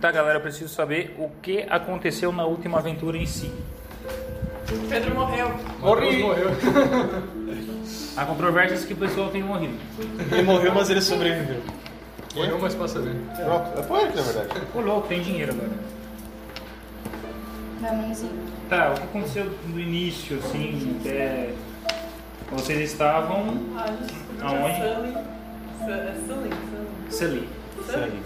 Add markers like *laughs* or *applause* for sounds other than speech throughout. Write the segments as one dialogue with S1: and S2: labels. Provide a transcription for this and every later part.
S1: Tá, galera, eu preciso saber o que aconteceu na última aventura em si.
S2: Pedro morreu.
S3: Morri! Morreu.
S1: Há controvérsias que o pessoal tem morrido.
S4: Ele morreu, mas ele sobreviveu.
S3: Morreu, mas passa bem.
S5: Troca. Foi ele, na verdade.
S1: Ô, louco, tem dinheiro agora.
S6: Meu mãozinho.
S1: Tá, o que aconteceu do início, assim, até... Vocês estavam... Aonde?
S2: Sully. Su- é Sully,
S1: Sully.
S2: Sully. Sully.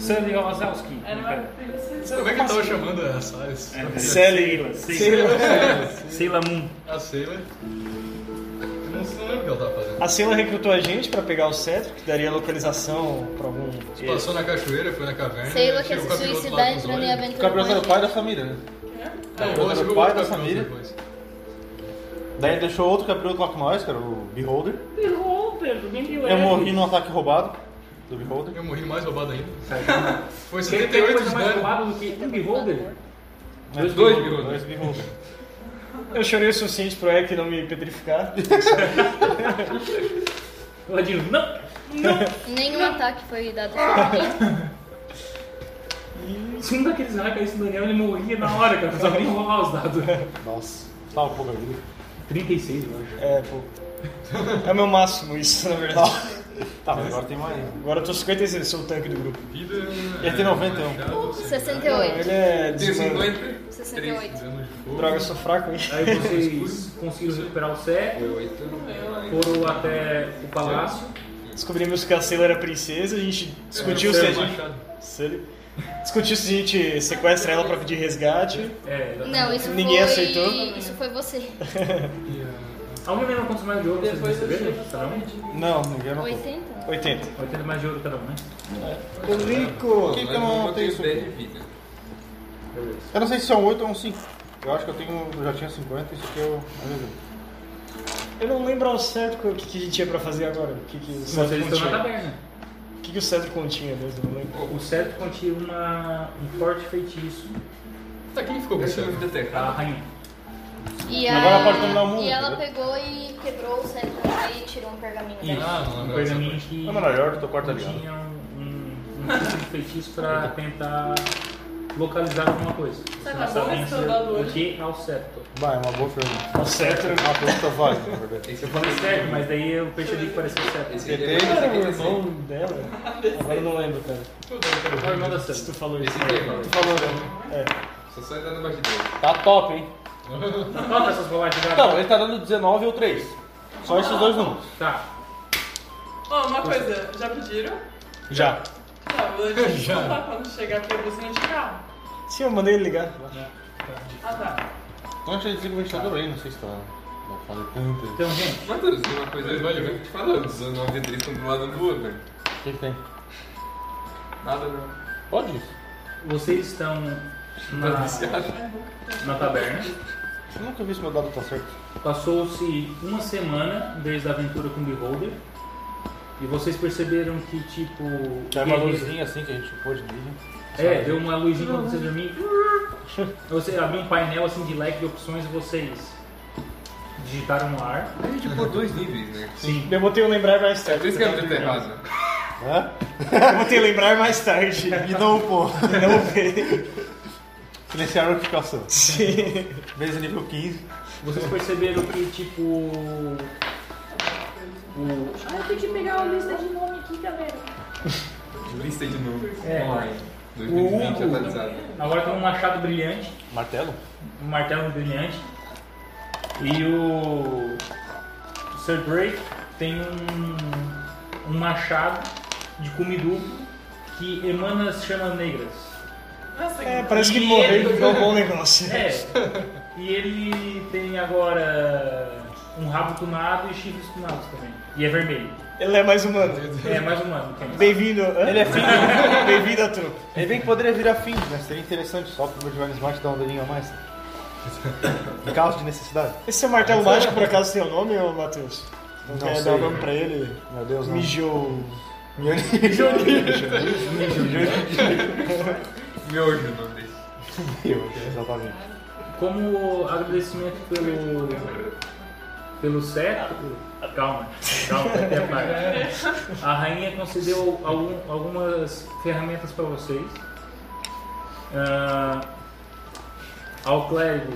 S1: Sully Ozalski.
S2: Era uma filha Sully.
S3: Como é que eu tava chamando a Salles?
S1: É,
S4: Sully.
S1: Seila. Seila. Seila Moon.
S3: A Sailor. Eu não sei lembro o que ela tava fazendo.
S4: A Sela recrutou a gente pra pegar o cetro, que daria localização pra algum.
S3: Você passou na cachoeira, foi na caverna. um
S6: Sei lá que
S3: chegou o
S6: se
S3: capiroto
S6: suicidar
S3: lá com os
S6: entrando em
S3: olhos.
S6: aventura.
S5: Gabriel
S6: com
S5: era o
S6: ele.
S5: pai da família, né?
S3: Não,
S5: Gabriel
S3: hoje
S5: era
S3: chegou
S5: o
S3: o
S5: pai
S3: pai
S5: da família.
S3: depois.
S5: Daí ele deixou outro capiroto lá com nós, que era o Beholder. Eu morri num ataque roubado do Beholder.
S3: Eu morri mais roubado ainda. Foi
S1: Tem tem
S3: 78
S1: coisa
S3: de
S1: mais
S3: dano.
S1: roubada do que um beholder?
S5: Dois,
S3: Dois Beholder.
S5: Dois Beholder.
S4: Eu chorei o suficiente pro Eric não me pedrificar.
S1: Ladino, não!
S6: Nenhum ataque foi dado pra mim.
S1: Se um daqueles hackers do Daniel, ele morria na hora, cara. Só nem rolar os dados.
S5: Nossa, tava um pouco ali.
S1: 36, eu acho.
S4: É, pô. É o meu máximo isso, na verdade.
S5: Tá, mas agora tem mais.
S4: Agora eu tô 56, sou o tanque do grupo.
S3: Vida.
S5: Ele tem 91.
S3: machado,
S4: Não,
S6: 68.
S4: ele é
S3: Tem
S4: desumano.
S3: 50.
S6: 68.
S3: Anos de fogo.
S4: Droga, eu sou fraco, hein?
S1: Aí vocês conseguiram recuperar o Sé,
S3: Foi oito.
S1: foram até o palácio.
S4: Descobrimos que a Sailor era princesa, a gente discutiu se a
S3: Foi
S4: gente.
S3: machado.
S4: se ele- Discutiu se a gente sequestra ela pra pedir resgate.
S1: É, exatamente.
S6: Não, isso
S4: Ninguém
S6: foi.
S4: aceitou?
S6: Isso foi você.
S3: E a-
S1: Alguém lembra quantos mais de ouro vocês
S2: Depois eu
S1: receberam?
S2: chego
S1: Cada um?
S5: Não, ninguém não
S6: 80?
S4: 80.
S1: 80 mais de ouro cada um, né?
S4: O Rico!
S5: que eu não tenho isso?
S3: dez de vida.
S1: Beleza.
S5: Eu não sei se são 8 ou um 5. Eu acho que eu tenho. um, Eu já tinha 50, isso é que eu. um.
S4: Eu não lembro ao certo o que, que a gente ia pra fazer agora. O que, que o
S1: Vocês
S4: cetro
S1: estão na
S4: continha.
S1: taberna.
S4: O que, que o cetro continha mesmo? Eu não lembro.
S1: O cetro continha uma, um forte feitiço
S3: Tá, quem ficou com o céu?
S1: da rainha.
S6: E,
S4: Agora pode terminar o mundo,
S6: e ela
S4: entendeu?
S6: pegou e quebrou o centro e tirou um pergaminho
S1: Isso.
S6: dela.
S3: Ah, não
S1: Um
S3: lembro
S1: pergaminho
S3: dessa
S1: que
S5: Não, não, eu tô quarta ligado.
S1: tinha um, um, um tipo de feitiço pra tentar localizar alguma coisa. Você não
S2: acabou
S1: sabem
S2: esse soldado
S1: o
S2: hoje?
S1: que é o cetro.
S5: Vai, é uma boa pergunta.
S4: O cetro.
S5: é Uma pergunta válida, na verdade.
S1: Tá Eu falei certo, mas daí eu percebi que parecia
S7: é
S1: certo.
S5: PT,
S4: Era é o irmão dela? Agora eu não lembro, cara.
S1: O irmão da
S4: Se
S1: Sam.
S4: tu
S7: é
S4: falou isso.
S3: Esse tema.
S4: Tu falou, né? É.
S3: Só sai dando mais de dois.
S5: tá top, hein?
S1: Nota essas bolagens de
S5: Não, ele tá dando 19 ou 3. Só esses dois números.
S1: Tá.
S2: Ó, Oh, uma coisa, já pediram?
S4: Já.
S2: Tá, vou te contar quando chegar porque a buzina de carro.
S4: Sim, eu mandei ele ligar.
S2: Ah, tá.
S5: Então a gente desliga o ventilador aí, não sei se tá. Vai fazer tanto.
S1: Então, gente,
S7: Matheus, tem uma coisa que eu te falando, os 19 e 3 estão do lado do outro, né?
S5: O que, que tem?
S7: Nada né? não.
S5: Pode isso.
S1: vocês estão
S7: Tá
S1: na,
S7: viciado.
S1: na taberna.
S5: Eu nunca vi se meu dado tá certo.
S1: Passou-se uma semana desde a aventura com o Beholder. E vocês perceberam que, tipo.
S5: Que era uma
S1: guerreiro-
S5: luzinha assim que a gente pôde de
S1: É, deu uma luzinha quando você dormir. Você abriu um painel assim de leque de opções e vocês digitaram no ar.
S7: A gente pôr dois níveis, né?
S1: Sim.
S4: Eu botei o lembrar mais
S7: É
S4: tarde.
S7: por isso que é muito errado.
S5: Hã?
S4: Eu botei lembrar mais tarde.
S5: E *laughs* não, pô.
S4: Não veio.
S5: Silenciar a notificação.
S4: Sim.
S5: Vezes nível 15.
S1: Vocês perceberam que, tipo. O,
S2: Ah, eu tenho que pegar a lista de nome aqui, galera.
S7: Lista de novo.
S1: É.
S7: Online. 2020
S1: Uhul.
S7: atualizado.
S1: agora tem um machado brilhante,
S5: Martelo?
S1: um martelo brilhante. E o. o Sir Drake tem um, um machado de cume duplo que emana as chamas negras.
S2: Nossa,
S4: É,
S7: *laughs*
S4: parece que ele morreu e ficou um bom negócio.
S1: É. E ele tem agora um rabo tunado e chifres tunados também. E é vermelho.
S4: Ele é mais humano.
S1: É mais humano. Tem.
S4: Bem-vindo. hã?
S5: Ele é
S4: *laughs*
S5: fim.
S4: Bem-vindo à trupe.
S5: Ele É bem que poderia virar fim, mas seria interessante só pro meu Divine Smart dar um daninho a mais. Em caso de necessidade.
S4: Esse seu martelo mágico, por acaso, tem o nome, ô Matheus? Não,
S5: é? Não
S4: quer
S5: sei.
S4: dar o nome pra ele?
S5: Meu Deus, não.
S4: Mijou.
S7: Miojo o nome desse.
S5: Exatamente.
S1: Como agradecimento pelo. pelo cetro. Calma, calma, daqui a parte. A rainha concedeu algum- algumas ferramentas para vocês. Ah, ao clérigo,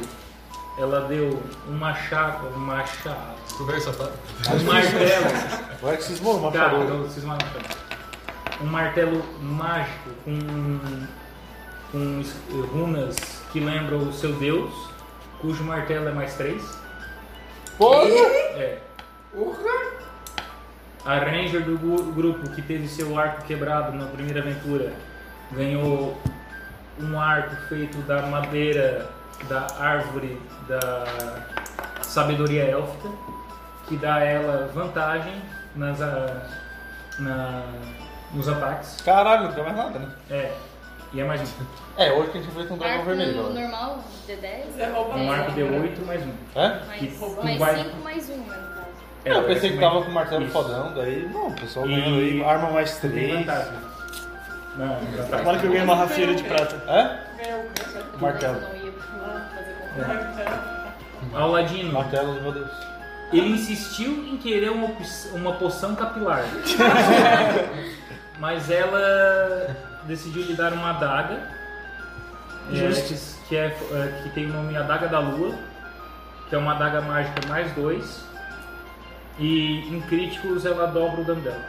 S1: ela deu um machado, um machado,
S3: Tu veio safado?
S1: um martelo
S5: Agora é que cismou, uma
S1: Cara,
S5: parou.
S1: eu preciso mais um martelo mágico com, com es- runas que lembram o seu deus, cujo martelo é mais 3.
S5: Porra!
S1: É. A ranger do gu- grupo que teve seu arco quebrado na primeira aventura ganhou um arco feito da madeira da árvore da sabedoria élfica, que dá a ela vantagem nas, a- na, nos ataques.
S5: Caralho, não tem mais nada, né?
S1: É, e é mais um.
S5: É, hoje que a gente enfrenta um dragão
S6: Arco
S5: vermelho, galera.
S6: normal, D10?
S2: Você rouba
S1: Um arco de
S2: mais, né?
S1: 8 mais um.
S5: É?
S6: Mais
S1: Que-
S6: mais
S1: vai-
S6: 5 mais 1, no caso.
S5: É, eu pensei que tava com o martelo
S1: Isso.
S5: fodão, daí. Não, o pessoal
S1: E-
S5: ganhando aí, arma mais
S1: Tem
S5: três.
S1: vantagem. Não, vantagem.
S4: Agora que eu ganhei uma rafeira de prata.
S5: É?
S2: Ganhou o quê?
S5: Martelo.
S6: Não, não ia fazer
S4: É.
S6: conta.
S2: Martelo.
S1: Ao ladino,
S5: Martelo, meu Deus.
S1: ele insistiu em querer uma, op- uma poção
S5: *laughs*
S1: capilar. Mas ela decidiu lhe dar uma adaga. é,
S4: Justo.
S1: que- que, é, é, que tem o nome Adaga da Lua. Que é uma adaga mágica mais dois. E em críticos ela dobra o dano dela.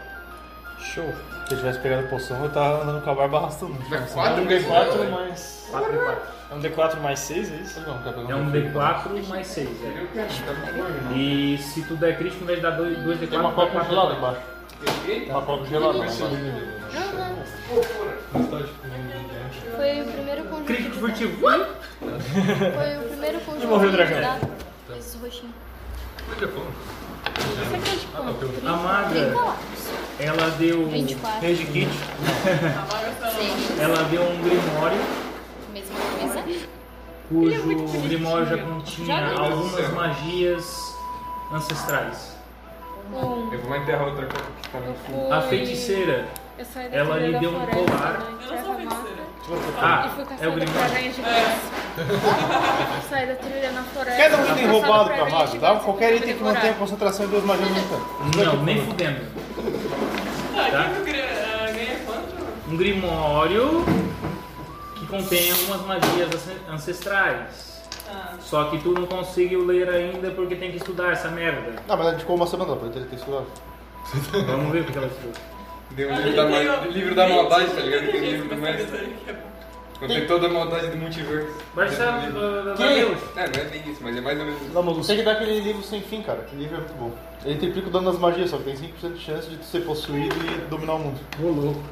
S4: Show.
S5: Se eu tivesse pegado poção, eu tava andando com a barba arrastando.
S7: Vai
S4: É
S7: quatro
S4: um
S7: vezes
S4: D4
S7: ela,
S4: mais.
S1: 4 e 4.
S4: É um D4 mais 6, é isso?
S5: Não, quer pegar
S1: É um D4 mais 6.
S7: velho.
S1: É.
S7: Eu quero ficar com ele, não.
S1: E se tu der crítico, em vez de dar 2 D4,
S5: Tem uma copa congelada embaixo. Tá
S7: Eita,
S5: Uma copa gelada lá
S7: Isso.
S5: embaixo.
S6: Não, não.
S7: que loucura.
S3: Mas tá tipo, né?
S6: Foi o primeiro conjunto.
S1: Crítico
S6: de
S1: furtivo. What?
S6: dado. Foi o primeiro conjunto.
S4: morreu o
S6: de
S4: dragão.
S6: dado. Esses roxinhos.
S3: Olha, pô.
S6: Isso é crítico.
S3: Ah, ok.
S1: A magra,
S6: Trinta lá.
S1: ela deu.
S6: 24.
S5: Rage Kit.
S2: A Maga tá lá.
S1: *laughs* Ela deu um grimório,
S6: Mesma coisa.
S2: Ele é
S1: cujo
S2: muito bonitinho.
S1: grimório já
S6: Já
S1: continha
S6: vi.
S1: algumas magias ancestrais.
S6: Um.
S7: Eu vou enterrar outra coisa que tá no fundo.
S1: A feiticeira,
S8: Eu saí da
S1: ela lhe
S8: trilha da
S1: deu um
S8: floresta,
S1: colar.
S8: né,
S2: Eu não
S8: Terra
S2: sou
S8: Mata,
S2: feiticeira.
S1: Ah,
S8: né? E fui
S1: é o
S8: caçada pra
S1: grimório.
S8: aranha gigante. Saí da trilha na floresta.
S5: Cada
S8: fui
S5: um item
S8: caçada
S5: roubado
S8: por
S5: pra
S8: aranha
S5: mago,
S8: gigante
S5: tá?
S8: e
S5: Qualquer
S8: fui
S5: item que
S8: devorada.
S5: mantenha a concentração em duas magias ao mesmo tempo.
S1: Não, nem fudendo. Tá.
S2: Ah, que gra- ah, ganha quanto?
S1: Um grimório que contém algumas magias ance- ancestrais.
S2: Ah,
S1: Só que tu não conseguiu ler ainda porque tem que estudar essa merda.
S5: Não, mas ela ficou uma semana lá pra ele ter- ter estudado.
S1: Vamos ver o que ela estudou.
S7: Deu um
S2: mas
S7: livro
S2: ele
S7: da,
S2: ganhou
S7: ma- livro da
S2: 20,
S7: maldade, tá ligado?
S2: tem
S7: Aquele
S2: jeito
S7: livro do
S2: pra
S7: mestre.
S2: saber isso aí.
S7: Contém toda a maldade do multiverso.
S1: Marcelo,
S7: Dentro do livro.
S1: uh,
S5: Que?
S1: valeu.
S7: É, não é bem isso, mas é mais ou menos isso.
S5: Não, Tem que dar aquele livro sem fim, cara. Aquele livro é muito bom. Ele triplica o dano das magias, só que tem 5% de chance de tu ser possuído e dominar o mundo.
S1: Ô, louco.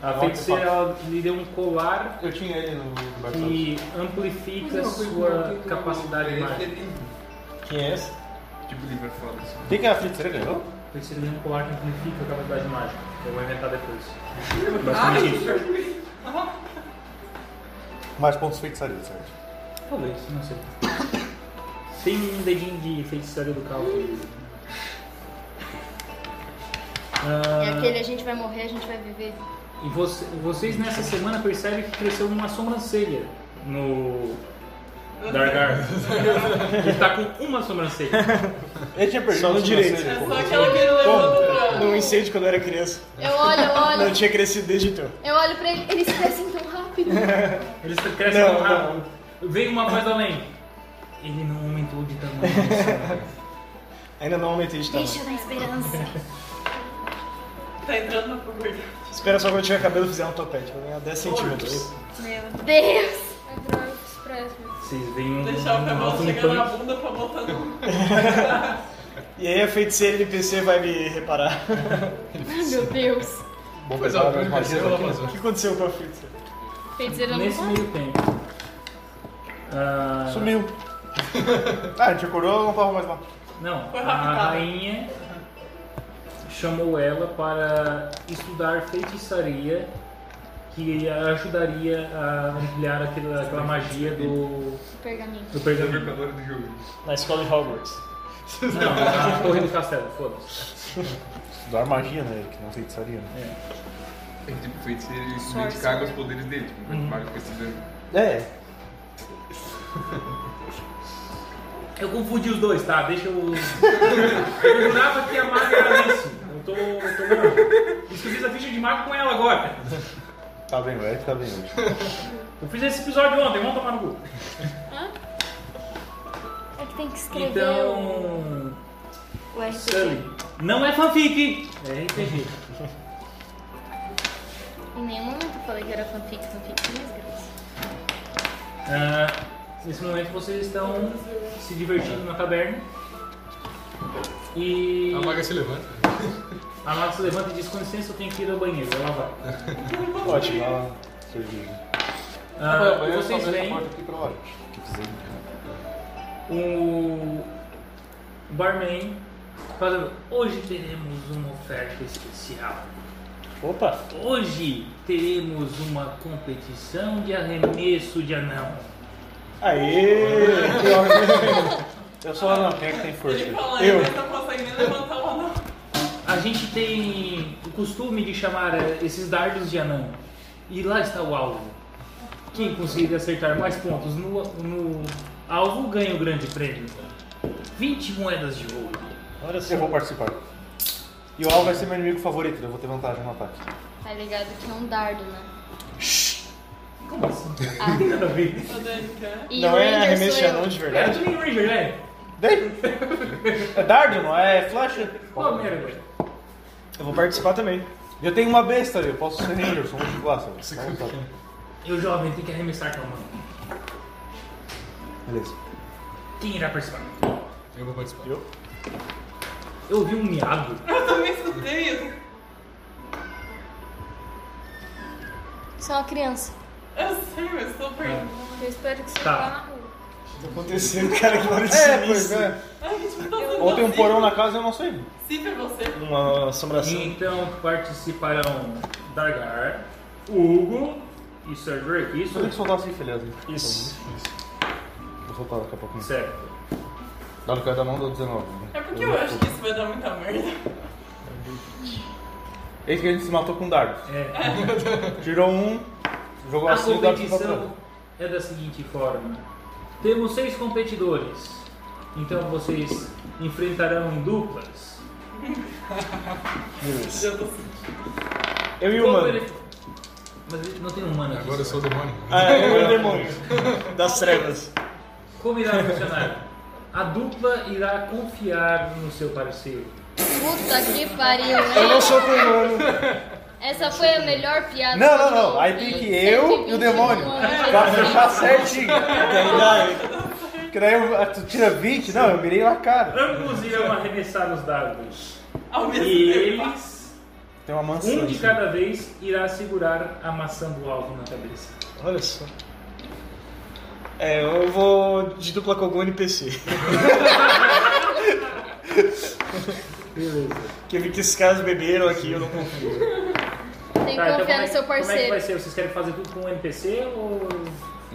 S1: A
S5: Nossa,
S1: feiticeira ela lhe deu um colar
S5: Eu tinha ele no Barcelona.
S1: que
S6: é
S1: amplifica sua capacidade mágica.
S4: Quem é esse?
S7: é Tipo livro é foda. assim.
S5: Tem que a feiticeira ganhou?
S1: Você tem um colar que amplifica a capacidade mágica. Eu vou inventar depois. Basicamente isso.
S5: Mais pontos feitiçaria, certo?
S1: Talvez, não sei. Tem um dedinho de feitiçaria do carro. Ah,
S6: É aquele, a gente vai morrer, a gente vai viver.
S1: E você- vocês nessa semana percebem que cresceu uma sobrancelha no Dargar. Ele tá com uma sobrancelha.
S5: Ele tinha perdido
S4: Só no
S5: a
S4: direito.
S5: sobrancelha,
S2: É
S5: pô.
S2: só aquela que ele levou pra...
S4: Num incêndio quando eu era criança.
S6: Eu olho, eu
S4: Não
S6: olho.
S4: tinha crescido desde então.
S6: Eu olho pra ele. Eles crescem tão rápido.
S1: Eles crescem
S4: Não,
S1: tão rápido. Veio uma voz além. Ele não aumentou de
S4: *laughs*
S1: tamanho.
S4: Ainda não aumentei de tamanho.
S6: Deixa na esperança.
S2: Tá entrando na puberdade.
S4: Espera só quando eu tiver cabelo e fizer um topete. Vou ganhar 10 centímetros.
S8: Meu
S6: Deus!
S8: Hydraulic Express.
S1: Vocês veem um,
S2: Deixar o
S1: um
S2: cabelo
S1: alto
S2: chegar na
S1: mutante.
S2: bunda pra botar no...
S4: E aí a feiticeira NPC vai me reparar. *laughs*
S6: Meu Deus.
S5: Bom
S3: Pois é,
S5: pessoal,
S3: o
S5: mas
S3: primeiro parceiro ela
S5: aqui, né?
S4: O
S3: vazou.
S4: que aconteceu com a feiticeira?
S8: Feiticeira não
S1: Nesse
S8: morre.
S1: meio tempo. ah,
S5: *laughs* Sumiu. ah, a gente acordou, ela não tava mais lá.
S1: Não,
S2: Foi
S1: a
S2: raptada.
S1: rainha chamou ela para estudar feitiçaria que a ajudaria a ampliar aquela, aquela magia do,
S6: Pergaminho.
S1: do
S7: É o
S1: pergaminho.
S7: mercador do jogo.
S4: Na escola de Hogwarts.
S1: Não, a torre do castelo, foda-se.
S5: Estudar magia, né? Ele que não feitiçaria, né?
S1: É.
S7: É que, tipo, feiticeiro ele se identificava aos poderes dele. Tipo, enquanto o mago fica se dando.
S5: É.
S1: Eu confundi os dois, tá? Deixa eu. *laughs* Eu jurava que a maga era isso. Eu tô. Eu tô louco. Isso que eu fiz a ficha de mago com ela agora.
S5: Tá bem, o Eric tá bem hoje.
S1: Eu fiz esse episódio ontem, vamos tomar no cu.
S6: É que tem que escrever
S1: Então.
S6: o, o RPG.
S1: Sully. Não é fanfic! É RPG.
S8: Em nenhum momento eu falei que era fanfic, fanfic é mais grosso.
S1: Ah, nesse momento vocês estão se divertindo na caverna. E.
S3: A maga se levanta.
S1: A Max se levanta e diz: Com licença, eu tenho que ir ao banheiro. Ela vai.
S5: *laughs* Ótimo, ela serviu.
S1: Ah, e vocês veem
S5: aqui pra lá.
S1: o barman falando: Hoje teremos uma oferta especial.
S4: Opa!
S1: Hoje teremos uma competição de arremesso de anão.
S8: *laughs*
S5: Aê! Eu sou a Quem é que tem força?
S2: Ele fala ainda,
S8: né?
S2: eu não consegue nem levantar o anão.
S1: A gente tem o costume de chamar eh, esses dardos de anão. E lá está o alvo. Quem conseguir acertar mais pontos no, no alvo ganha o grande prêmio. 20 moedas de ouro.
S4: Olha só.
S5: Eu vou participar. E o Al vai ser meu inimigo favorito, eu vou ter vantagem no ataque.
S8: Tá ligado que é um dardo, né?
S1: Como assim? *laughs* Nada a ver. É
S2: Ô, Dani, quer?
S8: E
S4: Não
S8: o
S4: é
S8: Ranger
S4: arremesso
S8: sou
S4: de
S8: eu.
S4: anão de
S1: Cara,
S4: verdade.
S1: tu nem Ranger, né?
S5: Daí? É dardo, não é flecha?
S1: Pô, merda, velho.
S4: Eu vou participar também.
S5: Eu tenho uma besta ali, eu posso ser ranger, sou muito de classe. Então, tá.
S1: Eu jovem tem que arremessar com a mão.
S5: Beleza.
S1: Quem irá participar?
S3: Eu vou participar.
S5: Eu?
S1: Eu ouvi um miado.
S2: Eu também escutei isso.
S6: Só uma criança.
S2: Eu sei, mas tô perdendo.
S8: Eu espero que você
S1: Tá.
S8: vá na rua.
S4: Tá acontecendo, cara, que barulho
S5: É, pois
S4: sinistro.
S5: é.
S2: Ai, gente, tá sendo
S5: Ontem um
S2: assim.
S5: porão na casa eu não saí.
S2: Sim, pra você.
S4: Uma assombração.
S1: Então participarão Dagar, Hugo e Sir Drake. Isso? é
S5: Eu tenho que soltar assim, beleza.
S4: Isso.
S5: Então, Vou soltar daqui a pouquinho.
S1: Certo.
S5: Dá no cara da mão, dá né? 19.
S2: É porque eu acho que isso vai dar muita merda.
S5: Eis que a gente se matou com dardo.
S1: É.
S5: Tirou um, jogou
S1: A
S5: assim e dardo pra trás.
S1: competição é da seguinte forma: temos seis competidores, então vocês enfrentarão em
S4: *laughs*
S1: duplas.
S2: Já tô sentindo.
S4: Eu e o mano.
S1: Como ele- Mas não tem humano aqui.
S3: Agora eu sou o demônio.
S4: Ah, *laughs* é, eu e o demônio. Das trevas.
S1: Como irá funcionar? A dupla irá confiar no seu parceiro.
S8: Puta que pariu,
S4: Eu não
S8: né?
S4: sou com o humano.
S8: Essa foi a melhor piada.
S5: Não, não,
S8: do
S5: não.
S8: mundo.
S5: Aí tem que eu e o demônio.
S8: 121
S5: Pra
S8: anos.
S5: fechar certinho.
S4: Daí dá, hein?
S5: Que daí eu- ah, tu tira 20? Não, eu mirei na cara.
S1: Ambos irão arremessar os dados.
S2: Ao mesmo
S1: E
S2: tempo.
S1: eles,
S5: Tem uma mansão.
S1: um de
S5: assim.
S1: cada vez, irá segurar a maçã do alvo na cabeça.
S4: Olha só. É, eu vou de dupla com algum NPC.
S1: Beleza.
S4: Que eu vi que esses caras beberam aqui, eu não confio.
S8: Tem
S1: Tá,
S8: que
S1: então como
S8: confiar
S1: é,
S8: no seu
S1: como é que vai
S8: parceiro.
S1: ser? Vocês querem fazer tudo com um NPC
S8: *laughs*
S1: ou.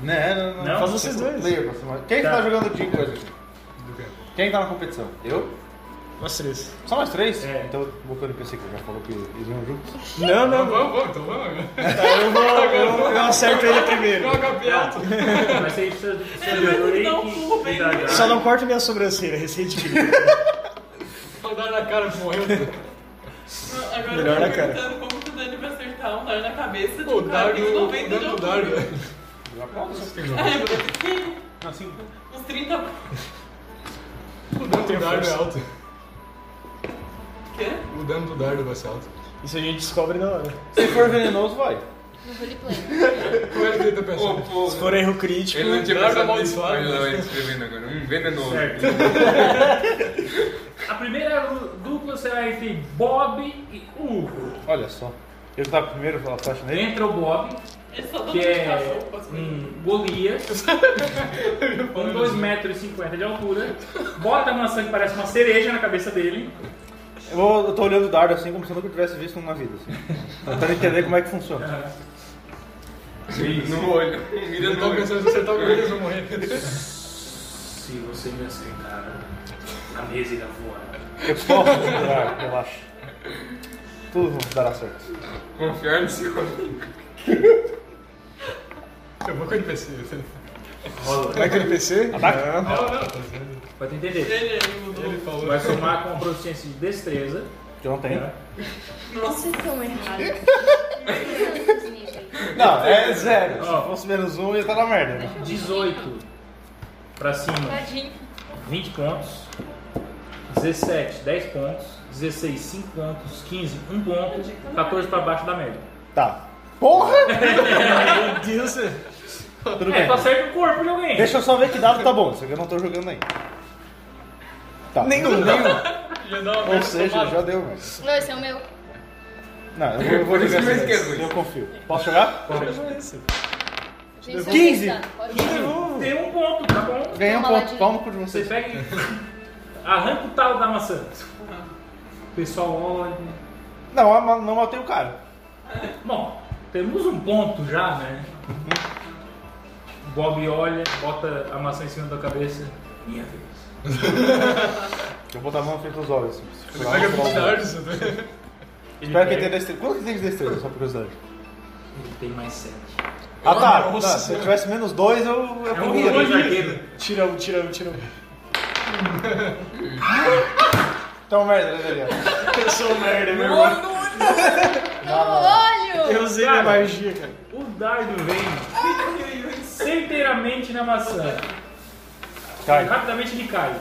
S5: Né, não, não.
S1: Não?
S4: Faz vocês dois.
S5: Player pra cima. Quem que
S1: Tá.
S5: tá jogando de coisa aqui?
S3: Do quê?
S5: Quem tá na competição? Eu?
S4: Nós três.
S5: Só nós três?
S1: É.
S5: Então vou pôr o NPC que já falou que eles vão juntos.
S4: Não, não,
S3: Então vamos, vamos, então vamos.
S4: Tá, eu vou. Eu, eu acerto ele primeiro.
S3: Joga piato.
S1: Vai ser isso.
S8: É,
S2: Ele vai ter que dar um pulo bem grande.
S4: Só não corta minha sobrancelha, receita de mim.
S3: Não dá na cara, *laughs* morreu.
S2: Agora
S4: Melhor
S2: eu
S4: na
S2: tô
S4: cara.
S2: perguntando como que o Dani vai acertar um dar na cabeça de
S3: O
S2: um cara
S3: Dario,
S2: que
S3: o
S2: não vem do
S3: Dario, o
S2: jogo. *laughs*
S3: Dario.
S2: Ai, eu vou ter que-
S5: Assim.
S2: Uns 30...
S3: O dano do dardo é alto.
S2: Quê?
S3: O dano do dardo vai ser alto.
S4: Isso a gente descobre na hora.
S5: Se for venenoso, vai.
S8: No roleplay.
S3: Como é que ele tá pensando?
S4: Se for erro crítico,
S7: Ele não tinha
S3: Dardo
S7: pensado nisso,
S3: amaldiçoado.
S7: mas ele tá escrevendo agora. Um venenoso.
S1: Certo. A primeira dupla será entre Bob e Hugo.
S5: Olha só. Eu que tava primeiro, eu flecha nele.
S1: Entra o Bob,
S2: Ele só dá um
S1: que é
S2: cachorro com as coisas.
S1: um
S2: *laughs*
S1: Golias, um com 2,50m de altura, bota a maçã que parece uma cereja na cabeça dele.
S5: Eu, vou, eu tô olhando o dardo assim como se eu nunca tivesse visto um na vida. Assim. Tentando entender como é que funciona.
S7: Um No olho. Mira
S3: Ele
S7: no
S3: tá
S7: olho.
S3: pensando se acertar o Golias, eu vou morrer.
S1: Se você me acertar, a mesa irá voar.
S5: Eu posso dar, relaxa. Tudo dará certo.
S7: Confiar no seu
S3: Eu vou com o NPC.
S1: Rola.
S4: vai com o NPC? Ataca?
S3: Não, não, tá certo.
S1: Pra tu entender.
S2: Ele, ele mudou.
S3: Ele falou.
S1: Vai somar com uma proficiência de destreza.
S5: Que eu não tenho.
S1: tá?
S2: Nossa,
S8: Vocês são errados. Vocês são esses níveis.
S5: Não, é zero.
S1: Ó.
S5: Se fosse menos um, ia estar na merda. né?
S1: 18 pra cima,
S8: Tadinho.
S1: 20 pontos. 17, 10 pontos. 16, 5 pontos. 15, 1 ponto. 14 pra baixo da merda.
S5: Tá. Porra!
S4: Meu Deus, você-
S5: Tudo
S1: é,
S5: bem.
S1: tu acerta o corpo de alguém.
S5: Deixa eu só ver que dado tá bom. Isso aqui eu não tô jogando ainda. Tá.
S4: nenhum, nenhum.
S2: Já dá uma
S5: Ou
S2: vez
S5: seja,
S2: tomada.
S5: já deu, velho.
S8: Não, esse é o meu.
S5: Não, eu vou, eu vou
S7: Por isso
S5: ligar
S7: que eu
S5: essa vez.
S7: esqueço isso.
S5: Eu confio. Posso jogar?
S8: Gente, eu tô
S5: 15.
S8: pensando. Pode ir.
S1: Tem um ponto, tá bom?
S5: Ganhei um
S8: Toma,
S5: ponto.
S8: Ladinho.
S5: Palma pro cu de
S1: Você
S5: vocês.
S1: pega e *laughs* arranca o talo da maçã. O pessoal olha.
S5: Não, eu não matei o cara.
S1: Bom, temos um ponto já, né? Bob olha, bota a maçã em cima da cabeça. Minha vez.
S5: Eu vou botar a mão frente aos olhos. Assim.
S3: Você pega milhares, né?
S1: Ele
S5: Espero que ele
S1: pega-
S5: tenha destreza. Quanto que tem de destreza, só por curiosidade?
S1: Ele tem mais sete.
S5: Ah, tá.
S4: Nossa
S5: tá. Se eu
S4: senhora.
S5: tivesse menos dois, eu, eu
S1: É um
S5: corria.
S1: dois arqueiro.
S4: Tira um, tira um, tira um.
S5: Então, merda, né, Daniel?
S4: Eu sou um merda, meu irmão. Ah,
S8: Olho!
S4: Eu usei minha
S1: Cara.
S4: magia, cara.
S1: O dardo vem certeiramente na maçã.
S5: Cai.
S1: Rapidamente ele cai.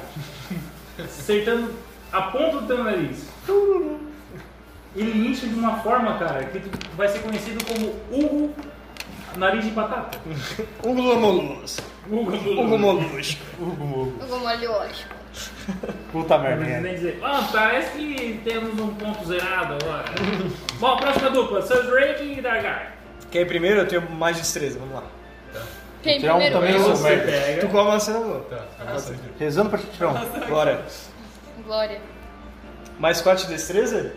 S1: Acertando a ponta do teu nariz. Ele incha de uma forma, cara, que tu vai ser conhecido como Hugo Nariz de Batata.
S4: Unglo molusco.
S1: Hugo
S4: Unglo molusco.
S5: Ugo, ugo.
S8: Eu vou molho o olho.
S5: Puta
S1: Não
S5: merda,
S1: precisa nem
S5: né?
S1: dizer. Ah, parece que temos um ponto zerado agora. Bom, próxima dupla, Sun Drake e Dagar.
S4: Quer ir primeiro? Eu tenho mais destreza, vamos lá.
S8: Quem
S5: Tirar um
S8: primeiro?
S5: também, eu sou
S1: Você
S5: merda.
S4: Tu
S1: pega.
S4: com a maçã na mão.
S3: Tá, avança aqui.
S5: Rezando pra tirar um.
S4: Bora.
S8: Glória.
S4: Mais quatro de destreza?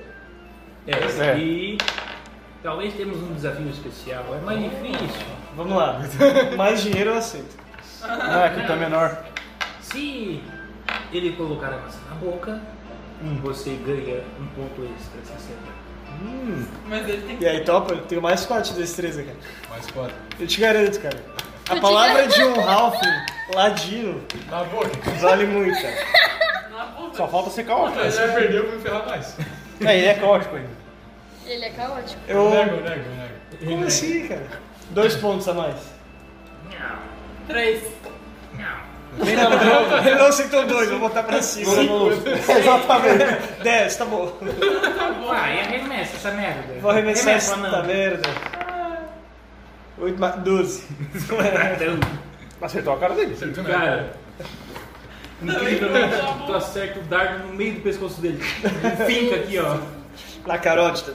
S1: É,
S5: É.
S1: E talvez temos um desafio especial. É mais difícil.
S4: Vamos
S3: *laughs*
S4: lá. Mais dinheiro eu aceito.
S5: Não, aqui tá menor.
S1: Se ele colocar a maçã na boca, você ganha um ponto extra essa semana.
S2: Mas ele tem que
S4: E aí, topa? Eu tenho mais quatro de destreza, cara.
S3: Mais quatro.
S4: Eu te garanto, cara. A palavra de um Ralph ladino
S3: Na boca.
S4: vale muito, cara.
S2: na boca.
S5: Só falta ser caótico.
S3: Mas já perdeu, eu vou me ferrar mais.
S5: É, ele é caótico ainda.
S8: Ele é caótico.
S3: Eu
S4: Eu.
S3: nego, eu nego, eu nego.
S4: Como assim, cara? Dois pontos a mais.
S1: Não,
S2: Três.
S1: não.
S4: Ele não, ele não aceitou dois, vou botar pra cima.
S5: Exatamente.
S4: *laughs* Dez, tá bom.
S1: Vai, arremessa essa merda.
S4: Vou arremessar
S1: Arremessa,
S4: essa
S1: não.
S4: merda. Oito mais. Doze.
S1: Então,
S5: Acertou a cara dele.
S3: Acertou, né?
S1: Cara, Tá incrivelmente, tu acerta o dardo no meio do pescoço dele. Ele Finca aqui, ó.
S4: Na carótida.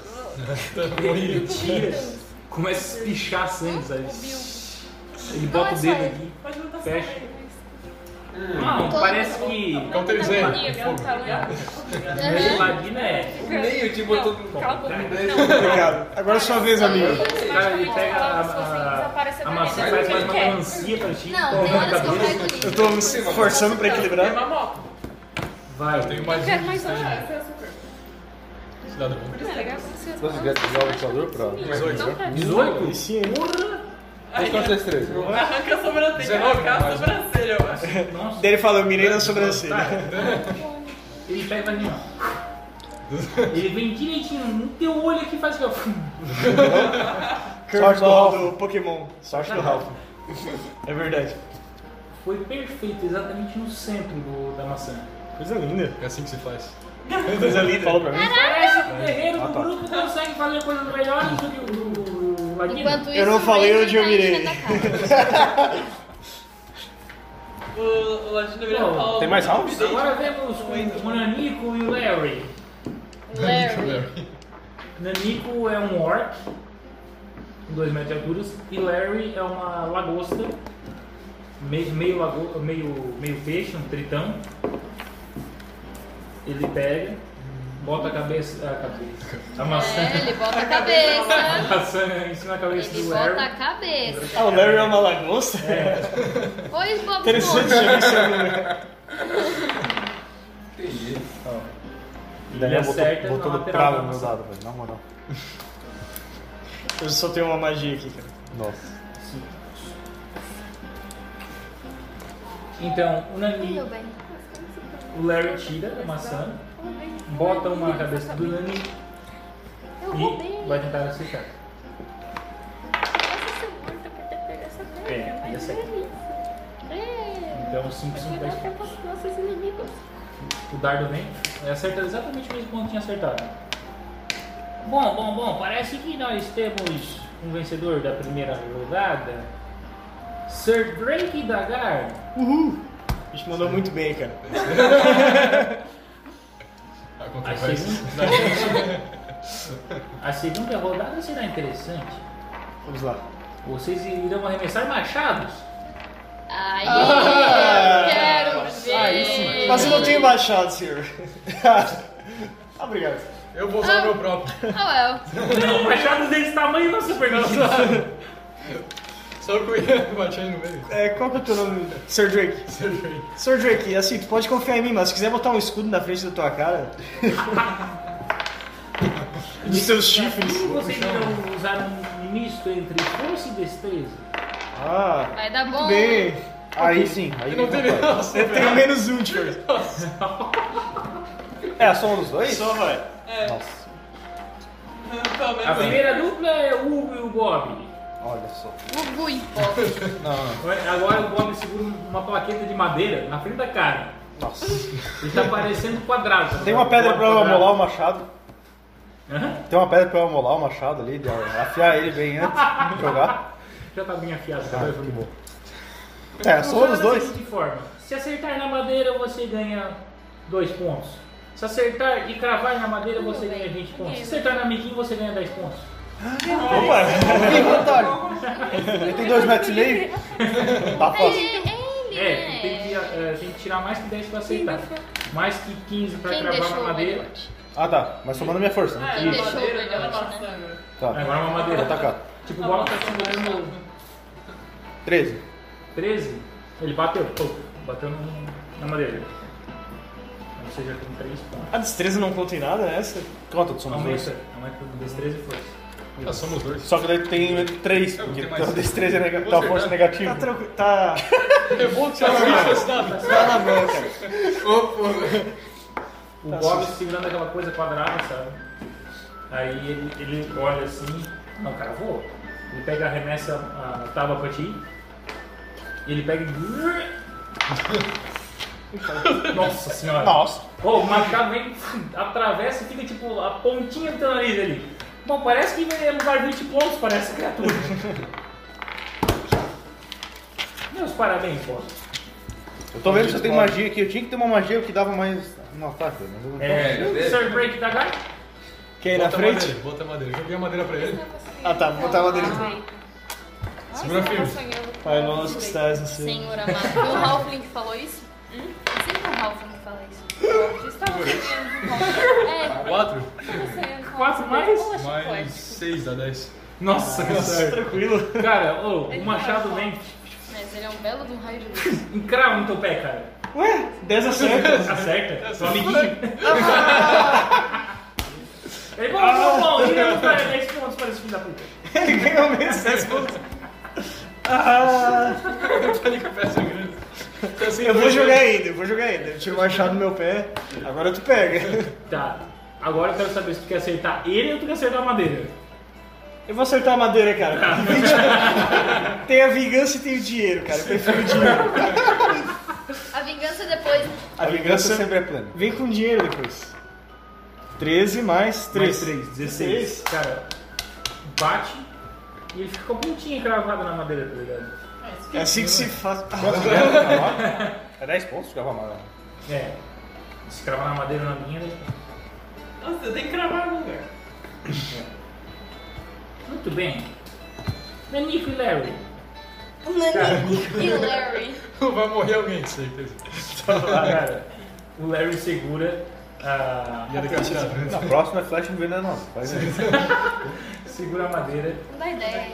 S1: Ele tira, começa a espichar sangue, sabe? Ele bota o
S8: Não, é
S1: dedo
S8: só ele.
S1: aqui.
S2: Pode botar
S1: Fecha.
S2: só ele.
S1: Não, parece que.
S3: Cauterizei.
S8: um
S1: Esse ladino é.
S7: Nem eu te botou no
S8: Cala a boca.
S4: Obrigado. Agora é sua vez, amigo.
S1: Cara, ele pega a, a, a maçã
S9: é
S1: e faz mais uma melancia pra ti.
S6: Não,
S1: toma
S6: tem
S1: na
S6: horas que eu
S1: cabeça.
S6: pego lixo.
S4: Eu tô me esforçando pra
S2: É
S4: equilibrar.
S2: uma moto. É
S1: Vai,
S3: Eu tenho mais
S8: Quero
S3: um
S8: mais um.
S3: de cidadão bom.
S5: Dois gatos de jovem lutador pra.
S8: Não, tá.
S1: 18?
S4: E sim, hein?
S5: Tem quantas destrezas?
S2: Arranca a sobrancelha.
S3: 19,
S2: Arranca a
S3: mais um.
S2: sobrancelha, eu acho.
S1: Nossa.
S4: Daí ele fala, eu mirei na sobrancelha.
S1: Tá. Ele pega e vai animar. Ele vem direitinho no teu olho aqui e faz aqui, ó.
S4: Curveball do Pokémon.
S5: Sorte do Ralph.
S4: É verdade.
S1: Foi perfeito, exatamente no centro do- da maçã.
S4: Coisa linda.
S3: É assim que se faz.
S4: Coisa linda. Falou pra mim?
S8: É.
S1: Parece que o guerreiro do grupo consegue fazer coisas melhores do que o- o Ladino.
S8: Enquanto isso,
S4: Eu não falei
S8: o
S4: onde eu
S8: Benji tá
S4: mirei.
S8: enchendo a cara.
S2: O, o Ladino vira
S1: Não,
S2: Paulo. É,
S5: Tem mais rounds?
S1: Agora vemos o o Nanico e o Larry.
S8: Larry.
S1: Nanico é um orc, com 2 metros de altura, e Larry é uma lagosta, meio, meio, lago, meio, meio peixe, um tritão. Ele pega, bota a cabeça. A cabeça. A maçã. *laughs*
S8: É, ele bota a
S1: A
S8: cabeça.
S1: maçã em cima da cabeça
S8: Ele
S1: do
S8: bota
S1: Larry.
S8: a cabeça.
S4: Ah, o Larry é uma lagosta?
S8: Pois, Bob
S4: Interessante né?
S8: Esponja.
S4: já vi esse anime.
S1: E
S5: Daniel
S1: acerta
S5: botou, botou
S1: na
S5: no
S1: lateral
S5: prado
S1: da
S5: no meu
S1: maçã.
S5: dado, velho. Na moral.
S4: Eu só tenho uma magia aqui, cara.
S5: Nossa.
S1: Então, o
S6: Meu
S1: Nanico,
S6: bem.
S1: o Larry tira a maçã, bota uma na cabeça do Nanico
S6: Eu
S1: e
S6: roubei.
S1: vai tentar acertar.
S6: Eu
S4: essa aqui.
S8: É.
S1: Então 5, 5, 10.
S8: nossos inimigos.
S1: O dardo vem, é, acerta exatamente o mesmo ponto que tinha acertado. Bom, bom, bom, parece que nós temos um vencedor da primeira rodada. Sir Drake Dagar.
S4: A gente mandou muito bem, cara.
S3: A
S1: A
S3: controvérsia.
S1: segunda, *laughs* a segunda rodada será interessante.
S4: Vamos lá.
S1: Vocês irão arremessar machados.
S8: Ai,
S4: Ah!
S8: eu quero ver.
S4: Ah, isso. Mas eu não tenho baixado, senhor. *laughs* Ah, Obrigado.
S3: Eu vou usar o meu próprio.
S8: Oh, well.
S1: Não, machados desse tamanho não super
S3: Só que eu ia bater no meio.
S4: É, qual que é o teu nome? Sir Drake.
S3: Sergei.
S4: Sir Drake, assim, tu pode confiar em mim, mas se quiser botar um escudo na frente da tua *laughs* cara. De seus chifres.
S1: E vocês irão usar um misto entre força e destreza.
S4: Ah,
S8: Vai dar bom.
S4: muito bem.
S5: Aí sim, aí
S3: Não teve nossa.
S4: Eu tenho menos um, senhor.
S5: É a soma dos dois?
S4: Só vai.
S2: É,
S5: Nossa,
S2: pelo
S1: A
S2: menos.
S1: primeira dupla é o Hugo e o Bob.
S5: olha só.
S8: Gugu em pó.
S5: Não, não.
S1: Agora o Bob segura uma plaqueta de madeira na frente da cara.
S5: Nossa.
S1: Ele tá parecendo quadrado. sabe?
S5: Tem uma pedra pra eu
S1: Quadrado.
S5: amolar o machado.
S1: Hã?
S5: Tem uma pedra pra eu amolar o machado ali, de afiar ele bem antes de jogar.
S1: Já tá bem afiado.
S5: Ah,
S1: tá
S5: que bom. É, a soma
S1: Funciona
S5: dos
S1: da
S5: dois.
S1: seguinte forma. Se acertar na madeira, você ganha 2 pontos. Se acertar e cravar na madeira, você ganha 20 pontos. Se acertar na amiguinha, você ganha 10 pontos.
S5: Opa, que vantagem. Ele tem dois metros e meio. Tá
S8: É
S5: fácil.
S8: ele,
S1: É, tem que,
S8: né?
S1: eh, tem que tirar mais que 10 pra acertar. Mais que 15 pra
S8: Quem
S1: cravar na
S8: deixou o
S1: madeira.
S8: velhote?
S5: Ah, tá. Mas somando minha força, né?
S2: É,
S8: Quem
S2: a
S8: deixou
S2: madeira
S8: o
S2: dela
S8: velhote, né?
S2: passando.
S5: Tá.
S1: Agora é uma madeira.
S5: Vou atacar.
S1: Tipo, o Bob tá segurando
S5: 13.
S1: 13. Ele bateu. Pô, bateu no- na madeira. Ou seja, com 3 pontos.
S4: A destreza não conta em nada, né? essa?
S5: Conta, tu soma os dois.
S1: Aumenta. Aumenta com destreza e força.
S3: Já Ah, somos dois.
S5: Só que daí tu tem 3,
S7: Eu
S5: porque
S7: tenho
S5: tua
S7: mais-
S5: destreza é negativa,
S7: Vou
S5: tua força é
S7: acertar.
S5: negativa.
S4: Tá tranquilo. *laughs* Tá.
S3: É bom que você não
S4: Tá na mão, cara.
S1: O
S4: Tá
S1: Bob
S4: sus-
S1: segurando aquela coisa quadrada, sabe? Aí ele, ele olha assim, não, cara, vou. Ele pega, arremessa a tábua pra ti. Ele pega e. *laughs* Nossa senhora!
S5: Nossa.
S1: Ô, o machado vem, atravessa e fica tipo a pontinha do teu nariz ali. Bom, parece que vai levar 20 pontos para essa *laughs* criatura. Meus parabéns, Bob.
S5: Eu tô vendo se eu
S7: Tá.
S5: tenho magia aqui. Eu tinha que ter uma magia que dava mais né? no ataque, mas eu não tenho.
S1: É,
S7: É,
S1: Sir Break da Gaia?
S4: Quem na frente?
S3: Madeira, bota a madeira. Joguei a madeira pra ele.
S4: Ah, tá. Vou botar a madeira.
S3: Segura firme.
S4: Pai nosso que estás no céu.
S6: Senhor amado. Foi o Halfling que falou isso? Hum? Sempre o Halfling que fala isso.
S8: É,
S3: Quatro.
S1: Quatro mais?
S3: Mais seis dá dez.
S1: Nossa, que sorte.
S4: Tranquilo.
S1: Cara, ô, o machado vem
S8: mas ele é um belo de um raio de luz.
S1: encrava no teu pé, cara.
S4: Ué, 10 acertos.
S1: Acerta, sua amiguinha. Ele bom, bom, bom, ele não vai 10 pontos para esse filho da puta.
S4: Ele ganhou menos 10 pontos. *laughs* Ah,
S3: Eu tô ali com a peça grande. Tá sem
S4: eu vou
S3: dois,
S4: jogar
S3: né?
S4: ainda, eu vou jogar ainda. Eu tinha machado no meu pé, agora tu pega.
S1: Tá, agora eu quero saber se tu quer acertar ele ou tu quer acertar a madeira.
S4: Eu vou acertar a madeira, cara. *laughs* Tem a vingança e tem o dinheiro, cara. Eu prefiro o dinheiro.
S8: A vingança depois.
S5: A vingança sempre é plena.
S4: Vem com dinheiro depois. 13 mais 3.
S1: 3, 16. Cara, bate e ele fica com a pontinha encravada na madeira, tá ligado?
S4: É assim que se faz.
S5: Quanto ganha pra lá? É 10 pontos, ficava mal. né?
S1: É. Se cravar na madeira na minha, né?
S2: Nossa, eu tenho que cravar no lugar.
S1: Muito bem. Nanico e Larry.
S6: Nanico e Larry.
S3: *laughs* Vai morrer alguém, certeza.
S1: Cara, o Larry segura a.
S3: Ia ter que atirar. né?
S5: Na próxima é flecha envenenosa. Faz isso.
S1: Segura a madeira.
S8: Não dá ideia.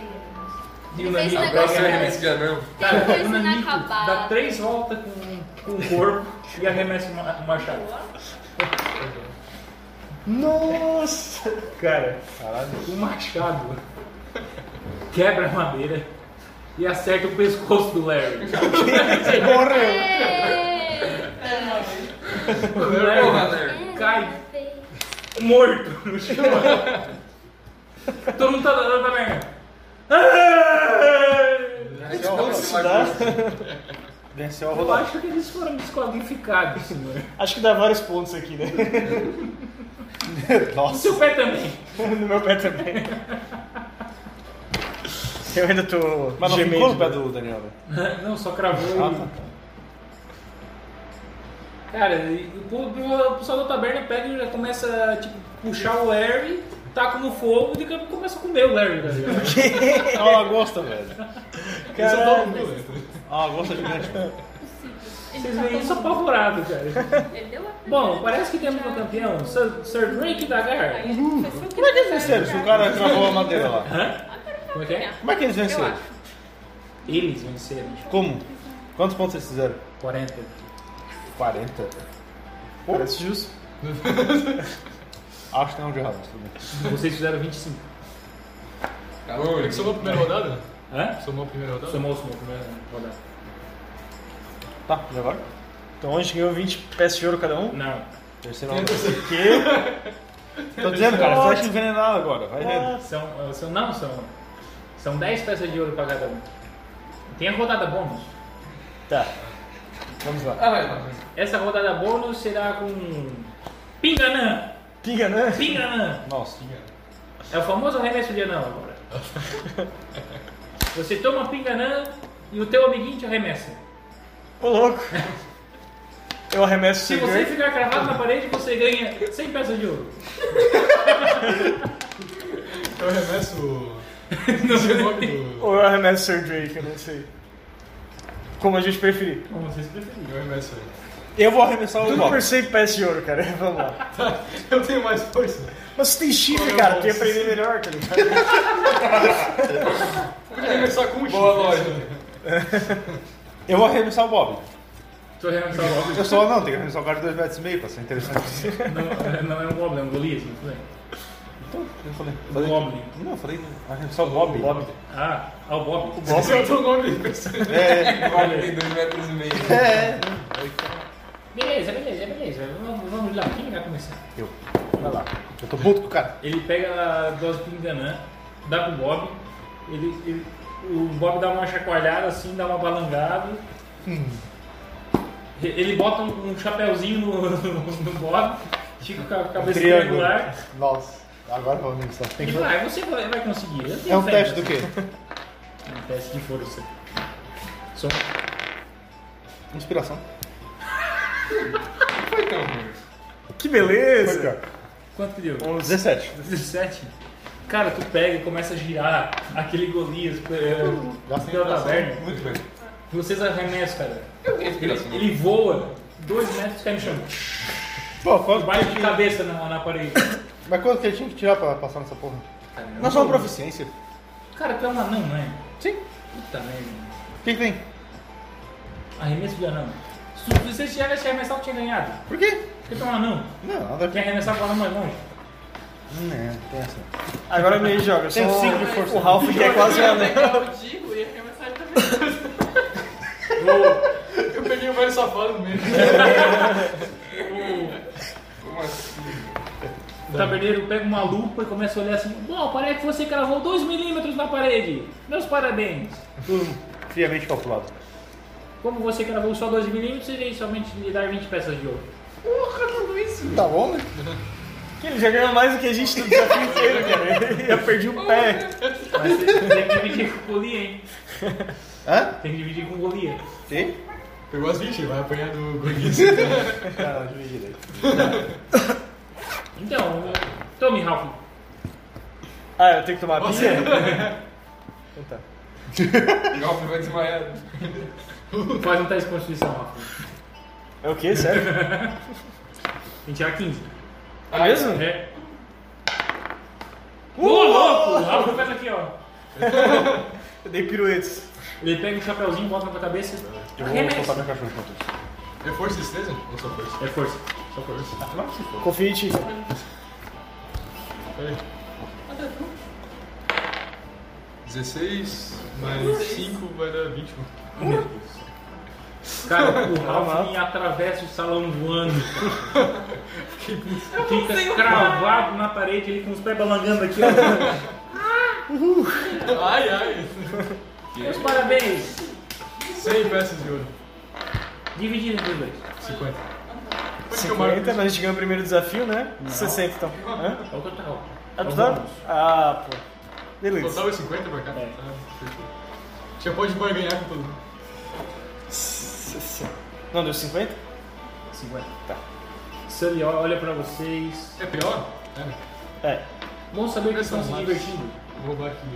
S1: E o
S8: Ele fez
S1: Nanico
S8: esse
S1: pega-
S8: negócio
S7: Próximo arremesso de anão.
S1: Cara,
S8: Tem coisa
S1: o Nanico
S8: inacabada.
S1: dá três voltas com, com o corpo e arremessa o ma- o machado.
S4: Nossa!
S1: Cara,
S5: Caralho.
S1: o Um machado quebra a madeira e acerta o pescoço do *laughs* Larry.
S4: Morreu!
S8: Ei,
S1: O
S7: Porra,
S1: Larry
S7: Larry.
S1: cai morto no chão. Todo mundo tá dando pra merda. Ah!
S7: Aí, ó,
S4: estudar.
S5: Venceu a
S1: Eu
S5: rodada.
S1: acho que eles foram desqualificados, senhor.
S4: Acho que dá vários pontos aqui, né?
S1: O
S5: Nossa.
S1: seu pé também.
S4: No meu pé também. Eu ainda tô.
S5: Mas não
S4: gemendo.
S5: ficou no pé do Daniel, velho.
S1: Não, só cravou.
S5: Ah,
S1: Cara, e o po- o pessoal da taberna pega e já começa a tipo, puxar o Larry, taca no fogo e daqui a pouco começa a comer o Larry, tá ligado? *laughs*
S5: É uma lagosta, velho.
S3: Isso é
S4: Caralho.
S3: todo
S8: tá
S3: mundo.
S5: É uma lagosta gigante.
S1: Vocês veem isso apavorado, cara.
S8: Ele deu a
S1: Bom, parece que temos um campeão, Sir, Sir Drake Dagar.
S5: Como é que eles venceram se o cara cravou a madeira lá?
S1: Hã? Como é que é?
S5: Como é que eles
S8: Eu
S5: venceram?
S8: acho.
S1: Eles venceram.
S5: Como? Quantos pontos eles fizeram?
S1: 40.
S5: 40.
S4: Parece justo.
S5: Acho que tem um de errado, mas tudo bem.
S1: Vocês fizeram 25.
S3: Ô,
S7: né?
S3: ele que somou a primeira rodada?
S1: Hã?
S3: Somou a primeira rodada?
S1: Somou os né? meus primeiros rodada.
S5: Tá, e agora?
S4: Então a gente ganhou 20 peças de ouro cada um.
S1: Não,
S5: Terceira rodada. Que? Tô dizendo, cara, você acha envenenado agora. Vai
S4: É,
S1: Ah.
S5: vendo.
S1: são, são, não, são, são 10 peças de ouro pra cada um. Tem a rodada bônus.
S5: Tá. Vamos lá.
S3: Ah, vai, vai.
S1: Essa rodada bônus será com Pinganã!
S4: Pinga, né?
S1: Pinganã!
S5: Nossa.
S1: É o famoso remesso de anão *laughs* agora. Você toma Pinganã e o teu amiguinho te arremessa.
S4: Ô louco. Eu arremesso
S1: Se
S4: sem
S1: você
S4: ganho.
S1: ficar cravado na parede, você ganha 100 peças de ouro.
S3: Eu
S7: *laughs*
S3: arremesso o. Não sei o nome do.
S4: Ou eu arremesso Sir Drake, eu não sei. Como a gente preferir.
S1: Como vocês preferirem.
S3: Eu arremesso ele.
S5: Eu vou arremessar o
S4: Tudo
S5: bloco.
S4: por 100 peças de ouro, cara. *laughs* Vamos lá.
S3: Eu tenho mais força.
S4: Mas você tem chifre,
S3: Olha,
S4: cara.
S3: eu
S4: Tem que
S3: vou-
S4: aprender melhor, tá ligado?
S3: Podia arremessar É com um né? o Boa lógica.
S5: Eu vou arremessar o Bob.
S1: Tô arremessar logo.
S5: Eu só não, tem que arremessar o cara de 2 metros e meio pra ser interessante.
S1: Não, não é um goblin, é um golias, mas tudo bem.
S5: Então, eu falei.
S1: O Goblin.
S5: Não, eu falei arremessar o Bob.
S4: Bob.
S1: Ah, ah, o Bob.
S3: Esse é o teu nome, pessoal.
S5: É,
S7: Olha, tem dois metros e meio.
S5: é.
S1: Beleza, beleza, beleza. Vamos, vamos lá, quem vai começar?
S5: Eu. Vai lá. Eu tô puto com o cara.
S1: Ele pega a dose de Pinganã, dá pro Bob, ele, ele- o Bob dá uma chacoalhada assim, dá uma balangada.
S5: Hum.
S1: E- Ele bota um, um chapéuzinho no, *laughs* no, no Bob, fica com a cabeça
S5: Triângulo.
S1: triangular.
S5: Nossa. Agora vamos arremessar. Tem
S1: E
S5: que
S1: vai, "Ah, você vai, vai conseguir. Eu tenho
S5: É um
S1: fé em
S5: teste
S1: você.
S5: do quê?
S1: É um teste de força. Só um,
S5: Inspiração.
S7: Foi tão ruim.
S4: Que beleza.
S1: Quanto que deu?
S5: 17.
S1: 17? Cara, tu pega e começa a girar aquele Golias
S5: Dá
S1: é, pela taverna.
S7: Muito bem.
S1: Vocês arremessam, cara.
S7: Eu tenho
S1: Ele,
S7: inspiração.
S1: ele voa dois metros e cai no chão.
S5: Pô, quanto
S1: Bate de cabeça na, na parede.
S5: Mas quanto que ele tinha que tirar pra passar nessa porra? Não só uma proficiência. O
S1: Cara, tu é um anão, não é? Sim. Puta merda.
S5: que, que tem?
S1: Arremesso de anão. Se você tivesse arremessado, tinha ganhado.
S5: Por quê?
S1: Porque tu é um anão.
S5: Não, nada a
S1: Quem
S5: ver.
S1: arremessar agora mais longe.
S5: Não, tem essa.
S4: Agora me joga.
S5: Tem
S4: só
S5: cinco de força.
S4: O Ralph que é
S5: *laughs*
S4: quase
S2: Eu ia
S5: né?
S4: anão.
S2: pegar o Digo e arremessar ele também.
S3: Eu peguei o velho safado no meio.
S7: Como assim?
S1: O taberneiro pega uma lupa e começa a olhar assim. Bom, parece que você cravou 2 milímetros na parede. Meus parabéns.
S5: Tudo friamente calculado.
S1: Como você cravou só 2 milímetros, irei somente lhe dar 20 peças de ouro.
S5: Tá bom, né?
S4: Ele já ganhou mais do que a gente no desafio inteiro, cara. Eu já perdi o pé.
S1: Mas você tem que dividir com o Golia, hein?
S5: Hã?
S1: Tem que dividir com o Golia.
S5: Tem?
S3: Pegou as 20, vai apanhar do Golias.
S5: Não, não, dividi daí.
S1: Então, tome, Ralph.
S4: Ah, eu tenho que tomar a
S3: Você.
S4: pia?
S7: *laughs* Golpe vai desmaiar.
S1: Faz um teste de constituição, Ralph.
S4: É o quê? Sério?
S1: Tem que tirar 15.
S4: É mesmo? Uh!
S1: É. Ô, louco! O Ralph faz aqui, ó.
S4: Eu dei piruetas.
S1: Ele pega o chapéuzinho, bota na tua cabeça.
S5: Eu vou
S1: Arremessa.
S5: soltar meu cachorro enquanto isso.
S3: É força e destreza? Ou só força?
S1: É força. Só força.
S5: Não, se for.
S4: Confia em ti.
S3: Peraí.
S7: É
S3: 16 mais 5 vai dar 21.
S1: Cara,
S3: *laughs*
S1: o Ralph atravessa o salão voando. Fica cravado na parede, ele com os pés balangando aqui, ó.
S3: *laughs* Ai, ai.
S1: Meus parabéns!
S3: 100 peças de ouro.
S1: Dividido entre dois.
S3: 50. Quanto que eu marco?
S4: 50, mas a gente ganhou o primeiro desafio, né? 60 então. Hã?
S1: É o total.
S4: Ah, tu
S1: É o
S4: tá?
S1: bônus.
S4: Ah, pô. Beleza.
S3: Total é 50 pra cá?
S1: É.
S3: Ah, perfeito. Já pode barganhar com todo mundo.
S4: 60. Não, deu 50?
S1: 50. Tá. Sully olha pra vocês.
S3: É pior? É, né?
S4: É.
S1: Bom saber que estão se divertindo.
S3: Vou roubar aqui.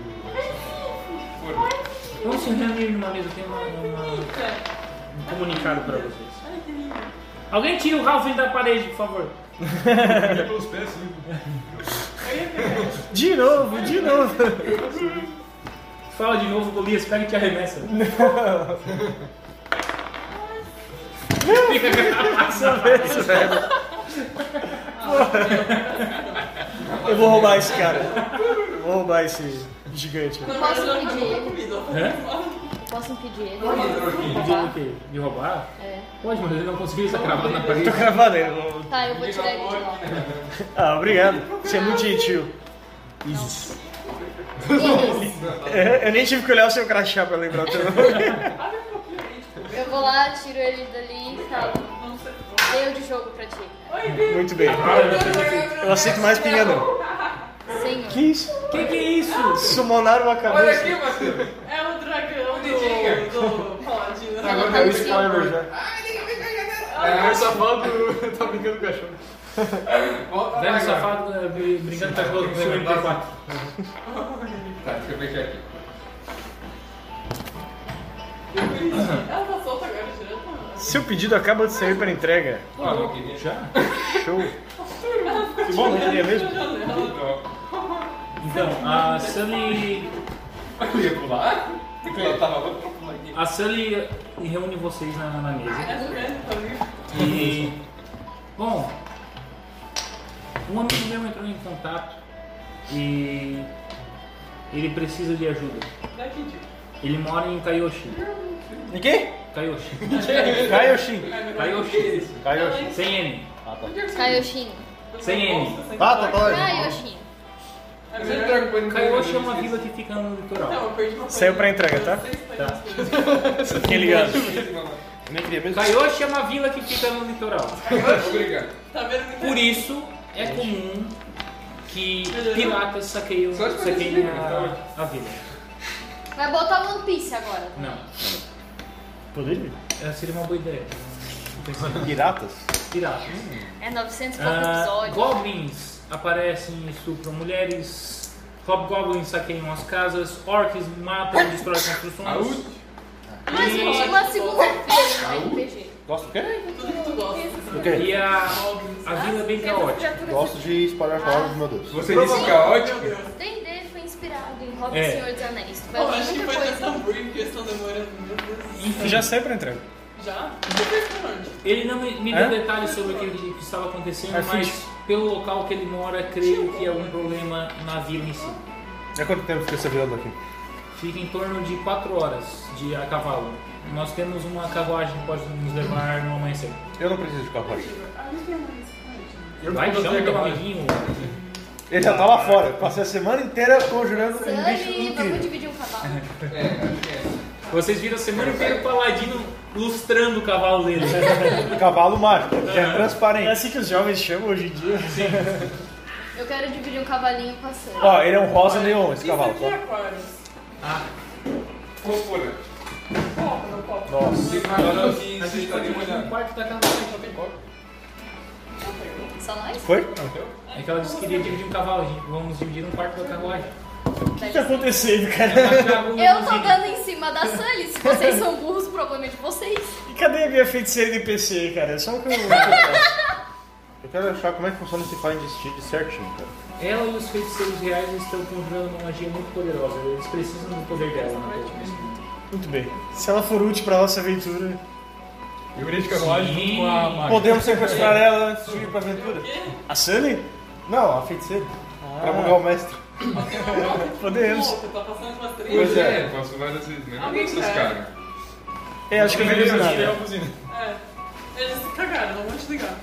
S1: Vamos se reunir numa mesa, tem uma, uma- um comunicado pra vocês. Alguém tira o Ralph da parede, por favor.
S3: Peguei pelos pés, assim.
S4: De novo, de novo.
S1: Fala de novo, Golias, pega e te arremessa.
S4: Eu vou roubar esse cara. Vou roubar esse gigante.
S2: Não vai não vai comida.
S1: Hã?
S8: Posso impedir ele?
S1: De, o quê? de roubar?
S8: É.
S1: Pode, mas ele não conseguiu né? estar cravado na parede.
S4: Tô gravando aí. eu vou-
S8: Tá, eu vou tirar ele de lá.
S4: Ah, obrigado. Você é muito gentil. Isis. É, eu nem tive que olhar o seu crachá pra lembrar o teu nome.
S2: um tipo,
S8: Eu vou lá, tiro ele dali e falo. Dei o de jogo pra ti.
S4: Muito bem. Eu aceito mais pinga não.
S8: Senhor.
S4: Que isso?
S1: Que que é isso?
S4: Summonaram uma
S7: Olha
S4: cabeça.
S7: aqui, Matheus.
S2: É o dragão
S7: Didinha.
S2: do, do Paladino.
S8: Ela
S3: é
S8: tá
S3: o
S8: no
S3: spoiler
S8: Senhor.
S3: já.
S7: Ah,
S3: É, o safado tá brincando com o *laughs* cachorro.
S7: Volta
S1: Velho
S7: lá, cara.
S1: safado eh, brincando com a Globo no MP4.
S7: Tá, deixa eu fechar aqui.
S2: Ela tá solta agora, direto.
S4: Seu pedido acaba de sair para entrega.
S7: Ah, não queria. Já?
S4: Show. Que bom, não queria mesmo?
S2: Janela.
S1: Então, a Sully.
S7: Eu ia pular? Eu tava louco pra pular aqui.
S1: A Sully reúne vocês na, na mesa.
S2: Essa mesmo, tá ali.
S1: E. Bom. Um amigo meu entrou em contato e. Ele precisa de ajuda.
S2: Daqui, tipo.
S1: Ele mora em Kaioshi.
S4: E quem?
S1: Kaioshi.
S5: Kaioshin.
S1: Kaioshi.
S5: Kaioshin.
S1: Sem N.
S5: Ah, tá.
S8: Kaioshin.
S1: Sem N.
S5: Tá, tá, tá.
S8: Kaioshin.
S2: É
S7: Você
S2: melhor-
S7: tranquilo, não
S1: Kaioshi é uma
S7: sei se-
S1: vila que fica no
S2: Não,
S1: litoral.
S2: eu perdi uma coisa.
S4: Saiu pra entrega, tá?
S2: Vocês estão
S1: Tá.
S2: discutindo.
S4: Fiquem ligados.
S5: Eu nem queria mesmo.
S1: Kaioshi é uma vila que fica no litoral.
S7: Obrigado.
S1: *laughs*
S2: Tá vendo que
S1: Por isso é comum que
S2: Beleza.
S1: piratas saqueiam,
S7: Só escolher
S1: saqueiem
S7: esse livro,
S1: a, a vila.
S8: Vai botar One Piece agora.
S1: Não,
S4: Poderia.
S1: essa seria uma boa ideia.
S5: Piratas?
S1: Piratas.
S8: É 900 e pouco
S1: Ah,
S8: episódio.
S1: goblins aparecem e estupram mulheres. Hobgoblins saqueiam as casas. Orcs matam e destroem construções.
S7: Saúde.
S8: Ah, Mas
S1: e-
S8: continua a *laughs* segunda-feira no RPG.
S5: Gosto do quê?
S2: tudo que tu gosta. tá
S5: Do quê?
S1: E a, a vila é bem caótica.
S5: Gosto de espalhar palavras, meu Deus.
S7: Você disse é caótico?
S8: D&D foi inspirado em Robin
S1: É.
S8: Senhor dos Anéis. Tu vai
S2: Eu
S8: ver
S2: acho que
S8: muita
S2: foi
S8: coisa. *laughs*
S2: tanta burra que eles estão demorando. Meu Deus do céu.
S1: Enfim,
S4: Já sai para entrega.
S2: Já? Você fez por onde?
S1: ele não me, me deu
S4: É?
S1: detalhes sobre o que, que estava acontecendo,
S4: É
S1: mas
S4: fixe.
S1: pelo local que ele mora, creio que é um problema na vila em si.
S5: Há quanto tempo fica essa virada aqui?
S1: Fica em torno de 4 horas de a cavalo. Nós temos uma carruagem que pode nos levar no amanhecer.
S5: Eu não preciso de carruagem.
S3: Eu
S1: Vai,
S3: não
S1: chama
S3: consigo
S1: teu
S3: acabar.
S1: amiguinho.
S5: Ele já tá lá fora. Passei a semana inteira conjurando um bicho
S8: Sunny, vamos
S5: incrível.
S8: dividir o cavalo.
S1: Vocês viram a semana inteira o paladino lustrando o cavalo dele.
S5: Cavalo mágico, já é
S4: É
S5: transparente.
S4: assim que os jovens chamam hoje em dia.
S8: Eu quero dividir um cavalinho com a Sunny.
S5: Ó, ele é um rosa neon, esse cavalo.
S2: Isso aqui é Aquarius.
S7: Fofura.
S2: Copa, não copo.
S5: Nossa.
S7: Agora que tá
S1: A
S7: você
S1: gente
S7: está
S1: pode
S7: de
S1: ir no
S7: molhado.
S1: Um quarto da carruagem.
S8: Só nós?
S5: Foi?
S1: É que ela disse que iria dividir um cavalo. gente. Vamos dividir um quarto da
S8: *laughs*
S1: carruagem. um
S4: O que tá acontecendo, cara?
S8: Eu tô dando em cima da Sunny. Se vocês são burros, o problema é de vocês.
S4: E cadê a minha feiticeira de PC, cara? É só o que eu vou *laughs* contar.
S5: Eu quero achar como é que funciona esse Find Stitch certinho, cara.
S1: Ela e os feiticeiros reais estão conjurando uma magia muito poderosa. Eles precisam do poder dela. Né?
S4: Muito bem. Se ela for útil pra nossa aventura,
S3: Eu virei de carruagem
S1: Sim.
S3: junto com a Mari.
S5: Podemos sequestrar ela antes de ir pra aventura? Ah.
S4: a Sunny?
S5: Não, a feiticeira. Pra bugar o mestre.
S4: Podemos.
S2: Pô, Tá passando umas três.
S7: Pois é, eu faço várias vezes, né?
S2: Alguém
S7: Essas
S2: quer?
S7: caras.
S4: É, acho que eu não vejo
S3: tirei
S4: nada.
S3: a buzina.
S2: É. Eles se cagaram, não vão te ligar.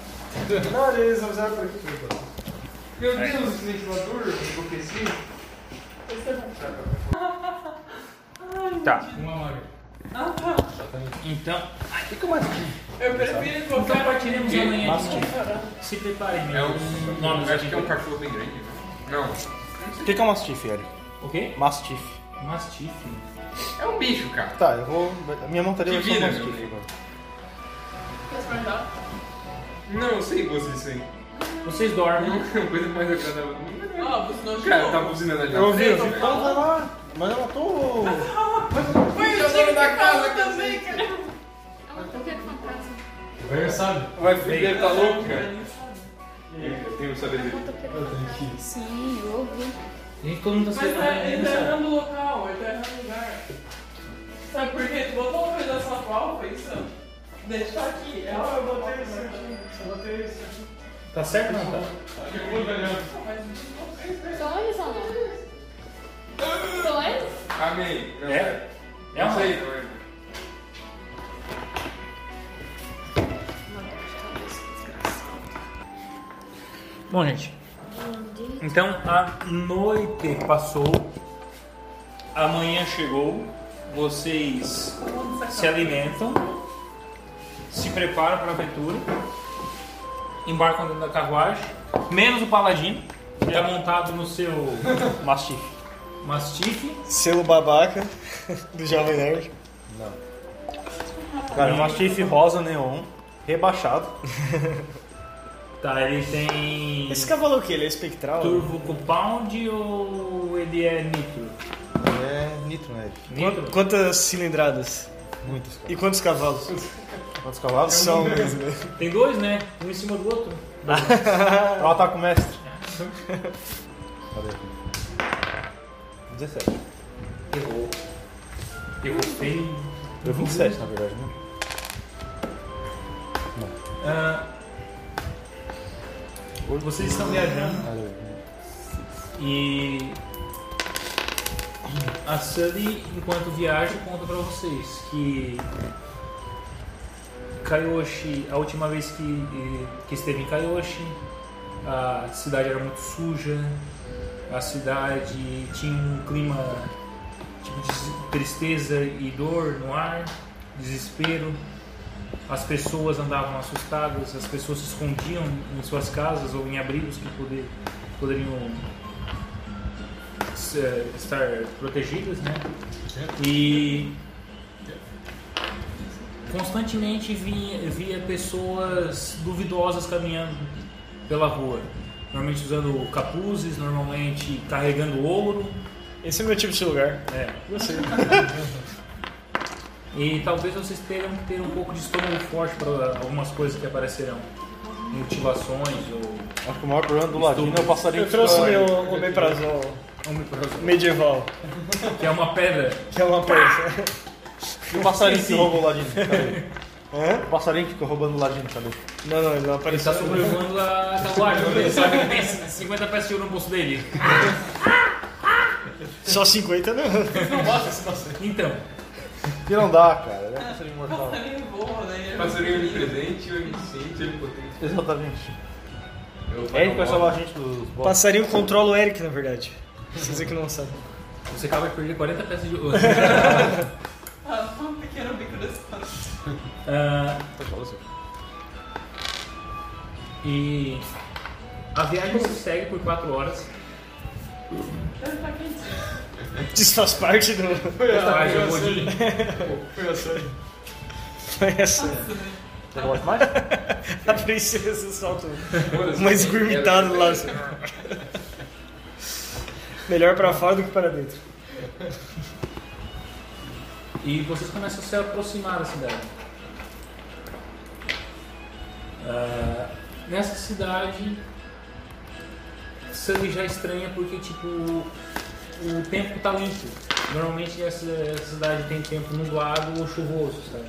S4: Não, eles avisaram por aqui.
S7: Meu Deus, esse ventilador, eu esqueci.
S2: Ai,
S1: Tá.
S3: Uma Mari.
S2: Ah, tá.
S1: Então. Ai, fica mais aqui.
S2: Eu prefiro
S1: Então
S2: colocar
S1: partiremos
S2: aqui.
S1: amanhã
S5: Mas
S1: de Se preparem,
S7: É
S1: meus
S7: um.
S1: nomes
S7: acho
S1: aqui.
S7: que é um cachorro bem grande. né? Não.
S5: O que, que é um mastiff, Eric?
S1: O quê?
S5: Mastiff.
S1: Mastife.
S7: É um bicho, cara.
S5: Tá, eu vou. A minha montaria vai
S7: Que
S5: ser
S7: vida,
S5: um mastiff
S7: meu
S5: agora.
S2: Posso guardar?
S7: Não, eu sei *laughs* vocês sim.
S1: Vocês dormem.
S7: Não é uma coisa mais agradável. do mundo.
S2: Ó, buzinou de
S7: Cara, tá
S2: novo.
S7: buzinando ali.
S5: Eu ouvi, eu
S7: Sim,
S5: ouvi.
S7: tá
S5: Então vai lá. Mas ela matou.
S2: Foi o Diego que falou também, cara.
S8: Eu quero tá fantasma.
S3: Aniversário.
S7: bom. Vai fuder, tá louco, cara. Eu tenho que saber dele.
S8: Tá
S4: tá
S3: Eu tenho que
S8: Sim, eu ouvi.
S1: Gente, todo mundo tá
S2: Mas
S7: é-
S2: tá- ele tá
S1: sabe?
S2: errando o local, ele tá errando o lugar. Sabe por quê? Tu botou uma coisa nessa qual, foi é isso? Deixa aqui. É uma botei isso aqui.
S1: Tá certo ou não tá?
S8: São eles ou não? São eles?
S7: Amém. Não,
S1: É? É
S7: Não
S1: uma-
S7: sei, não é.
S1: Bom, gente. Então a noite passou, a manhã chegou, vocês se alimentam, se preparam para a aventura, embarcam dentro da carruagem, menos o paladino, que é montado no seu
S5: Mastiff.
S1: mastife.
S4: Selo babaca *laughs* do Jovem Nerd.
S5: Cara, é um mastiff rosa neon, rebaixado.
S1: Tá, ele tem
S4: Esse cavalo é o quê? Ele é espectral?
S1: turbo compound ou ele é nitro?
S5: É nitro, né? Eric?
S1: Nitro?
S4: Quantas cilindradas?
S5: Muitos, cara.
S4: E quantos cavalos?
S5: Quantos cavalos?
S4: São mesmo.
S1: Tem dois, né? Um em cima do outro.
S5: Ela tá com o mestre. Cadê? 17.
S1: Errou. Errou feio.
S5: Deu 27, na verdade, né?
S1: Ah, vocês estão viajando e a Sully, enquanto viaja, conta pra vocês que Kaioshi, a última vez que, que esteve em Kaioshi, a cidade era muito suja, a cidade tinha um clima tipo de tristeza e dor no ar, desespero. As pessoas andavam assustadas, as pessoas se escondiam em suas casas ou em abrigos que poder, poderiam eh, estar protegidas, né? E constantemente vinha, via pessoas duvidosas caminhando pela rua, normalmente usando capuzes, normalmente carregando ouro,
S4: Esse é o meu tipo de lugar.
S1: é, você. *laughs* e talvez vocês tenham que ter um pouco de estômago forte para algumas coisas que aparecerão. Motivações ou
S5: Acho que o maior problema do ladino é o passarinho.
S4: Eu trouxe
S5: que-
S4: meu omeprazol medieval,
S1: que é uma pedra.
S4: que é uma peça.
S5: E o passarinho que roubou o ladino.
S4: *laughs*
S5: Cadê? O passarinho que ficou roubando o ladino, cadê?
S4: É? Não, não, ele não
S1: Ele
S4: apareceu.
S1: está sobrevivendo a tatuagem, né? ele sabe que tem 50 peças de ouro no bolso dele.
S4: Só né? 50 não.
S1: Então,
S5: Que não dá, cara. Ele é um passarinho mortal.
S2: Passarinho voa, né?
S7: Passarinho onipresente, onisciente, onipotente.
S5: Exatamente.
S7: Eu falo
S5: É, ele vai
S7: mal.
S5: salvar a gente dos bots.
S4: Passarinho controla o Eric, na verdade. Vocês é que não sabem.
S1: você acaba de perder 40 peças de ouro.
S2: Ah, um pequeno bico desse passarinho.
S1: Ah,
S5: assim.
S1: e a viagem se segue por 4 horas.
S2: Deve estar tá quentinho.
S4: Isso faz parte do.
S1: Ah, jogou de-
S4: *laughs* Essa.
S5: Você gosta mais?
S4: A princesa solta
S1: *laughs*
S7: Foda-se.
S4: uma esgurmitada lá. assim. Melhor pra fora do que para dentro.
S1: E vocês começam a se aproximar da cidade. Ah, nessa cidade, Sully já estranha porque, tipo, o tempo tá limpo. Normalmente essa essa cidade tem tempo nublado ou chuvoso, sabe?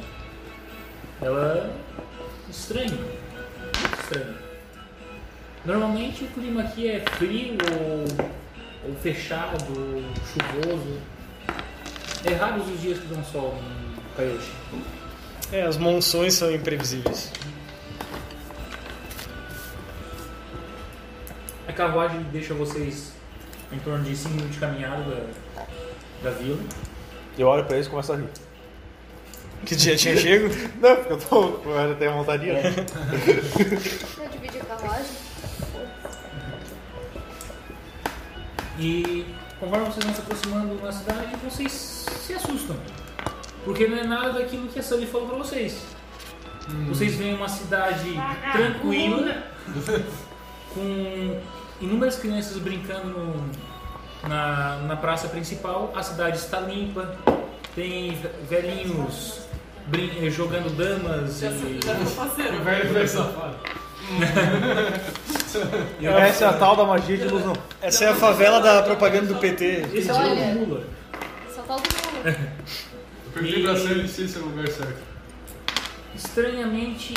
S1: Ela estranha. Estranha. Normalmente o clima aqui é frio ou, ou fechado, ou chuvoso. É raros os dias que um dão sol em Kaioshi.
S4: É, as monções são imprevisíveis.
S1: A carruagem deixa vocês em torno de 5 minutos de caminhada da, da vila.
S5: Eu olho pra eles e começo a rir.
S4: Que dia tinha chego?
S5: Não, porque eu tô. Eu até vontade antes.
S8: Eu dividi a carruagem.
S1: E conforme vocês vão se aproximando da cidade, vocês se assustam. Porque não é nada daquilo que a Sully falou pra vocês. Vocês veem uma cidade tranquila, com inúmeras crianças brincando no- na, na praça principal. A cidade está limpa, tem ve- velhinhos brin- eh, jogando damas
S2: Já
S1: e.
S2: sou, já sou parceiro.
S3: velho foi safado.
S5: Essa é a tal da magia de ilusão.
S4: Essa é a favela da propaganda do PT.
S1: Esse é
S8: Olha.
S1: o Mula.
S8: Só falta o nome.
S3: Eu perguntei pra Sandy se esse é o lugar certo.
S1: Estranhamente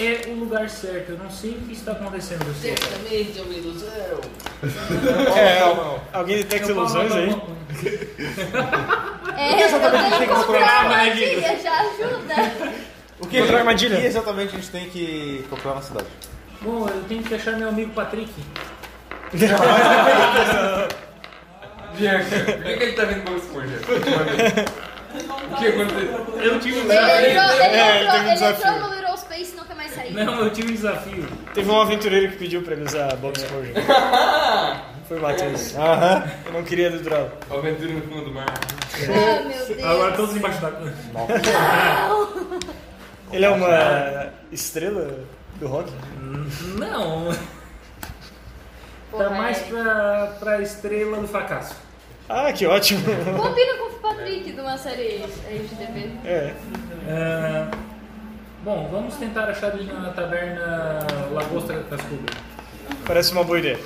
S1: é o lugar certo. Eu não sei o que está acontecendo. com você.
S2: Certamente é uma ilusão.
S5: É, não.
S4: Alguém detecta
S1: Eu falo,
S4: ilusões
S1: "Não,
S4: aí?
S1: não, não."
S8: É, eu
S5: tem que
S8: tenho
S5: comprar
S8: comprar
S1: uma
S8: uma
S1: armadilha?
S8: armadilha, já ajuda.
S5: O que,
S4: Encontrar armadilha.
S5: o que exatamente a gente tem que procurar na cidade?
S1: Bom, eu tenho que achar meu amigo Patrick.
S7: Bianca, por que que ele tá vendo Bob Esponja? O que aconteceu?
S1: Eu tive um
S8: Ele entrou,
S1: desafio.
S8: ele
S4: É,
S8: entrou,
S4: teve um
S8: ele entrou
S4: desafio.
S8: no Little Space e não quer mais
S1: *laughs*
S8: sair.
S1: Não, eu tive um desafio.
S4: Teve um aventureiro que pediu pra me usar Bob
S1: *laughs*
S4: Esponja. Foi o Matheus. Eu não queria do Drago.
S7: A Aventura no fundo do mar.
S8: Ah, meu Deus.
S1: Agora todos embaixo da cama.
S4: Ele é uma estrela do rock?
S1: Não,
S8: Porra,
S1: tá mais
S8: é.
S1: pra, pra estrela do fracasso.
S4: Ah, que ótimo. *laughs*
S8: Combina com o Patrick de uma série RGTV.
S4: É.
S1: Ah, bom, vamos tentar achar ele na taberna Lagosta das Cubas.
S4: Parece uma boa ideia.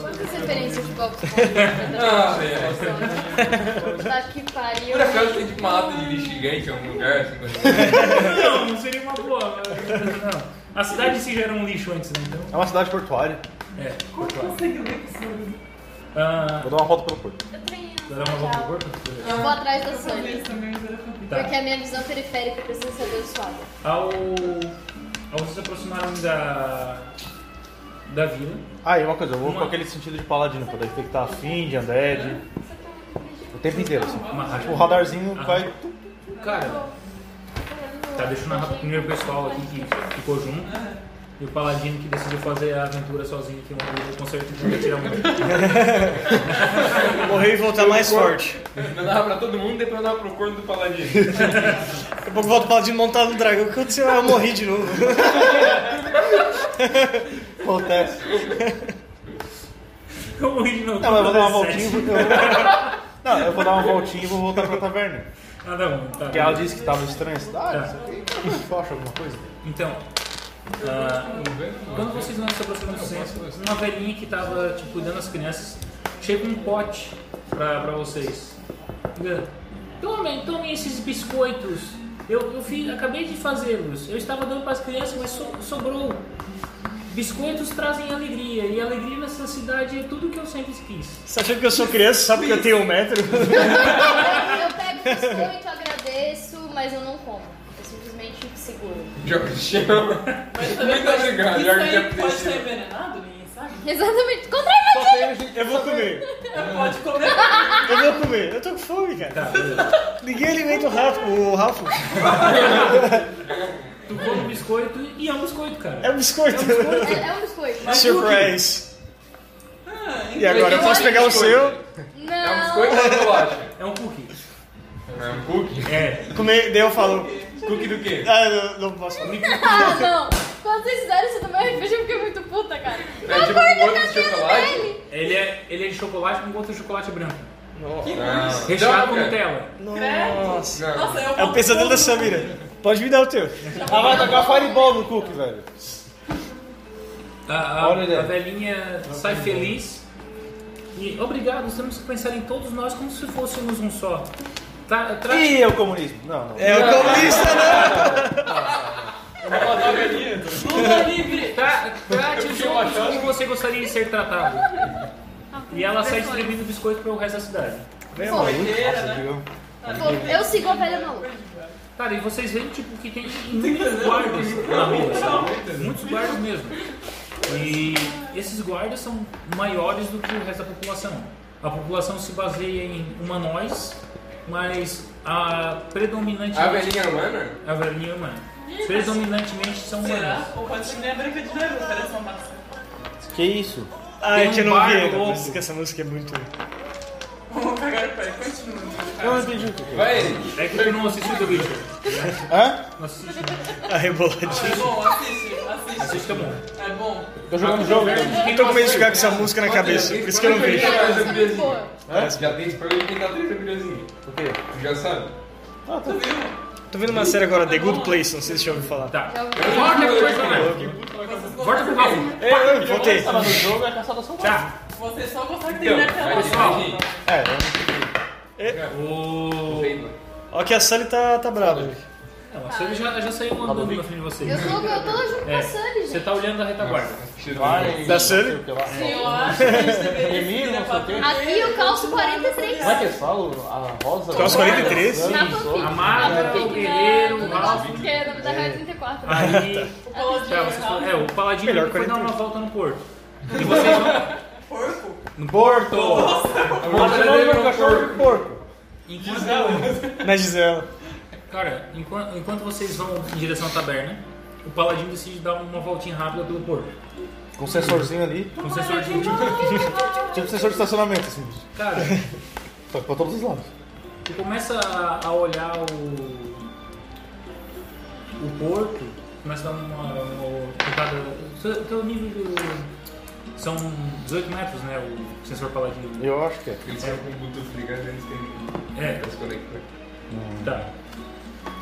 S8: Quantas referências de Bob
S1: *laughs*
S8: Esponja?
S7: Ah, velho.
S8: Tá que pariu.
S7: Por acaso tem tipo uma lata de lixo gigante em algum lugar? Assim,
S1: Não, não seria uma boa. né? mas- Não. A cidade em si já era um lixo antes, né? Então,
S5: É uma cidade portuária.
S1: é.
S2: Como que conseguiu ver que isso? é um
S1: Ah,
S5: Vou dar uma volta pelo corpo.
S8: Eu tenho.
S1: Vai dar uma volta no corpo?
S8: Eu vou atrás da
S2: Eu fazia
S8: Sony.
S2: isso também, mas era fantástico.
S1: Tá.
S8: Porque a minha visão periférica precisa ser abençoada.
S1: Ao, ao vocês se aproximarem da, da vila,
S5: Ah, e uma coisa, eu vou
S1: Uma.
S5: com aquele sentido de paladino, pra daí ter que estar afim de undead. O tempo inteiro, assim.
S1: uma
S5: O
S1: rádio.
S5: radarzinho
S1: Ah.
S5: vai.
S1: Cara, tá, deixa eu narrar primeiro o pessoal aqui que ficou junto. E o Paladino que decidiu fazer a aventura sozinho aqui, um concerto que não ia tirar um- muito.
S4: Morrer e voltar mais forte.
S7: eu dava pra todo mundo e depois eu dava pro corno do paladino.
S4: Daqui a pouco volta o paladino montado no dragão. O que aconteceu? Ah, Eu morri de novo.
S5: Acontece.
S1: *laughs* Eu morri de novo.
S5: Não, mas eu vou dar uma voltinha e
S1: dezessete.
S5: vou. eu vou- *laughs* Não, eu vou dar uma voltinha e vou voltar pra taverna.
S1: Ah, não, tá.
S5: Porque ela disse que tava estranha a cidade,
S1: Tá.
S5: não sei o quê. Você acha alguma coisa?
S1: Então, ah, quando vocês vão se aproximando do centro, uma velhinha que tava tipo, cuidando das crianças chega um pote pra, pra vocês. Diga, Tomem, tomem esses biscoitos. Eu, eu fiz, acabei de fazê-los. Eu estava dando para as crianças, mas so- sobrou. Biscoitos trazem alegria, e alegria nessa cidade é tudo que eu sempre quis.
S4: Você achando que eu sou criança só porque eu tenho um
S1: *laughs*
S4: metro?
S8: Eu pego biscoito, agradeço, mas eu não como. Eu simplesmente
S7: *laughs*
S8: seguro.
S7: Joga de chão.
S2: Mas também
S7: Muito
S2: pode-
S7: obrigado,
S2: isso
S7: Jorge,
S2: aí
S7: que
S2: pode
S7: apeteceu.
S2: ser envenenado, ninguém sabe.
S8: Exatamente. Contra a
S5: Só tem gente que
S4: Eu vou
S5: sabe.
S4: comer.
S2: Pode comer.
S4: Eu vou comer. Eu tô com fome, cara.
S1: Tá, beleza.
S4: Ninguém alimenta o Rafa. O Rafa
S1: Tu come o biscoito e e é um biscoito, cara.
S4: é um biscoito.
S8: É, é um biscoito. Mas...
S4: *laughs* Surprise. E agora eu
S7: Peguei
S4: posso
S7: um
S4: pegar o
S7: biscoito.
S4: seu,
S7: É um
S8: Não.
S7: biscoito ou uma bolacha?
S1: É um cookie.
S7: É um cookie?
S1: É.
S4: comer, daí eu falo.
S7: Cookie do quê? É,
S4: Ah, eu não, não posso comer.
S8: *laughs* Ah, não. Quando vocês fizeram isso do meu RPG, eu fiquei muito puta, cara.
S7: É tipo um bolo de chocolate?
S1: Ele é, ele é de chocolate com gosto de chocolate branco.
S7: Ah,
S1: Recheado
S7: não,
S1: com
S7: cara.
S1: Nutella.
S4: Nossa.
S7: Não.
S2: Nossa, eu
S4: É o pesadelo da Samira. Pode me dar o teu.
S5: Ela Ah, vai tocar fireball no cookie, velho.
S1: A, Tá, a,
S5: Olha ele.
S1: a velhinha sai feliz. E obrigado, temos que pensar em todos nós como se fôssemos um só. Tá, tra-
S5: Ih, é o comunismo. Não, não.
S4: É o comunista, né?
S2: Luta livre.
S1: tra- trate os outros como você gostaria de ser tratado. E ela sai distribuindo biscoito para o resto da cidade.
S8: Pô,
S2: Doideira, né?
S8: pô, eu sigo a velha maluca.
S1: Cara, e vocês veem tipo, que né? tem muitos guardas na rua, sabe? Muitos guardas mesmo. E esses guardas são maiores do que o resto da população. A população se baseia em humanoides, mas a predominantemente.
S7: A velhinha humana?
S1: A velhinha é humana.
S2: Ih,
S1: Predominantemente são
S2: Será?
S1: humanos.
S2: né? Ou pode ser que nem a branca de neve, era só massa.
S5: Que isso?
S4: Ai,
S1: um
S4: que eu não
S1: bar
S4: vi
S1: no
S4: ainda a
S1: ovo.
S4: música, essa música é muito.
S2: Vamos cagar o pé, continua.
S5: Eu não entendi o que que é.
S7: Vai, Eric.
S1: É que tu não assiste o vídeo. né?
S5: Hã?
S1: Não assiste, não.
S4: A reboladinha.
S2: É bom, assiste, assiste.
S1: Assista bom.
S2: É bom.
S5: Tô jogando jogo.
S4: Eu tô com medo de ficar com essa música na
S7: Olha,
S4: cabeça,
S7: alguém
S4: por isso que eu não
S7: foi
S4: vejo.
S7: ver.
S8: Cara,
S7: Mas
S8: isso é
S7: eu
S8: muito
S7: vi.
S8: boa.
S7: Já tem spoiler de quem tá 30 milhões.
S5: O quê?
S7: Tu já sabe?
S4: Tô vendo uma série agora, The Good Place, não sei se já ouviu falar.
S1: Tá.
S8: Já ouvi.
S1: Volta pro personagem.
S2: Vocês
S1: Volta pro
S2: gostam
S1: Raul.
S4: Eu, eu voltei.
S5: Tava no jogo, é caçada só.
S1: Tá.
S2: que- Vocês só gostam que tem
S7: Então,
S2: naquela.
S7: vai
S1: pessoal.
S7: dirigir.
S5: É, eu
S1: O...
S7: Feito.
S4: Ó que a Sully tá, tá brava. velho.
S1: Não, a Sally já, já saiu andando na frente de vocês. né?
S8: Eu sou eu tô junto com
S1: É,
S8: a Sunny,
S1: Você
S8: gente.
S1: tá olhando a retaguarda.
S7: Cheiro
S5: vai.
S4: Da Sully?
S5: não sei o que lá.
S2: Sim, eu acho que a gente deveria
S5: Emílio,
S2: seguir a
S5: não sei o quê.
S2: patrulha.
S8: Aqui eu calço 43.
S5: Como é que eles falam? A rosa.
S4: Calça 43?
S5: Sangue,
S8: Na fanfic.
S5: sol.
S1: Amara,
S8: na fanfic,
S1: Guerreiro,
S8: na- no
S1: Ralph.
S8: negócio que é na verdade é 34. né?
S1: Aí.
S2: O Paladino
S1: tá, vocês falam- é, o Paladino
S4: Melhor
S1: ele foi dar
S4: 41.
S1: uma volta no porto. E vocês vão.
S2: Porco?
S1: No porto!
S7: A verdade
S5: Mas o nome
S7: dele
S5: do
S7: é um
S5: cachorro é
S7: porco.
S5: porco.
S1: Enquanto,
S4: Na Gisela.
S1: cara, enquanto, enquanto vocês vão em direção à taberna, o Paladino decide dar uma voltinha rápida pelo porto.
S5: Com um sensorzinho ali.
S1: Com um sensor de último.
S5: Tipo sensor de estacionamento, assim.
S1: Cara,
S5: Pra pra todos os lados.
S1: tu começa a, a olhar o. O porto, começa a dar uma. uma tentada- seu- teu nível do. São 18 metros, né? O sensor Paladino.
S5: Eu acho que é.
S7: Eles são com o Bluetooth ligado eles têm
S1: É,
S7: que se conectar.
S1: tá.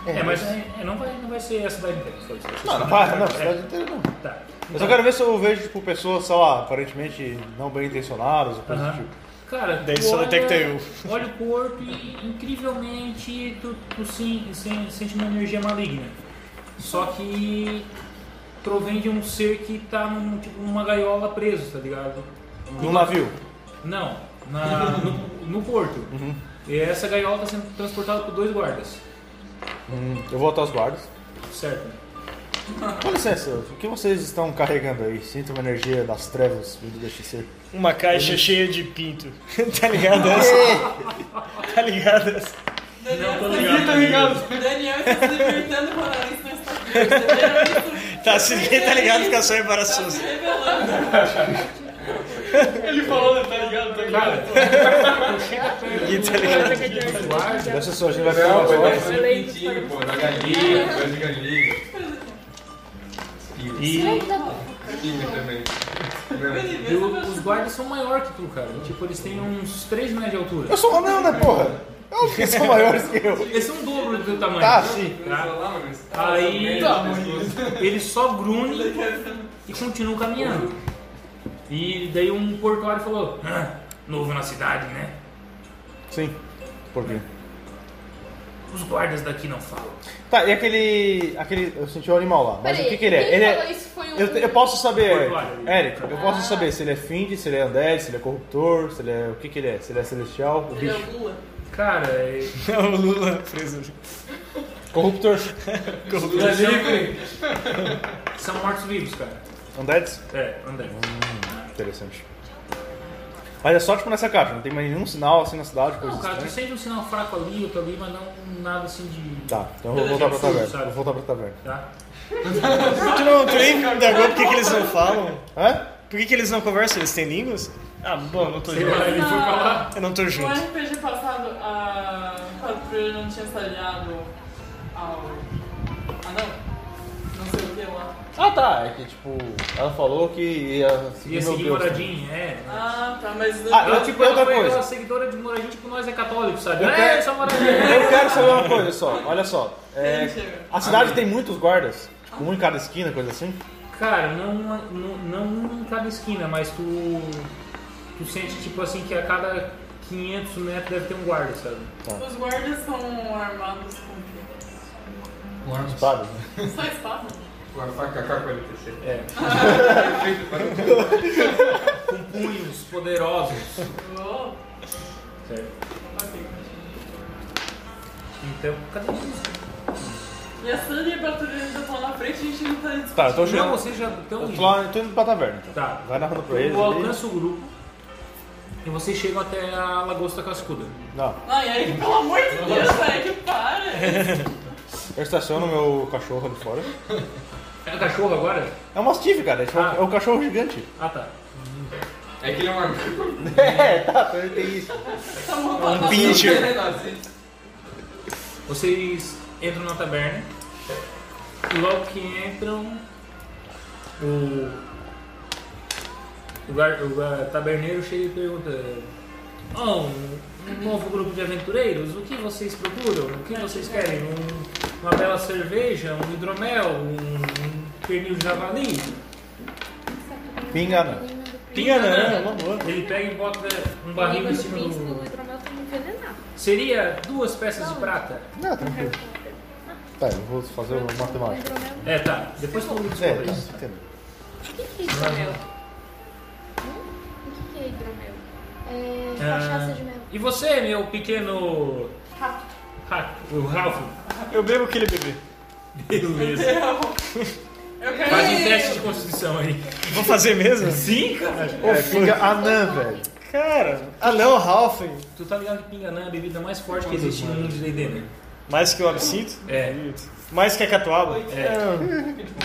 S1: É, mas é, não, vai, não vai ser a cidade inteira, só isso. Vai ser
S5: Não, não
S1: só-
S5: vai, não,
S1: é,
S5: cidade inteira não.
S1: Tá.
S5: Eu só quero ver se eu vejo, tipo, pessoas, sei lá, aparentemente não bem intencionadas ou coisa do
S1: Aham.
S5: tipo.
S1: Cara,
S4: Daí
S1: tu
S4: só
S1: olha-
S4: detecta eu.
S1: Olha o corpo e, incrivelmente, tu, tu sim, sim- sente uma energia maligna. Só que provém de um ser que tá num, tipo, numa gaiola preso, tá ligado?
S5: tipo. Num navio.
S1: Não, na- no, no porto. E essa gaiola tá sendo transportada por dois guardas,
S5: Hum, eu vou até os guardas.
S1: certo?
S5: Com licença, o que vocês estão carregando aí? Sinto uma energia das trevas vindo deste ser.
S4: Uma caixa cheia de pinto. *laughs* tá ligado essa? tá ligado essa?
S1: Não, tô
S2: Daniel,
S1: ligado. Tá ligado.
S2: Daniel está se libertando com a nariz no Instagram. Você viu isso?
S4: Tá, se ninguém tá ligado, fica só
S2: Tá se
S4: embaraçoso.
S2: revelando.
S1: Cara, tu chega perto
S4: Ninguém tá *laughs* ligado.
S1: dos guardas,
S5: Dessa sua gente vai ficar
S7: Não,
S5: mais
S7: foi mais
S5: longe.
S7: um pintinho, pô, na galinha, foi de galinha. Espinho.
S1: e
S8: tá
S7: Espinho também. Não,
S1: E o- os guardas são maior que tu, cara. Tipo, eles têm uns 3 metros de altura.
S5: Eu sou romano, né, porra? Eu acho que são maiores que eu.
S1: Eles são o dobro do teu tamanho.
S5: Tá, sim.
S7: eu sou lá, mano, esse-
S1: Aí-
S7: Tá, mano.
S1: Eles só grunhem e continuam caminhando. E daí um portuário falou, "Ah, novo na cidade, né?
S5: Sim. Por quê?
S1: Os guardas daqui não falam.
S5: Tá, e aquele. aquele. Eu senti o animal lá, mas
S8: Peraí,
S5: o que, que ele é?
S8: quem
S5: Ele
S8: falou
S5: é.
S8: isso foi um...
S5: Eu, eu posso saber,
S1: Portuário.
S5: Eric, eu posso saber se ele é Find, se ele é Undead, se ele é corruptor, se ele é. O que, que ele é? Se ele é celestial, o
S2: Ele é
S5: bicho.
S2: o Lula.
S1: Cara, é-
S4: o Lula preso.
S5: Corruptor.
S7: Lula livre.
S1: são mortos-vivos, cara.
S5: Undeads?
S1: É, andando.
S5: Interessante. Mas é só tipo nessa caixa, não tem mais nenhum sinal assim na cidade, coisa
S1: Não, cara, tu
S5: estranha.
S1: sente um sinal fraco ali, outro ali, mas não nada assim de...
S5: Tá, então eu vou voltar pra
S1: Absurdo,
S5: taverna.
S1: sabe?
S5: Vou voltar pra taverna.
S1: Tá?
S4: Tu não, tu nem me indagou por que, que eles não falam?
S5: Hã?
S4: Por que, que eles não conversam? Eles têm línguas? Ah, bom, não tô
S1: Sei lá,
S4: junto.
S1: ele foi pra lá.
S4: Eu não tô
S2: No
S4: junto.
S2: RPG passado, a patrulha não tinha salhado ao... Ah, não. Não sei o que lá.
S5: Ah tá, é que tipo, ela falou que ia seguir
S1: Ia
S5: meu
S1: seguir
S5: Deus. né?
S1: moradinha, é.
S2: Ah, tá, mas...
S5: Ah,
S1: Ela,
S5: eu-
S1: tipo, ela
S5: outra
S1: foi
S5: coisa.
S1: aquela seguidora de moradinha, tipo, nós é católico, sabe?
S5: Eu
S1: é,
S5: quero-
S1: essa moradinha.
S5: Eu quero saber uma coisa só, olha só. É,
S2: Mentira.
S5: a cidade tem muitos guardas, tipo, um em cada esquina, coisa assim.
S1: Cara, não, não, não em cada esquina, mas tu, tu sente, tipo assim, que a cada 500 metros deve ter um guarda, sabe?
S2: Os guardas são armados com o quê?
S5: Sabe? né?
S2: Só espada?
S7: Com a faca K-47.
S1: *laughs* É.
S7: Feito para um
S1: Com punhos poderosos.
S2: Oh,
S1: Certo.
S2: tá ok.
S1: Então, cadê isso?
S2: E a Sandy e a patrulha ainda estão na frente, a gente não tá discutindo.
S5: Tá, eu tô
S1: Não,
S5: jogando.
S1: vocês já estão
S5: Eu
S1: indo.
S5: tô, lá, tô indo pra taverna então.
S1: Tá.
S5: Vai narrando pra eles.
S1: Tu
S5: ali.
S1: alcança o grupo. E vocês chegam até a Lagosta Cascuda.
S5: Não.
S2: Não, e aí, pelo amor de Deus, Eric, para!
S5: Eu estaciono meu cachorro ali fora.
S1: É cachorro agora?
S5: É um mastiff, cara. Esse é um-
S1: Ah.
S5: é um cachorro *laughs* gigante.
S1: Ah, tá.
S7: É que ele é um armário.
S5: É, tá, tem isso.
S2: Tá montando
S5: Pincher.
S1: Vocês entram na taberna. E logo que entram, o, o, gar- o gar- taberneiro chega e pergunta: "Ó, um, um novo grupo de aventureiros, o que vocês procuram? O que vocês querem? Um- uma bela cerveja? Um hidromel? Um, pernil de javali?
S5: Pinga, não.
S1: Pinga
S5: É,
S1: não.
S5: uma boa.
S1: Ele pega e bota um
S6: O
S1: barril
S6: nível
S1: em
S6: de
S1: cima
S6: príncipe do
S8: né?
S1: do.
S6: hidromel tá me envenenado.
S1: Seria duas peças de prata?
S5: Não, tranquilo. Tá, eu vou fazer uma matemática.
S6: Hidromel?
S1: É, tá. Depois todo mundo
S5: É,
S1: descobre isso.
S5: tá, entendo.
S6: O que que é hidromel? Hum? O que que é hidromel?
S8: É,
S1: Ah,
S8: cachaça de
S1: *laughs*
S8: mel.
S1: E você, meu pequeno. Rato. O Ralph.
S4: Eu bebo o que ele bebeu.
S1: Beleza.
S2: Eu quero
S1: Faz um
S2: ir.
S1: teste de constituição aí.
S4: Vou fazer mesmo?
S1: Sim, cara.
S5: É, pinga anã, velho.
S4: Cara. Ah não, Ralph.
S1: Tu tá ligado que pinganã é a bebida mais forte que existe no mundo de D&D, né?
S4: Mais que o absinto?
S1: É.
S4: Mais que a catuaba?
S1: É.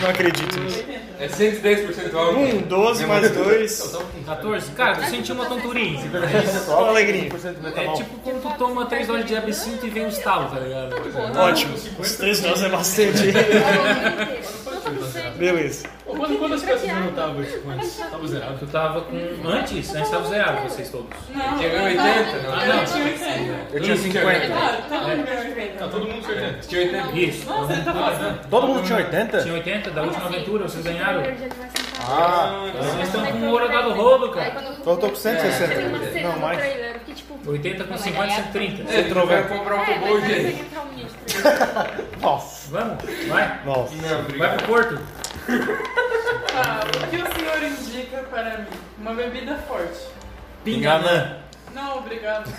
S4: Não acredito nisso.
S7: É 110% álcool.
S4: Um, 12 mais dois.
S1: 14? Cara, tu sentiu uma tonturinha.
S4: Uma alegria.
S1: É tipo quando tu toma 3 horas de absinto e vem um estalo, tá ligado?
S4: Ótimo. Os três nós é bastante.
S8: *laughs* Não tô com sede.
S4: Beleza.
S3: Quando, quando as peças não estavam antes? Tava zerado.
S1: Tu tava com... Antes, antes tava zerado vocês todos.
S2: Não, tá.
S7: Tinha
S2: eu
S7: 80, não?
S1: Ah,
S3: Ah,
S2: tava- Eu tinha 80.
S5: Eu tinha 50.
S2: Claro, todo mundo ganhou 80.
S3: Tá todo mundo certo.
S7: Tinha 80.
S1: Isso.
S2: Nossa, ele tá fazendo.
S5: tipo, Todo mundo tinha um- 80?
S1: Tinha 80 da última
S8: assim,
S1: aventura, vocês ganharam.
S8: Verde, tá. ele vai sentar.
S5: Ah,
S1: Vocês estão com o ouro dado rodo,
S8: Aí
S1: cara.
S8: quando eu
S5: eu tô com
S8: Tem uma
S5: 160.
S8: cena
S5: Não,
S8: no
S5: mais.
S8: trailer, que tipo...
S1: 80 com 50, 130.
S7: É, ele vai comprar um
S8: É,
S7: robô,
S8: mas aí
S7: gente.
S8: tem que entrar
S5: *laughs*
S8: um ministro.
S5: Nossa.
S1: Vamos, vai.
S5: Nossa.
S7: Não,
S1: Vai
S7: obrigado.
S1: pro Porto.
S2: Ah, o que o senhor indica para mim? Uma bebida forte.
S5: Pinganã.
S2: Não, obrigado.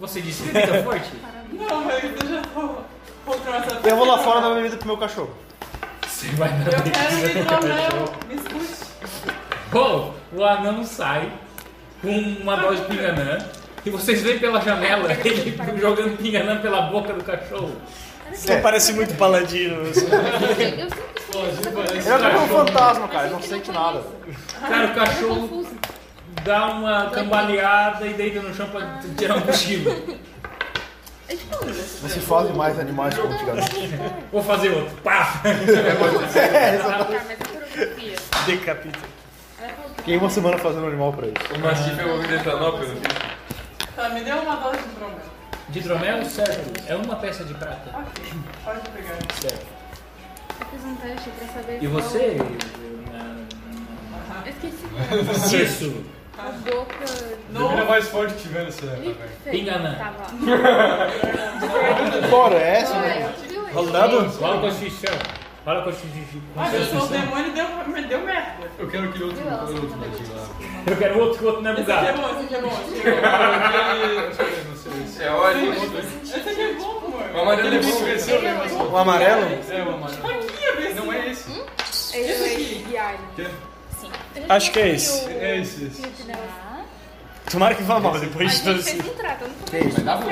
S1: Você disse que fica forte?
S2: Não, mas eu já vou comprar essa
S5: Eu vou lá fora dar uma bebida pro meu cachorro.
S1: Você vai dar
S2: Eu
S1: bem.
S2: quero ir pra mel. Me escute.
S1: Bom, o anão sai com uma dose de pinganã. E vocês veem pela janela ele jogando pinganã pela boca do cachorro.
S4: Não Então parece muito paladino. assim.
S8: Eu sempre fui.
S5: Ele é como um fantasma, cara. Ele não sente nada.
S1: Cara, o cachorro
S8: Confuso.
S1: dá uma cambaleada e deita no chão pra t- tirar um cochilo.
S8: É tipo isso.
S5: Não se fazem mais animais como antigamente.
S1: Vou fazer outro. Pá!
S8: Tá, mas é pornografia.
S4: Decapita.
S8: Ela falou que
S5: Fiquei uma semana fazendo animal pra isso.
S7: O Mastiff é o homem de etanol, pelo visto.
S2: Tá, me deu uma dose de promel.
S1: De hidromel, certo? É uma peça de prata.
S2: Tá Ok, pode pegar.
S1: Certo.
S8: eu fiz um teste pra saber
S1: E
S8: qual-
S1: você?
S8: Eu esqueci.
S1: Isso!
S8: Boca...
S3: Ele é mais forte que tiver nessa época, velho.
S8: Lipe.
S1: Enganando.
S8: Tava lá.
S5: Floresta, né?
S8: Olha, viu isso?
S1: Rola a constituição. Rola a constituição.
S2: Ah, eu sou o demônio e deu, me deu merda.
S3: Eu quero aquele outro, outro matinho lá.
S1: Eu quero outro que o outro não é
S2: Esse aqui é
S1: bugado.
S2: bom, esse aqui é bom. Esse aqui é bom.
S8: *laughs*
S3: Aquele. Não sei se
S7: É ótimo.
S2: Esse aqui é bom,
S7: O
S2: amor.
S7: amarelo é
S3: Ele
S7: bom.
S3: cresceu, né? mas-
S5: O amarelo?
S3: É, o amarelo.
S2: Aqui é bem
S3: Não é esse.
S8: Eu e Guiarne.
S3: Quê?
S6: Sim.
S4: Acho que é esse.
S3: É esse, esse.
S6: Ah,
S4: Tomara que vá mal
S6: a
S4: depois de tudo
S6: gente
S4: isso.
S6: fez um trato. Eu não comecei
S7: Vai dar bom.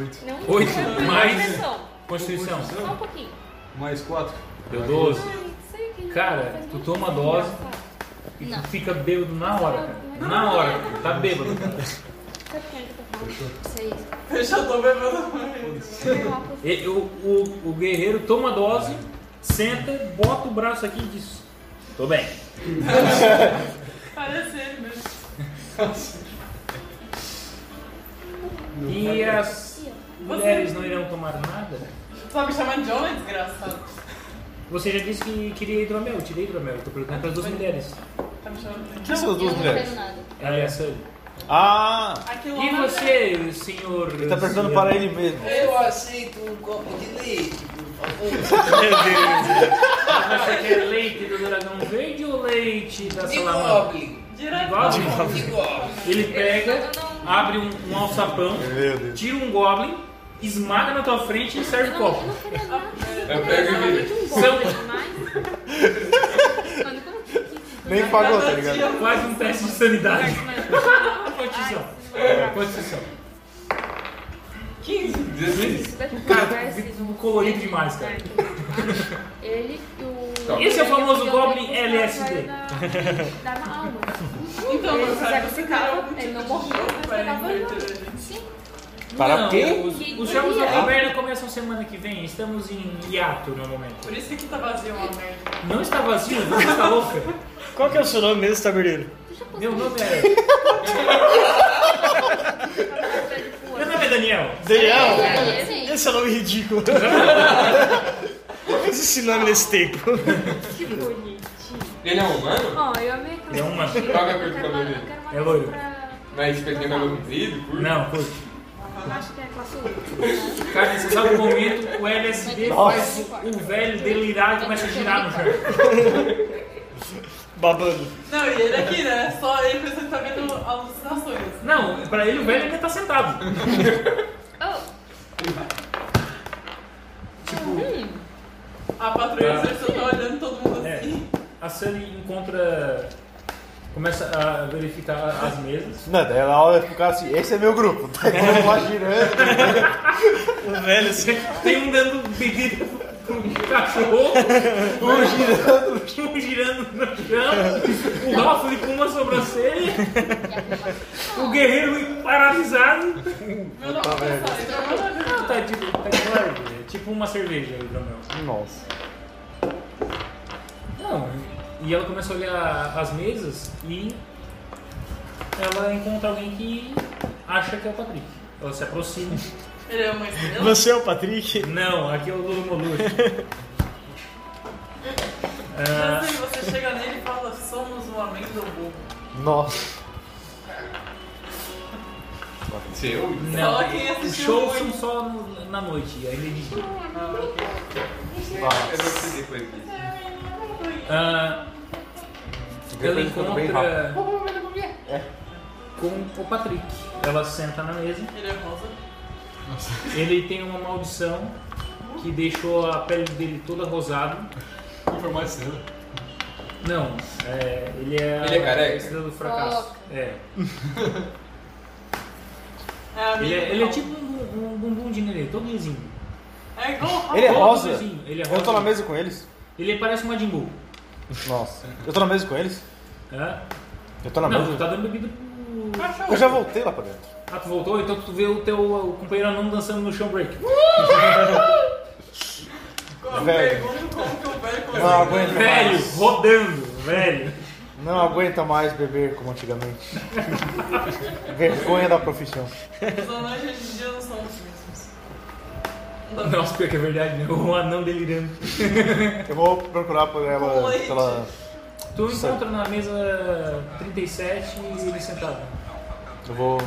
S3: Oito.
S8: Não
S1: Oito,
S8: não foi uma
S1: mais-
S8: impressão.
S1: Constituição.
S8: Só um pouquinho.
S3: Mais quatro.
S1: Deu 12.
S8: Ai, não sei o que-
S1: Cara, tu toma a dose e tu
S6: Não.
S1: fica bêbado na hora, cara. Na hora, cara. tá bêbado, cara.
S8: Sabe quem é que eu tô falando? Sei.
S2: Fechador bebendo muito.
S8: Sei lá, por-
S1: E- o, o, o guerreiro toma a dose, senta, bota o braço aqui e diz: Tô bem.
S2: Parece ele mesmo.
S1: E as mulheres não irão tomar nada?
S2: Tu tá me chamando de homem, desgraçado?
S1: Você já disse que queria hidromel, eu tirei hidromel. Eu tô perguntando pras duas mulheres.
S2: Tá me chamando
S5: que são as
S8: Eu
S5: duas
S8: não quero
S5: mulheres?
S8: nada.
S1: Ela e a Sully.
S5: Ah,
S2: Aquilo lá é
S1: E
S2: na-
S1: você, senhor.
S5: ele tá perguntando para ele mesmo.
S9: Eu aceito um copo de leite, por favor.
S1: Você quer leite do dragão verde ou leite da
S9: De
S1: salamandra?
S9: goblin.
S2: Direto.
S1: Goblin?
S9: De goblin.
S1: Ele pega, abre um, um alçapão,
S5: Meu Deus.
S1: tira um goblin, esmaga na tua frente e serve o copo.
S7: Eu pego e
S8: Muito bom,
S1: São-
S8: demais. Mano, como que- que
S5: Nem
S1: *laughs*
S5: pagou, tá ligado?
S1: Faz um teste de sanidade. Constituição. Constituição. 15, 16. Cara, tu colorido demais, cara.
S8: Ele e o.
S7: Tá.
S1: Esse é o famoso
S8: e
S1: Goblin
S8: Goblin
S1: LSD.
S8: Dá uma alma.
S2: Então,
S8: Ele
S2: meu
S8: se
S2: cara, você
S8: sacrificava,
S2: tem algum
S8: ele não
S2: tipo de
S8: morreu,
S2: jogo
S8: mas
S2: para
S8: acabou
S2: inventar
S8: ele.
S2: ele?
S5: Para
S1: Não,
S5: quê?
S1: Os,
S8: Que
S1: os jogos da
S8: guria.
S1: caverna começam semana que vem. Estamos em hiato no momento.
S2: Por isso que aqui tá vazio uma merda.
S1: Não está vazio, você está louca.
S4: Qual que é o seu nome mesmo, taberneiro?
S1: Meu nome é. Meu nome é Daniel.
S4: Daniel!
S8: Sim.
S4: Esse é o nome *laughs* ridículo. Mas esse nome nesse tempo.
S6: Que bonitinho.
S7: Ele é humano?
S6: Ó, eu amei que
S1: É uma.
S7: Qual é a cor do cabelo dele?
S1: É loiro.
S7: Mas ele tem cabelo comprido, curto?
S1: Não, curte.
S6: Eu acho que é classe 8.
S1: Cara, você sabe o momento, o LSD faz o, o velho delirar e começa a girar no chão.
S4: Babando.
S2: Não, e ele aqui, né? Só ele pensa que tá vendo alucinações.
S1: Não, pra ele o velho ainda tá sentado.
S8: Oh,
S2: A patrulha
S5: Ah.
S2: exército tá olhando todo mundo
S1: É.
S2: assim.
S1: A Sunny encontra. começa a verificar as mesas.
S5: Não, daí ela olha pro cara assim, esse é meu grupo. *laughs* Daí ela vai girando.
S4: O *laughs* velho assim.
S1: Tem um dando bebida pro cachorro, um girando, um girando no chão, o Ralph com uma sobrancelha, o guerreiro paralisado.
S2: Meu nome é Sara, então eu vou lá.
S1: Não, tá tipo, tá de leve, é tipo uma cerveja aí, Daniel.
S5: Nossa.
S1: Não, e ela começa a olhar as mesas e ela encontra alguém que acha que é o Patrick. Ela se
S2: *laughs*
S1: aproxima.
S2: Ele é uma estrela.
S4: Você é o Patrick?
S1: Não, aqui é o Lulu Molu.
S2: *laughs*
S5: Ah.
S1: Ah,
S2: Eu sei, você chega nele e fala, somos um amêndoa bobo.
S5: Nossa.
S7: Seu?
S1: não,
S2: Só quem
S1: os
S2: assistiu
S1: shows são
S2: muito.
S1: só no- na noite, aí ele
S2: *laughs*
S1: diz.
S7: Eu não sei depois disso.
S1: Ah, ela
S5: Depois ficando bem rápido.
S1: encontra com o Patrick. Ela senta na mesa.
S2: Ele é rosa.
S1: Ele tem uma maldição que deixou a pele dele toda rosada.
S3: Foi mais cedo.
S1: Não, é, ele é
S7: Ele é careca?
S1: a estrela do fracasso. É.
S2: É
S1: Ele,
S2: a amiga
S1: é,
S2: do
S1: ele é
S2: Raul.
S1: tipo um, bu- um bumbum de nenê, todo lisinho.
S2: É igual o Raul.
S5: Ele é
S1: Todo
S5: rosa?
S1: lisinho, Ele é rosa.
S5: Eu tô na mesa com eles?
S1: Ele parece um Majin Buu.
S5: Nossa. Eu tô na mesa com eles?
S1: Hã?
S5: Eu tô na
S1: Não, tu
S5: mesa?
S1: tá dando bebida pro...
S5: Eu já voltei lá pra dentro.
S1: Ah, tu voltou? Então tu vê o teu o companheiro anão dançando no chão break.
S2: Eu
S5: velho.
S2: pergunto como que o velho conseguiu.
S5: Não aguento
S1: velho,
S5: mais.
S1: rodando, velho.
S5: Não aguenta mais beber como *laughs* antigamente. Vergonha da profissão.
S2: Os anões de hoje em dia não são os mesmos. Não
S1: *laughs*
S2: dá
S1: Nossa, pior que é verdade, né? O anão delirando.
S5: Eu vou procurar por ela
S2: Leite.
S5: pela.
S1: Tu
S5: Certo.
S1: encontra na mesa 37 e ele sentado.
S5: Eu vou.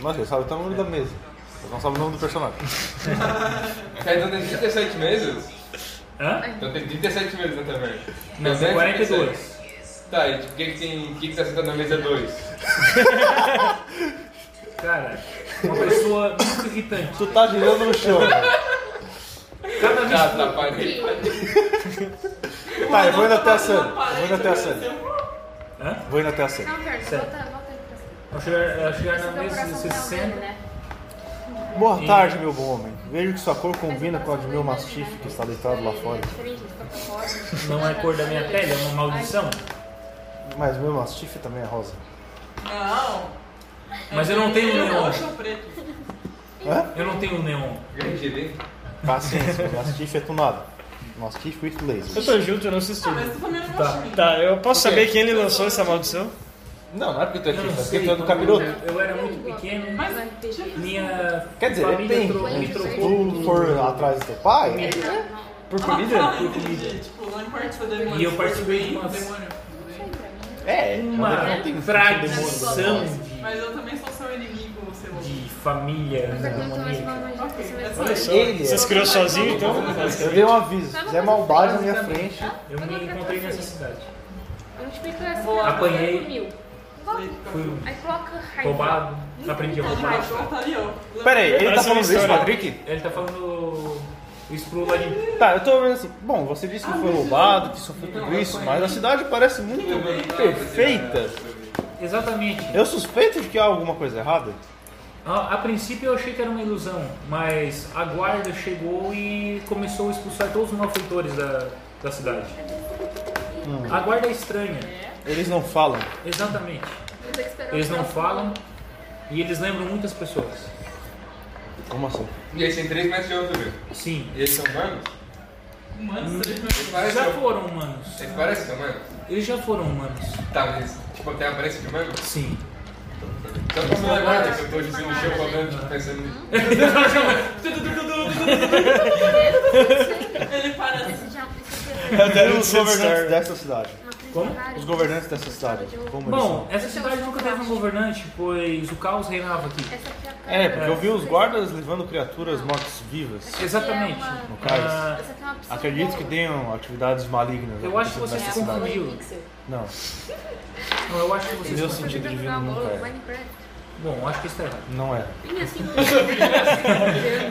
S5: Nossa, ele sabe até o nome da mesa. Ele não sabe o nome do personagem.
S7: Cara, então tem 37 meses?
S1: Hã?
S7: Então tem 37 meses na taverna.
S1: Não,
S7: Tem
S1: 42.
S7: Tá, e por que que tem... Por que que tá sentado na mesa 2?
S1: Cara, uma pessoa muito irritante.
S5: Tu tá girando no chão, cara.
S1: Cada vez
S7: Tá, tá, parei.
S5: *laughs* Tá, eu vou indo até a
S2: pra
S5: Sunny. Eu vou indo até a Sunny.
S2: aparecer.
S1: Hã?
S5: Vou indo até a Sunny.
S8: não, Kurt,
S1: Certo.
S8: volta, volta aí pra cima.
S1: Ao chegar, ao chegar
S8: Esse
S1: na
S8: teu
S1: mesa,
S8: coração
S1: você
S8: tá
S1: senta.
S8: doendo, né?
S5: Boa
S1: E-
S5: tarde, meu bom homem. Vejo que sua cor combina
S8: Mas o
S5: com a de meu
S8: coração tá doendo,
S5: mastife
S8: né?
S5: que está deitado lá fora.
S8: É diferente, fica pra fora.
S1: Não é cor da minha pele, é uma maldição.
S5: Mas meu mastife também é rosa.
S2: Não. É
S1: Mas eu não tenho
S2: Eu
S1: neon.
S2: acho preto.
S5: Hã?
S1: Eu não tenho neon.
S7: RGB?
S5: Paciência, meu mastife é tunado. Mastife with
S4: Eu
S5: laser.
S4: tô junto, eu não assisti.
S2: Ah, mas tu também não
S1: Tá.
S2: acha
S4: Tá, eu posso
S5: Ok.
S4: saber quem ele lançou essa maldição?
S5: Não, não é porque tu é
S1: Eu
S5: chifre,
S1: não
S5: é porque
S1: sei.
S5: tu é do
S1: quando
S5: capiroto.
S1: Eu eu era muito pequeno,
S2: Mas
S1: minha
S5: Quer dizer,
S1: família
S5: tem.
S1: tro- me
S8: Tu-
S1: trocou
S5: Tu for atrás do teu pai,
S4: Por
S2: *laughs* comida?
S4: comida?
S2: Tipo, não importa se o demônio.
S1: E eu participei
S2: for bem,
S1: de umas-
S2: demônio, tudo bem.
S5: é.
S1: uma
S5: não tem
S1: tradição
S2: Mas eu também sou seu inimigo, seu
S1: de, de família
S8: Mas eu quanto mais
S1: demoníaca.
S8: mamãe, você vai
S2: Olha só.
S5: Ele
S4: Você se
S5: é.
S4: criou sozinho, então?
S5: Eu dei um aviso. Se é maldade na minha frente,
S1: Eu me encontrei nessa cidade.
S8: Multiplica essa
S2: Boa.
S1: Apanhei.
S8: por mil.
S1: Fui um
S8: Aí coloca raiva.
S1: roubado, um- aprendi a
S2: Tá de
S1: roubar.
S2: baixo, tá ali, ó.
S5: Pera aí, ele tá
S4: Parece uma
S5: falando isso,
S4: história.
S5: Patrick?
S1: Ele tá falando O Sprula ali.
S5: Tá, eu tô vendo assim. Bom, você disse que foi roubado, que sofreu tudo isso, mas a cidade parece muito
S1: tá
S5: perfeita.
S1: Exatamente.
S5: Eu suspeito de que há alguma coisa errada.
S1: A, a princípio eu achei que era uma ilusão, mas a guarda chegou e começou a expulsar todos os malfeitores da, da cidade. A guarda é estranha,
S5: Eles não falam.
S1: exatamente.
S6: Vou ter que esperar o
S1: Eles não
S6: próximo.
S1: falam e eles lembram muitas pessoas.
S5: Como assim?
S7: E aí tem três metros de altura.
S1: Sim.
S7: E eles são humanos?
S2: Humanos, três
S7: Eles parecem, hum-
S1: Já foram humanos.
S7: eles parecem ser humanos?
S1: Eles já foram humanos.
S7: Tá, mas tipo, até aparência de humano?
S1: Sim.
S7: Então não é nada que eu tô dizendo no chão falando, tipo, pensando.
S2: Ele parece.
S6: Já precisa
S5: *laughs* Os governantes dessa cidade.
S1: Como?
S5: Os governantes dessa cidade. Como eles
S1: Bom,
S5: são?
S1: essa cidade nunca teve um governante, pois o caos reinava aqui.
S6: Essa aqui é a cara.
S5: É, porque eu vi os guardas levando criaturas mortas-vivas.
S1: Exatamente.
S5: No cais.
S1: Ah,
S6: Essa é um aqui é uma pessoa
S5: Acredito
S6: boa.
S5: que tenham atividades malignas.
S1: Eu acho que você um- se
S5: acontecendo nessa cidade.
S1: confundiu.
S5: Não,
S1: Ah, Não, eu acho que você
S5: meu
S1: se confundiu.
S5: sentido divino nunca é.
S6: Minecraft.
S1: Bom, eu acho que isso tá errado.
S5: Não é.
S6: Tem assim,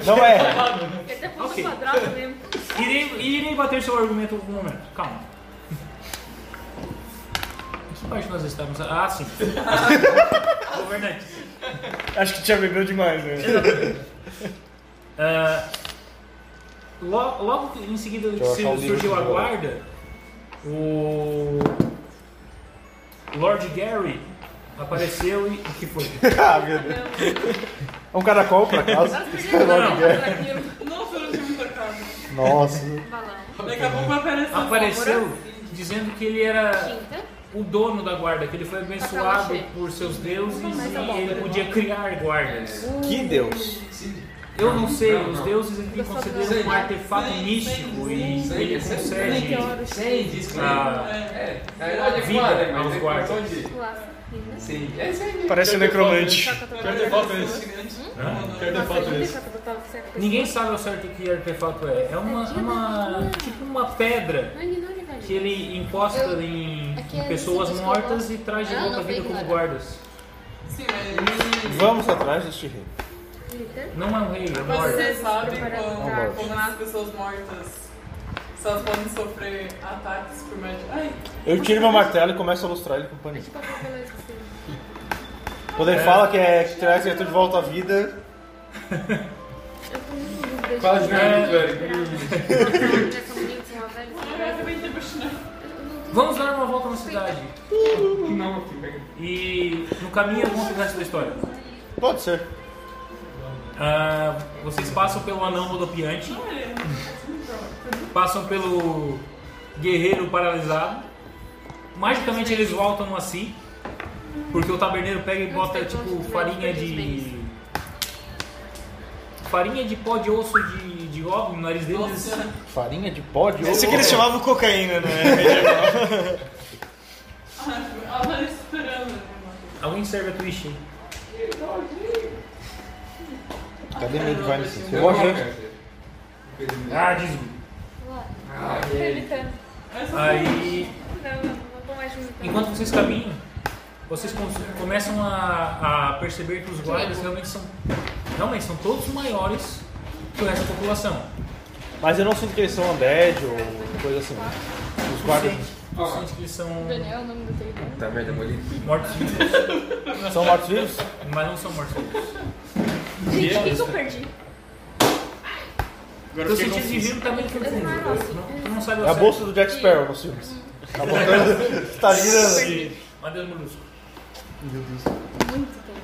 S5: Não
S1: *laughs*
S5: é.
S6: porque até ponto
S1: Ok.
S6: quadrado mesmo.
S1: Irei, irei bater seu argumento em algum momento. Calma. Em que parte nós estamos? Ah, sim. Governante.
S4: Acho que tinha bebeu demais, né?
S1: Ah, lo- logo que- em seguida que
S5: eu achar o livro
S1: surgiu
S5: de
S1: a
S5: novo.
S1: guarda, o Lord Gary apareceu e. O que foi?
S5: Ah, meu Deus. É um caracol, por acaso.
S1: *laughs*
S2: Não surgiu muita casa.
S5: Nossa.
S6: Balão.
S2: Daqui a pouco apareceu.
S1: Apareceu dizendo que ele era
S6: Quinta.
S1: o dono da guarda, que ele foi abençoado
S6: cheio.
S1: por seus deuses
S6: Mas tá bom,
S1: e ele
S6: tá bom.
S1: podia criar guardas.
S5: Que Deus.
S1: Eu não sei,
S7: Não,
S1: os
S7: não.
S1: deuses lhe concederam um artefato
S2: Sim,
S1: místico
S2: sim,
S1: e
S7: sim,
S1: ele
S7: sim.
S1: concede
S7: Sim, diz
S1: a
S7: É, na verdade é
S1: Vida
S7: claro, né?
S1: aos
S7: Mas tem
S1: guardas.
S7: função de.
S6: Classe. Linda.
S7: Sim, é isso aí.
S4: Parece um necromante.
S3: Quero ter foto desse.
S2: é
S3: Quero ter
S6: Nossa, eu
S3: foto
S6: não
S3: desse.
S6: pensava que eu botava certo.
S1: Ninguém sabe ao certo que artefato é. É uma, uma- tipo uma pedra
S6: Não ignore, velho.
S1: que ele encosta em,
S8: é que
S1: em
S8: é
S1: pessoas
S8: isso que eu
S1: mortas
S8: gosto.
S1: e traz de
S8: Ah,
S1: volta
S8: não
S1: à vida
S8: vem
S1: como
S8: nada.
S1: guardas.
S2: Sim, é mas.
S5: Vamos atrás deste rei.
S6: Glitter.
S1: Não é um rei, é morto.
S2: Você sabe como, como as pessoas mortas. Se elas podem sofrer ataques por médio. Ai,
S5: Eu tiro meu martelo e começo a lustrar ele com
S6: É
S5: paninho.
S6: tipo a papeleta assim.
S5: Quando ele fala que é que traz criatura de volta à vida,
S6: Eu tô muito dúvida de-
S7: Fala de
S1: É.
S7: novo, velho.
S6: Essa menina que é uma velha.
S2: eu acabei de apaixonar.
S1: Vamos dar uma volta na cidade.
S7: Não, que merda.
S1: E no caminho eu conto o resto da história.
S5: pode ser.
S1: Ah, vocês passam pelo anão rodopiante, passam pelo guerreiro paralisado. Magicamente eles voltam a si, porque o taberneiro pega e bota tipo farinha de. Farinha de pó de osso de, de ovo no nariz deles.
S2: Nossa.
S5: Farinha de pó de
S4: Eu sei que eles chamavam cocaína, né?
S2: Ela tá esperando.
S1: Alguém serve a Twitch? hein?
S5: Cadê meu
S2: tá
S5: divine sense? Eu
S7: Eu
S5: gosto
S7: não,
S5: de...
S7: cara.
S1: né? Ah, dízimo.
S7: é.
S6: Ele tá-
S2: assim,
S1: Aí,
S6: Não, não, não tô mais junto.
S1: enquanto vocês caminham, vocês com- começam a, a perceber que os guardas realmente são, realmente são todos maiores que o resto da população.
S5: Mas eu não sinto que eles são undead ou coisa assim. Os guardas
S1: Você sente que eles são
S8: Daniel é o nome do telefone.
S7: Tá merda, Molito.
S1: mortos-vivos,
S5: são mortos-vivos?
S1: mas não são mortos-vivos.
S6: Gente, o que que eu perdi?
S4: Agora
S1: Teu
S4: eu fiquei
S1: sentido
S4: confuso.
S1: divino tá meio confuso. Tu não sabe
S5: um É a
S1: ao
S5: bolsa
S1: certo.
S5: do Jack Sparrow nos filmes. Tá botando... *laughs* tá girando aqui.
S1: Madeira molusco.
S8: Muito tempo.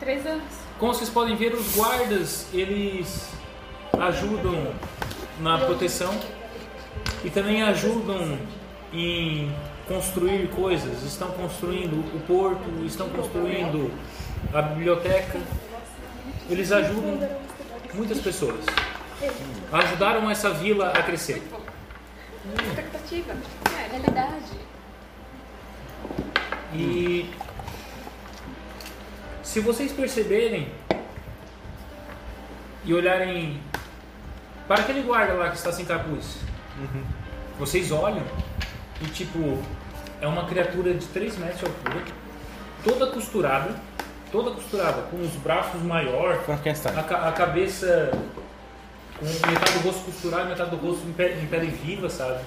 S8: Três anos.
S1: Como vocês podem ver, os guardas, eles ajudam na proteção e também ajudam em construir coisas. Estão construindo o porto, estão construindo a biblioteca. Eles ajudam muitas pessoas. Ajudaram essa vila a crescer.
S6: Expectativa.
S8: É realidade.
S1: E se vocês perceberem e olharem para aquele guarda lá que está sem capuz, vocês olham e tipo é uma criatura de 3 metros de altura, toda costurada, toda costurada, com os braços maior,
S5: Frankenstein.
S1: a, ca- a cabeça Com metade do rosto costurado e metade do rosto em pele, em pele viva, sabe?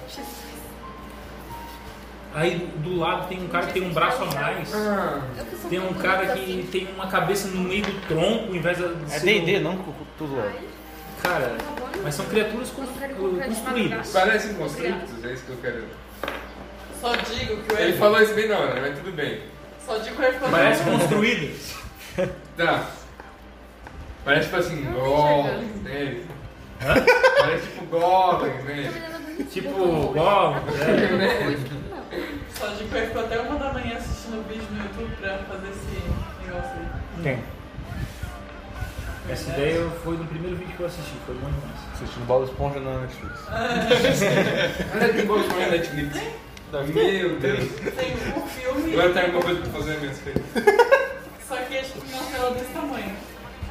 S1: Aí do do lado tem um cara que tem um braço a mais.
S8: Ah.
S1: Tem um cara
S8: assim,
S1: que tem uma cabeça no meio do tronco, em vez da- de
S5: É
S1: ser
S5: D&D,
S1: o-
S5: não cu- cu- tudo lá.
S1: Cara,
S8: tá né?
S1: mas são criaturas cons-
S6: Não quero comprar de
S1: construídas.
S7: Parecem construtos, é isso que eu quero.
S2: Só digo que o
S7: Ele
S2: Eric.
S7: falou isso bem na hora, né? mas tudo bem.
S2: Só digo que o Eric falou.
S1: Parece construídas.
S7: Tá. Parece tipo assim, goblins, né? Parece tipo goblins, né?
S1: Tipo, ó, é,
S2: Só digo que o Eric ficou até uma da manhã assistindo vídeo no YouTube pra fazer esse negócio aí.
S5: Quem?
S1: essa ideia foi no primeiro vídeo que eu assisti, foi muito massa.
S5: Assistindo Bob Esponja na Netflix.
S7: Olha, tem goblins na Netflix. Meu Deus.
S2: Tem um filme,
S7: Agora tem alguma coisa pra fazer mesmo, filho.
S2: só que é tipo uma tela desse tamanho.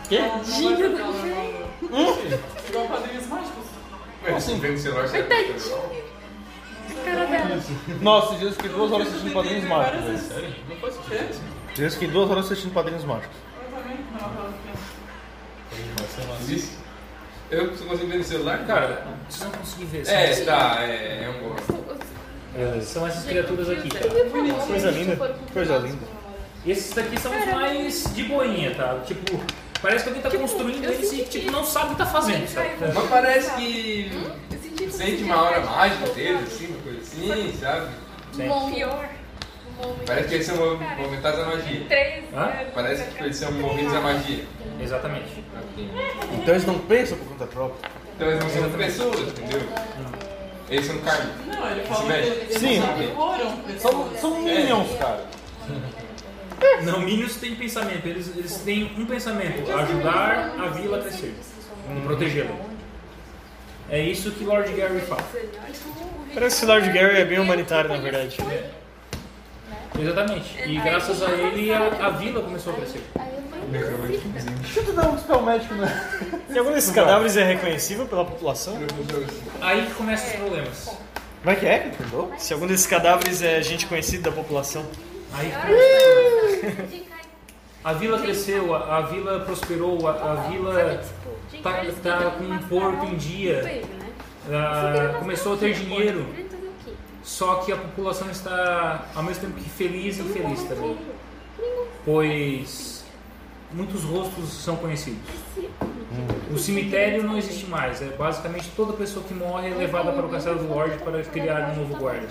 S5: Quê?
S2: Não, não vai ter tela normal.
S7: Hum?
S2: Igual quadrinhos mágicos.
S7: Ué, você vê no celular, tá você
S6: Cara dela.
S5: Nossa, esses dias eu fiquei duas horas
S2: Eu
S5: assistindo
S2: tentei
S5: Padrinhos
S2: ver
S5: Mágicos. é
S2: várias
S5: velho.
S2: vezes. Quê?
S5: Esses dias eu fiquei duas horas assistindo Padrinhos Mágicos.
S2: Eu também não, eu não.
S7: Existe? assim? Eu só consigo ver no celular?
S1: Cara, se eu não conseguir ver, são,
S7: É, tá, é, é um goblin.
S1: são essas criaturas aqui, cara.
S6: um
S5: Coisa
S6: tipo,
S5: linda, coisa linda.
S1: Esses daqui são os mais de boinha, tá? Tipo, parece que alguém tá construindo
S6: eu
S1: eles e
S6: senti-
S1: tipo, não sabe o que tá fazendo, sabe?
S7: Mas parece que
S8: Hum?
S7: sente uma hora mágica deles, assim, uma coisa assim, sabe?
S8: né?
S6: Pior.
S7: Parece que eles são mov- movimentados à magia.
S6: Três.
S1: Hã?
S6: né?
S7: Parece que eles são movidos à magia.
S1: Exatamente.
S5: Então eles não pensam por conta própria.
S7: Então eles não são pessoas, entendeu? é um Eles são carne.
S2: Não, ele falou que
S7: mexe.
S2: eles
S5: Sim.
S2: não foram pessoas.
S5: São, são
S3: é
S5: minions, cara.
S1: Não, Minions têm pensamento, eles, eles têm um pensamento: ajudar a vila a
S8: tá
S1: crescer, e protegê-la. É isso que Lord Gary fala.
S4: Parece que o Lord Gary é bem humanitário, na verdade.
S1: Exatamente. E graças a ele a, a vila começou a crescer.
S5: Deixa eu dar um spell médico, né?
S4: E algum desses cadáveres é reconhecível pela população?
S1: Aí que começam os problemas.
S5: Como é que é? Entendeu?
S4: Se algum desses cadáveres é gente conhecida da população?
S1: Aí a vila cresceu, a, a vila prosperou, a, a
S8: tipo,
S1: vila Ah, tá, tá com um porto em dia,
S8: né?
S1: ah, começou a ter dinheiro. Só que a população está ao mesmo tempo que feliz e infeliz também. Pois muitos rostos são conhecidos. O cemitério não existe mais, é basicamente toda pessoa que morre é levada para o castelo do Lorde para criar um novo guarda.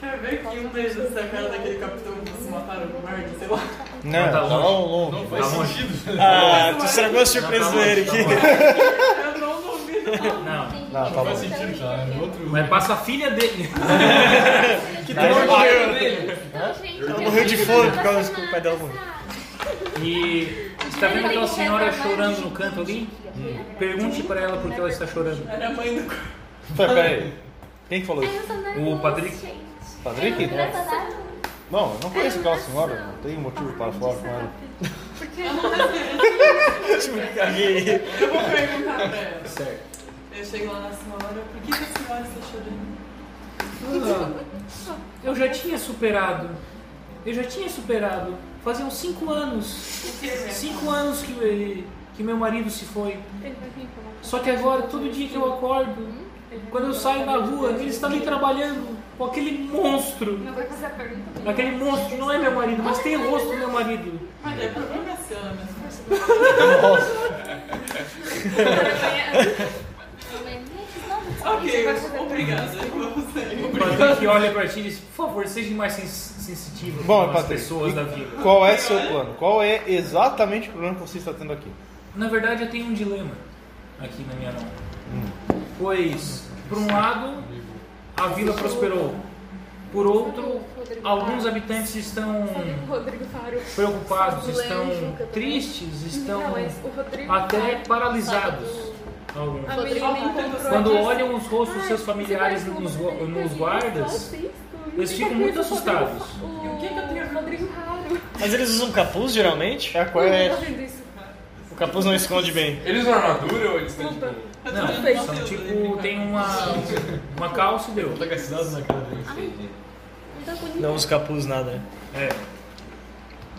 S2: Quer ver que um deles dessa cara daquele capitão que se mataram com merda, *laughs* sei lá.
S5: Não,
S1: tá
S5: tá
S1: longe.
S5: longe.
S1: Tá longe?
S5: tá
S1: tá
S4: Ah, tu estragou a surpresa do Eric.
S2: Eu não duvido.
S1: Não,
S5: Não, tá
S3: Faz
S5: longe.
S3: sentido já. é Outro.
S1: mas passa a filha dele.
S4: Que
S5: um
S4: morreu. Ela morreu de fome por causa que o pai dela morreu.
S1: E está vendo aquela senhora chorando no canto ali? Pergunte para ela por que ela está chorando.
S2: Era é a mãe do
S5: Tá, pera aí. Quem que falou isso?
S1: O Patrick?
S5: Patrick?
S8: É, né?
S5: Não, eu não conheço aquela senhora, não tem motivo para falar com ela.
S4: Caguei.
S2: Eu vou perguntar pra ela.
S1: Certo.
S2: Eu chego lá na senhora, por que que a senhora está chorando?
S1: Eu já tinha superado. Eu já tinha superado. Faziam cinco anos.
S2: O que é
S1: Cinco anos que, que meu marido se foi. Só que agora, todo dia que eu acordo, quando eu saio na rua, ele está ali trabalhando com aquele monstro.
S6: Não vai fazer a pergunta.
S1: Aquele monstro que não é meu marido, mas tem o rosto do meu marido.
S2: Mas é problema é seu, né?
S8: *laughs*
S2: Ok, obrigada. Eu vou
S1: O
S2: sair.
S1: Patrick olha pra ti e diz, por favor, seja mais sens sensitivo
S5: Bom,
S1: com as
S5: Patrick,
S1: pessoas da vila.
S5: Qual é seu plano? Qual é exatamente o problema que você está tendo aqui?
S1: Na verdade, eu tenho um dilema aqui na minha mão. Pois, por um lado, a vila prosperou. Por outro, alguns habitantes estão
S8: Hum.
S6: Rodrigo Faro.
S1: preocupados,
S6: Sabe o
S1: estão
S6: Leandro Juca também?
S1: tristes, estão
S6: Não, mas o Rodrigo
S1: até
S6: Faro-
S1: paralisados. Alguns.
S6: A menina
S2: Quando
S6: encontrou
S1: Quando
S6: a Jess-
S1: olham os rostos dos seus
S6: Ai,
S1: familiares
S6: você vai
S1: nos,
S6: com o
S1: gua-
S6: Rodrigo
S1: nos
S6: Faro,
S1: guardas,
S6: só isso.
S1: eles ficam muito assustados.
S6: O
S2: o que que eu tenho a ver com
S6: Rodrigo Faro.
S4: Mas eles usam capuz, geralmente?
S5: É, qual é?
S6: Tá vendo isso?
S4: O capuz não esconde bem.
S7: Eles usam armadura ou eles estão tipo.
S1: Não, são tipo, tem uma, uma calça e deu.
S3: Tá com a cidade na cara dele.
S4: Não usa capuz, nada.
S1: É.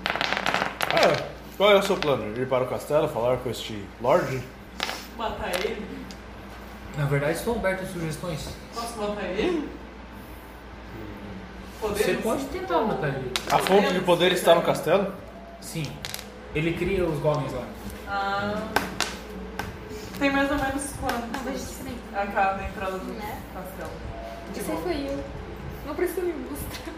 S5: Ah, qual é o seu plano? Ir para o castelo, falar com este Lorde?
S2: Matar ele.
S1: Na verdade, estou aberto a sugestões.
S2: Posso matar ele?
S1: Você
S2: Podemos?
S1: pode tentar matar ele.
S5: A fonte de poder está no castelo?
S1: Sim. Ele cria os goblins lá.
S2: Ah. Tem mais ou menos
S6: Ah, mas
S2: quantos?
S6: isso nem.
S2: Acaba a entrada do
S6: Né?
S2: castelo.
S6: Isso aí foi eu. Não precisa me buscar.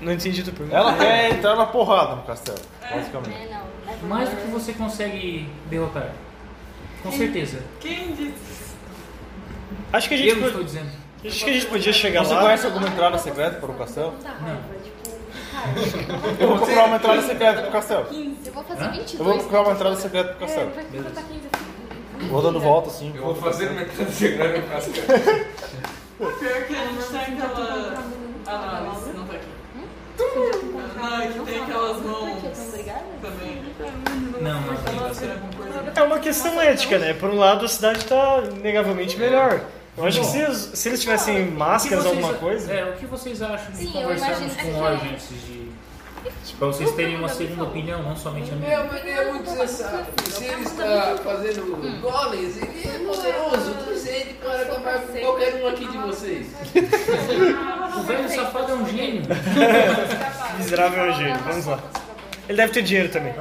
S4: Não entendi tu pergunta.
S5: Ela quer entrar na porrada no castelo,
S2: É.
S5: basicamente.
S8: É, não. É
S1: Mais do
S8: porque-
S1: que você consegue derrotar. Com certeza.
S2: Quem disse?
S4: Acho que a gente,
S1: Eu
S4: po-
S1: estou dizendo.
S4: acho que a gente podia chegar
S5: Você
S4: lá.
S5: conhece alguma entrada secreta para o castelo?
S8: Tanta
S1: Não.
S6: é
S8: raiva, tipo,
S1: *laughs*
S8: cara,
S5: Eu vou procurar uma entrada secreta para o castelo.
S8: eu vou fazer
S1: Hã?
S8: 22.
S5: Eu vou procurar uma
S8: né,
S5: entrada
S8: tipo,
S5: secreta para o
S8: É,
S5: castelo.
S8: vai
S1: Meu
S8: botar 15 assim.
S5: Vou dando volta assim.
S7: Eu vou fazer é uma entrada secreta no
S9: *laughs*
S7: castelo.
S2: Ah, Pior que a gente tem aquela análise, não tá aqui. Ah, que tem aquelas
S8: Por
S2: mãos
S8: que? Tão obrigada?
S2: também. né?
S1: Não, não.
S2: Elas serão com coisa.
S4: É uma questão ética, né? Por um lado, a cidade está negavelmente melhor. Eu acho que se, eles- se eles tivessem
S1: O que
S4: máscaras,
S1: vocês-
S4: alguma coisa.
S1: É, o que vocês acham de
S8: Sim, eu
S1: conversarmos
S8: imagino é
S1: com
S8: que-
S1: órgãos antes de. Pra vocês terem uma segunda opinião, não somente a
S9: Minha
S1: minha.
S9: mãe é muito sensato. Se ele está fazendo goles, ele é poderoso, o suficiente para acabar com qualquer um aqui de vocês.
S1: O velho safado é um gênio.
S4: Miserável é um gênio, vamos lá. Ele deve ter dinheiro também.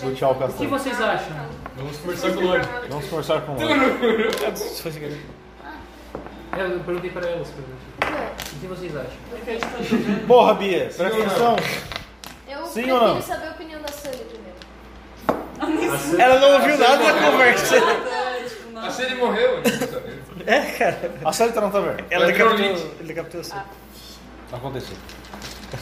S5: Vou tirar o
S1: O que
S5: castelo.
S1: vocês acham?
S3: Vamos conversar com o Lorde.
S5: Vamos conversar com o
S4: Se fosse querer.
S1: É, eu perguntei pra elas. pra elas. O que vocês acham?
S2: Porque a gente tá jogando.
S5: Porra, Bia, presta
S7: Sim ou não?
S5: atenção.
S8: Eu
S5: Sim
S8: prefiro
S5: ou não?
S8: saber a opinião da Sully primeiro.
S1: A Sam-
S4: Ela não ouviu nada da conversa.
S2: *laughs* É, tipo,
S7: Ah,
S2: não.
S7: se ele morreu, eu não sabia.
S4: É, cara.
S5: A Sally tá na taverna.
S4: Ela
S7: Vai
S4: decapitou.
S7: pro limite.
S4: Ele decapitou assim.
S5: Aconteceu.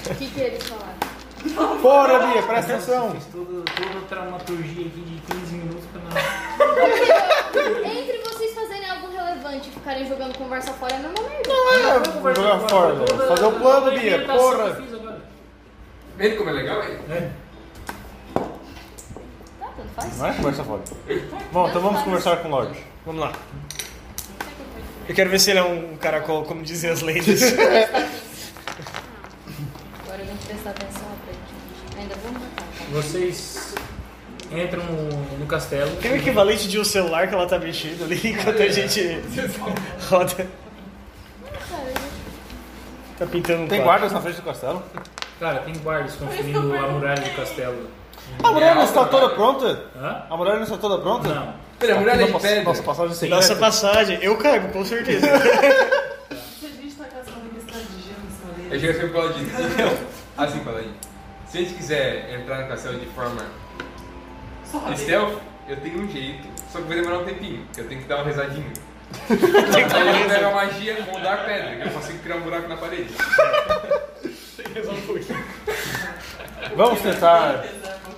S8: O que, que ele falar?
S5: Porra, Bia, presta atenção.
S1: Fiz todo- toda a traumaturgia aqui de 15 minutos pra não.
S8: Entre vocês fazerem algo relevante e ficarem jogando conversa fora é a mesma merda.
S5: É, jogar fora, velho. Fazer o plano, Bia, porra.
S7: Vendo como é legal aí?
S8: Tá, tanto faz.
S5: Não é conversa fora. Bom, então vamos conversar com o Lorde.
S4: Vamos lá. Eu quero ver se ele é um caracol, como dizem
S5: *laughs*
S4: as ladies.
S8: Agora eu tenho que prestar atenção na frente. Ainda vou matar. tá?
S1: Vocês entram no, no castelo.
S4: Tem o equivalente de um celular que ela tá mexendo ali *laughs* enquanto a gente roda. Tá pintando um
S5: Tem
S4: quadro.
S5: guardas na frente do castelo?
S1: Cara, tem guardas construindo a muralha do castelo.
S5: A muralha não está toda pronta?
S1: Hã?
S5: A muralha não está toda pronta? É
S1: Não.
S7: Pera, a muralha é de pedra.
S5: Nossa, passagem secreta.
S4: Nossa tá- passagem, eu caigo, com certeza.
S2: Se a gente tá caçando aqui cidade de gelo em cima
S7: Eu
S2: dele.
S7: chego assim pro Paladino. *laughs* Assim, Paladino. Se a gente quiser entrar no castelo de forma
S2: Só rodeio.
S7: stealth, eu tenho um jeito. Só que vai demorar um tempinho, que eu tenho que dar uma rezadinha. Aí eu pego a magia, moldar a pedra, que eu consigo criar um buraco na parede.
S5: Vamos tentar.
S2: Apesar, meu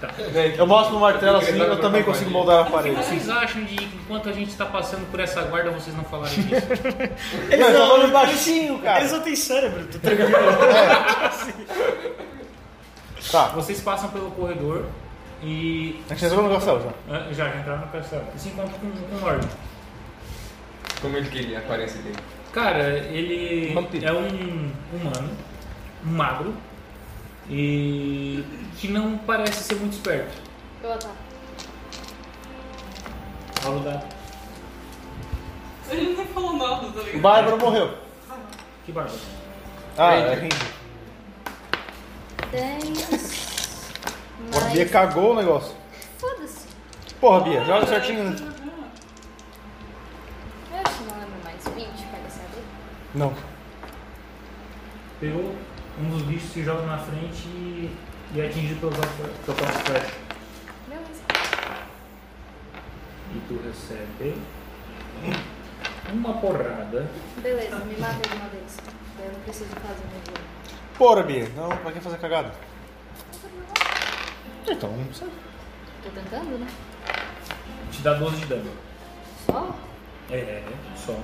S2: cara.
S5: Eu mostro no martelo assim, eu também consigo moldar a
S1: O que
S5: parede.
S1: vocês acham de enquanto a gente tá passando por essa guarda, vocês não falarem disso?
S4: Eles
S5: Não,
S4: não,
S5: falando baixinho, *laughs* cara.
S4: eles não têm cérebro, tô tranquilo.
S5: Tá,
S1: vocês passam pelo corredor e.
S5: a gente entrou no castelo já.
S1: Hã? Já, já entraram no castelo. E se encontram com com um orbe.
S7: Como ele que ele, a aparência dele.
S1: Cara, ele
S5: Vampiro.
S1: é um humano, um magro, e que não parece ser muito esperto.
S8: Eu ataco.
S1: Rola o dado.
S2: A gente nem falou nada, tá ligado?
S5: Bárbara morreu.
S1: Que barba.
S5: Ah, é Ranger.
S8: Tem.
S5: Agora a Bia cagou o negócio.
S8: Foda-se.
S5: Porra, Bia, joga certinho. né?
S8: Eu acho que não lembro mais. 20, pega essa dele.
S5: Não.
S1: Pegou, um dos bichos se joga na frente e, e é atingido pelas pelas próprias flechas.
S8: Beleza.
S1: E tu recebe uma porrada.
S8: Beleza, me mata de uma vez. Eu não preciso fazer meu jogo.
S5: Porra, Bia, não, pra que fazer cagada? Então, não precisa.
S8: Tô tentando, né?
S1: Te dá 12 de dano.
S8: Só?
S1: É, é, só.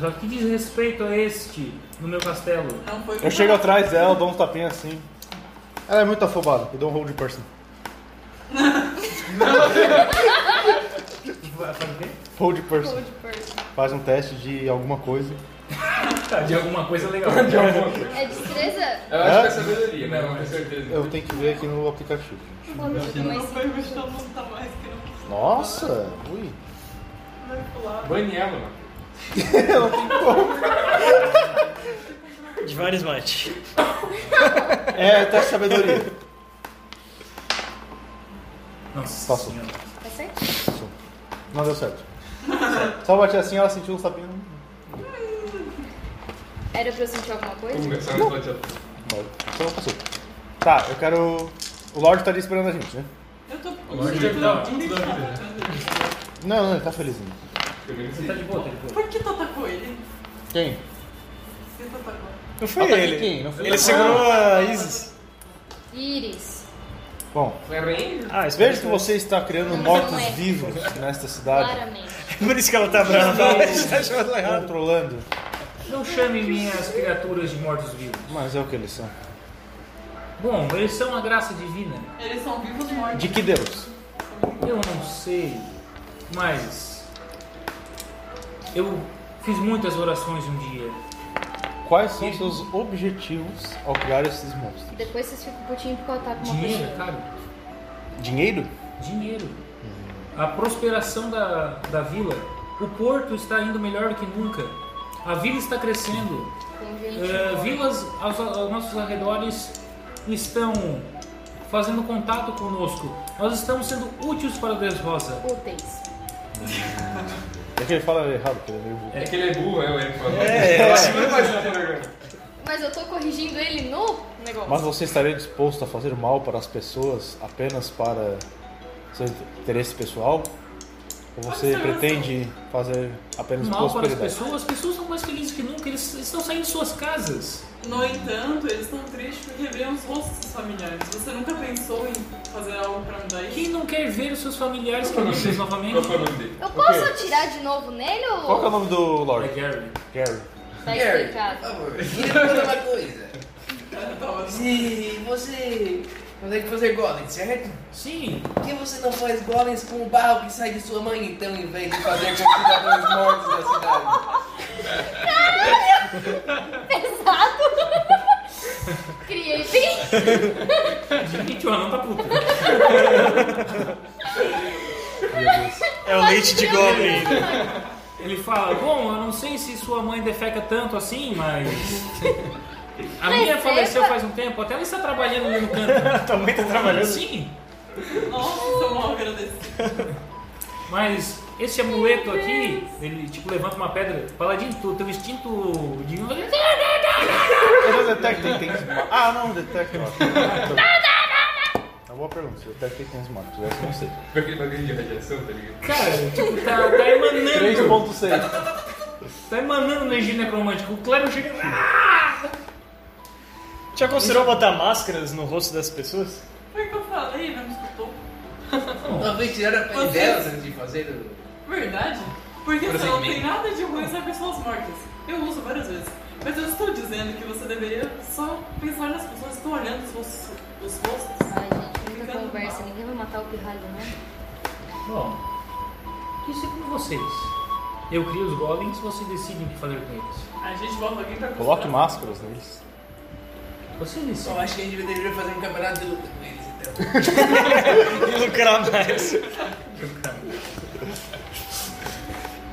S1: Só que diz respeito a este no meu castelo.
S2: Não foi
S5: Eu chego atrás dela, dou uns tapinhas assim. Ela é muito afobada, eu dou um hold person.
S1: Tipo, Vai fazer o quê?
S5: Hold person.
S8: Cold person.
S5: Faz um teste de alguma coisa.
S1: Tá, *laughs* de alguma coisa legal.
S8: É destreza?
S7: Eu acho que
S5: Hã?
S7: é sabedoria, mas não tenho certeza.
S5: Eu tenho que ver aqui no aplicativo, gente.
S8: Vamos ter mais
S2: Foi o estômago tá mais que não quis
S5: Nossa! Ui!
S2: manipular.
S7: Bane ela, mano.
S5: Ela tem como.
S4: De vários mate.
S5: É, tá de sabedoria.
S1: Nossa
S5: Passou.
S1: senhora.
S8: Tá
S6: Vai ser?
S5: Não deu certo. Só bati assim, ela sentiu um sapinho.
S8: Era pra eu sentir alguma coisa?
S7: Tunga, sabe onde ela
S5: Só não Então, passou. Tá, eu quero. O Lorde tá ali esperando a gente, né?
S2: Eu tô com
S3: Lorde
S2: eu tô
S3: deve dar
S2: indignada.
S5: Não, não, ele tá felizinho.
S1: Tá de boa, tá de boa.
S2: Por que tu atacou ele? é
S5: Quem?
S2: Por que tu atacou?
S4: Não foi
S5: Ataque
S4: ele.
S5: quem? Não foi Ah.
S4: Ele segurou a Isis.
S8: Iris.
S5: Bom,
S7: Foi rainha?
S4: Ah, espera
S5: vejo que você está criando
S8: Não, não é.
S5: mortos-vivos nesta cidade.
S8: Claramente.
S4: *laughs* Por isso que ela tá brava.
S5: *laughs*
S4: Ela tá achando ela errada.
S5: Controlando.
S1: Não chame minhas criaturas de mortos-vivos.
S5: Mas é o que eles são.
S1: Bom, eles são a graça divina.
S2: Eles são vivos mortos.
S5: De que Deus?
S1: Eu não sei, mas eu fiz muitas orações um dia.
S5: Quais são seus objetivos ao criar esses monstros?
S8: Depois vocês ficam putinhos porque eu ataco uma
S1: Dinheiro,
S8: pessoa.
S1: cara,
S5: Dinheiro?
S1: dinheiro. A prosperação da, da vila. O porto está indo melhor do que nunca. A vila está crescendo.
S8: Com um gente.
S1: É,
S8: boa.
S1: vilas aos, aos nossos arredores estão fazendo contato conosco. Nós estamos sendo úteis para Deus Rosa.
S8: Úteis.
S5: É que ele fala errado, porque ele é meio burro.
S7: É que ele é burro, é o Eric falou.
S4: É, é.
S7: Não faz sentido agora.
S8: Mas eu tô corrigindo ele no negócio.
S5: Mas você estaria disposto a fazer mal para as pessoas apenas para seu interesse pessoal? Ou você
S2: Observação.
S5: pretende fazer apenas
S1: Mal para as
S5: prosperidade?
S1: pessoas. As pessoas são mais felizes que nunca. Eles estão saindo de suas casas.
S2: No entanto, eles estão tristes porque veem os rostos dos familiares. Você nunca pensou em fazer algo pra mudar
S1: Quem
S2: isso?
S1: não quer ver os seus familiares
S7: Qual que é o
S1: queridos
S7: nome dele? Qual que é o
S1: novamente?
S7: nome dele?
S8: Eu posso atirar de novo nele ou
S5: Qual que é o nome do
S1: É
S5: Lorde?
S1: Gary.
S5: Gary.
S8: tá
S9: Gary.
S8: explicado? *laughs*
S9: Por favor, diga-me uma coisa.
S2: Tava-
S9: Se você consegue fazer golems, certo?
S1: Sim,
S9: Por que você não faz golems com o barro que sai de sua mãe, então, em vez de fazer com os cidadãos mortos da cidade?
S8: *laughs* Criei bem.
S1: gente, o anão tá puto.
S4: É o leite de Goblin.
S1: Ele fala, bom, eu não sei se sua mãe defeca tanto assim, mas... A minha
S8: Defeca?
S1: faleceu faz um tempo, até ela está trabalhando ali no canto.
S4: Tua mãe tá trabalhando.
S1: Sim,
S2: Nossa, eu mal agradecido.
S1: mas esse amuleto aqui, ele tipo levanta uma pedra. Paladino, tu, teu instinto de...
S5: Eu não detecto itens mágicos. Ah, não, detecto. É uma boa pergunta. Se eu detecto itens mágicos, essa eu não sei.
S7: Foi aquele bagulho de radiação, tá ligado?
S1: Cara, tipo, tá, tá emanando.
S5: 3.6.
S1: Tá emanando energia necromântica. O clero chega... "Ah!"
S4: Já considerou botar máscaras no rosto das pessoas?
S2: Foi o que eu falei, não me escutou.
S9: Talvez tiraram a pele
S2: Você-
S9: delas antes de fazer o...
S2: Verdade? Porque você não tem nada de ruim sobre pessoas mortas. Eu uso várias vezes. Mas eu estou dizendo que você deveria só pensar nas pessoas que estão olhando os rostos. Os rostos.
S8: Ai, gente, muita conversa. Ninguém vai matar o pirralho, né?
S1: Bom, isso é com vocês. Eu crio os golems, vocês decidem o que fazer com eles.
S2: A gente volta alguém pra
S5: Coloque
S2: mapa.
S5: máscaras neles.
S1: Vocês
S9: Eu
S1: decidem.
S9: acho que a gente deveria fazer um campeonato de luta com eles, então.
S4: E lucrar mais.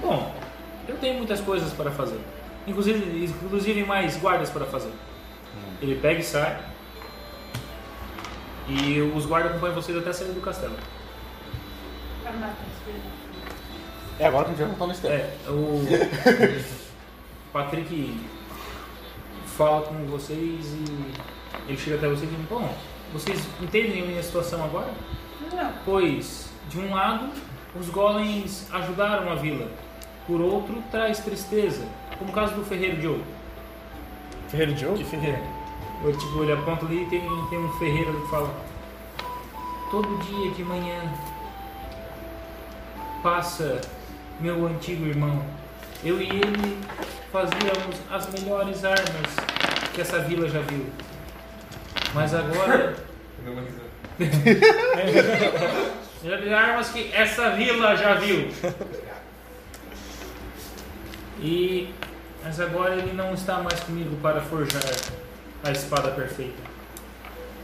S1: Bom, eu tenho muitas coisas para fazer. Inclusive, inclusive mais guardas para fazer. Ele pega e sai. E os guardas acompanham vocês até a saída do castelo.
S5: É agora que a gente vai voltar no estéreo.
S1: É, o Patrick fala com vocês e ele chega até vocês e diz, bom, vocês entendem a minha situação agora?
S2: Não.
S1: Pois, de um lado, os golems ajudaram a vila, por outro, traz tristeza, como o caso do Ferreiro de Ouro.
S4: Ferreiro de ouro?
S1: Ferreiro? Eu, tipo, ele aponta ali e tem, tem um ferreiro ali que fala: Todo dia de manhã passa meu antigo irmão. Eu e ele fazíamos as melhores armas que essa vila já viu. Mas agora.
S7: Eu dou uma risada.
S1: Melhores armas que essa vila já viu. E mas agora ele não está mais comigo para forjar a espada perfeita?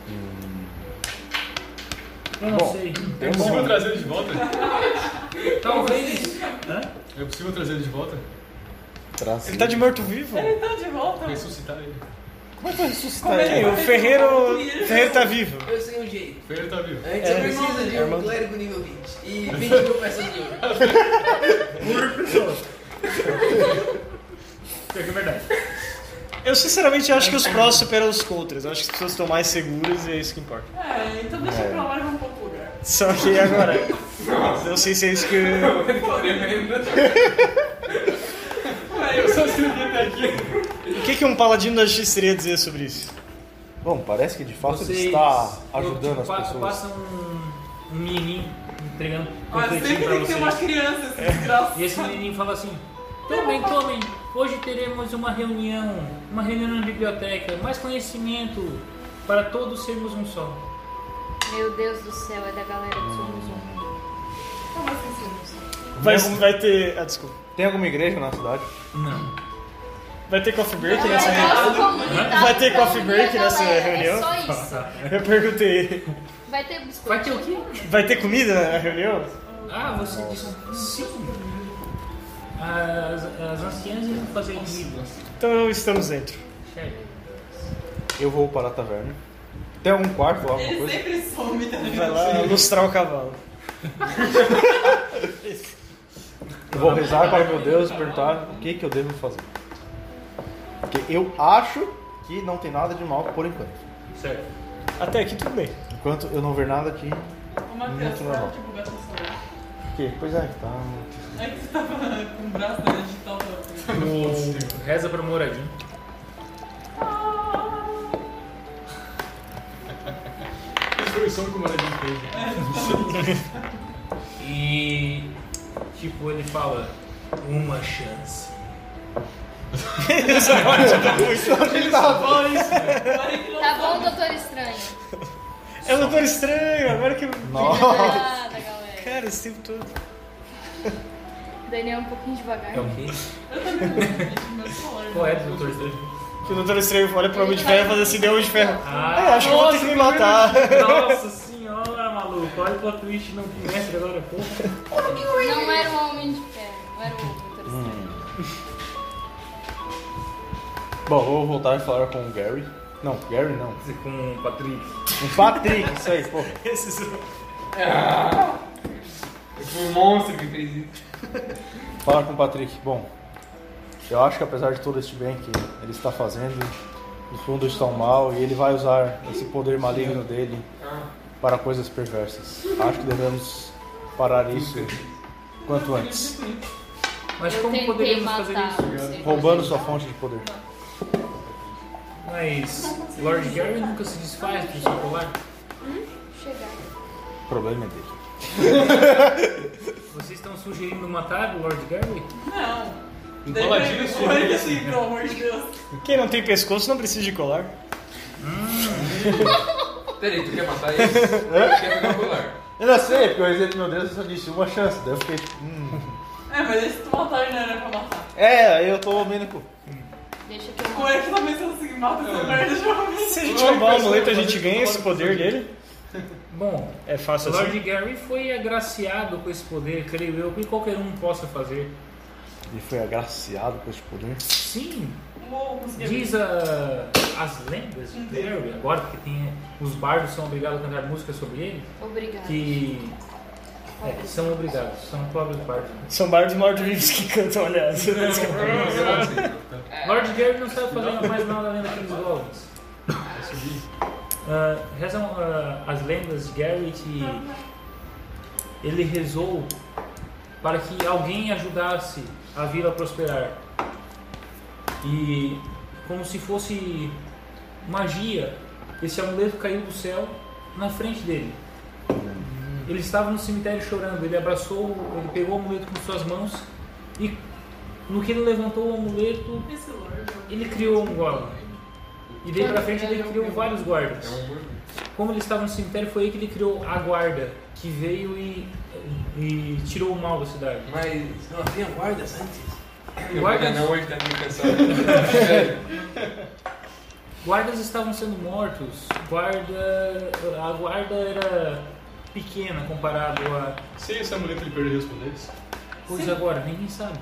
S1: Eu não
S5: Hum. Bom,
S1: sei.
S5: tem
S3: É
S5: um
S3: possível
S5: nome.
S3: trazer ele de volta?
S1: Talvez. Hã?
S3: É possível trazer ele de volta?
S5: Tracinho.
S4: Ele tá de morto-vivo?
S2: Ele tá de volta.
S3: Ressuscitar ele.
S5: Como é que vai ressuscitar
S2: Como é
S5: ele?
S4: Ei, o Ferreiro. o Ferreiro tá vivo.
S9: Eu sei um jeito.
S3: Feira tá vivo.
S9: Antes
S4: É.
S9: eu preciso de um
S5: Irmão.
S9: clérigo nível 20 e 20 mil peças de ouro.
S1: Por pessoa. Pior que é verdade.
S4: Eu sinceramente acho que os prós superam os contras. Eu acho que as pessoas estão mais seguras e é isso que importa.
S2: É, então deixa pra lá e vamos pra outro lugar.
S4: Só que e agora. Não sei se é isso que.
S2: Ué, eu só sei
S4: O que, que um paladino da justiça iria dizer sobre isso?
S5: Bom, parece que de fato ele
S1: Vocês-
S5: está
S1: eu-
S5: ajudando as
S1: pa-
S5: pessoas.
S1: Passa um, um menininho entregando
S2: Ah, sempre
S1: confetinho pra
S2: tem que ter assim, umas
S1: vocês.
S2: crianças, desgraçadas.
S1: E esse menininho fala assim: Tomem, tomem, hoje teremos uma reunião, uma reunião na biblioteca, mais conhecimento para todos sermos um só.
S8: Meu Deus do céu, é da galera que somos um.
S2: Como assim, senhor?
S4: Vai, vai ter. Ah, desculpa.
S5: Tem alguma igreja na cidade?
S1: Não.
S4: Vai ter coffee break
S8: É
S4: nessa reunião?
S8: nosso comunitário,
S4: Vai ter
S8: então,
S4: coffee
S8: minha
S4: break nessa
S8: galera,
S4: reunião?
S8: É só isso.
S4: *laughs* Eu perguntei.
S8: Vai ter biscoito.
S1: Vai ter o quê?
S4: Vai ter comida na reunião?
S1: Ah, você disse sim. As, as anciãs irão fazer isso.
S4: Então estamos dentro.
S1: Sério.
S5: Eu vou para a taverna. Tem algum quarto ou alguma
S2: Ele
S5: coisa?
S2: sempre some, tá
S4: Vai
S2: ligado?
S4: lá lustrar o cavalo.
S5: Eu vou rezar para meu Deus e perguntar o que, que eu devo fazer. Porque eu acho que não tem nada de mal por enquanto.
S1: Certo.
S4: Até aqui tudo bem.
S5: Enquanto eu não ver nada de.
S2: Uma
S5: Muito
S2: criança
S5: normal.
S2: tá, tipo, gasta o
S5: Que? Pois é, tá.
S2: Aí que você tava com o braço da digital assim, pra...
S1: O- Reza para o moradinho.
S3: Destruição com o Maradinho fez.
S4: né?
S1: E tipo, ele fala uma chance.
S8: Tá bom, doutor estranho.
S4: *laughs* É um doutor estranho, agora que.
S8: Obrigada, galera.
S4: Cara, esse tempo todo.
S8: Daniel é um pouquinho devagar.
S1: É o quê?
S2: Eu também não acredito no meu celular.
S1: Qual é, doutor Estranho?
S4: Que o doutor estranho olha pro homem de ferro e faz assim, deu homem de ferro.
S1: Ah,
S4: Eu acho que eu vou ter que me matar.
S1: Nossa senhora, maluco. Olha o plot twist não mestre agora, porra.
S8: Não era um homem de ferro, não era um doutor
S4: Hum.
S8: estranho.
S5: Bom, vou voltar e falar com o Gary. Não, Gary não.
S1: Com o Patrick.
S5: O Patrick, isso aí, pô.
S4: Esses-
S7: Foi um monstro que fez isso.
S5: Falar com o Patrick. Bom, eu acho que apesar de todo este bem que ele está fazendo, no fundo está um mal e ele vai usar esse poder maligno dele para coisas perversas. Acho que devemos parar isso quanto antes.
S1: Mas
S8: Eu
S1: como
S8: tentei
S1: poderíamos fazer
S8: matar
S1: isso?
S8: você.
S5: Roubando sua fonte de poder.
S1: Mas Lord Gary nunca se desfaz do seu colar.
S8: Chegar.
S5: O problema é dele.
S1: Vocês estão sugerindo matar o Lord Gary?
S2: Não.
S3: Um
S2: Daí
S3: paladino
S2: foi- foi
S4: né?
S3: sumiu.
S2: assim, pelo amor de Deus.
S4: Quem não tem pescoço não precisa de colar.
S7: Peraí, tu quer matar ele? Tu quer pegar o colar?
S5: Eu não sei, porque eu rezei pro meu Deus e só disse uma chance. Daí eu fiquei. Hum.
S2: É, mas deixa tu matar ele, não era pra matar.
S5: É, aí eu tô meio com.
S8: Deixa que eu
S2: Como é que talvez eu consiga matar
S4: É.
S2: essa merda de homem?
S4: Se a gente roubar o amuleto, a gente ganha esse poder dele.
S1: Bom,
S4: É fácil assim.
S1: Lord Gary foi agraciado com esse poder, creio eu, que qualquer um possa fazer.
S5: Ele foi agraciado com esse poder.
S1: Sim,
S2: Uou, consegui.
S1: Diz a- as lendas de Derry, agora porque tem, os bardos são obrigados a cantar música sobre ele,
S8: Obrigada.
S1: que é, são obrigados, são pobres bardos.
S4: São bardos mortos-vivos que cantam, *laughs* aliás. É.
S1: Lord Gary não sabe fazer mais nada além daqueles goblins. Ah, rezam ah, as lendas de Gary que ele rezou para que alguém ajudasse a vila a prosperar. E como se fosse magia, esse amuleto caiu do céu na frente dele. Ele estava no cemitério chorando, ele abraçou, ele pegou o amuleto com suas mãos e no que ele levantou o amuleto,
S2: Esse Lorde.
S1: ele criou um golem. E daí pra frente ele criou vários guardas.
S7: É um
S1: Como ele estava no cemitério, foi aí que ele criou a guarda, que veio e, e tirou o mal da cidade.
S9: Mas não havia guardas antes?
S7: Guarda não hoje da minha canção.
S1: Guardas estavam sendo mortos. Guarda. A guarda era pequena comparado a.
S3: Se esse amuleto ele perdeu respondência?
S1: Pois agora, ninguém sabe.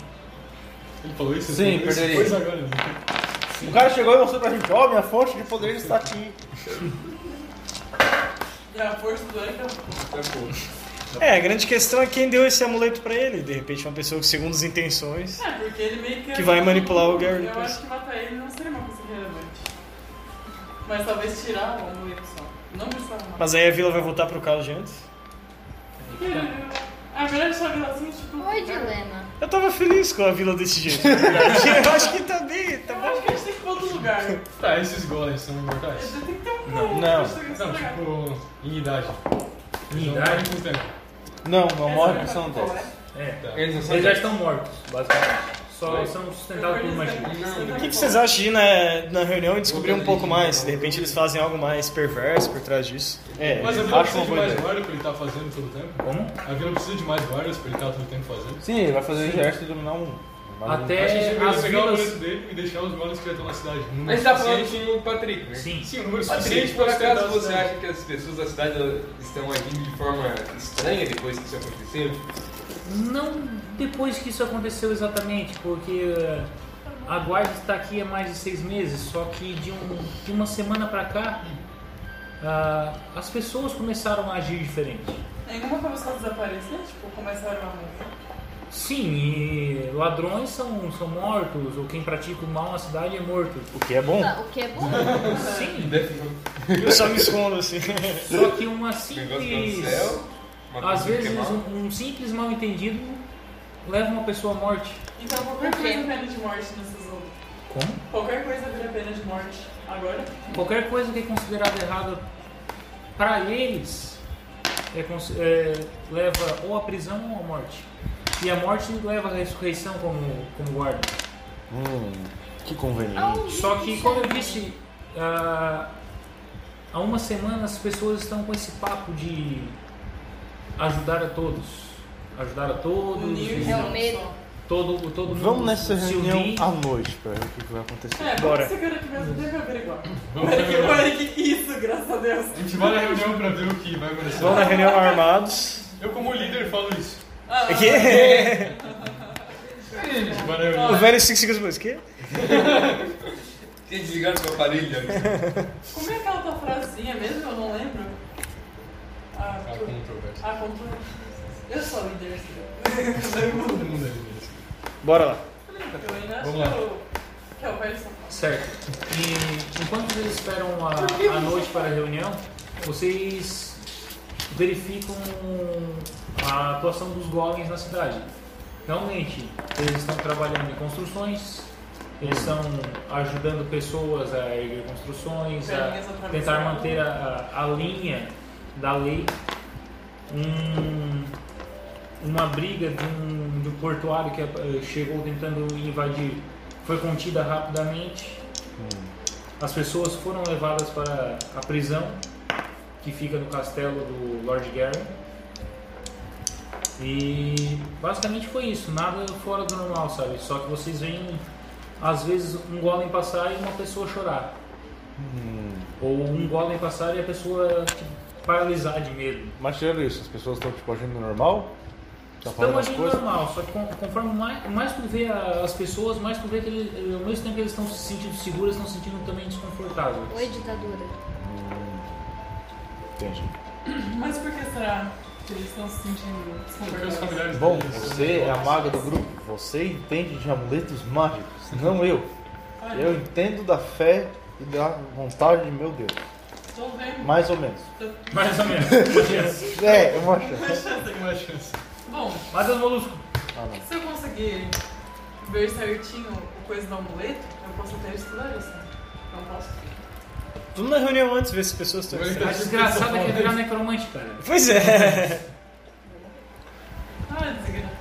S3: Ele falou isso?
S5: Sim,
S3: Ele falou isso?
S5: perderia.
S3: Pois agora. né?
S5: O cara chegou e mostrou pra gente, ó, minha fonte de poder está aqui.
S2: E a força do Anca
S4: É, a grande questão é quem deu esse amuleto pra ele. De repente, uma pessoa que, segundo as intenções.
S2: É, porque ele meio que.
S4: Que vai manipular o Gary
S2: Eu
S4: depois.
S2: acho que matar ele não seria uma coisa relevante. Mas talvez tirar o amuleto só. Não precisava matar.
S4: Mas aí a vila vai voltar pro caos de antes.
S2: A melhor chave assim, tipo.
S8: Oi, Dilema.
S4: Eu tava feliz com a vila desse jeito. *laughs* eu acho que tá bem, tá
S2: Eu
S4: bom.
S2: acho que a gente tem que ir pra outro lugar. A gente
S3: Tá, esses golems são imortais?
S2: tem que ter um não,
S5: não.
S3: Não, tipo, em idade. Eles
S1: Em
S3: não
S1: idade?
S3: morrem com o tempo. Tá.
S5: Não, não morre porque são 10.
S1: É.
S7: Eles não são
S1: Eles já
S7: gente.
S1: estão mortos, basicamente. Só são sustentados por magia.
S3: Não,
S4: O que, que vocês acham de ir na, na reunião e descobrir um pouco mais? De repente eles fazem algo mais perverso por trás disso.
S5: É,
S3: Mas a
S5: eu
S3: vila
S5: acho
S3: precisa
S5: uma
S3: de
S5: boa
S3: mais
S5: ideia.
S3: guarda pra ele estar fazendo todo o tempo?
S1: Como?
S3: A vila precisa de mais guardas pra ele estar todo o tempo fazendo?
S5: Sim, ele vai fazer o exército e dominar o mundo. Mas
S1: Até-
S3: Acho que a gente deveria
S1: É, as
S3: pegar o
S1: vilas-
S3: amuleto dele e deixar os golems que já estão na cidade. Um
S7: A
S3: número
S7: gente tá falando
S3: suficiente-
S7: com o Patrick, né?
S1: Sim.
S3: Sim, um número
S7: Patrick,
S3: suficiente
S7: por
S3: pra né?
S7: acaso
S3: sustentar a
S7: você
S3: cidade.
S7: acha que as pessoas da cidade elas estão agindo de forma estranha depois que isso aconteceu?
S1: Não depois que isso aconteceu exatamente, porque eh, a guarda está aqui há mais de seis meses, só que de, um- de uma semana pra cá ah, as pessoas começaram a agir diferente.
S2: Nenhuma começou a desaparecer, tipo, começaram a morrer.
S1: Sim, e ladrões são, são mortos, ou quem pratica o mal na cidade é morto.
S5: O que é
S4: Hum.
S5: bom?
S8: Tá, o que é bom?
S1: Sim,
S4: Eu só me escondo assim.
S1: só que uma
S7: *laughs* Negócio do
S1: simples.
S7: céu. uma
S1: Às
S7: coisa que é
S1: vezes
S7: mal.
S1: um, um simples mal entendido leva uma pessoa à morte.
S2: Então qualquer
S6: Por quê?
S2: coisa é pena de morte nessas outras.
S1: Como?
S2: Qualquer coisa vira pena de morte agora.
S1: Qualquer coisa que é considerada errada pra eles é cons- é, leva ou à prisão ou à morte. E a morte leva à ressurreição como, como guarda.
S5: Hum, que conveniente.
S8: Aonde
S1: Só que,
S8: isso
S1: como eu
S8: é?
S1: disse, ah, há uma semana as pessoas estão com esse papo de ajudar a todos. Ajudar a todos.
S2: Unir
S1: e
S8: É o medo.
S1: Todo, todo mundo
S5: Vamos nessa
S1: se
S5: reunião
S1: unir.
S5: à noite pra ver o que que vai acontecer.
S2: É,
S4: Bora.
S2: Bora. esse cara aqui mesmo deve averiguar.
S1: *laughs*
S3: Vamos
S2: Olha que,
S3: ver.
S2: olha que isso, graças a Deus.
S3: A gente vai na reunião pra ver o que vai acontecer.
S4: Vão na reunião armados.
S3: Eu, como líder, falo isso.
S2: Ah,
S4: Que?
S3: A gente vai na reunião.
S4: O velho 5 segundos depois. Que?
S7: Tinha desligado meu aparelho. antes.
S2: Como é aquela tua frasinha mesmo? Eu não lembro. Ah,
S3: Ah,
S2: tu-
S3: controverso.
S2: ah contou. Eu sou o líder. assim.
S3: Todo mundo é líder.
S4: Bora lá.
S2: Eu ainda acho
S3: Vamos lá.
S2: que eu- que é o velho safado.
S1: Certo. E enquanto vocês esperam a, a noite para a reunião, vocês verificam a atuação dos goblins na cidade. Realmente, eles estão trabalhando em construções, eles estão ajudando pessoas a erguer construções, a
S2: Velhinhas atravessadas.
S1: tentar manter a, a linha da lei. Um, uma briga de um, de um portuário que eh, chegou tentando invadir foi contida rapidamente. As pessoas foram levadas para a prisão que fica no castelo do Lord Gary. E basicamente foi isso, nada fora do normal, sabe? Só que vocês veem às vezes um golem passar e uma pessoa chorar. Ou um golem passar e a pessoa tipo, paralisar de medo.
S5: Mas tirando isso, as pessoas estão tipo agindo normal? Estão
S1: Estão
S5: fazendo as
S1: agindo
S5: coisas?
S1: Então, normal, só que con- conforme mais, mais tu vê a- as pessoas, mais tu vê que eles, eh, ao mesmo tempo que eles estão se sentindo seguras, estão se sentindo também desconfortáveis.
S8: Oi, ditadura.
S5: Entendi.
S2: Mas por que será que eles estão se sentindo
S3: Porque os
S2: desconfortáveis?
S3: familiares
S5: Bom,
S3: deles-
S5: você é a maga do grupo. Você entende de amuletos mágicos, não eu.
S2: Olha,
S5: Eu entendo da fé e da vontade de meu Deus.
S2: tô vendo.
S5: Mais ou menos.
S1: Mais ou menos.
S5: *laughs* É, eu acho.
S3: Tem uma chance.
S2: Bom,
S1: Mas os moluscos.
S2: se eu conseguir ver certinho o coisa do amuleto, eu posso até estudar isso. Não posso.
S4: Vamos na reunião antes ver se as pessoas estão.
S1: A desgraçada quer virar necromante, cara.
S4: Pois é.
S2: Ah, desgraça.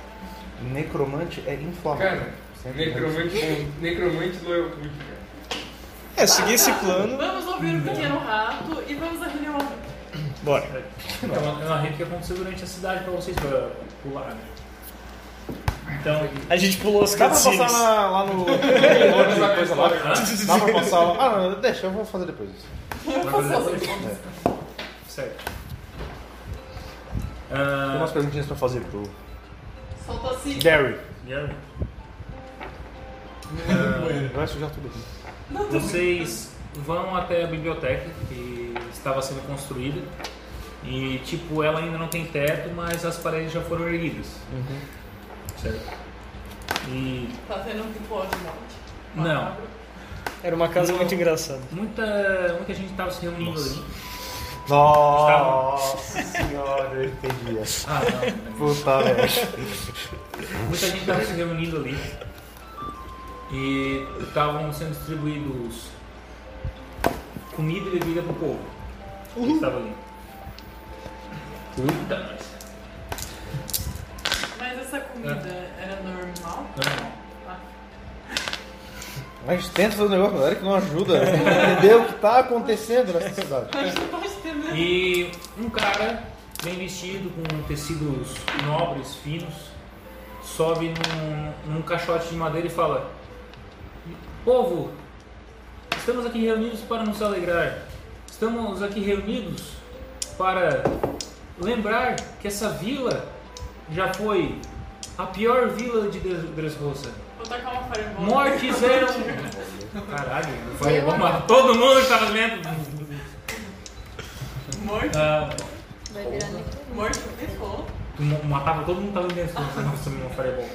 S5: Necromante é inflamável.
S7: Cara, necromante, tipo, necromante não é o culto, cara.
S4: É, seguir esse plano.
S2: Vamos ouvir o pequeno rato e vamos à reunião.
S4: Bora.
S1: Então, É uma, é uma rede que aconteceu durante a cidade pra vocês pra pular. né? Então,
S4: A gente pulou as
S5: Dá pra passar
S4: cutscenes.
S5: na- lá no. Outra coisa lá.
S1: Hã?
S5: Dá pra passar lá. Ah, não, deixa, eu vou fazer depois isso.
S1: é assim. certo.
S5: Tem umas
S1: Ah,
S5: perguntinhas pra fazer pro
S2: Solta assim.
S5: Derry.
S1: Gary,
S5: Vai sujar tudo aqui.
S1: Ah, vocês vão até a biblioteca que estava sendo construída e tipo ela ainda não tem teto, mas as paredes já foram erguidas. Certo. E
S2: Tá vendo um tipo de morte.
S1: não,
S4: Era uma casa muito engraçada.
S1: muita muita gente estava se reunindo ali.
S5: Nossa senhora, eu entendi essa.
S1: Ah, não. *laughs*
S5: Puta merda.
S1: Muita gente estava se reunindo ali. E estavam sendo distribuídos comida e bebida pro povo. Que estava ali. Puta, nós.
S2: Mas essa comida era normal?
S1: Normal.
S2: Ah,
S5: Mas tenta fazer um negócio, galera, que não *laughs* ajuda. Tem que entender o que tá acontecendo nessa cidade.
S2: Mas não *laughs* pode ter medo.
S1: E um cara bem vestido, com tecidos nobres, finos, sobe num, num caixote de madeira e fala: Povo, estamos aqui reunidos para nos alegrar. Estamos aqui reunidos para lembrar que essa vila já foi a pior vila de Dres- Dressrosa.
S2: Vou tacar uma fireball.
S1: Mortes eram. Caralho, vai, vamos lá. Todo mundo que tava dentro.
S2: Morte.
S1: Ah,
S6: Vai virar Nick.
S2: Morte ficou.
S1: Tu mo- matava todo mundo que tava dentro se não fosse uma fireball.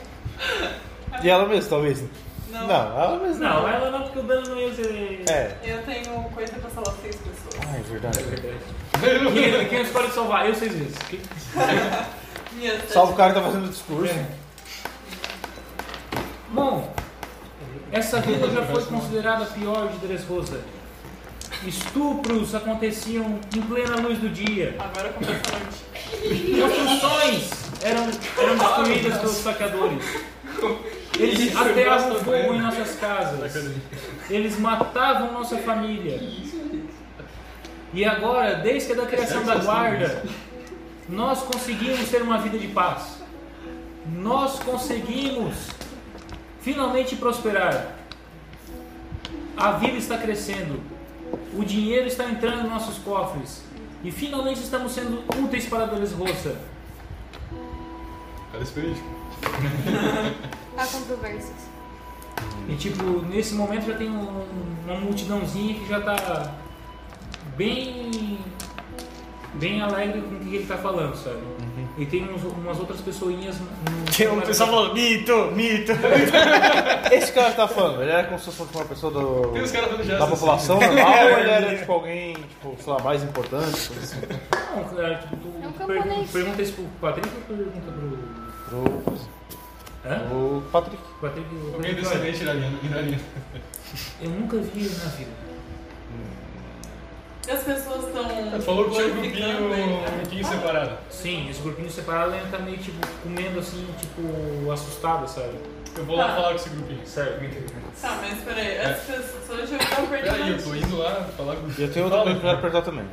S5: E ela mesmo, talvez. Não, ela mesmo.
S1: Não, ela não, porque o dano não ia ser.
S5: É.
S2: Eu tenho coisa pra salvar seis pessoas.
S5: Ah, é verdade.
S1: Quem, quem escolhe salvar? Eu seis vezes. Que-
S2: Minha sete-
S5: Salve o cara que tá fazendo discurso.
S1: Bom, essa vila já foi considerada a pior de Dressrosa. Estupros aconteciam em plena luz do dia.
S2: Agora é começa a morte.
S1: Construções eram, eram destruídas pelos saqueadores. Eles ateavam fogo em nossas casas. Eles matavam nossa família. E agora, desde a criação da guarda, nós conseguimos ter uma vida de paz. Nós conseguimos finalmente prosperar. A vida está crescendo. O dinheiro está entrando em nossos cofres. E finalmente estamos sendo úteis para a Dolores Roça.
S3: Cara experiente.
S6: Há controvérsias.
S1: E tipo, nesse momento já tem um- uma multidãozinha que já tá bem bem alegre com o que ele tá falando, sabe? E tem uns- umas outras pessoinhas no- no-
S4: Uhum. *laughs* Tem um pessoal falando, mito, mito.
S5: Esse cara que tá falando, ele era como se fosse uma pessoa do,
S3: Tem os caras dando
S5: da
S3: gestos. assim?
S5: população normal ou ele
S3: *laughs*
S5: era tipo alguém, tipo, sei lá, mais importante? coisa assim?
S1: Não, cara, tipo, tu,
S6: É um
S1: tu pergun-
S6: camponês.
S1: pergunta isso pro Patrick ou pergunta pro...
S5: Pro,
S1: Hã?
S5: pro Patrick.
S1: Patrick, o
S3: Alguém
S1: Patrick, olha,
S3: descendente da linha, da linha.
S1: eu nunca vi ele na vida.
S2: E as pessoas estão.
S3: Falou que tinha um grupinho,
S1: né?
S3: um
S2: né?
S3: grupinho separado.
S1: Sim, esse grupinho separado ele tá meio tipo comendo assim, tipo, assustado, sabe?
S3: Eu vou lá falar com esse grupinho.
S1: Sério.
S2: Tá, mas peraí. As pessoas já estão
S3: É. Peraí, eu
S2: perdendo.
S3: tô indo lá falar com o
S5: E eu tenho outra coisa que eu quero perguntar também.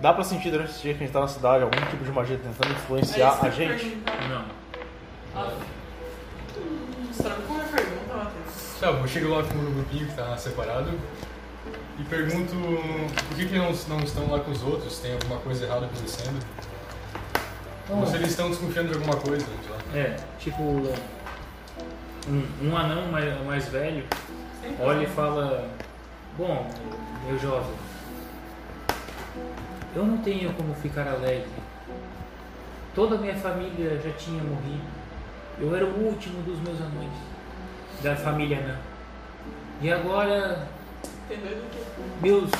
S5: Dá pra sentir durante esse dia que a gente tá na cidade algum tipo de magia tentando influenciar
S2: É tá
S5: a gente?
S1: Não.
S2: Será que tá uma pergunta, Matheus?
S3: Tá, eu chego lá com o grupinho que tá separado e pergunto por que, que não, não estão lá com os outros, tem alguma coisa errada acontecendo. Ou se eles estão desconfiando de alguma coisa, sei lá.
S1: É, tipo, um, um anão mais, mais velho olha e fala: Bom, meu jovem, eu não tenho como ficar alegre. Toda a minha família já tinha morrido. Eu era o último dos meus anões, da família anã. E agora,
S2: Tem dois aqui.
S1: meus,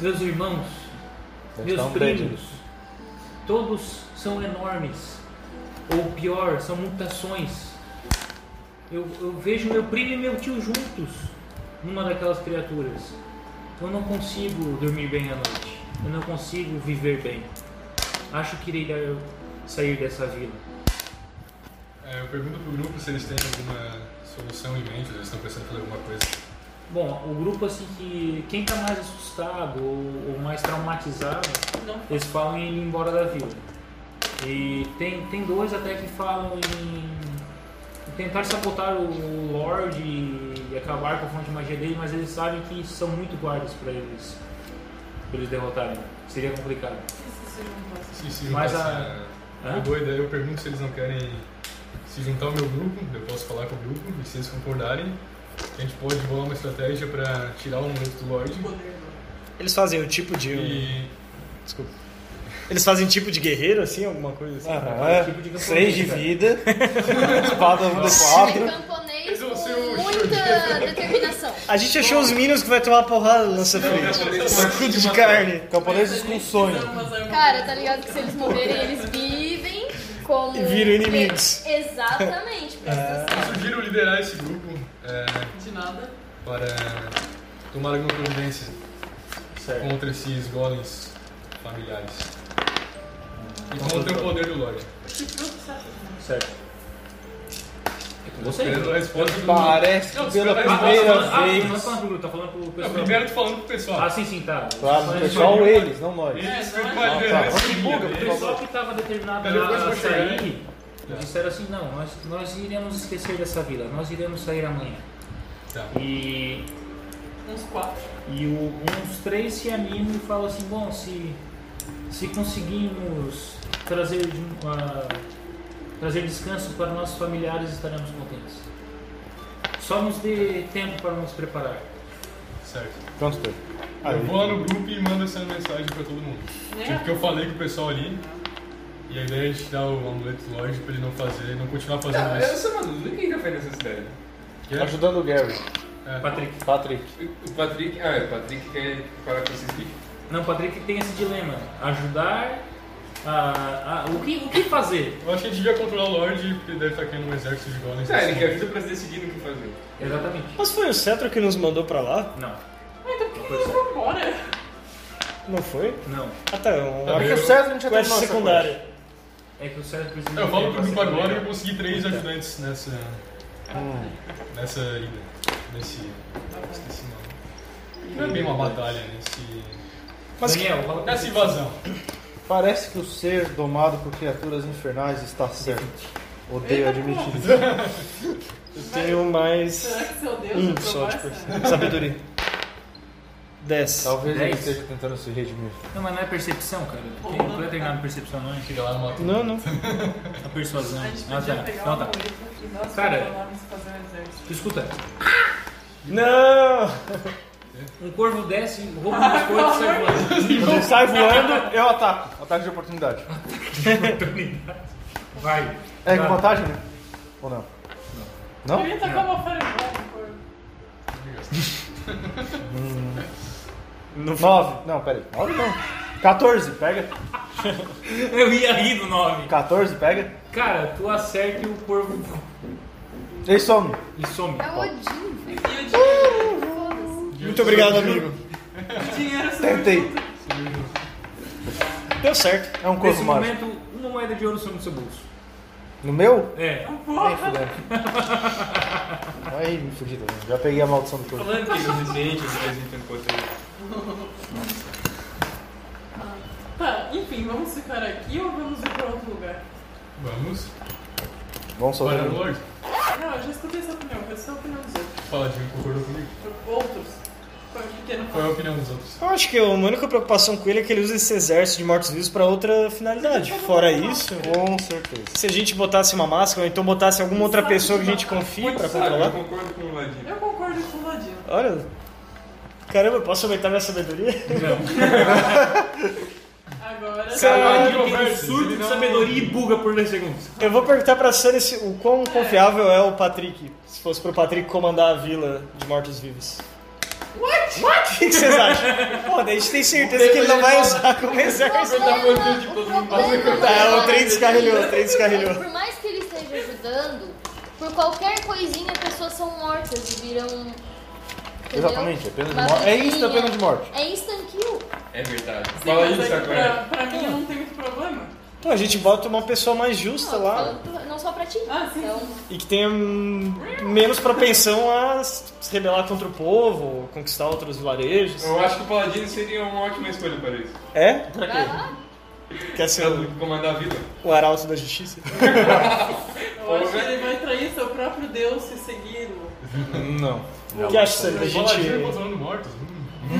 S1: meus irmãos
S5: Deve
S1: meus
S5: estar um
S1: primos,
S5: prédio.
S1: todos são enormes. Ou pior, são mutações. Eu, eu vejo meu primo e meu tio juntos numa daquelas criaturas. Eu não consigo dormir bem à noite. Eu não consigo viver bem. Acho que irei dar- sair dessa vila.
S3: É, eu pergunto pro grupo se eles têm alguma solução em mente, ou eles estão pensando em fazer alguma coisa.
S1: Bom, o grupo assim que. Quem tá mais assustado ou, ou mais traumatizado,
S2: Não.
S1: eles falam em ir embora da vila. E tem, tem dois até que falam em tentar sabotar o, o Lorde e acabar com a fonte de magia dele, mas eles sabem que são muito guardas pra eles, pra eles derrotarem. Seria complicado.
S3: Se, se
S1: Mas
S3: juntasse,
S1: a-
S3: né?
S1: Hã?
S3: Uma boa ideia, eu pergunto se eles não querem se juntar ao meu grupo, eu posso falar com o grupo, e se eles concordarem, a gente pode bolar uma estratégia pra tirar um o amuleto do Lorde
S4: Eles fazem o tipo de.
S3: e
S4: Desculpa. Eles fazem tipo de guerreiro, assim, alguma coisa assim?
S5: Aham.
S1: Tipo de camponês,
S5: É, Seis de
S1: cara.
S5: vida, *laughs* espada do
S8: É
S5: quatro.
S8: camponês
S3: Eles vão ser
S8: com
S3: o
S8: muita determinação.
S4: A gente achou os minions que vai tomar porrada na nossa frente. Escudo de carne.
S5: Camponeses com sonho.
S8: Cara, tá ligado que se eles morrerem, eles vivem como.
S4: E viram inimigos. *laughs* É,
S8: Exatamente, presta atenção.
S3: eu sugiro liderar esse grupo é,
S2: De nada.
S3: para tomar alguma providência
S1: Certo.
S3: contra esses golems familiares. E contra o poder do Lorde.
S1: Certo. É com você?
S3: Esperando a resposta do
S5: Parece
S3: Não,
S5: que pela
S3: espera aí,
S5: primeira
S1: ah, tá falando- Ah, não tá
S5: vez. É,
S1: falando pro grupo, tá falando pro
S3: Não,
S1: pessoal.
S3: primeiro eu tô falando pro pessoal.
S1: Ah, sim, sim, tá.
S5: Claro, um pessoal, é eles, não nós.
S3: Eles
S2: É, não é-
S3: ficam com a liderança
S5: Tá,
S3: minha
S5: buga, por
S1: O
S3: deles.
S1: pessoal que estava determinado
S3: Pera, depois eu
S1: a
S3: vou chegar, né?
S1: sair, disseram assim, não, nós, nós iremos esquecer dessa vila, nós iremos sair amanhã.
S3: Tá.
S1: E,
S2: Uns quatro.
S1: e o- uns três se animam e falam assim, bom, se, se conseguirmos trazer, de um- a- trazer descanso para nossos familiares, estaremos contentes. Só nos dê tempo para nos preparar.
S3: Certo.
S5: Quanto tempo?
S3: Eu vou lá no grupo e mando essa mensagem pra todo mundo.
S2: Né?
S3: Tipo, que eu falei com o pessoal ali. E a ideia é de tirar o amuleto do Lorde pra ele não fazer, não continuar fazendo
S7: Tá, eu
S3: isso.
S7: sou uma dúvida. Quem já fez necessidade?
S3: Que é-
S5: Ajudando o Gary.
S1: Patrick.
S5: Patrick.
S7: O Patrick. Ah, é, o Patrick quer parar com esses bichos.
S1: Não, Patrick tem esse dilema. né? Ajudar a. a- o, que, o que fazer?
S3: Eu acho que a gente devia controlar o Lorde, porque deve estar criando um exército de golems.
S7: Tá, ele quer vida pra se decidir no que fazer.
S1: Exatamente.
S4: Mas foi o Cetro que nos mandou pra lá?
S1: Não.
S2: Ah, então Por que eles vão embora?
S4: Não foi?
S1: Não.
S4: Ah, tá. Um
S3: Tá,
S5: Porque
S3: eu-
S5: É o César não tinha
S4: quest
S5: terminado essa coisa.
S4: secundária.
S1: É que o César precisa.
S3: Eu
S1: de tempo
S3: falo pro grupo
S1: pra se
S3: agora e eu
S1: planejar.
S3: consegui três ajudantes nessa.
S1: Ah.
S3: Nessa ida. Nesse. Esqueci o nome. Não é bem uma batalha, nesse.
S4: Mas-
S1: Daniel, fala
S3: Nessa invasão.
S5: Parece que o ser domado por criaturas infernais está certo. Odeio admitir isso.
S4: Eu tenho mais.
S2: Será que seu Deus
S4: Um
S2: já
S4: só de
S2: conversa?
S4: percepção. Sabedoria. 10.
S5: Talvez ele
S1: Dez.
S5: esteja tentando se redimir.
S1: Não, mas não é percepção, cara. Tem não é treinado percepção, não. É
S3: Chega lá
S7: *laughs*
S3: no mato.
S4: Não, não.
S1: a persuasão.
S2: A gente
S1: Ah,
S2: podia
S1: tá.
S2: pegar
S1: Não,
S2: um
S1: tá.
S2: amuleto e nós
S1: Cara.
S2: transformarmos e fazer um exército.
S1: Tu escuta.
S4: Não!
S1: Um corvo desce, rouba um biscoito e sai voando.
S5: Ele sai voando, eu ataco. Ataque de oportunidade.
S3: *laughs*
S1: Vai.
S5: É com
S1: Vai.
S5: vantagem, né? Ou não? Não.
S2: Eu ia
S3: Ah.
S2: tacar uma fireball no corpo.
S5: Não? Nove. Não, peraí. Nove não. 14, pega.
S1: Eu ia rir do nome.
S5: 14, pega.
S1: Cara, tu acerta e o corvo
S5: Ele some.
S1: e some.
S8: É o Odin, velho.
S2: E o
S5: Uh!
S2: dinheiro?
S4: Muito obrigado, amigo.
S2: O dinheiro subiu
S5: Tentei.
S2: junto.
S4: Deu certo.
S5: É um
S1: Nesse
S5: corvo mágico.
S1: momento, uma moeda de ouro some do seu bolso.
S5: No meu?
S1: É.
S5: Nem fudendo. Aí, me fugi também. Já peguei a maldição do corvo.
S7: Falando que os dentes, de vez em quando, enquanto
S2: Tá, enfim, vamos ficar aqui ou vamos ir pra outro lugar?
S3: Vamos.
S5: Vamos
S3: Para o
S5: soltar.
S3: Lorde.
S2: Não, eu já escutei essa opinião, quero saber a opinião dos outros.
S3: Fala, Diego, concordou comigo?
S2: Outros? Foi um pequeno
S3: Qual é a opinião dos outros?
S4: Eu acho que a única preocupação com ele é que ele usa esse exército de mortos-vivos pra outra finalidade. Fora isso,
S5: Com certeza.
S4: se a gente botasse uma máscara ou então botasse alguma outra pessoa que a gente confie pra
S7: Sabe, eu
S4: controlar.
S7: concordo com o Ladinho.
S2: Eu concordo com o Ladino.
S4: Olha. Caramba, eu posso aumentar minha sabedoria?
S2: Agora.
S3: Ah,
S4: Caralho,
S1: Ele tem um surto de sabedoria e buga por 10 segundos.
S4: Eu vou perguntar pra Sunny se- o quão confiável é o Patrick, se fosse pro Patrick comandar a vila de mortos-vivos. What? *laughs* O que que vocês acham? Pô, daí a gente tem certeza que ele não vai usar como exército.
S8: O problema
S4: Tá, o
S8: é-
S4: trem descarrilhou, o trem
S8: É que
S4: descarrilhou.
S8: Por mais que ele esteja ajudando, por qualquer coisinha pessoas são mortas e viram. entendeu?
S5: Exatamente, é pena de
S8: Uma
S5: morte. É isso, é
S8: vidinha.
S5: pena de morte.
S8: É instant kill.
S7: É verdade.
S2: Sim,
S7: Fala
S2: mas
S7: isso
S2: é que
S7: agora.
S2: pra, pra mim não tem muito problema.
S4: Pô, a gente bota uma pessoa mais justa
S8: Não,
S4: lá
S8: tô falando- não só pra ti.
S2: Ah, sim.
S8: Então,
S4: e que tenha hum, menos propensão a se rebelar contra o povo, conquistar outros vilarejos.
S7: Eu acho que o Paladino seria uma ótima escolha para isso.
S4: É?
S8: vai lá.
S4: Quer ser o,
S7: Comandar a vida.
S4: o arauto da justiça?
S2: Eu acho que ele vai trair seu próprio Deus se seguir o.
S5: Não.
S4: O que acha Sandra? A
S1: é.
S3: Paladino
S4: gente.
S3: controlando mortos. Hum.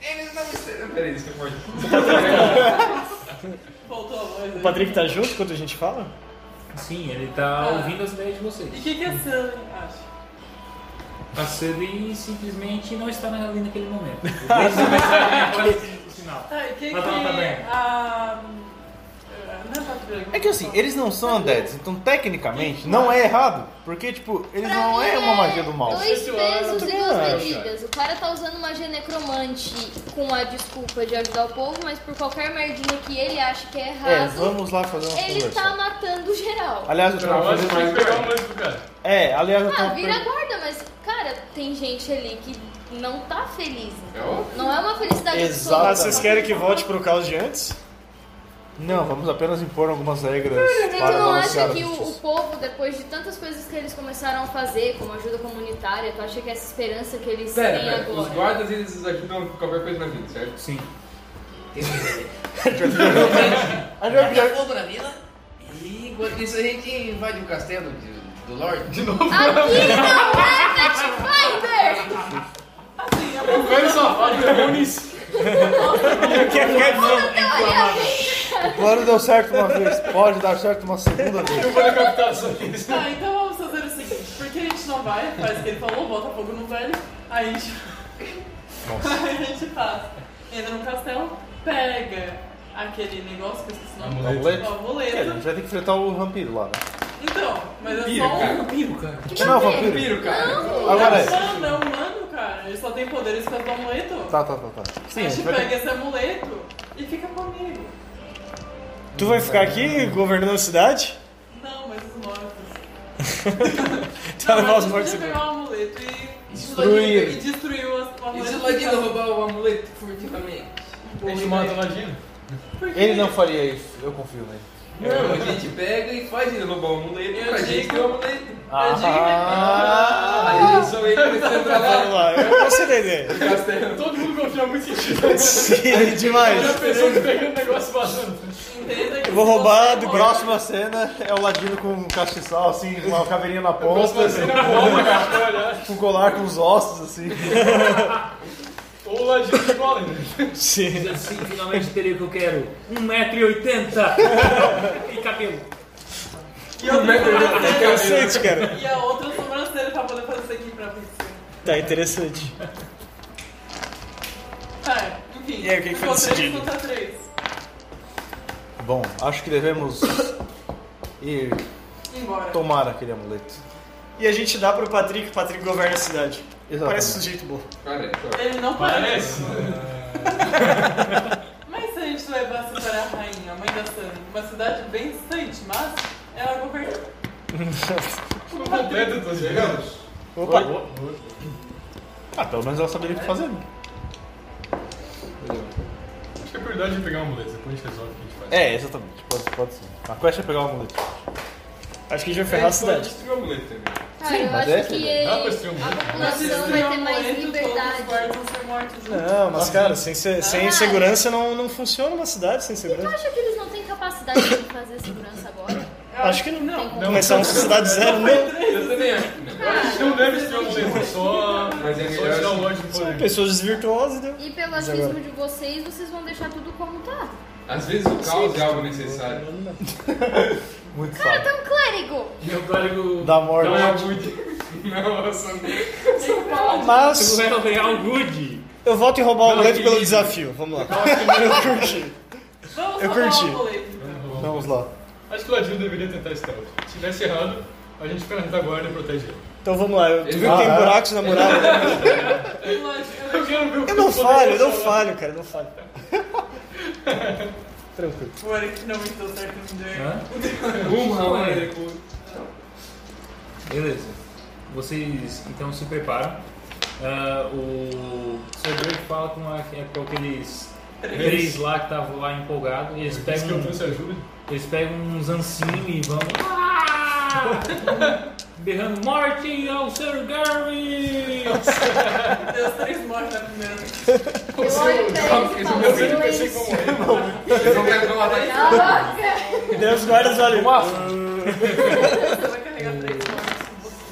S7: Eles não estão. Peraí, isso que eu pode.
S2: Faltou a voz. né?
S4: O Patrick tá junto enquanto a gente fala?
S1: Sim, ele tá
S2: Ah.
S1: ouvindo as ideias de
S2: E
S1: vocês.
S2: o que, que a Sam acha?
S1: A Sully Tá simplesmente não está na- ali naquele *laughs* momento. Desde a mensagem agora no final.
S2: Tá, e o que que
S1: Mas ela tá bem.
S2: a. hum, Não é patrulha.
S5: É que assim, eles não são undeads, então tecnicamente não é errado. Porque, tipo, eles
S8: Pra
S5: não
S8: mim
S5: é uma magia do mal.
S8: Dois pesos e
S4: também
S8: duas
S4: acho.
S8: medidas. O cara tá usando magia necromante com a desculpa de ajudar o povo, mas por qualquer merdinha que ele acha que
S5: É,
S8: é errado,
S5: vamos lá fazer uma
S8: ele tá
S5: conversa.
S8: matando geral.
S5: Aliás, eu
S3: Não,
S5: tava
S3: eu acho que tem
S5: fazendo.
S3: que pegar o lance do cara.
S5: É, aliás, eu
S8: Ah,
S5: tava.
S8: vira
S5: per-
S8: guarda, mas, cara, tem gente ali que não tá feliz.
S7: É óbvio.
S8: Não é uma felicidade
S5: Exato.
S4: Ah,
S8: absoluta.
S4: vocês querem que volte pro caos de antes?
S5: Não, vamos apenas impor algumas regras
S8: Você
S5: para
S8: não
S5: balancear
S8: acha
S5: a
S8: que o, o
S5: justiça.
S8: povo, depois de tantas coisas que eles começaram a fazer, como ajuda comunitária, tu acha que essa esperança que eles
S7: Pera,
S8: têm
S7: pera, né? os
S8: agora?
S7: guardas eles ajudam com qualquer coisa na vida, certo?
S1: Sim.
S5: A gente vai
S9: Pega
S5: pegar-
S9: fogo na vila e enquanto isso a gente invade o castelo de- do Lorde. De
S4: *laughs*
S9: novo.
S8: Aqui não é Pathfinder!
S2: Assim, a
S3: O velho safado pegou nisso.
S5: Claro, deu certo uma vez, pode dar certo uma segunda vez.
S3: Eu vou decapitar essa vez.
S2: Tá, então vamos fazer o seguinte, porque a gente não vai, faz o que ele falou, bota fogo no velho, aí a gente. *laughs* Aí a gente passa. Entra no castelo, pega aquele negócio que eu esqueci o nome.
S5: Amuleto.
S2: O
S5: É, a
S2: amuleto.
S5: gente vai ter que enfrentar o vampiro lá, né?
S2: Então, mas é só um.
S1: Vampiro, cara.
S5: Não, vampiro.
S7: Piro, cara.
S5: Agora
S2: é
S5: é.
S2: humano, é humano, cara. Ele só tem poderes por causa do amuleto.
S5: Tá, tá, tá, tá. a
S2: a gente
S5: gente vai
S2: pega esse amuleto e fica comigo.
S4: Tu vai ficar aqui governando a cidade?
S2: Não, mas os mortos.
S4: Tá
S2: não,
S4: levar os
S2: mas
S4: mortos
S2: podia
S4: embora.
S2: pegar o amuleto e.
S9: Destruir.
S2: E destruir o as- o
S9: E
S2: amuleto.
S9: se o Ladino roubar o amuleto furtivamente?
S3: A gente mata o ladino.
S2: Por quê?
S5: Ele não faria isso, eu confio nele.
S7: Não, a gente pega e faz ele roubar o amuleto
S2: Eu
S7: pra gente
S2: digo-
S7: ter o amuleto.
S8: É
S2: né?
S5: Ah,
S7: Aí só ele precisa entrar lá
S4: Vamos lá, eu gostei da ideia.
S7: no castelo.
S3: Todo mundo confia muito em ti.
S4: Sim, demais.
S3: Já pensou que pegando o um negócio vazando.
S2: Entenda que
S4: Eu vou roubar do Brock.
S5: próxima cena é o ladino com um castiçal, assim, com uma caveirinha na ponta,
S3: Próxima
S5: assim,
S3: cena bomba, cara. Olha.
S5: com um colar com os ossos, assim.
S3: Ou o ladino de bola. né?
S4: Sim.
S1: Assim, finalmente teria o que eu quero. 1,80m! *laughs* e cabelo.
S2: E a outra sobrancelha.
S4: É Interessante, cara.
S2: E a outra sobrancelha pra poder fazer isso aqui pra você.
S4: Tá interessante.
S2: Tá, enfim.
S4: E aí, o que que foi
S2: ficou três
S4: decidido?
S2: contra três.
S5: Bom, acho que devemos ir
S2: Embora.
S5: tomar aquele amuleto.
S4: E a gente dá pro Patrick, o Patrick governa a cidade. Parece um sujeito bom.
S7: Cara, é,
S2: Ele não parece.
S3: Parece.
S2: *laughs* Mas se a gente levasse para a rainha, a mãe da Sam, uma cidade bem distante, mas é ela governa.
S3: Ficou completo, tô chegando.
S4: Opa.
S5: Ah, pelo menos ela saberia o que fazer. né?
S3: Acho que a prioridade é pegar o amuleto. Depois a gente resolve o que a gente faz.
S5: É, exatamente. Pode, pode sim. A quest é pegar o amuleto.
S4: Acho que a gente vai
S7: a
S4: ferrar a
S7: gente pode
S4: cidade.
S7: destruir o amuleto também.
S8: Cara, eu
S5: mas
S8: acho
S5: é,
S8: que
S3: Dá pra ser um-
S8: a
S2: Mas se
S8: população vai ter
S2: destruir o
S8: mais
S2: amuleto, Todos os
S8: liberdade.
S2: guardas vão ser mortos juntos.
S4: Não, mas cara, sem, se- sem
S8: Ah.
S4: segurança não, não funciona uma cidade sem
S8: Tu
S4: segurança.
S8: acha que eles não têm capacidade de fazer segurança agora?
S2: Eu
S4: Acho que Ah, não.
S8: Tem como.
S4: Começar uma cidade zero, né? não.
S7: Eu também acho que não.
S3: A gente não deve destruir o amuleto. Só,
S7: Mas é
S3: só tirar um o
S7: melhor.
S3: lorde do
S4: São
S3: poder.
S4: pessoas desvirtuosas, né? entendeu?
S8: E pelo achismo de vocês, vocês vão deixar tudo como tá.
S7: Às vezes o caos é algo necessário.
S5: Muito
S8: Cara,
S5: sábio.
S8: tem um clérigo!
S1: Meu código.
S5: Da morte.
S1: Não é o
S7: Não, eu sou
S2: tenho que falar de-
S4: Mas
S1: Good. Não é o Good.
S4: eu volto em roubar o
S1: Não,
S4: amuleto
S1: que
S4: pelo
S1: isso.
S4: desafio. Vamos lá. Eu curti.
S2: Vamos
S4: Eu
S2: roubar
S4: curti.
S2: o amuleto.
S5: Vamos lá.
S3: Acho que o ladino deveria tentar stealth. Se tivesse errado, a gente fica na retaguarda e protege ele.
S4: Então vamos lá. Eu- Tu viu que tem
S5: Ah,
S4: buracos na muralha?
S2: E lógico,
S3: Eu quero ver o que
S4: Eu não
S3: os
S4: falho, eu
S3: poderes
S4: não
S3: são.
S4: falho, cara, eu não falho. Tranquilo.
S2: O Eric finalmente deu certo no dia.
S1: *laughs* Hã? Uma hora. é. Beleza. Vocês então se preparam. Ah, o Sr. Drake fala com, a- é com aqueles três lá que estavam lá empolgados. Eles um
S3: Por isso que
S1: pegam,
S3: eu trouxe ajuda.
S1: eles pegam uns ancinhos e vão. lá! Ah! *laughs* Berrando morte ao Sr. Garvis!
S2: Deu os três mortos na primeira vez.
S8: Eu olho pra ele e
S3: Esse
S8: falo,
S3: meu filho
S8: Luiz,
S3: pensei como ele.
S7: Eles não querem tomar ataque.
S8: cala a boca.
S4: Deus guarda os olhos.
S2: Você vai carregar três mortos com você.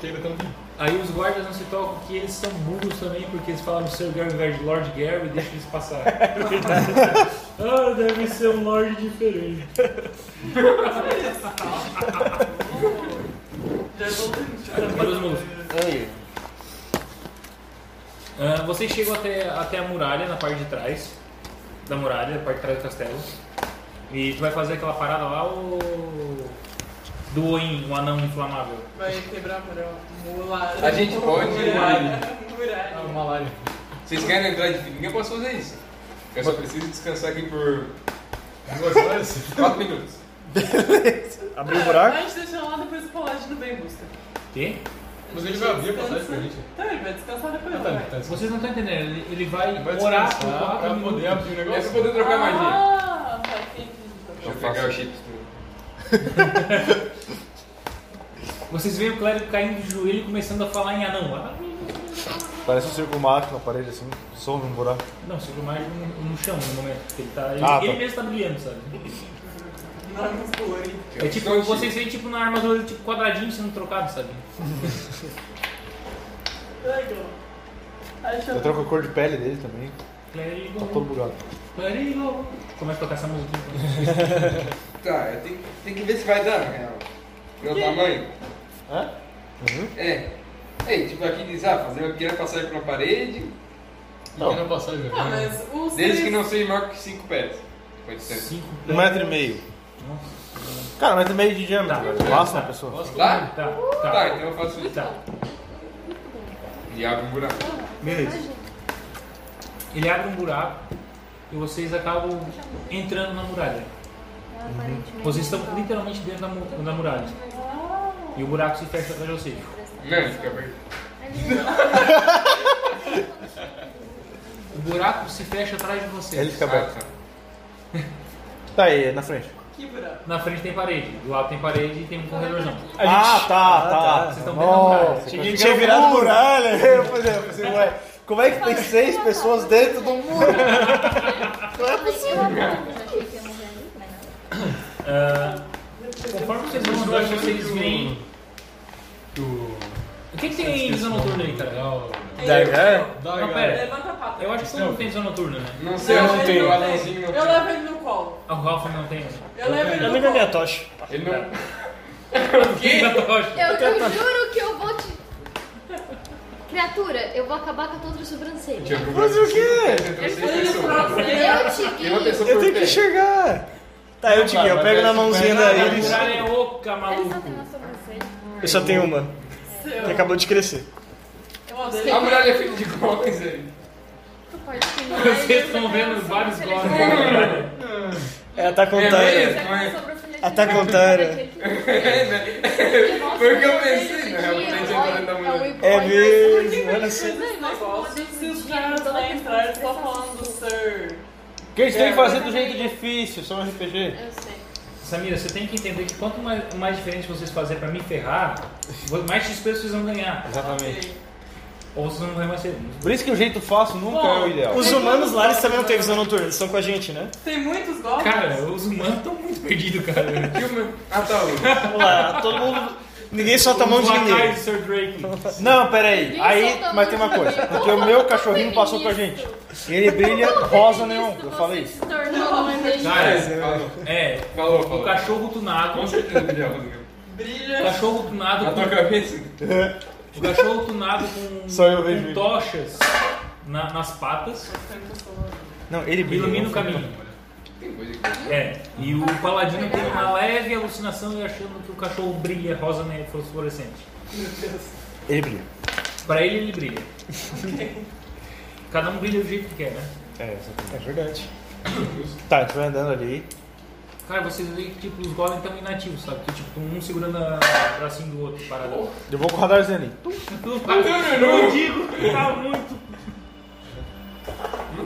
S3: Exatamente. Que ainda estão vivos.
S1: Aí os guardas não se tocam que eles são burros também, porque eles falam Sr. Garvey vai de Lord Garvey e deixa eles passar. ah, deve ser um Lorde diferente.
S2: Já é
S1: Deus nos-
S2: voltei.
S1: Ah, vocês chegam até, até a muralha, na parte de trás da muralha, na parte de trás do castelo. E tu vai fazer aquela parada lá, o. do Oin, o anão inflamável.
S2: Vai quebrar a muralha.
S7: A gente pode ir lá,
S2: Muralha. Muralha.
S3: Ah, malária.
S7: Vocês querem entrar de ninguém? Eu posso fazer isso. Eu só preciso descansar aqui por
S3: Duas horas?
S7: *laughs* 4 minutos.
S4: Abriu o buraco?
S2: A gente deixa lá, depois o Paladino vem em busca.
S1: Quê?
S3: Mas ele vai abrir a passagem pra gente.
S2: Então ele vai descansar depois.
S3: Ah,
S2: vai.
S3: tá, tá.
S1: Vocês não estão entendendo, ele, ele vai,
S3: Vai
S1: orar
S3: descansar
S1: por 4
S3: pra poder
S1: minutos.
S3: abrir o
S7: É pra
S3: negócio.
S7: poder trocar magia.
S2: Ah, tá, entendi.
S7: Deixa eu pegar o chip.
S1: Vocês veem o clérigo caindo de joelho e começando a falar em anão. Ah,
S5: Parece um circo mágico na parede assim, some um buraco.
S1: Não, segura mais no, no chão no momento. que Ele, tá, ele,
S5: Ah, tá.
S1: ele mesmo tá brilhando, sabe?
S2: Não é muito colorido.
S1: É
S7: um
S1: tipo, vocês veem tipo na armadura tipo quadradinho sendo trocado, sabe?
S2: Legal. Acho
S5: Eu troco a cor de pele dele também,
S1: Clérigo.
S5: tá todo bugado.
S1: Clérigo. Começa a tocar essa música.
S7: Tá, eu tenho, tenho que ver se vai dar, na real. Meu tamanho.
S5: Hã?
S7: É. É, tipo, aqui diz, ah, fazer uma pequena passagem pra uma parede,
S3: Pequena passagem.
S2: Ah, mas os
S7: desde que
S2: três-
S7: não seja maior que 5 pés. Pode ser.
S1: Cinco.
S5: Um metro e meio.
S1: Nossa.
S5: Cara, um metro e meio de diâmetro.
S1: Tá.
S5: Passa uma pessoa.
S3: Nossa,
S7: Tá?
S1: Tá,
S7: Tá,
S1: tá.
S7: então eu faço isso.
S1: Tá.
S7: E abre um buraco.
S1: Beleza. Ele abre um buraco e vocês acabam entrando na muralha. Vocês estão literalmente dentro da, mu- da muralha. E o buraco se fecha atrás de vocês.
S7: Não, fica aberto.
S1: O buraco se fecha atrás de vocês.
S5: Ele fica aberto.
S7: Ah, tá.
S5: Tá aí, na frente.
S2: Que buraco.
S1: Na frente tem parede, do lado tem parede e tem um corredorzão.
S5: Ah, tá, tá.
S1: Vocês estão dentro da muralha.
S5: Achei que ele tinha virado
S4: *laughs*
S5: muralha. Eu falei, eu falei, ué, como é que tem seis pessoas dentro do
S3: *laughs*
S5: muro?
S1: Ah, conforme vocês vão andando, vocês veem.
S3: Do.
S1: O que, que tem em visão noturna aí, cara?
S5: Dagan?
S3: Da
S1: Não, pera.
S2: Levanta a pata.
S1: Eu acho que todo mundo tem visão noturna, né?
S7: Não sei
S2: Não,
S7: onde
S2: ele
S7: tem o
S2: não
S7: anãozinho.
S2: tem. Eu levo ele no colo.
S1: Ah, O Ralph não tem. né?
S2: Eu levo ele
S4: Eu
S2: no
S4: ligo a minha
S2: colo.
S4: tocha.
S7: Ele não.
S1: Que?
S8: Eu, eu juro que eu vou te. Criatura, eu vou acabar com a tua outra sobrancelha.
S7: Tinha um buraco.
S5: o quê?
S7: Entrou seis
S2: Ele no
S7: pessoas.
S2: próximo.
S8: Eu
S7: Tem uma
S8: te guio.
S7: pessoa
S4: Eu
S7: por
S4: tenho que
S7: pé.
S4: enxergar. Tá, eu te guio. Eu
S5: é
S4: pego na mãozinha da
S1: A
S4: Iris.
S1: muralha é oca, maluco.
S4: Eu só tenho uma.
S2: Seu.
S4: Que acabou de crescer.
S2: Eu odeio.
S7: A muralha é feita de golpes aí. *laughs*
S1: Vocês estão vendo vários golpes.
S4: É, tá
S7: É
S4: contando.
S7: mesmo, é.
S8: né?
S7: *laughs*
S8: Foi
S7: o que eu pensei,
S8: é
S7: né? Realmente entrando na mulher.
S4: É mesmo.
S2: Por
S4: Olha
S2: que
S4: só.
S2: esse negócio? Se os caras lá entrarem só falando do Sir.
S5: Porque eles têm que fazer do jeito difícil, só um RPG.
S8: Eu sei.
S1: Samira, você tem que entender que quanto mais, mais diferente vocês fazerem pra me ferrar, mais XP vocês vão ganhar.
S5: Exatamente.
S1: Ou vocês vão ganhar mais cedo.
S5: Por isso que o jeito fácil nunca é o ideal.
S4: Os humanos lá, eles também não têm visão noturna. Eles estão com a gente, né?
S2: Tem muitos golpes.
S1: Cara, os humanos estão muito perdidos, cara.
S7: E o meu- Ah, tá. o-
S4: Vamos lá. Todo mundo... Ninguém solta a mão de ninguém.
S1: Sir Drake.
S5: Não, peraí. Aí,
S8: solta a
S5: mas
S8: mão
S5: tem uma
S8: de
S5: coisa.
S8: ninguém.
S5: Porque o meu cachorrinho passou com a gente. E ele brilha rosa neon. Eu falei isso.
S8: Se tornou um deles.
S7: é.
S1: Cara,
S7: Falou,
S1: é.
S7: falou.
S1: O
S7: falou.
S1: cachorro tunado.
S7: Com
S1: O
S7: certeza, Miguel, Rodrigo.
S2: Brilha.
S1: cachorro tunado
S7: Na tua
S1: com,
S7: cabeça?
S1: o cachorro tunado com,
S5: Só eu
S1: com
S5: vejo isso.
S1: tochas na- nas patas
S5: Não, ele brilha.
S1: ilumina o caminho.
S7: Tem coisa que.
S1: É. E o paladino tem uma leve alucinação e achando que o cachorro brilha rosa né, fosforescente.
S5: Ele brilha.
S1: Pra ele, ele brilha. Cada um brilha do jeito que quer, né?
S5: É, exatamente. É verdade. Tá, a gente vai andando ali.
S1: Cara, vocês veem que tipo, os golems estão inativos, sabe? Que tipo, um segurando a- o bracinho do outro, parado.
S5: Eu vou com o radarzinho ali.
S1: Não, não digo que tá muito.
S5: Eu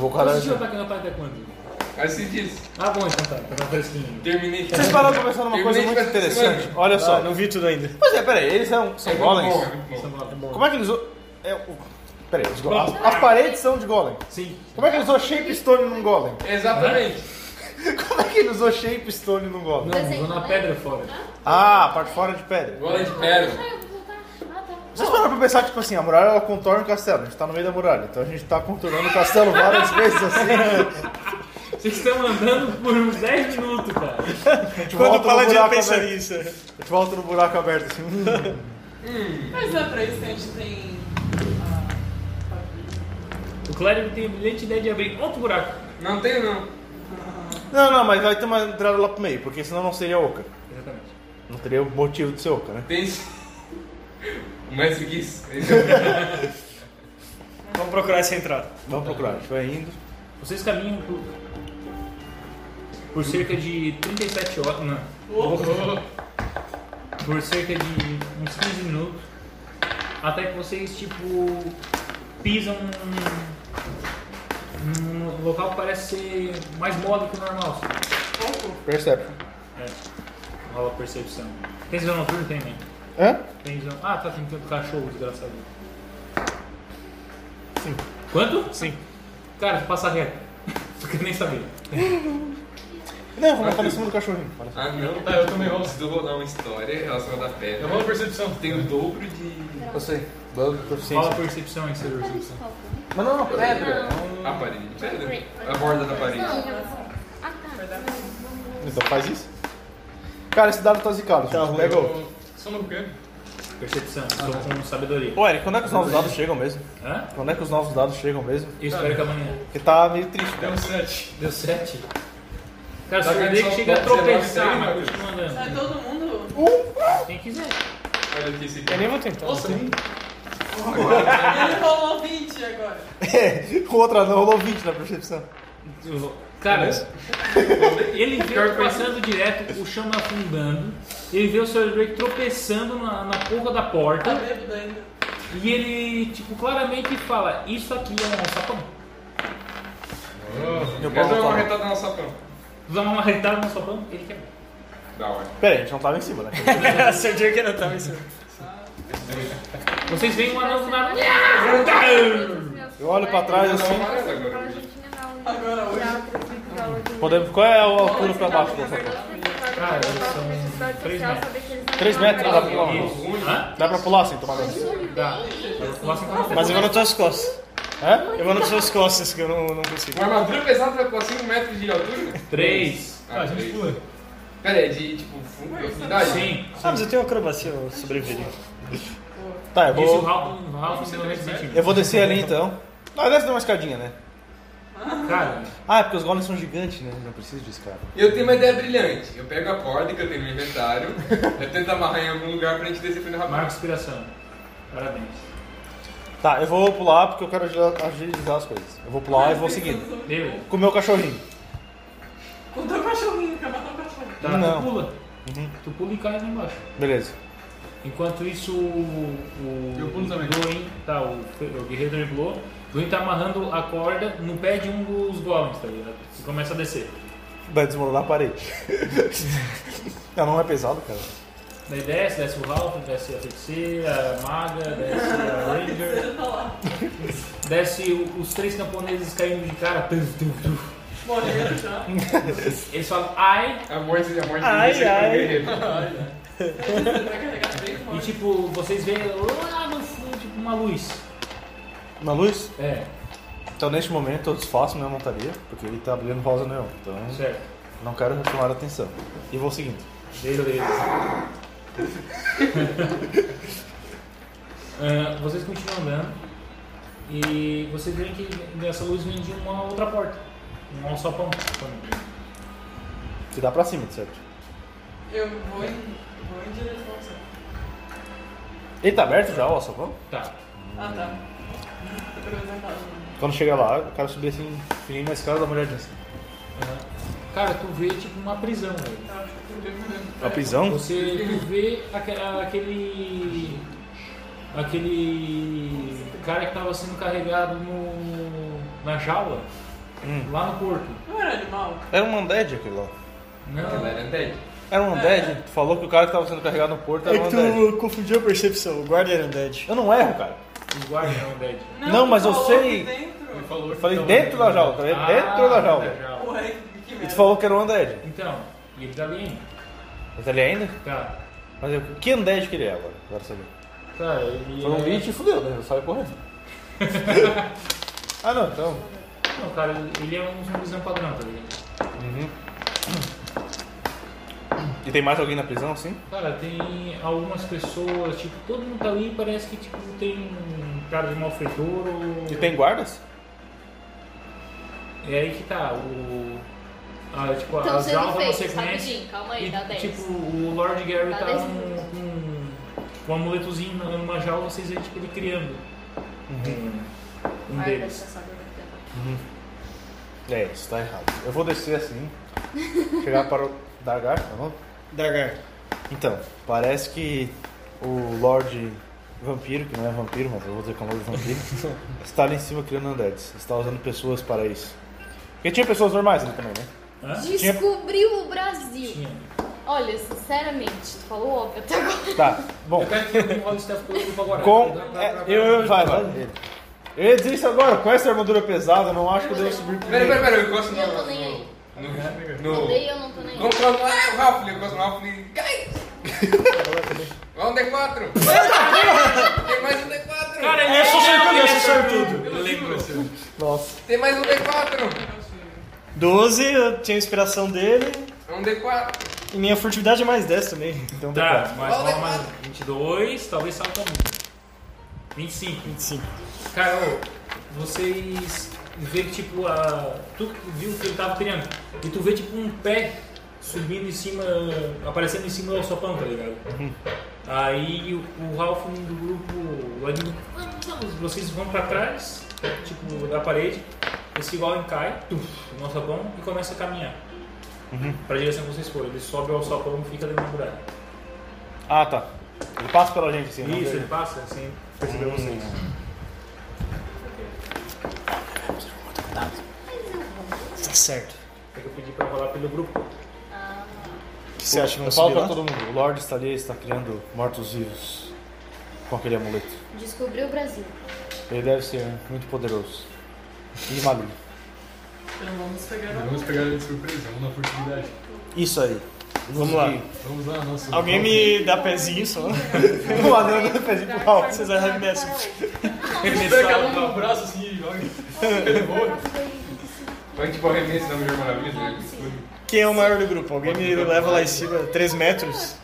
S5: vou com o
S1: Vocês
S5: radarzinho.
S1: estão atacando a parte tá até quando?
S7: Assim diz.
S1: Ah, bom, então tá. Tá na fresquinha.
S7: Terminei.
S5: Vocês pararam conversando uma
S7: Eu
S5: coisa
S7: nem
S5: muito
S7: pensei,
S5: interessante.
S7: mano.
S5: Olha só.
S4: Não, não vi tudo ainda.
S5: assim, Pois é, peraí, eles são, são
S7: É muito
S5: golems?
S7: bom, é muito bom.
S5: Como é que eles usam. É, o- peraí, os go- as, as paredes são de golem.
S1: Sim.
S5: Como é que ele usou shape stone num golem?
S7: Exatamente.
S5: Como é que ele usou shape stone num golem?
S1: Não, usou na pedra fora.
S5: Ah, parte fora de pedra.
S7: Gola de pedra.
S8: Ah, eu vou voltar. Ah, tá.
S5: Vocês pararam pra pensar que, tipo assim, a muralha ela contorna o castelo. A gente tá no meio da muralha. Então a gente tá contornando o castelo várias *laughs* vezes assim.
S1: Vocês estão andando por uns 10 minutos, cara.
S5: A gente
S4: Quando
S5: tipo, volta
S4: o
S5: no
S4: Paladino
S5: buraco né?
S4: pensa
S5: aberto.
S4: nisso.
S5: A gente volta no buraco aberto assim. hum.
S2: Mas não é pra isso que a gente tem. Ah,
S1: O clérigo tem a brilhante ideia de abrir outro buraco.
S7: Não tenho, não.
S5: Não, não, mas vai ter uma entrada lá pro meio, porque senão não seria oca.
S1: Exatamente.
S5: Não teria motivo de ser oca, né?
S7: Tem. O mestre quis. Esse é
S4: Vamos procurar essa entrada.
S5: Vamos procurar, a gente vai indo.
S1: Vocês caminham por, por cerca de 37 horas. Não. Por cerca de uns 15 minutos. Até que vocês, tipo, pisam num, num local que parece ser mais mole que o normal. assim.
S5: Perception.
S1: É. Rola percepção. Tem visão noturna? Tem, né?
S5: Hã?
S1: Tem visão. Ah, tá, tem tanto cachorro, desgraçado. Sim. Quanto? Sim. Cara, passa reto. *laughs* Porque eu nem sabia.
S5: Não, vamos ficar em cima do cachorrinho. Olha só.
S7: Ah, não.
S3: Tá, eu também rolo.
S7: Se tu rodar uma história relacionada à
S3: Eu
S7: pedra,
S3: rolo É percepção.
S1: um-
S7: tem o dobro de.
S5: Eu sei. Dando
S1: Rola
S5: proficiência.
S1: percepção aí, Cedro.
S5: Mas não, não, pedra.
S7: A parede de pedra. A borda da parede.
S8: Ah, tá.
S5: Então faz isso. Cara, esse dado tá zicado.
S4: Tá
S5: gente.
S4: ruim.
S5: Pega o...
S3: Só no quê?
S1: Percepção, estou com sabedoria.
S5: Ô, Eric, quando é que os novos dados chegam mesmo?
S1: Hã?
S5: Quando é que os novos dados chegam mesmo?
S1: Eu espero que amanhã.
S5: Porque tá meio triste,
S3: Deu
S5: cara.
S3: um 7.
S1: Deu 7. Cara, se
S7: Dá
S1: perder
S7: condição,
S1: que chega a
S7: pode ser
S1: tropeçar,
S7: nós
S1: mas
S7: três,
S1: continua
S2: Sai
S1: andando.
S2: todo mundo.
S1: Quem quiser.
S7: Olha aqui esse
S4: Eu
S7: aqui.
S4: nem vou tentar.
S3: Nossa,
S4: Tem-
S2: Ele rolou 20 agora.
S5: o outro É, não rolou 20 na percepção.
S4: *laughs*
S1: Cara, ele veio passando direto, o chão afundando. Ele vê o Sr. Drake tropeçando na, na porra da porta.
S2: Tá bêbado ainda.
S1: E ele, tipo, claramente fala: Isso aqui é um sapão.
S5: Meu pau
S7: Mas
S5: não
S7: é uma
S5: tava.
S7: retada na sapão.
S1: Tu dá uma marretada no sapão, ele quebra.
S7: Da hora.
S5: Pera aí, a gente não tava em cima, né?
S4: É, Acertei que não tava em cima.
S1: Vocês veem um anão do nada.
S5: Eu olho pra trás assim.
S8: um
S2: Agora hoje.
S5: Podemos... Qual é a altura pra baixo, por favor?
S1: Cara, são 3 metros.
S5: 3 metros dá pra pular. não?
S1: Isso. Hã?
S5: Dá pra pular assim, tomar dano.
S1: Dá. Nossa, então não
S4: Mas eu vou nas tuas costas.
S5: Hã?
S4: Eu vou nas suas costas, que eu não, não consigo.
S7: Uma armadura pesada vai pra 5 metros de altura?
S1: 3.
S3: Ah, a gente pula.
S7: Pera, é de tipo fundo, profundidade?
S1: Sim.
S4: Ah, mas eu tenho acrobacia, eu sobrevivi.
S5: Tá, eu
S1: Isso o
S5: vou...
S1: Ralph, o Ralph tem 90 centímetros.
S5: Eu vou descer ali então. Ah, deve ter uma escadinha, né?
S1: Cara,
S5: Ah, é porque os golems são gigantes, né? Não precisa de escada.
S7: Eu tenho uma ideia brilhante. Eu pego a corda que eu tenho no inventário, *laughs* eu tento amarrar em algum lugar pra gente descer pra
S1: marca
S7: rapaz.
S1: inspiração. Parabéns.
S5: Tá, eu vou pular porque eu quero agilizar- agilizar as coisas. Eu vou pular e vou seguindo.
S1: Beleza.
S5: Com o meu cachorrinho.
S2: Com o teu cachorrinho, quer matar o cachorro.
S1: Tá,
S5: Não.
S1: tu pula.
S5: Uhum.
S1: Tu pula e cai lá embaixo.
S5: Beleza.
S1: Enquanto isso, o. o
S3: Eu pulo também.
S1: Doin, tá, o, o guerreiro driblou. O Doin tá amarrando a corda no pé de um dos golems, tá ligado? E começa a descer.
S5: Vai desmoronar a parede. *laughs* não, não é pesado, cara.
S1: Daí desce, desce o Ralph, desce a feiticeira, a maga, desce a
S3: *laughs*
S1: ranger.
S2: Ele tá lá.
S1: Desce o- os três camponeses caindo de cara. Tuf, tuf, tuf.
S2: Morreram já.
S1: Eles falam ai,
S7: A morte, a morte
S4: Ai,
S7: de descer
S4: ai.
S7: pro guerreiro.
S2: Ele vai carregar três
S1: e
S2: mortes.
S1: tipo, vocês veem lá no fundo, tipo, uma luz.
S5: Na luz?
S1: É,
S5: Então, neste momento, eu desfaço minha montaria, porque ele tá brilhando rosa neon. Então,
S1: certo.
S5: não quero chamar a atenção. E vou seguindo.
S1: *laughs* Beleza. Ah, vocês continuam andando e vocês veem que nessa luz vem de uma outra porta. Um alçapão.
S5: Que dá pra cima, certo?
S2: Eu vou em, vou em direção ao céu.
S5: Ele tá aberto já, ó, só vamos.
S1: Tá.
S2: Ah, tá. Tô pegando essa casa.
S5: Quando chegar lá, eu quero subir assim, fininho na escada da mulher de assim.
S1: Ah, Cara, tu vê tipo uma prisão, velho.
S2: Tá, tô pegando.
S1: É
S5: A prisão?
S1: Você tu vê aque- aquele. aquele. cara que tava sendo carregado no. na jaula. lá no porto.
S2: Não era animal?
S5: Era um undead aquele lá.
S7: Ela era dead.
S5: Era um undead? Tu falou que o cara que tava sendo carregado no porto
S4: É
S5: era um
S4: que
S5: undead.
S4: tu confundiu a percepção, o guarda era um undead.
S5: Eu não erro, cara.
S1: Os guardas eram dead.
S5: Não, mas eu
S2: falou aqui
S5: sei-
S2: dentro.
S3: Ele falou
S5: Eu falei
S1: Então,
S5: dentro da jaula, tá
S1: Ah,
S5: vendo? dentro da jaula.
S2: Ué, que
S5: E tu
S2: merda.
S5: falou que era um undead.
S1: Então, ele tá ali ainda.
S5: Mas ele ainda?
S1: Tá.
S5: Mas eu, que undead que ele é agora? Agora saber.
S1: Tá, ele.
S5: Foi um
S1: é-
S5: beat e fudeu, né? Eu
S1: *laughs*
S5: saio correndo. ah não, então.
S1: Não, cara, ele é um zumbizão padrão, tá ligado?
S5: E tem mais alguém na prisão assim?
S1: Cara, tem algumas pessoas, tipo, todo mundo tá ali e parece que tipo, tem cara de malfeitor ou.
S5: E tem guardas?
S1: É aí que tá, o. Ah, tipo,
S8: Estão
S1: as
S8: sendo
S1: almas você
S8: feitos,
S1: conhece.
S8: tá rapidinho, calma aí,
S1: E,
S8: dá 10.
S1: tipo, o Lord Gary
S8: Dá
S1: tá
S8: 10
S1: num-
S8: minutos.
S1: com com um amuletozinho numa jaula, vocês veem tipo, ele criando
S5: Uhum.
S1: um, um
S8: Guarda,
S1: deles.
S8: caçador da terra.
S5: É, isso tá errado. Eu vou descer assim, chegar para o Dargar, tá bom?
S4: Dargar.
S5: Então, parece que o Lorde Vampiro, que não é vampiro, mas eu vou dizer que é o Lorde
S4: *laughs*
S5: Vampiro, está ali em cima criando undeads. Está usando pessoas para isso. Porque tinha pessoas normais ali também, né?
S1: Hã?
S8: Descobriu o Brasil.
S1: Ah, Tinha.
S8: Olha, sinceramente, tu falou óbvio até agora.
S5: Tá, bom.
S1: Eu quero que alguém role o Staff Coletivo agora.
S5: Com.
S1: Dá pra-
S5: é, eu, eu, vai, vai. ele. Eu ia dizer isso agora, com essa armadura pesada, eu não acho que eu devo subir
S7: Peraí,
S5: primeiro.
S7: peraí, peraí, eu encosto no.
S8: Eu tô nem aí.
S7: No.
S3: é,
S7: no-
S8: Odeio, eu não tô nem aí.
S7: Vamos lá, o Ralph, eu encosto no Ralph e.
S3: *laughs*
S7: Guys! Vai um D4! Tem mais um D4!
S1: Cara, ele é sortudo, ele é sortudo.
S3: Eu lembro assim.
S5: Nossa.
S7: Tem mais um D4!
S4: 12, eu tinha inspiração dele.
S7: É um D4!
S4: E minha furtividade é mais 10 também.
S5: Então
S1: Tá,
S5: tá.
S1: mas
S7: Rola
S1: rola mais
S7: quatro.
S1: 22, talvez salta um. muito. 25.
S4: 25.
S1: Cara, ô, vocês vê que tipo a. Tu que viu que ele tava criando. E tu vê tipo um pé subindo em cima. aparecendo em cima do sopão, tá ligado? Aí o, o Ralph um do grupo. o Admin, Vocês vão pra trás, tipo, da parede, esse golem cai, tuf, no sopão e começa a caminhar. Pra direção que vocês forem. Ele sobe ao sopão e fica dentro do buraco.
S5: Ah, tá. Ele passa pela gente assim, não
S1: Isso,
S5: vejo.
S1: ele passa assim, percebeu vocês.
S4: Tá certo.
S1: É que eu pedi pra rolar pelo grupo.
S4: O que você acha que
S5: Eu
S4: vamos
S5: falo
S4: subir
S5: pra
S4: lá?
S5: todo mundo, o Lorde está ali, está criando mortos-vivos com aquele amuleto.
S8: Descobriu o Brasil.
S5: Ele deve ser um muito poderoso. E maligno.
S2: Então vamos pegar a
S3: Vamos pegar ele de surpresa, vamos na furtividade.
S5: Isso *laughs* aí.
S4: Vamos lá.
S3: Vamos lá, nossa.
S4: Alguém me dá
S5: *laughs*
S4: pezinho só?
S5: Vamos lá, não, não, pezinho pro pau.
S4: Vocês arremessam.
S1: Ele
S3: Pega ela
S1: salta.
S3: no braço assim e joga.
S7: Vai tipo arremesso da Mulher Maravilha, né? Escuro.
S4: Quem é o maior do grupo? Alguém me leva lá em cima, 3 metros?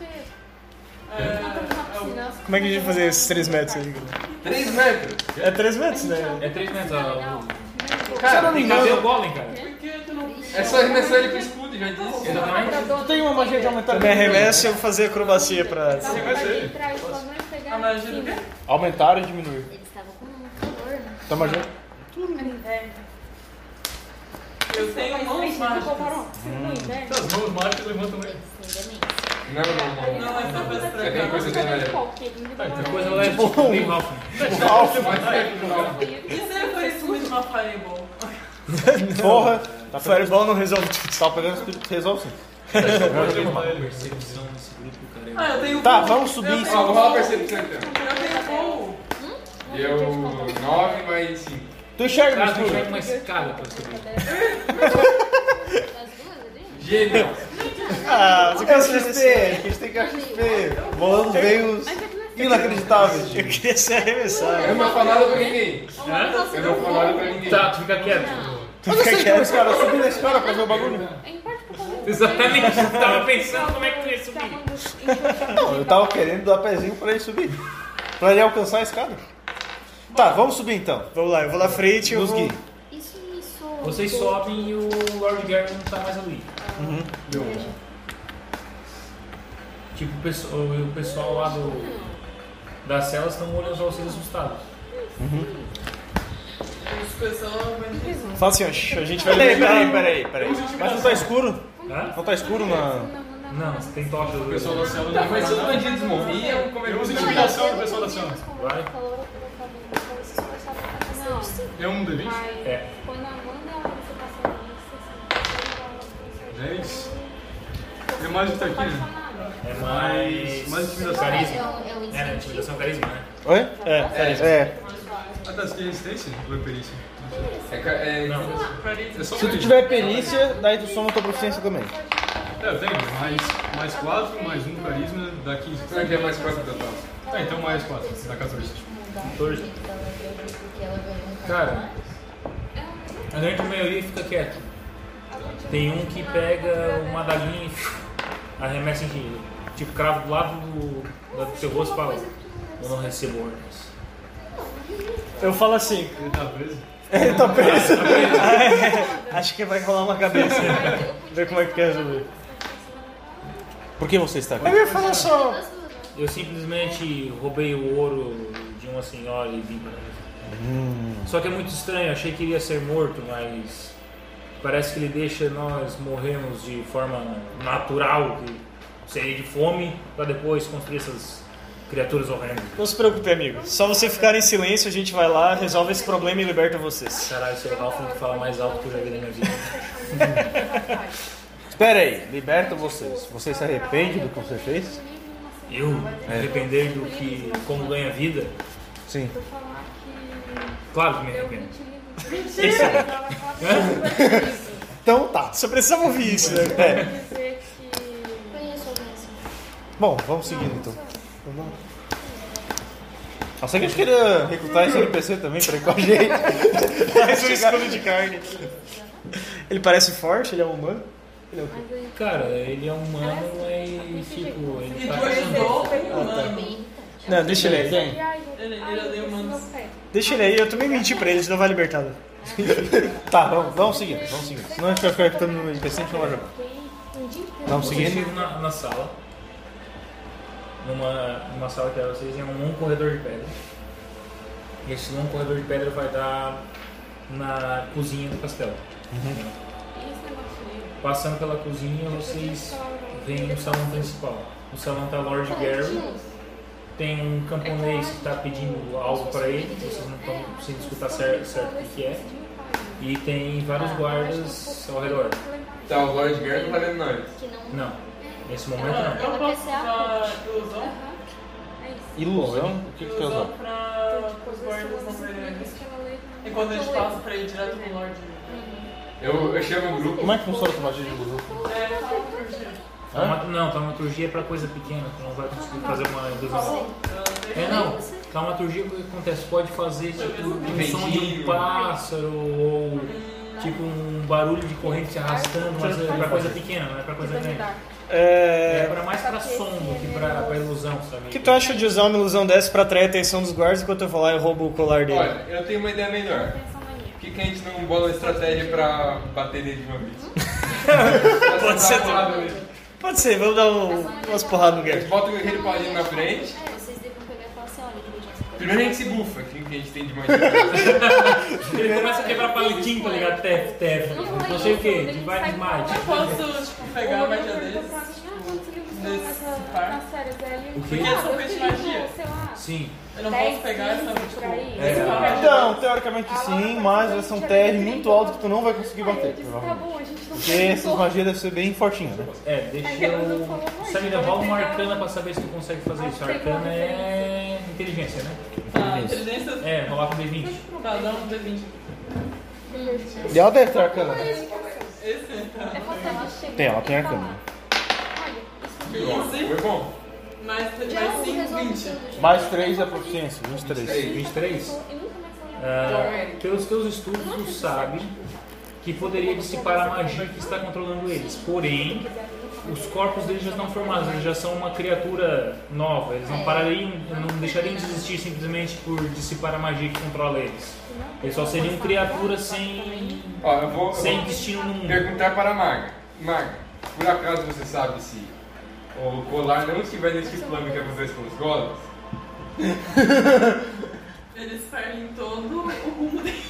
S4: Como é que a gente vai fazer esses 3 metros aí? galera?
S7: 3 metros!
S4: É 3 metros, né?
S1: É 3 metros. ó.
S7: Cara,
S1: Cara, tem que fazer o golem, cara.
S7: É só arremessar ele com escudo, já disse.
S1: Exatamente.
S5: Eu tenho uma magia
S8: Tá
S5: de aumentar
S4: Eu me arremesso e eu vou fazer acrobacia
S5: *laughs*
S4: pra.
S2: a magia do quê?
S5: Aumentar e diminuir.
S8: Eles estavam com um calor, né? É.
S5: Tá magia?
S2: Eu tenho
S7: um
S2: mãos mágicas.
S1: Hum.
S3: As mãos mágicas levantam ele.
S8: Sem
S7: Não, não, não.
S2: Não, é só coisa pra
S7: É bem
S2: cá.
S7: coisa dele, velho.
S1: Depois
S8: né?
S1: ela é tipo bem Ralph.
S2: E se eu fosse muito é uma fireball?
S5: Porra! Tá pegando,
S4: Fireball não resolve tudo.
S5: *laughs* tá pegando espírito, resolve sim.
S1: Percepção nesse grupo, cara.
S2: Ah, eu tenho
S5: Tá,
S2: voo.
S5: vamos subir.
S2: Eu
S7: Ó,
S2: tenho
S7: vou rolar a
S2: voo.
S7: percepção então.
S2: Eu tenho voo.
S7: E eu. 9 mais 5.
S5: Tu enxerga no
S1: Cara, tu
S5: escuro?
S1: joga uma escada pra subir.
S8: As duas ali?
S7: Genial!
S4: Ah, você quer ser
S5: Tá, XP, é a gente tem que achar XP. Bolando bem os
S7: é
S5: inacreditáveis.
S4: Eu
S5: gente.
S4: queria ser arremessado.
S7: Eu não falo nada pra ninguém.
S1: Hã?
S7: Eu não falo nada pra ninguém.
S1: Tá, tu fica quieto.
S5: Mas eu sei que é esse cara, eu subi na escada pra ver o bagulho.
S1: Exatamente. Eu tava pensando como é que tu ia subir.
S5: Não, eu tava querendo dar pezinho pra ele subir. Pra ele alcançar a escada. Tá, vamos subir então.
S4: Vamos lá, eu vou lá à frente e eu
S5: Nos
S4: vou.
S5: guie.
S8: Isso, isso.
S1: Vocês sobem e o Lord Gary não tá mais ali.
S3: Uhum.
S1: Tipo, o pessoal, o pessoal lá do, das celas estão olhando pra vocês assustados.
S2: As pessoas vão
S4: Fala assim, ó, "Shh, a gente vai
S5: Peraí, peraí,
S4: liberar.
S5: peraí, peraí. Mas não tá escuro?
S1: Hã?
S5: Não tá escuro na.
S1: Não, você tem tocha.
S3: O pessoal da cela
S7: Tá,
S3: não vai
S7: mas se os
S3: nada.
S7: bandidos morriam, como é que
S3: Eu uso
S7: funciona?
S3: intimidação pro pessoal da cela.
S1: Vai.
S3: É um D20?
S1: É.
S10: Quando a Amanda ela começou a passar
S3: 10. É mais do que tá aqui, né?
S1: É mais.
S3: Mais intimidação.
S8: É
S1: Carisma.
S8: um, é um
S1: É, né?
S8: incentivo.
S1: Intimidação carisma, né?
S5: Oi?
S4: É.
S5: É.
S3: Ah, tá, você tem resistência? Ou é perícia?
S7: É, ca- é,
S1: Não.
S3: É só
S5: Se tu
S3: mais.
S5: tiver perícia, daí tu soma tua proficiência também.
S3: É, eu tenho. Mais, mais 4, mais 1 carisma, dá 15.
S7: Não, aqui é mais quatro total.
S3: Tá, então mais 4, dá 14.
S8: Porque ela ganhou um
S1: Cara, a grande maioria fica quieto. Tem um que pega uma adaguinha e *laughs* arremessa em tipo cravo do lado do, do seu rosto e fala: Eu não recebo ordens.
S4: Eu falo assim,
S3: Ele tá preso?
S4: ele tá preso. É, Acho que vai rolar uma cabeça.
S5: *laughs*
S4: Ver como é que quer resolver.
S5: Por que você está aqui?
S4: Eu ia falar só.
S1: Eu simplesmente roubei o ouro de uma senhora e vim pra ele. Só que é muito estranho, achei que iria ser morto, mas parece que ele deixa nós morrermos de forma natural, que seria de fome, pra depois construir essas criaturas horrendas.
S4: Não se preocupe, amigo. Só você ficar em silêncio, a gente vai lá, resolve esse problema e liberta vocês.
S1: Caralho, seu Ralph que fala mais alto que eu já vi na minha vida.
S5: Espera aí, liberta vocês. Você se arrepende do que você fez? É.
S1: Eu,
S8: É.
S1: depender do que, como ganha vida,
S5: Sim.
S1: claro é que é. me arrependo. *laughs*
S5: Então tá.
S4: Só precisava ouvir isso, né?
S5: É.
S8: Conheço alguém assim.
S5: Bom, vamos seguindo então. Nossa, que é a gente queria recrutar esse NPC também pra ir com a gente.
S4: *laughs* Parece um escudo de carne. Ele parece forte, ele é humano.
S1: Cara, ele é humano, mas tipo, ele
S2: E
S1: tá
S2: tu ajudou
S8: é
S2: o humano.
S4: Não, deixa ele aí.
S2: Ele ele odeia humanos.
S4: Deixa ele aí, eu também menti pra ele, a gente não vai libertar. né?
S5: Tá, vamos, vamos seguindo, vamos seguindo. Senão a gente vai ficar recrutando no NPC e a gente não vai jogar. Vamos
S1: Vocês
S5: seguindo?
S1: chegam na, na sala. Numa, numa sala que era vocês em um longo corredor de pedra. E esse longo corredor de pedra vai dar na cozinha do castelo. Passando pela cozinha, vocês veem o salão principal. No salão tá Lord Gary. Tem um camponês que está pedindo algo para ele, vocês não estão conseguindo escutar cer- certo o que que é. E tem vários guardas ao redor.
S7: Tá, o Lord Gary não tá vendo nada.
S8: Que não.
S1: Não, nesse momento
S2: Ela-
S1: não.
S2: Ah, Eu posso usar ilusão?
S5: Ilusão? O É. que é que tu
S2: Ilusão
S5: usou?
S2: pra os guardas não perderem. Enquanto É. a gente passa pra ir direto no Lorde.
S7: Eu, eu chamo o grupo.
S5: Como é que funciona essa magia de ilusão?
S2: É, só um por dia.
S1: Tá uma- não, taumaturgia é pra coisa pequena, tu não vai conseguir fazer uma
S2: Tá
S1: ilusão. É não, taumaturgia o que acontece? Pode fazer tipo um som de um
S7: Ventinho.
S1: pássaro ou tipo um barulho de corrente se arrastando, mas é pra coisa pequena, não é pra coisa grande. É
S4: É...
S1: pra mais pra som do que pra, pra ilusão, sabe?
S4: O que tu acha de usar uma ilusão dessa pra atrair a atenção dos guardas enquanto eu vou lá e roubo o colar dele?
S7: Olha, eu tenho uma ideia melhor. Por que, que a gente não bola uma estratégia pra bater nele de uma vez?
S4: Pode ser
S7: Tá
S4: também.
S7: bolado ele.
S4: Pode ser, vamos dar um- umas porradas no
S7: A
S4: Gary.
S7: gente bota aquele pauzinho na frente.
S8: É, vocês deviam pegar e falar assim, olha, inteligência.
S7: Primeiro a gente se bufa, assim, que que a gente tem de magia.
S1: Ele começa a quebrar palitinho, tá ligado? Tef, tef, não sei o que, de vai desmate.
S2: Eu posso, tipo, pegar a magia deles?
S8: "Ah,
S2: Nesse par?
S1: O
S2: Porque
S1: quê?
S2: eles são feitos de magia.
S1: Sim.
S2: Eu não posso pegar essa, tipo,
S1: É,
S2: esse par.
S5: Então, teoricamente sim, mas
S4: é
S5: vai ser um TR muito alto que tu não vai conseguir bater,
S8: "Tá
S5: é provavelmente. Porque essas magias devem ser bem fortinhas, né?
S1: É, deixa eu. então Samira, rola é uma arcana pra saber se tu consegue fazer isso. Arcana é inteligência, né?
S2: Tá, inteligência.
S1: É, rolar com D20.
S2: Tá, dá um D20.
S5: E ela deve ter arcana, né?
S2: Esse? Tá.
S8: É
S5: Tem, ela tem arcana.
S2: Quinze.
S7: Foi bom.
S2: Mais,
S8: é um
S2: mais 5, 20.
S5: Mais 3 é proficiência, 23.
S1: 23. Ah, pelos teus estudos, tu sabe que poderia dissipar a magia que está controlando eles. Porém, os corpos deles já estão formados, eles já são uma criatura nova. Eles não parariam, não deixariam de existir simplesmente por dissipar a magia que controla eles. Eles só seriam criaturas sem,
S7: Ó, eu vou, eu
S1: sem
S7: vou
S1: destino no mundo.
S7: perguntar para a Maga. Maga, por acaso você sabe se o colar não estiver neste plano que acontece com os golas?
S2: Eles perdem todo o rumo deles.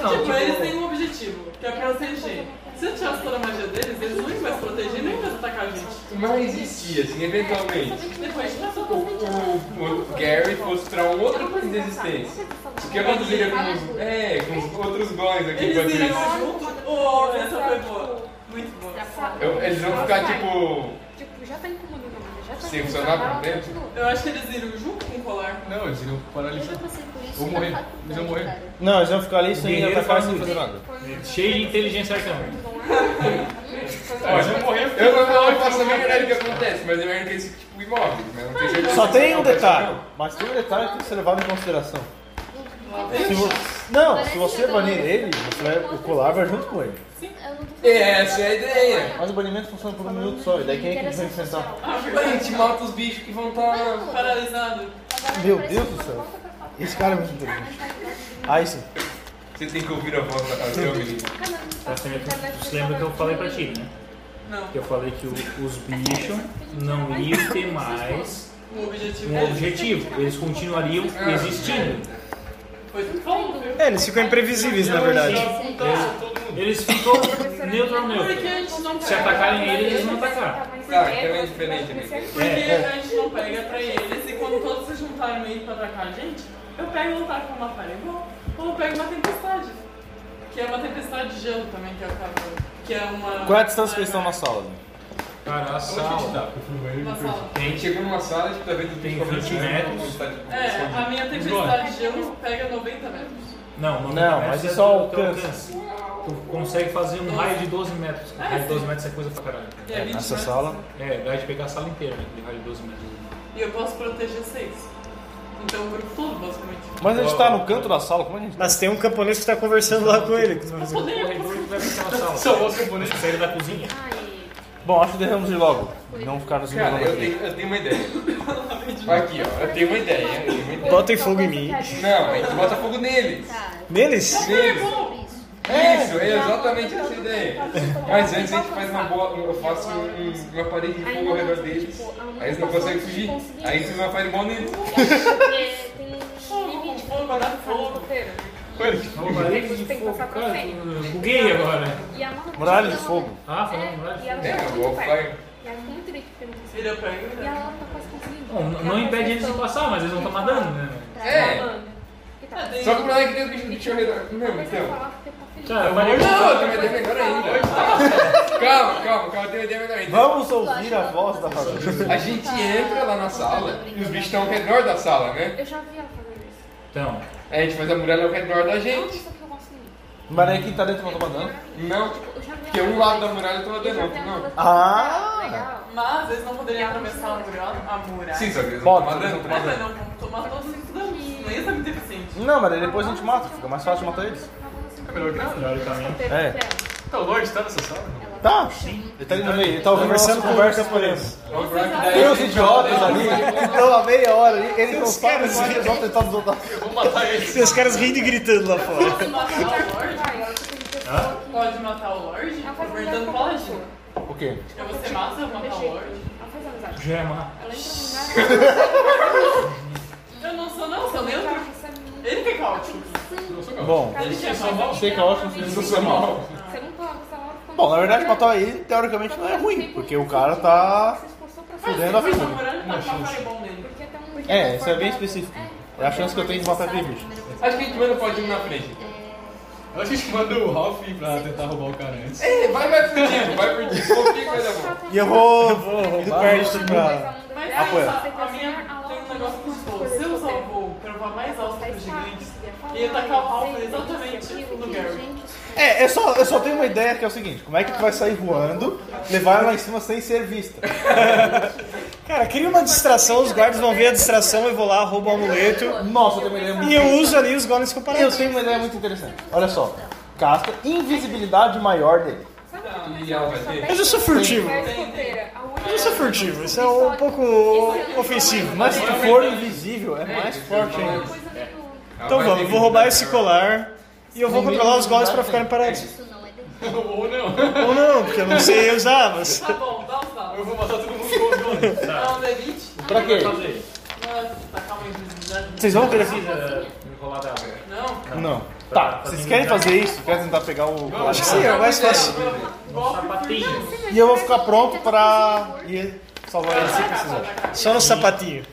S1: Não,
S2: tipo,
S1: tipo-
S2: eles têm um objetivo, que é proteger. Se eu tirasse toda a magia deles, eles não iam mais proteger, nem mais atacar a gente.
S7: Mas existia, assim, eventualmente.
S2: Depois de
S7: O, o, o Gary fosse para um outro plano de existência. O que aconteceria com os, é, com os outros goles aqui em
S2: Eles
S7: Patrícia?
S2: iriam junto. Oh, essa foi boa. Muito
S7: Eles vão ficar tipo.
S10: Tipo, já tá incomodando, mas já tá
S7: Sem
S10: incomodando,
S7: funcionar por
S10: ela
S7: dentro?
S10: continua.
S2: Eu acho que eles viram junto com o colar.
S3: Não, eles iriam
S8: Eu já
S3: paralisar.
S8: passei por isso
S3: Vou
S8: na
S3: morrer.
S8: faculdade,
S3: Eles vão morrer.
S8: cara.
S5: Não, eles vão ficar ali sem
S1: Guerreiro
S5: atacar
S1: faz
S5: sem
S1: muito.
S5: fazer nada.
S1: Cheio de inteligência artificial.
S7: Ah, eles vão morrer. Eu, eu, eu, eu faço a minha ideia do que acontece, mas eu imagino que eles tipo imóveis, mas não tem jeito de
S5: Só tem um
S7: acontece,
S5: detalhe.
S7: não.
S5: Mas tem um detalhe que tem que ser levado em consideração.
S2: Uma
S5: Se
S2: vez.
S5: você- Não,
S8: Parece
S5: se
S8: que
S5: você
S8: eu tô
S5: banir
S8: vendo.
S5: ele, você vai- o colar vai junto com ele.
S8: Eu não tô fazendo
S7: Essa é a
S8: nada.
S7: ideia.
S5: Mas o banimento funciona por um minuto só, e daí quem é que vai enfrentar?
S7: A gente mata os bichos que vão estar. Tá...
S2: Paralisado.
S5: Meu Deus do céu. Esse cara é muito inteligente. Aí sim.
S7: Você tem que ouvir a voz da casa, menino.
S1: Tá Você lembra que eu falei pra ti, né?
S2: Não.
S1: Que eu falei que o- os bichos não iam ter mais
S2: O objetivo é
S1: um
S2: deles
S1: objetivo. Eles continuariam existindo.
S2: foi tudo bom, viu?
S4: É, eles ficam imprevisíveis, na verdade.
S1: Eles ficam neutral
S2: Porque
S1: neutral.
S2: a gente não pega.
S1: Se atacarem ele, eles vão atacar.
S7: Tá, então é diferente, né?
S2: Porque
S5: É,
S2: a gente não pega pra eles e quando todos se juntarem aí pra atacar a gente, eu pego um taco com uma paredão ou eu pego uma tempestade. Que é uma tempestade de gelo também, que é o caso. Que é uma.
S5: Qual é a distância que eles estão na sala? né?
S1: Cara, a sala
S2: Uma sala.
S7: A gente chegou numa sala, a gente tá vendo
S1: tem
S7: bicho com
S1: 20 metros.
S7: Tá, tipo,
S2: É, a minha tempestade de gelo pega 90 metros.
S1: Não,
S5: Não,
S1: parece
S5: mas
S1: que
S5: isso
S1: é
S5: é
S1: do teu
S5: alcance.
S1: Tu consegue fazer um raio de 12 metros.
S2: Ah,
S1: raio de 12
S2: sim.
S1: metros é coisa pra caralho.
S2: E é 20
S5: Nessa
S2: metros.
S5: sala?
S1: É, dá de pegar a sala inteira, né? aquele raio de 12 metros.
S2: E eu posso proteger seis. Então o grupo todo, basicamente.
S5: Mas a gente tá no canto da sala, como é que a gente tá?
S4: Mas tem um camponês que tá conversando lá com ele.
S1: O corredor que vai pra aquela
S5: *laughs*
S1: sala.
S3: Salvou os
S5: um
S3: camponeses.
S1: Saída da cozinha.
S5: Bom, acho que devemos ir logo. Não ficar nos
S7: Cara, eu
S5: aqui.
S7: tenho, eu tenho uma ideia. Aqui, ó. Eu tenho uma ideia. Eu tenho uma ideia.
S4: Botem fogo em mim.
S7: Não, a gente bota fogo neles.
S8: Cara,
S4: Neles?
S7: Neles.
S2: um.
S8: sobre isso.
S7: Isso, é exatamente essa ideia. Mas antes a gente faz uma boa. Eu faço um- uma parede de fogo ao redor deles. Aí eles não conseguem fugir. Aí vocês vão fazer igual neles.
S10: Porque tem
S2: Fogo,
S10: limite
S2: fogo, dá
S10: pra fazer
S2: fogo.
S10: roteiro.
S5: um
S1: Vamos lá,
S10: Tem que passar pra frente.
S1: Buguei agora.
S10: E a Amanda-
S5: Muralha de fogo.
S1: Ah,
S10: É,
S1: falando mais.
S10: e ela
S7: É,
S10: tá
S7: o
S10: muito perto.
S7: offline.
S10: E ela tá muito bem que pergunta assim.
S2: Ele eu pego,
S10: E
S2: né?
S10: ela tá quase conseguindo.
S1: Bom, não- não impede eles
S10: Então,
S1: de passar, mas eles vão tomar dano, né?
S7: É.
S10: E tá.
S2: tem-
S7: Só que o problema é que tem os bichos bicho ao redor. Não,
S10: Mas eu
S7: então.
S10: falar porque tá feliz.
S1: Cara,
S7: Não, então.
S1: vai-
S7: eu tenho uma ideia melhor ainda. Calma, calma, calma, eu tenho uma ideia melhor ainda.
S5: Vamos ouvir a voz da família.
S7: A gente entra lá na sala e os bichos estão ao redor da sala, né?
S10: Eu já vi ela fazendo isso.
S1: Então,
S7: Aí a gente faz a muralha ao
S10: É
S7: redor da
S10: uma
S7: gente.
S10: pessoa que eu gosto muito. Tipo,
S5: Mas aí quem tá dentro não toma dano.
S7: Não,
S10: Eu já vi
S7: porque
S10: ela
S7: um lado da
S10: fazendo
S7: muralha toma
S10: isso. Eu já vi
S7: dano,
S10: ela
S7: não.
S10: fazendo
S5: Ah!
S10: isso. Legal.
S2: Mas eles não poderiam atravessar a muralha. A muralha.
S7: Sim, só que eles vão né?
S5: Pode.
S7: tomar dano, tomar
S2: Mas
S7: dano.
S2: eu não vou tomar todos os danos. Não ia ser muito eficiente.
S5: Não, mas aí depois a gente mata, fica mais fácil matar eles.
S3: É melhor que nada.
S1: teoricamente.
S5: É.
S3: Tá, o Lorde tá nessa sala?
S5: Tá? Ele tá ali no meio, ele tá ouvindo
S4: Conversando
S5: nossa
S4: com
S5: conversa
S4: os
S5: por eles.
S7: Vamos pra
S5: Tem
S7: ideia.
S5: uns idiotas ali, estão a Então, meia hora ali, eles não sabem se eles vão tentar nos voltar.
S3: Eu vou matar ele.
S4: Tem os caras rindo e gritando lá fora.
S2: Pode matar o Lorde?
S10: Hã?
S2: Pode matar o Lorde?
S8: É
S10: Ela faz amizade
S2: Verdano
S10: com a
S2: pode? É
S10: pessoa.
S5: O quê?
S2: Eu vou ser massa, eu vou matar o Lorde?
S10: Ela faz amizade.
S1: já é má.
S10: Ela entra no lugar
S2: Eu não sou não, sou
S10: e ela
S5: *laughs*
S2: neutro.
S10: recebe muito.
S2: Ele que é caótico.
S5: Bom,
S2: Ele que é
S3: mal.
S2: caótico.
S5: achei caótico, mas não foi mal.
S10: Você é um não paga o salário quando-
S5: Bom, na verdade, matar ele teoricamente não é ruim, porque o cara tá.
S10: Se esforçou pra
S2: Mas
S10: fazer.
S4: é
S2: se
S5: Fudendo a
S2: for
S5: vida.
S2: namorando, tá com uma fireball nele.
S10: Porque até um.
S5: É, isso é bem específico. É a chance que eu tenho de matar aquele bicho.
S7: Acho que a gente manda o Claudinho na
S10: É,
S7: frente.
S3: Eu acho que a gente manda o Ralph pra tentar roubar o cara antes.
S7: É, vai, vai fudido, vai fudido. Confia que vai dar bom.
S5: E eu vou. Eu vou perto pra.
S2: Mas
S4: Ah,
S10: Mas
S2: é isso,
S5: Apoio.
S2: a minha tem um negócio que eu sou. Se eu usar o voo pra voar mais alto que os gigantes, e atacar o Ralph exatamente no Gary.
S5: É, eu só, eu só tenho uma ideia que é o seguinte: como é que tu vai sair voando, levar ela lá em cima sem ser vista?
S4: Cara, cria uma distração, os guardas vão ver a distração, eu vou lá, roubo o amuleto.
S5: Nossa, eu tenho uma ideia muito
S4: E eu uso ali os golems
S5: Eu
S4: comparados.
S5: tenho uma ideia muito interessante. Olha só. Casta invisibilidade maior dele.
S7: E ela vai ter.
S4: Eu já sou furtivo. Eu já sou furtivo, isso é um pouco ofensivo.
S5: Mas se tu for invisível, é mais forte ainda.
S7: Ela
S4: Então
S7: vai ter
S4: vamos, vou
S7: que-
S4: roubar esse colar e eu vou controlar os golems pra ficarem parados.
S8: Isso não é delícia.
S3: Ou não.
S4: Ou não, porque eu não sei usar, mas.
S2: Tá bom, dá os dados.
S3: Eu vou matar todo mundo com o Johnny.
S4: Tá.
S2: Dá um D20.
S5: Pra quê?
S1: Fazer.
S2: Nossa, tacar uma invisibilidade.
S5: Vocês vão ter
S1: Precisa enrolar da água.
S2: Não,
S5: Não. Tá, vocês querem fazer isso? Querem tentar pegar um- o colar?
S4: Acho que sim, é mais fácil.
S1: Um Sapatinhos.
S5: E eu vou ficar pronto pra ir salvar ele se precisar.
S4: Só no sapatinho.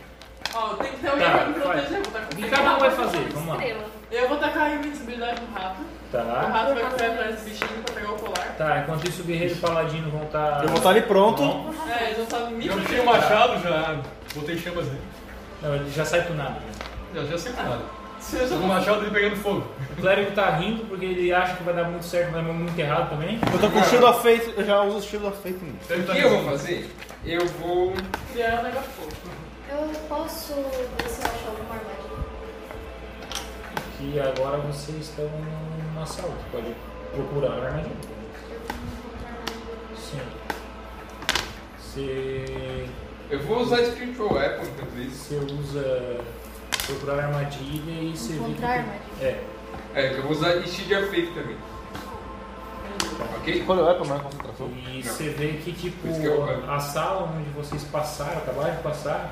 S2: ó, tem que ter alguém pra me
S1: Tá, vai.
S2: proteger. eu vou tacar-
S1: O que cada um vai fazer? Vamos lá.
S2: Eu vou tacar a invisibilidade no rato. O
S1: Tá.
S2: rato vai correr atrás do bichinho pra pegar o colar.
S1: Tá, enquanto isso o guerreiro paladino vão tá- estar.
S4: Eu vou
S5: tá-
S4: estar ali pronto.
S2: É, eles não sabem me
S3: Eu
S2: proteger.
S3: tinha o machado já, botei chamas nele.
S1: Não, ele já sai pro nada. já.
S3: Já, já sei nada.
S2: Se eu
S3: Tô
S2: já
S3: com o machado ele pegando fogo.
S1: O clérigo tá rindo porque ele acha que vai dar muito certo, vai dar muito errado também.
S5: Eu tô com o Shield of Faith, eu já uso o Shield of Faith em mim.
S3: Deve
S7: O
S3: tá
S7: que eu vou fazer? Eu vou.
S2: criar um negócio fofo.
S8: Eu posso ver se eu acho alguma armadilha.
S1: Que agora vocês estão na saúde. Pode procurar a armadilha. Sim. Você.
S7: Eu vou usar Spiritual Weapon enquanto isso.
S1: Você usa. procurar armadilha e você vê que-
S6: Encontrar armadilha.
S1: É.
S7: É, eu vou usar Shield of Faith também. Ok?
S5: Quando eu é pra maior concentração?
S1: E você vê que tipo
S7: Por isso que eu-
S1: a sala onde vocês passaram, acabaram de passar,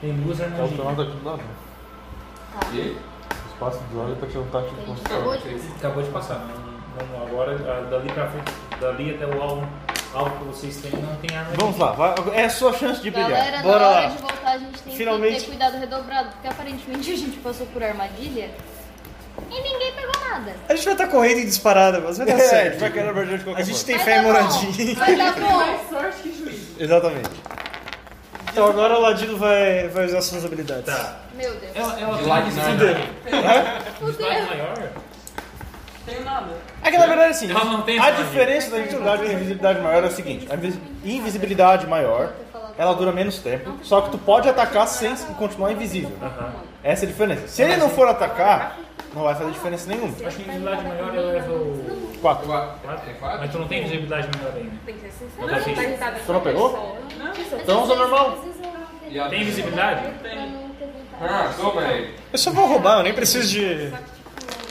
S1: tem duas
S5: Tá o final
S1: armadilhas.
S5: daquilo lá, velho.
S7: E aí?
S5: O espaço de olho tá tirando tático de concentração.
S7: Não,
S8: Acabou
S7: ok.
S8: de
S1: Acabou de passar. Não, não- agora a- dali pra frente, dali até o alvo, alvo um que vocês têm, não tem arma.
S5: Vamos lá, vai- é a sua chance de brilhar.
S8: Galera,
S4: Bora
S8: na
S4: lá.
S8: hora de voltar a gente tem
S4: Finalmente.
S8: que ter cuidado redobrado, porque aparentemente a gente passou por armadilha e ninguém pegou nada.
S4: A gente vai estar correndo e disparada, mas vai dar
S5: *laughs* É, a gente
S4: certo.
S5: vai querer a verdade de
S4: A
S5: qualquer
S4: gente
S5: forma.
S4: tem
S8: Vai
S4: fé em
S8: dar bom.
S4: moradia.
S8: Vai dar
S2: Tem
S8: bom.
S2: mais sorte que juízo.
S5: *laughs* Exatamente.
S4: Então agora o Ladino vai, vai usar suas habilidades.
S1: Tá.
S8: Meu Deus.
S1: Ela, ela
S7: De lá
S1: *laughs*
S7: de nada.
S1: disparo maior?
S2: Tenho nada.
S5: É que na verdade assim,
S1: Ela não tem
S5: a
S1: armadilha.
S5: diferença da invisibilidade e da invisibilidade maior é o seguinte, a invis- invisibilidade maior, ela dura menos tempo, só que tu pode atacar sem continuar invisível.
S1: Aham.
S5: Essa é a diferença. Se ele não for atacar, não vai fazer diferença nenhuma.
S1: Acho que invisibilidade maior é level
S5: Quatro.
S7: Eu a- É
S1: 4.
S7: quatro?
S1: Mas tu não tem visibilidade maior ainda.
S10: Tem que ser sincero.
S1: Não,
S2: Tá
S1: gente.
S5: Você não pegou?
S4: É,
S5: Então usa normal.
S7: E a-
S1: Tem visibilidade?
S7: Ah, toma aí.
S4: Eu só vou roubar, eu nem preciso de.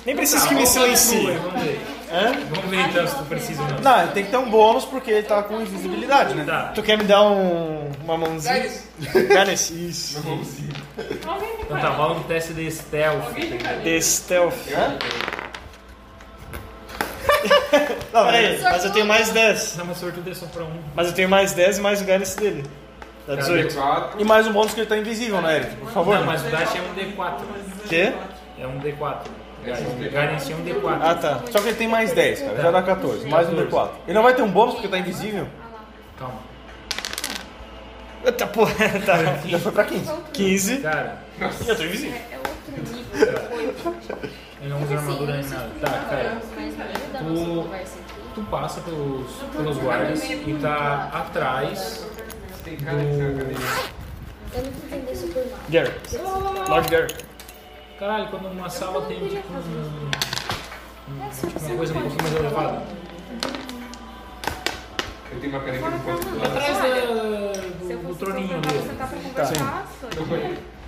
S4: Nem preciso que me silencie.
S1: Vamos ver.
S5: Hã?
S1: Vamos ver então se tu precisa ou não.
S5: Não, tem que ter um bônus porque ele tá com invisibilidade, né?
S1: Tá.
S4: Tu quer me dar um, uma
S9: Dá
S4: mãozinha?
S9: isso.
S5: *laughs*
S4: Ganes, isso.
S2: Alguém tem
S1: Então tá,
S2: cara.
S1: rola um teste de stealth.
S2: Alguém tem cara.
S4: The stealth.
S5: Hã?
S4: *laughs* Não, peraí, mas eu tenho mais 10.
S1: Não, mas sortudo é só pra um. Tá
S4: Mas eu tenho mais 10 e mais o Ganes dele. Tá
S5: Tá
S4: Dá 18.
S7: D4.
S5: E mais um bônus que ele tá invisível, né, Eric? Por favor.
S1: Não, mas o dash é um D4.
S4: Quê? *laughs*
S1: É um D4.
S7: É.
S1: Guidance é um D4.
S5: Ah, tá. Só que ele tem mais 10, cara. Já dá 14. Mais um D4. Ele não vai ter um bônus porque tá invisível?
S1: Calma.
S4: Eita porra, *laughs* tá.
S5: Já foi pra 15.
S4: 15.
S1: Cara,
S4: Eu tô invisível.
S6: É outro nível.
S1: eu não uso armadura nem nada. Tá, cara. Tu- Tu passa pelos, pelos guardas e tá atrás
S7: Tem cara de ser uma
S1: do.
S7: cadeia.
S8: Eu não entendi super mal.
S4: Garrett. Lord Garrett.
S1: Caralho, quando uma sala tem tipo um- um- tipo, uma coisa um pouquinho mais elevada.
S7: Eu tenho uma caneta no ponto do lado.
S1: Atrás da- do, do troninho
S10: tá
S1: dele.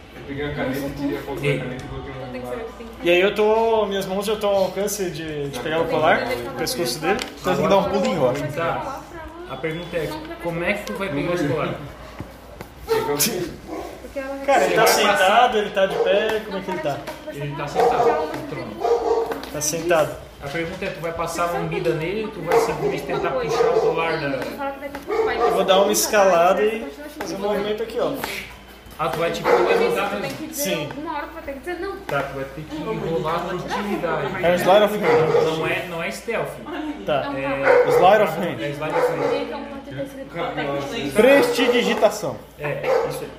S7: Eu peguei uma caneta, tirei a ponta da caneta e coloquei no lado.
S4: E aí eu tô. Minhas mãos já estão ao alcance de, de pegar o colar, o pescoço dele.
S5: Então tem que dar um pulinho, eu acho.
S1: Tá. A pergunta é: como é que tu vai pegar esse colar?
S7: Pegou o-
S4: Cara, ele tá sentado, ele tá de pé, como é que ele tá?
S10: tipo,
S1: Ele tá sentado no trono.
S4: Tá sentado.
S1: A pergunta é: tu vai passar a lambida nele? Tu vai simplesmente tentar puxar o colar da.
S10: Eu
S4: vou dar uma escalada e Fazer um movimento aqui, ó.
S1: Ah, tu vai tipo levantar mesmo.
S4: Sim.
S10: Uma hora tu vai ter que dizer não.
S1: Tá, tu vai ter que rolar na intimidade.
S5: É um slide of hand.
S1: Não é, não é stealth.
S4: Tá.
S1: É,
S5: Slide of hand.
S1: é slide of hand.
S10: um tá
S5: Prestidigitação.
S1: É, isso aí.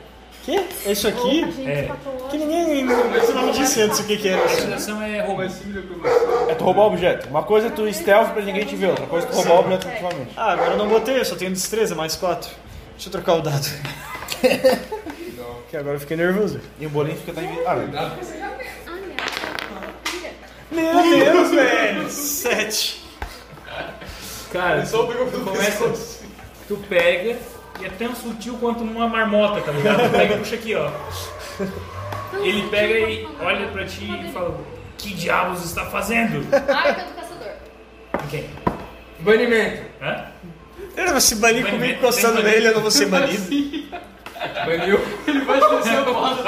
S4: Que? Isso aqui?
S1: É.
S4: Que ninguém. Você não me disse antes o que que era isso.
S1: Prestidigitação é roubo.
S5: É tu roubar objeto. Uma coisa é tu stealth pra ninguém te ver, outra coisa é tu roubar objeto ultimamente.
S4: Ah, agora eu não botei, eu só tenho destreza, mais 4. Deixa eu trocar o dado. que agora eu *laughs* fiquei nervoso.
S5: E o bolinho fica tá invisível. Ah, não.
S8: Ah, é.
S4: Meu Deus, velho! 7.
S1: Cara,
S3: Só pegou
S1: tu
S3: pelo
S1: começa, tu pega e é tão sutil quanto uma marmota, tá ligado? Tu pega e puxa aqui, ó.
S8: Então,
S1: Ele pega e olha pra ti e fala: Que diabos está fazendo?
S8: Arca do caçador.
S1: Quem?
S7: Banimento.
S1: Hã?
S4: Ele vai se banir
S1: Vai,
S4: comigo
S1: vai,
S4: é encostando
S1: tem que
S4: nele, eu não vou ser banido.
S7: Baniu.
S3: Ele vai descer a bola.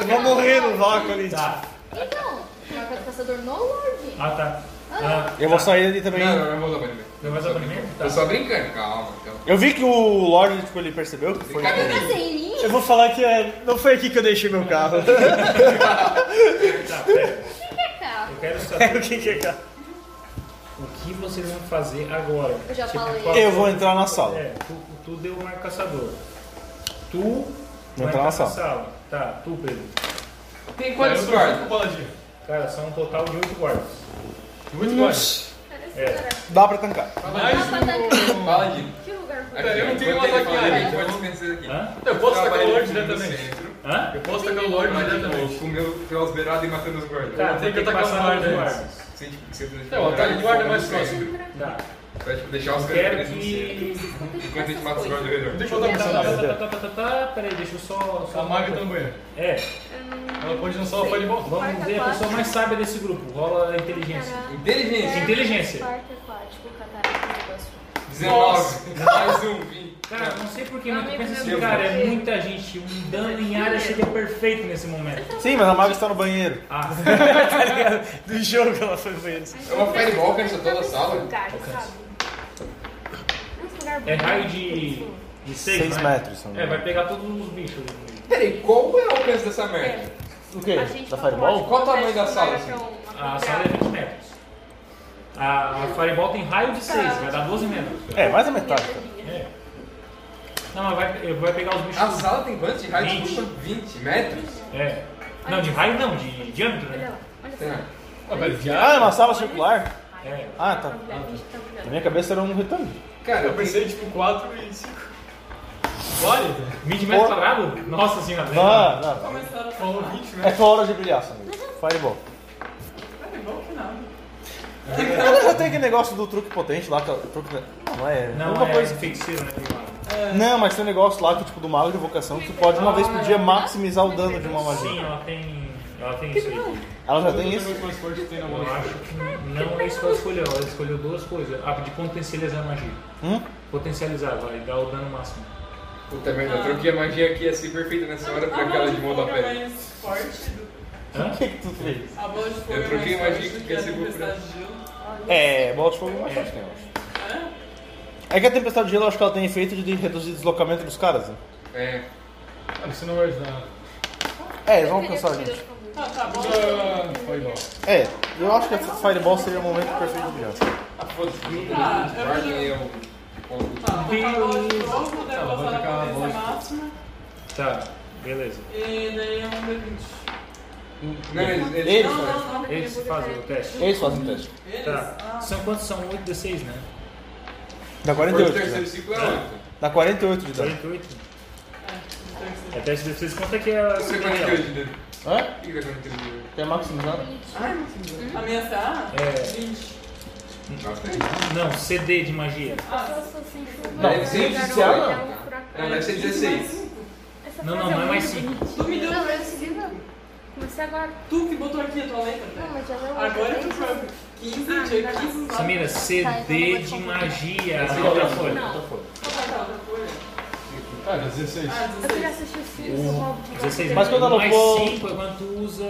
S4: Eu vou morrer no vácuo ali.
S1: Tá.
S8: Então, arca do caçador no Lorde.
S1: Ah, tá. Ah,
S5: Eu vou sair ali também.
S7: Não, não, não vou usar banimento.
S1: não vai dar banimento? Tá.
S7: Tô só brincando, calma. Então.
S5: Eu vi que o Lorde, tipo, ele percebeu que foi.
S8: Tá sem mim?
S4: Eu vou falar que é, não foi aqui que eu deixei meu carro.
S1: Tá, pera.
S8: Que carro?
S1: Eu quero saber
S4: o que que é cá?
S1: o que vocês vão fazer agora. Tipo,
S8: Eu já falei.
S1: qual-
S5: *laughs* Eu vou entrar na sala.
S1: É, tu, tu deu mais caçador. Tu vai
S5: entrar
S1: entrar
S5: na
S1: na
S5: sala.
S1: sala. Tá, tu, Pedro.
S2: Tem
S3: Quantos
S2: quantos
S3: eu
S2: guardas?
S3: tô com o paladino.
S1: Cara, são um total de 8 guardas.
S3: Muito guardas.
S1: É.
S5: Dá pra tancar.
S8: Tá
S3: Mas
S7: Paladino.
S10: Que lugar foi?
S3: eu não tenho
S7: Quando
S3: uma
S7: ele fala,
S3: taquiária,
S7: ele
S3: então-
S7: pode dispensar aqui.
S1: Hã?
S3: Eu posso tacar o
S7: Trabalhei
S3: Lorde
S7: no
S3: diretamente.
S7: centro,
S1: Hã? Tá,
S3: Eu posso tacar o Lorde diretamente.
S7: Paladino comeu pelas beiradas e matando os guardas.
S1: Tá,
S3: tenho
S1: tem
S3: que
S1: que
S3: atacar
S1: passar
S3: os
S1: mais
S3: guardas.
S1: guardas.
S7: Sem, tipo, que você-
S3: Então, o ataque de guarda é mais próximo.
S1: Tá.
S7: Pra, tipo, deixar os
S1: Eu
S7: caras
S1: quero
S7: presos no centro.
S1: que.
S7: Enquanto a gente mata os guardas ao redor.
S3: Deixa eu botar a
S1: Tá, tá,
S3: personagem.
S1: tá, tá, tá, tá, tá, Peraí, deixa eu só. só
S3: A maga tá no banheiro.
S1: É,
S8: Hum,
S3: Ela pode lançar o fireball.
S1: vamos ver a pessoa mais sábia desse grupo. Rola a inteligência.
S8: Caraca.
S7: Inteligência.
S1: Inteligência.
S8: Parque aquático, catarata, negócio.
S7: 19. Mais um, 20.
S1: Cara, não sei porquê, mas tu
S10: Amigo
S1: pensa assim,
S7: meu.
S1: cara, é muita gente. Um dano em área seria perfeito nesse momento.
S5: Sim, mas a maga está no banheiro.
S4: *laughs*
S1: Ah,
S4: Tá Do jogo ela foi pra eles.
S7: É uma fireball que entra toda a sala.
S8: é
S10: Lugar, sabe?
S8: um
S10: Nesse lugar
S1: é
S10: bonito,
S1: raio
S8: assim.
S1: de. de 6
S5: Seis metros, se não me
S1: É,
S5: engano.
S1: vai pegar todos os bichos ali no meio.
S7: Peraí, qual é o alcance dessa merda?
S5: O quê?
S10: A gente
S5: Da
S10: não pode
S5: fireball?
S7: Qual o tamanho da
S10: conversar
S7: sala,
S10: pra
S7: assim?
S10: uma- uma
S1: A sala é 20 metros. A, a Fireball tem raio de 6, vai dar 12 metros.
S5: É, mais a metade. cara.
S1: É. Não, mas vai, vai pegar os
S5: Ah,
S1: bichos.
S7: A sala tem quanto de raio?
S1: 20.
S7: Desculpa, 20 metros?
S1: É. Não, de raio não, de diâmetro,
S10: Olha
S1: né?
S10: lá, olha
S7: Tem,
S10: só.
S7: ó.
S3: Ah, vai
S5: Ah, é
S3: viar.
S5: uma sala circular?
S1: É.
S5: Ah, tá.
S10: A gente tá
S5: Na
S10: olhando.
S5: minha cabeça era um retângulo.
S7: Cara,
S3: Eu pensei tipo 4 e 5. Vale?
S1: Mid metro
S5: Pô.
S1: quadrado? Nossa senhora.
S5: Não,
S4: Tá.
S5: não.
S2: Começaram a
S3: Falou
S2: falar.
S3: 20,
S5: Ah, tá. É
S3: né?
S5: tua hora de brilhar, Samir. Fireball.
S2: Cara, igual que nada.
S5: Ela já tem aquele negócio do truque potente lá, que é o truque. da- Não é.
S1: Não,
S5: uma
S1: é
S5: coisa que-
S1: feiticeiro, né? que lá.
S5: Não, mas tem um negócio lá que, tipo, do mago de vocação, que tu pode uma vez por dia maximizar o dano de uma
S1: Sim,
S5: magia.
S1: ela tem. Ela tem isso aí.
S5: Ela já tem isso?
S3: mais forte que tem na mão.
S1: Eu acho que não é isso que ela escolheu. Ela escolheu duas coisas. Ah, de potencializar a magia.
S5: Hum?
S1: Potencializar, vai dar o dano máximo.
S7: puta merda, eu troquei a magia aqui, ia ser perfeita nessa hora pra
S2: A
S7: aquela
S2: bola
S7: de
S2: de
S7: mão da
S2: fogo é
S7: pele.
S2: mais forte. do-
S1: Hã?
S5: O que que tu fez?
S2: A bola de fogo
S7: Eu
S2: é
S7: troquei
S2: mais
S7: magia
S2: forte
S7: que
S2: do
S7: quer
S2: a
S7: ser
S2: tempestade de gelo.
S5: É, bola de fogo é mais forte que tem, eu acho. É que a tempestade de gelo, eu acho que ela tem efeito de reduzir o deslocamento dos caras, né?
S7: É.
S3: Cara, Ah, você não vai ajudar nada.
S5: É, eles vão alcançar a gente.
S2: Ah, tá bom.
S3: Ah, Fireball.
S5: É, eu acho que a Fireball seria o momento perfeito de brilhar.
S7: Ah, foda-se.
S2: Tá, eu
S7: Guarda
S2: vou-
S7: aí o- o-
S2: Tá, vou tacar a bola de fogo, daí eu vou
S3: vou
S2: usar
S3: tacar a
S2: a potência
S3: bola de fogo.
S2: máxima.
S5: é?
S1: Tá, beleza.
S2: E daí é um D20.
S7: Não, eles- eles-
S5: Eles
S2: Não,
S5: fazem.
S2: não, não.
S1: Eles fazem o teste.
S5: Eles fazem o teste.
S2: Eles?
S1: Tá.
S2: Ah.
S1: São quantos? São 8 D6, né?
S5: Dá
S7: Foi o
S5: 48, de
S7: terceiro
S5: dano.
S7: ciclo é 8.
S5: Dá 48 de dano.
S1: 48?
S2: É,
S1: É teste de vocês. Quanto é que é a
S7: O que é
S1: sequência
S7: 48 de dano?
S5: Hã?
S7: O que é 48 de dano?
S5: Quer maximizar?
S2: então, A minha CA?
S1: É.
S2: 20.
S7: Bastante.
S1: Não, CD de magia.
S2: Ah,
S5: Não,
S7: Deve ser
S5: não.
S7: oficial,
S10: Olhar
S7: não.
S10: um furacão.
S7: Não, deve ser 16.
S10: Essa
S1: é Não, não,
S10: frase
S1: não é
S10: muito
S1: mais cinco.
S10: bonita.
S2: tu me deu.
S8: Não, eu segui não.
S10: Comecei agora.
S2: Tu que botou aqui a tua letra.
S8: Não, mas já não.
S1: é
S2: Agora tu foi 15, dia 15.
S1: Samira, CD de magia. Outra folha.
S3: Cara, 16.
S2: Ah,
S10: Eu já
S2: 16.
S10: assisti esse jogo de
S1: 16
S5: Mas quando
S1: né?
S5: ela
S1: mais
S5: for-
S1: 5 é quando tu usa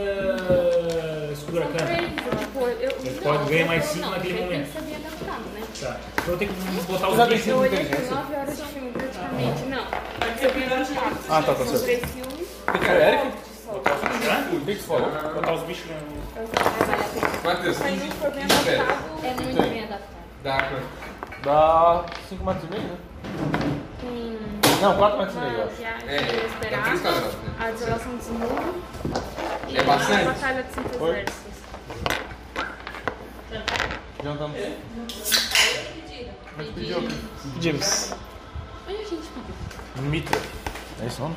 S1: escuro
S10: São
S1: arcano.
S10: três, tipo, eu-
S1: Você
S10: não,
S1: pode ganhar
S10: eu
S1: mais
S10: tô-
S1: cinco
S10: não,
S1: naquele
S10: você
S1: momento.
S10: Tem que saber adaptar, né?
S1: Tá. Então eu tenho que botar
S5: Já
S1: os
S5: tem
S1: bichos.
S10: Eu olhei
S1: né?
S10: por 9 horas de filme, praticamente. Não.
S2: Aqui é a primeira chave.
S5: Ah, tá, tá
S10: São
S5: certo.
S10: três filmes.
S5: O que que foi, Eric?
S1: Hã?
S5: Big Foda.
S1: Botar os bichos no.
S10: Eu trabalho
S7: Matheus,
S10: Mas
S7: 15
S10: não foi bem
S7: espera.
S10: adaptado
S8: É muito bem adaptado.
S7: Dá quanto?
S5: Dá 5 metros e meio, né?
S10: em
S5: Não, 4 metros e meio, eu
S10: uma
S5: acho.
S10: viagem
S7: É, é três
S10: inesperada,
S7: quadrados, né?
S10: a desolação dos muros e
S7: É bastante?
S10: a batalha de cinco
S5: Oi?
S10: exércitos.
S5: Jantamos. Mas pediu aqui.
S4: James.
S8: Olha a gente pediu.
S5: Mitra. É isso não?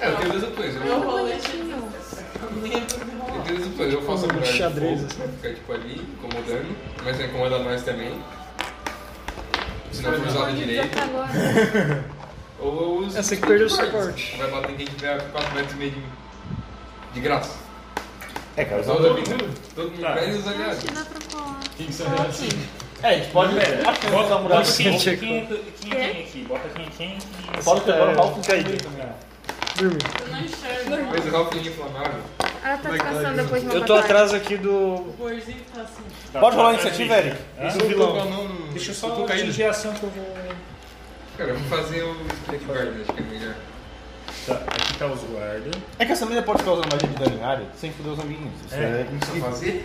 S7: É, eu tenho duas opções. Eu,
S2: Eu
S7: eu
S2: rolei lembro de rolar.
S7: tenho duas opções. Eu faço a muralha de
S4: xadrez,
S7: fogo, pra ficar tipo ali, incomodando. Mas vai incomodar nós também. Se não for usado direito. É
S10: Até agora.
S7: Ou eu uso.
S4: Eu sei que
S7: perdeu
S4: perdeu o suporte.
S7: Vai bater quem tiver 4 metros e meio de mim. De graça.
S5: É, cara,
S7: Todo mundo. Todo mundo.
S1: Tá.
S7: Menos aliados.
S10: Dá pra colar.
S3: Quem são reais?
S1: assim?
S5: É, a gente pode.
S1: Pera,
S5: Acho que
S1: Bota,
S5: a
S1: bota
S5: muralha.
S1: quem,
S4: Sim,
S1: quem,
S4: chegou.
S1: quem, quem,
S2: É?
S1: quem aqui? Bota quem, quem. quem-
S5: Fala que agora
S4: É,
S5: o Ralph
S4: caí. Dormi.
S2: Eu não enxergo. não.
S7: Mas o Ralph é inflamável.
S10: Ela
S1: é
S10: tá descansando depois de uma
S4: Eu tô
S10: batalha.
S4: atrás aqui do.
S2: O gordinho tá assim.
S1: Tá,
S5: Pode rolar a
S1: tá,
S5: iniciativa,
S1: gente.
S5: Eric?
S1: Hã?
S3: Eu tô com a mão.
S1: Deixa eu
S3: eu
S1: só
S3: tô caído.
S1: atingir a ação que eu vou.
S7: Cara, eu vou fazer o Split Guard, acho que é melhor.
S1: Tá, aqui tá os guardas.
S5: É que essa mina pode ficar usando magia de dano em área sem foder os amiguinhos. Isso
S1: É.
S5: é, impossível.
S7: fazer?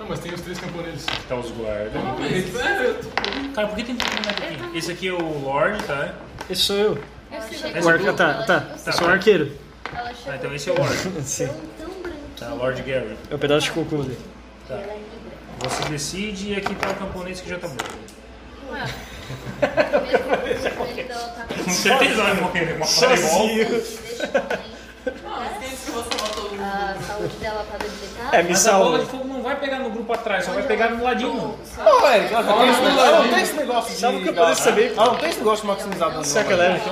S3: Não, mas tem os três camponeses.
S1: Aqui tá os guardas.
S2: Não, mas, é velho, tipo,
S1: Cara, por que tem que terminar aqui? Esse aqui é o Lorde, tá?
S4: Esse sou eu.
S8: Eu sei.
S1: Esse
S4: O arca, tá, tá. Eu sou o arqueiro.
S8: Ela chegou
S1: Ah, então esse é o Lorde.
S4: Sim.
S10: um
S8: tão branquinha.
S1: Tá, Lorde Gary.
S4: É o pedaço de cocô ali.
S8: Ela é negra.
S1: Você decide e aqui tá o camponês que já tá morto.
S8: Mesmo ele deu
S10: tá
S8: outra coisa.
S1: Com certeza vai morrer, né? Uma
S4: Sozinho.
S8: Deixa eu falar, hein?
S2: Não, esquece que você matou o
S8: A saúde dela tá debilitada.
S4: É, me
S1: Mas a bola de
S4: salva.
S1: fogo não vai pegar no grupo atrás, só vai pegar no ladinho.
S5: Não, Eric, ela já tem esse negócio. Ela não tem esse negócio de.
S4: Sabe o que eu poderia saber?
S5: Ela não tem esse negócio de maximizar dano. não,
S4: Sacanagem.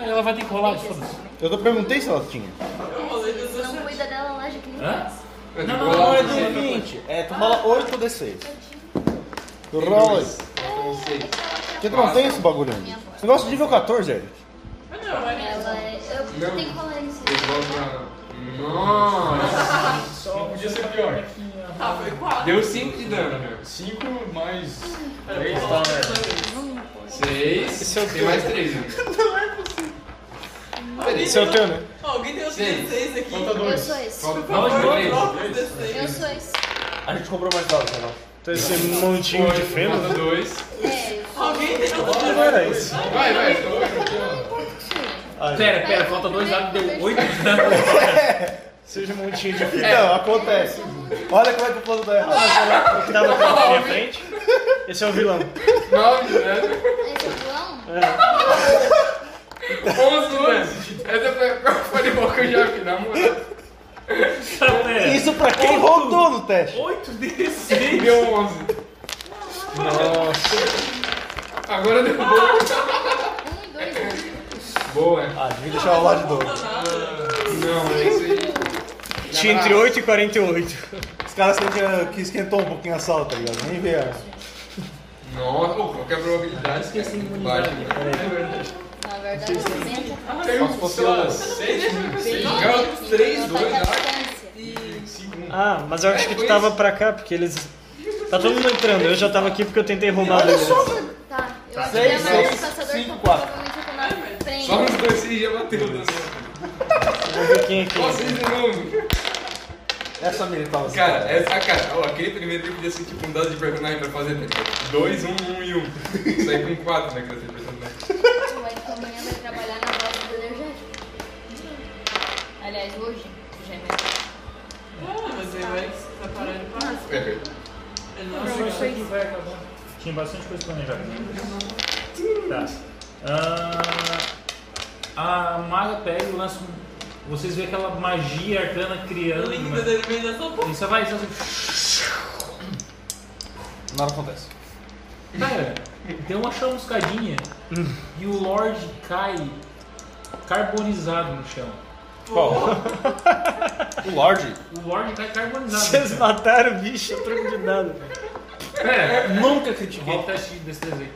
S1: Ela vai ter que rolar, foda-se.
S5: velho. Eu tô perguntei se ela tinha.
S2: Eu rolei 17.
S4: É.
S8: Não cuida dela lá de que nem
S1: Hã?
S8: faz.
S7: Eu
S1: Não,
S7: vou
S1: não,
S7: lá
S1: não, é
S7: fazer.
S1: do-
S5: 20. É, tu rola 8 ou D6.
S7: Tem
S5: Tu rola
S7: dois.
S5: 8.
S7: Faltam seis.
S5: Porque tu não tem esse bagulho ainda. Esse negócio de nível 14, Eric.
S2: Ah, não, é mesmo.
S8: Ela é. Eu
S7: Não.
S8: tenho que falar isso.
S7: Eu volto na- Nossa!
S3: Só podia ser pior.
S2: Ah, foi 4.
S7: Deu 5 de dano, meu.
S3: Cinco mais.
S1: Três tá, né?
S7: 6. Tem mais né? 3,
S4: Esse é o teu, né?
S2: Alguém deu
S7: Sim.
S2: 16 aqui.
S3: Falta
S8: Eu
S3: dois.
S8: sou esse.
S7: Falta
S2: Por favor,
S7: é dois.
S2: troca os
S8: Eu
S2: 16.
S8: sou esse.
S5: A gente comprou mais dados, não.
S4: Então esse montinho de feno. né?
S7: Falta dois.
S8: É, eu sou
S2: Alguém deu
S4: Não era esse.
S7: Vai, vai, tô aqui, ó.
S1: É, Pera, pera, falta dois dados, deu oito.
S4: Seja um montinho de feno.
S5: Então, acontece. Olha como é que o plano dá errado.
S4: O que tava na minha frente. Esse é o vilão.
S7: 9 de dano.
S8: esse é o vilão?
S7: 11 de dano. Essa foi *laughs* a Fireball que eu já vi, na moral.
S1: Tá, pera.
S5: Isso pra quem rodou no teste.
S1: Oito desse.
S7: Deu 11.
S5: Nossa.
S7: Agora deu boa.
S8: Um e dois. né?
S7: Boa.
S5: Ah, devia deixar ela lá de novo.
S7: Não, é isso aí.
S4: Tinha entre 8 e 48.
S5: Os caras que, tinha- que esquentou um pouquinho a sala, tá ligado? Nem vê. a-
S7: Nossa, pô, qualquer probabilidade esqueci de baixo.
S8: Na verdade,
S7: um
S8: eu sou
S7: Só se fosse elas. Ganhou 3, 2, um.
S4: Ah, mas eu acho que tu tava pra cá, porque eles. Tá todo mundo entrando, eu já tava aqui porque eu tentei roubar ali.
S8: Tá, eu
S5: Seis,
S8: atirei a marca do
S5: seis,
S8: passador
S5: cinco,
S8: então
S5: quatro.
S8: provavelmente eu tô na frente.
S7: Só um nos dois você já bateu o dano.
S4: Vou ver quem é quem.
S7: Ó, vocês de novo.
S5: Essa mina tava assim.
S7: Cara, é essa cara, ó, aquele primeiro tempo podia ser tipo um dado de personagem pra fazer né? 2, 1, 1 e 1. Sai com 4, né, que vai ser personagem.
S8: O Eric amanhã vai trabalhar na loja do Energético. Aliás, hoje já é melhor.
S2: Ah, mas aí vai separar ele pra
S7: É verdade.
S2: Ele não chegou.
S1: Tinha bastante coisa planejada. Tá. Ah, a maga pega e lança um. Vocês veem aquela magia arcana criando. né?
S2: Linda é da alimentação, pô.
S1: E só vai, só assim.
S5: Nada acontece.
S1: Cara, deu uma chamuscadinha e o Lorde cai carbonizado no chão.
S5: O Lorde.
S1: O Lorde cai carbonizado. no
S4: Vocês
S1: chão. É,
S4: mataram o bicho, eu troco de nada.
S1: Pera, nunca critiquei o teste de destreza aí.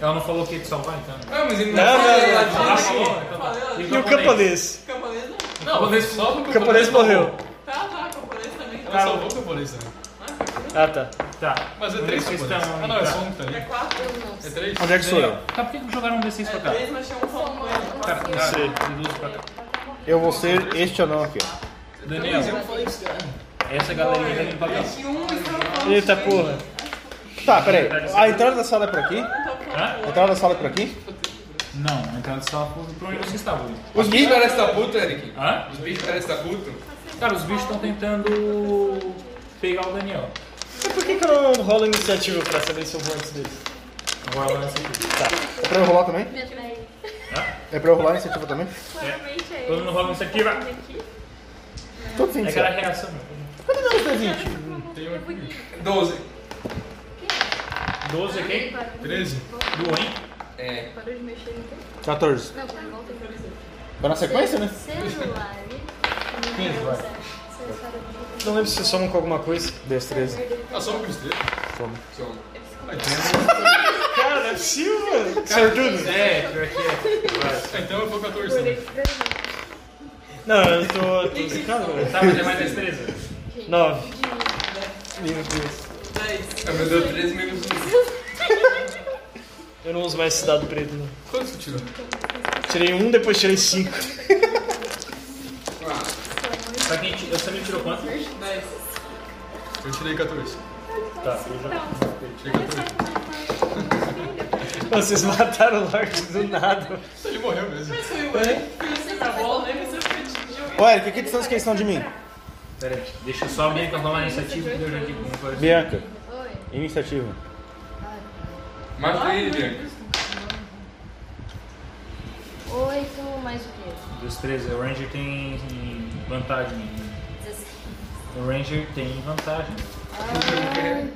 S1: Ela não falou que ia te salvar, então.
S7: Ah, mas ele não
S4: Não,
S7: faz
S4: não,
S7: ela
S4: não.
S7: de-
S1: Ah,
S2: Falei,
S1: bom, então tá.
S2: falei,
S1: E
S4: E o camponês?
S2: camponês é não.
S1: Não, vou ver
S3: é
S1: só
S4: O
S1: porque
S4: camponês morreu.
S2: Tá, tá, camponês também.
S3: Ela salvou o camponês também.
S4: Ah, tá.
S1: Tá.
S3: Mas é três
S1: Vocês
S3: camponeses.
S1: estão-
S3: Ah, não, é só um que tá
S2: É
S3: ali.
S2: 4.
S8: Eu não
S3: É
S8: sei.
S3: três?
S4: Onde é que sou eu?
S1: Tá, por que que jogaram um D6 pra
S2: É
S1: cá?
S2: 3, mas chama um só um coelho.
S1: Cara,
S8: Eu
S1: cara,
S4: sei.
S1: deduz pra cá.
S5: Eu vou ser este anão aqui, ó.
S1: Daniel, essa galerinha tá vindo pra cá.
S2: E um escravo.
S4: Eita porra.
S5: Tá, peraí. A entrada da sala é por aqui? A
S1: Hã?
S5: entrada da sala é por aqui?
S1: Não, entrada de sala por pra onde vocês estavam.
S7: Os bichos parecem estar puto, Eric.
S1: Hã?
S7: Os bichos parecem estar puto.
S1: Cara, os bichos estão tentando pegar o Daniel.
S4: Mas por que, que eu não rolo iniciativa pra saber se eu vou antes deles?
S1: Agora lança aqui.
S5: É pra eu rolar também?
S1: Hã?
S5: É pra eu rolar a iniciativa também?
S10: Claramente é
S1: Todo mundo rola isso aqui, vai.
S10: aqui.
S5: Tô fim,
S1: É aquela reação.
S3: Tem um aqui.
S7: 12.
S1: 12 é quem?
S3: Treze.
S1: Do Oin.
S7: É.
S10: Para de mexer no
S5: 14.
S8: Não, por volta eu quero dizer.
S5: Vai na sequência, né?
S8: Celular.
S5: Quinze, vai.
S4: Não lembro se eu somo com alguma coisa.
S5: Destreza.
S3: Ah, só um com os três.
S7: Soma.
S4: Cara, não é possível, mano. Sortudo.
S1: É, pior que
S3: Ah, então eu vou 14 também.
S4: Não, eu tô. tô brincando,
S1: é.
S4: velho.
S1: Tá, mas é mais destreza.
S4: Nove.
S2: 10.
S7: Ah, Meu Deus, 13 menos 1.
S4: Eu não uso mais esse dado preto, não.
S3: Quanto você tirou?
S4: Tirei um, depois tirei cinco.
S1: Pra quem ti- Você me tirou quanto?
S3: Eu tirei 14.
S1: Tá, eu já.
S3: Tirei 14.
S4: Vocês *laughs* mataram o Lorde do nada.
S3: Ele morreu mesmo.
S2: Mas foi o Eric que tá bom, né? Mas eu fui de
S5: Ô, Eric, que distância que eles estão de mim?
S1: Pera aí, deixa só a Bianca rolar a iniciativa que eu já digo como agora.
S5: Bianca,
S8: é? Oi.
S5: iniciativa.
S7: Mata ele, Bianca.
S8: Oito mais o quê?
S1: Dos 13, o Ranger tem vantagem.
S8: Dezesseis.
S1: O Ranger tem vantagem.
S8: Ah, eu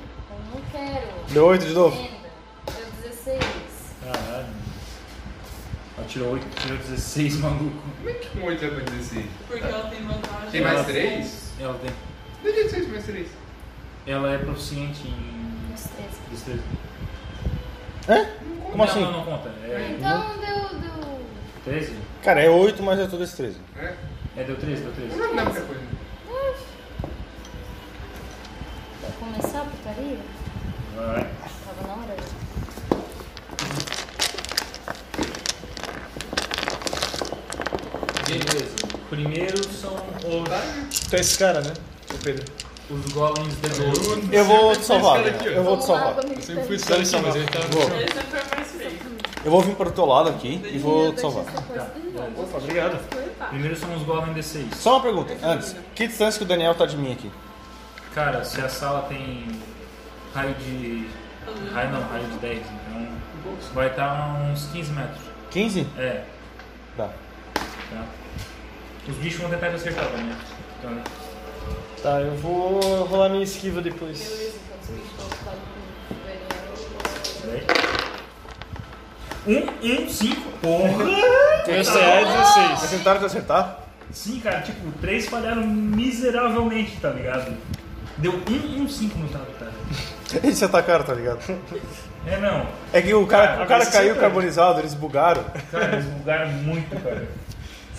S8: não quero.
S5: Deu oito de novo?
S8: Entenda. Deu 16.
S1: Caralho. Ela tirou 8, tirou 16, *laughs* maluco.
S7: Como é que um 8 é pra 16?
S2: Porque ela tem vantagem.
S7: Tem mais 3?
S1: Ela, tem,
S7: Não adianta ser mais 3.
S1: ela é proficiente em
S8: Uns 13.
S1: destreza.
S5: Hã? Como assim?
S1: Não, não conta. É
S8: Então deu. deu...
S1: 13?
S5: Cara, é 8, mas é tudo destreza.
S7: É?
S1: É, deu 13, deu 13.
S7: Não é muita coisa.
S8: Vai começar a putaria?
S1: Vai.
S8: Tava na hora.
S1: Beleza. Primeiro são os,
S4: Então é esse cara, né? O Pedro.
S1: os golems de ouro.
S5: Eu vou te salvar, né?
S3: Esse cara aqui, ó.
S5: eu vou te salvar.
S3: Eu sempre fui sangue, mas ele tá.
S5: Vou.
S2: Ele sempre foi mais feio.
S5: Eu vou vir pro teu lado aqui e vou te salvar.
S1: Opa, obrigado. Primeiro são os golems de 6.
S5: Só uma pergunta, antes. Que distância que o Daniel tá de mim aqui?
S1: Cara, se a sala tem raio de. raio não, raio de 10, então vai estar uns 15 metros.
S5: 15?
S1: É,
S5: Tá.
S1: tá. Os bichos vão tentar te acertar também. Então, né?
S4: Tá, eu vou rolar minha esquiva depois.
S1: Peraí. Um, um, cinco. Porra!
S4: Meu CA é 16.
S5: Vocês tentaram te acertar?
S1: Sim, cara, tipo, três falharam miseravelmente, tá ligado? Deu um, um, cinco no taco, cara.
S5: Eles se atacaram, tá ligado?
S1: É, não.
S5: É que o cara, o cara
S4: Esse
S5: caiu
S4: sim,
S5: carbonizado, eles bugaram.
S1: Cara, eles bugaram muito, cara.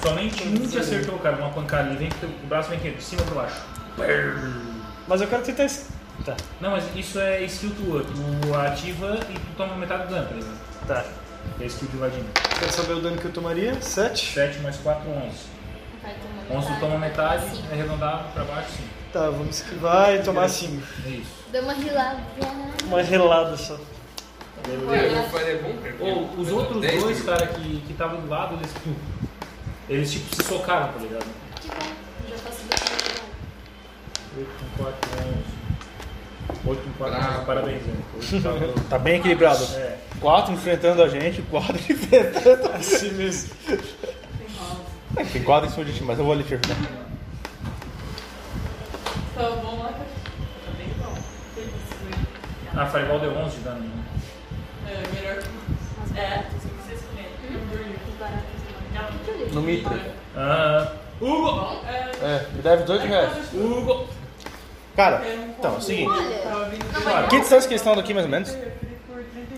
S1: Somente um te acertou, cara, uma pancada. Ele vem, com o teu- o braço vem aqui, de cima pra baixo.
S4: Mas eu quero tentar esse. Tá,
S1: Não, mas isso é skill tua. Tu ativa e tu toma metade do dano, tá ligado?
S4: tá.
S1: É skill de ladinho.
S4: Quero saber o dano que eu tomaria. 7.
S1: 7 mais 4, 11. 11 tu toma metade, arredondar pra baixo, sim.
S4: Tá, vamos esquivar e tomar 5.
S1: É isso.
S8: Deu uma rilada.
S4: Uma relada só.
S7: Eu falei, é bom, cara.
S1: Ou os outros
S7: Dez
S1: dois,
S7: mil.
S1: cara, que que estavam do lado, eles, tipo, eles tipo se socaram, tá ligado?
S8: Que bom. Já faço dois
S1: 8 com 4, 11. 8 com 4,
S7: Bravo.
S1: 11. Parabéns, né? Oito com quatro,
S5: Tá bem equilibrado.
S7: *laughs*
S1: onze. É.
S5: Quatro enfrentando a gente, quatro enfrentando.
S4: Assim mesmo.
S2: Tem rosa.
S5: Tem quatro em cima de ti, mas eu vou ali te ajudar.
S2: Tá bom lá. Tá bem bom. Feliz, né?
S1: Ah, Fireball deu 11 de dano. né?
S2: É melhor que. É, vocês comem.
S5: No Mitra.
S1: Ah, Hugo!
S2: É.
S5: É, me deve dois
S1: Hugo!
S5: Cara, então, é o seguinte.
S1: Claro.
S5: Que distância que eles estão daqui, mais ou menos?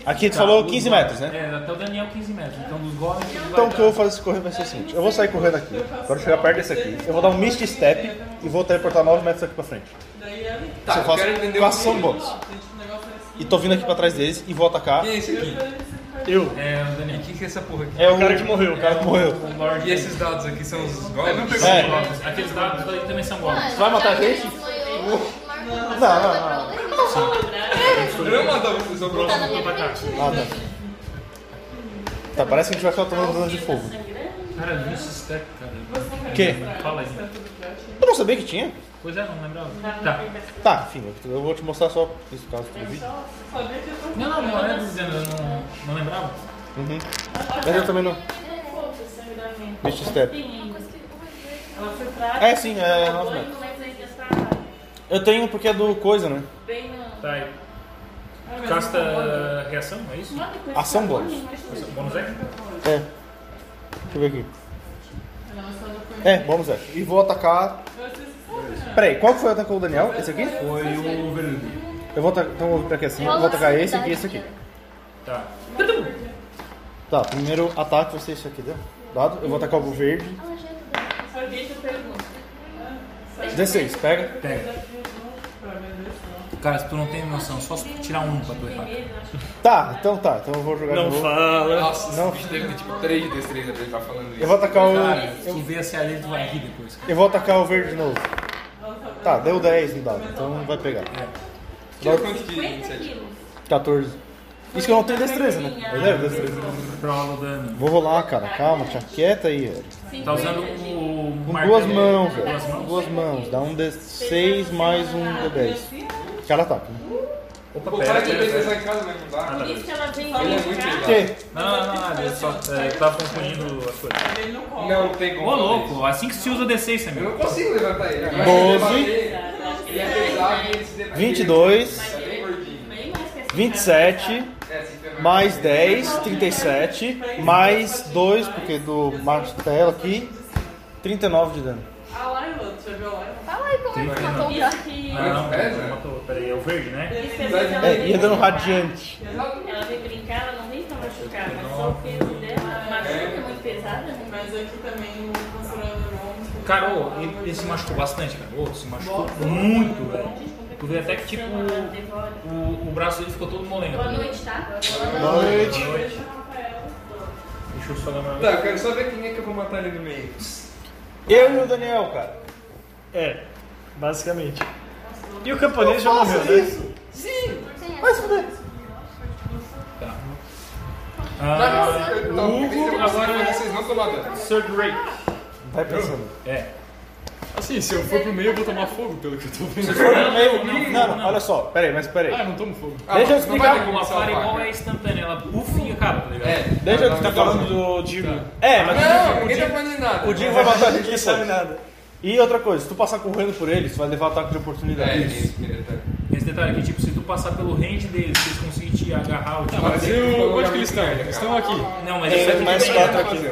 S5: Aqui tu
S1: Tá,
S5: falou
S1: os
S5: 15
S1: golems-
S5: metros, né?
S1: É, até o Daniel 15 metros. Então, dos golems... ele vai
S5: Então o que
S1: dar-
S5: eu vou fazer se correr vai ser o seguinte. Eu vou sair correndo aqui, quando chegar perto desse aqui, eu vou dar um Mist Step e vou teleportar 9 metros aqui pra frente.
S2: Daí ela.
S5: Se
S7: Tá,
S5: eu
S7: eu
S5: faço
S7: quero entender
S5: com
S7: o
S5: ação
S7: que
S5: bônus.
S2: Gente, o negócio é assim.
S5: E tô vindo aqui pra trás deles e vou atacar.
S7: Quem é esse aqui?
S4: Eu.
S1: É, o Daniel.
S7: O que que é essa porra aqui?
S5: É o
S4: cara que morreu.
S5: O cara que morreu.
S1: O Lorde...
S7: E esses dados aqui são os golems?
S5: É.
S1: Aqueles dados aí também são golems.
S5: vai matar a gente?
S8: Não,
S5: não,
S7: Eu não matava vocês, só
S8: Tá
S7: pra
S8: na minha
S1: Atacar.
S8: frente.
S5: Ah, tá. Tá, parece que a gente vai ficar tomando dano de fogo.
S1: Cara, não se step, cara.
S5: O quê?
S1: Fala aí.
S5: Eu não sabia que tinha.
S1: Pois é, não lembrava. Tá.
S5: Tá, enfim, eu vou te mostrar só isso caso do vídeo.
S2: Sabia que eu tô
S1: Não, não, não é era dizendo, eu não, não lembrava.
S5: Uhum. Mas eu também não.
S2: é
S5: Mist Step.
S2: um Ela foi pra
S5: É, sim, é 9 metros. Eu tenho porque é do coisa, né?
S2: Ah,
S1: Tá aí. Casta reação, é isso?
S5: Ação bônus.
S1: Bônus é?
S5: É. Deixa eu ver aqui.
S2: Ela só não foi.
S5: É, vamos ver. E vou atacar.
S2: Vocês sabem, né?
S5: Peraí, qual que foi o ataque do Daniel? Esse aqui?
S1: Foi o vermelho.
S5: Eu vou atacar. Então eu vou pra aqui assim. Eu vou atacar esse e esse aqui.
S1: Tá.
S5: Tá, primeiro ataque vai ser esse aqui, deu? Dado. Eu vou atacar o verde.
S2: Se alguém te pergunta.
S5: 16, pega.
S1: Pega.
S2: Pra ver se não.
S1: Cara, se tu não tem noção, só se tu tirar um pra tu errar.
S5: Tá, então tá. Então eu vou jogar de novo.
S7: Nossa, esse
S5: Não.
S7: bicho deve ter tipo 3 de destreza pra ele tá falando isso.
S5: Eu vou atacar
S4: um
S5: o.
S1: Cara, se tu vê a CA dele, tu vai rir depois.
S5: Eu vou atacar o verde de novo. Tá, deu 10 no dado, então vai pegar.
S7: Tira quanto que iniciativa?
S5: 14. Isso que eu não tenho destreza, né? Eu levo destreza.
S1: Prova o dano.
S5: Vou rolar, cara. Calma, tia. Quieta aí, velho.
S1: Tá usando o.
S5: Com
S1: martelo.
S5: duas mãos, velho.
S1: Duas mãos?
S5: Com duas mãos. Dá um D6 mais um D10. Cara ataque. né?
S1: Opa,
S7: O
S1: pera,
S7: cara que
S1: pera,
S7: fez
S1: pera.
S7: essa em casa, mas não dá.
S1: Nada a ver.
S7: Ele é muito legal.
S5: Que?
S1: Não, não, não, não, eu só é, eu tava confundindo as coisas.
S2: Ele não come.
S7: Não tem
S1: Ô
S7: como. fazer isso.
S1: louco, assim que se usa D6,
S7: Eu
S1: Samuel.
S7: não consigo levantar ele. Agora
S5: Doze.
S7: se ele bater, Ele é pesado e ele se debater.
S5: 22,
S7: Tá bem gordinho.
S5: 27,
S7: É, se ferrar.
S5: mais 10, 37, mais 2, porque do martelo aqui, 39 de dano.
S2: A
S6: é
S2: Laila, tu já viu a Laila?
S8: Fala aí como é que matou o cara.
S7: Ah.
S1: Não, não,
S7: Pesa?
S1: não, matou. Peraí, é o verde, né?
S5: É, ia dando radiante.
S6: Ela veio brincar, ela não veio pra machucar, mas só o peso dela. Machuca é muito pesada, né?
S2: Mas aqui também o consulado bom.
S1: Cara, ô, ele, ele se machucou bastante, cara. Ô, se machucou muito, velho. Tu vê
S7: É
S1: até que, tipo, o, o braço dele ficou todo molengo.
S6: Boa noite, tá?
S5: Noite.
S1: Deixa eu só lembrar.
S7: Tá, eu quero só ver quem é que eu vou matar ali no meio.
S5: Eu e o Daniel, cara.
S4: É, basicamente. E o camponês já morreu, né?
S1: Tá. Ah,
S7: Hugo, agora vocês não tomar dano.
S1: Sir Drake.
S5: Vai pensando.
S1: É.
S3: Assim, se eu for pro meio, eu vou tomar fogo, pelo que eu tô vendo.
S5: Não, não, olha só. Peraí, mas peraí.
S3: Ah, eu não tomo fogo.
S7: Ah,
S5: Deixa eu
S7: não vai ter
S5: explicar.
S7: como
S1: Uma
S7: salvar,
S1: fireball
S7: cara.
S1: é instantânea, ela bufa e acaba, tá ligado?
S7: É.
S5: Deixa eu
S7: Tá
S5: tá falando do Digo. É, mas
S7: Não, ninguém tá falando de nada.
S5: o Digo vai matar a gente
S4: Ninguém sabe
S5: depois.
S4: nada.
S5: E outra coisa, se tu passar correndo por ele, tu vai levar ataque de
S7: É,
S5: oportunidade.
S7: isso. ele tá-
S1: Esse detalhe aqui, tipo, se tu passar pelo range deles, se eles conseguirem te agarrar ou te
S3: Mas
S1: bater-
S3: eu... Onde que eles estão? Eles estão aqui.
S1: Não, mas
S4: Tem
S5: é
S1: isso é aqui
S4: mais
S1: tem-
S4: quatro aqui.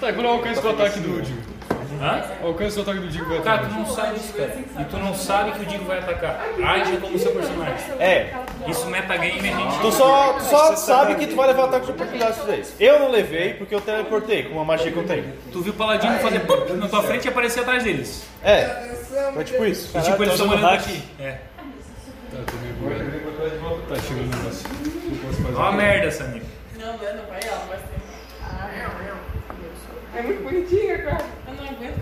S3: Tá, quando eu alcanço o ataque do Digo.
S1: Hã?
S3: O alcance do ataque do Digo vai
S1: Cara, tu
S3: atrás.
S1: não sabe isso, cara. E tu não sabe que o Digo vai atacar. Age como seu personagem.
S5: É.
S1: Isso metagame a gente.
S5: Tu só, tu só sabe que tu vai levar ataque de oportunidade se tu fizer isso. Eu não levei porque eu teleportei com uma magia que eu tenho.
S1: Tu viu o Paladino fazer pum na tua frente e aparecer atrás deles.
S5: É. Foi tipo isso.
S1: E tipo, eles
S4: tá
S1: estão
S4: usando
S1: olhando
S4: hack.
S1: aqui. É.
S3: Tá chegando o negócio. Não posso fazer.
S1: Ó a merda, Samir.
S2: Não, não, não vai ela, vai ser.
S7: É muito bonitinha, cara.
S2: Eu não aguento.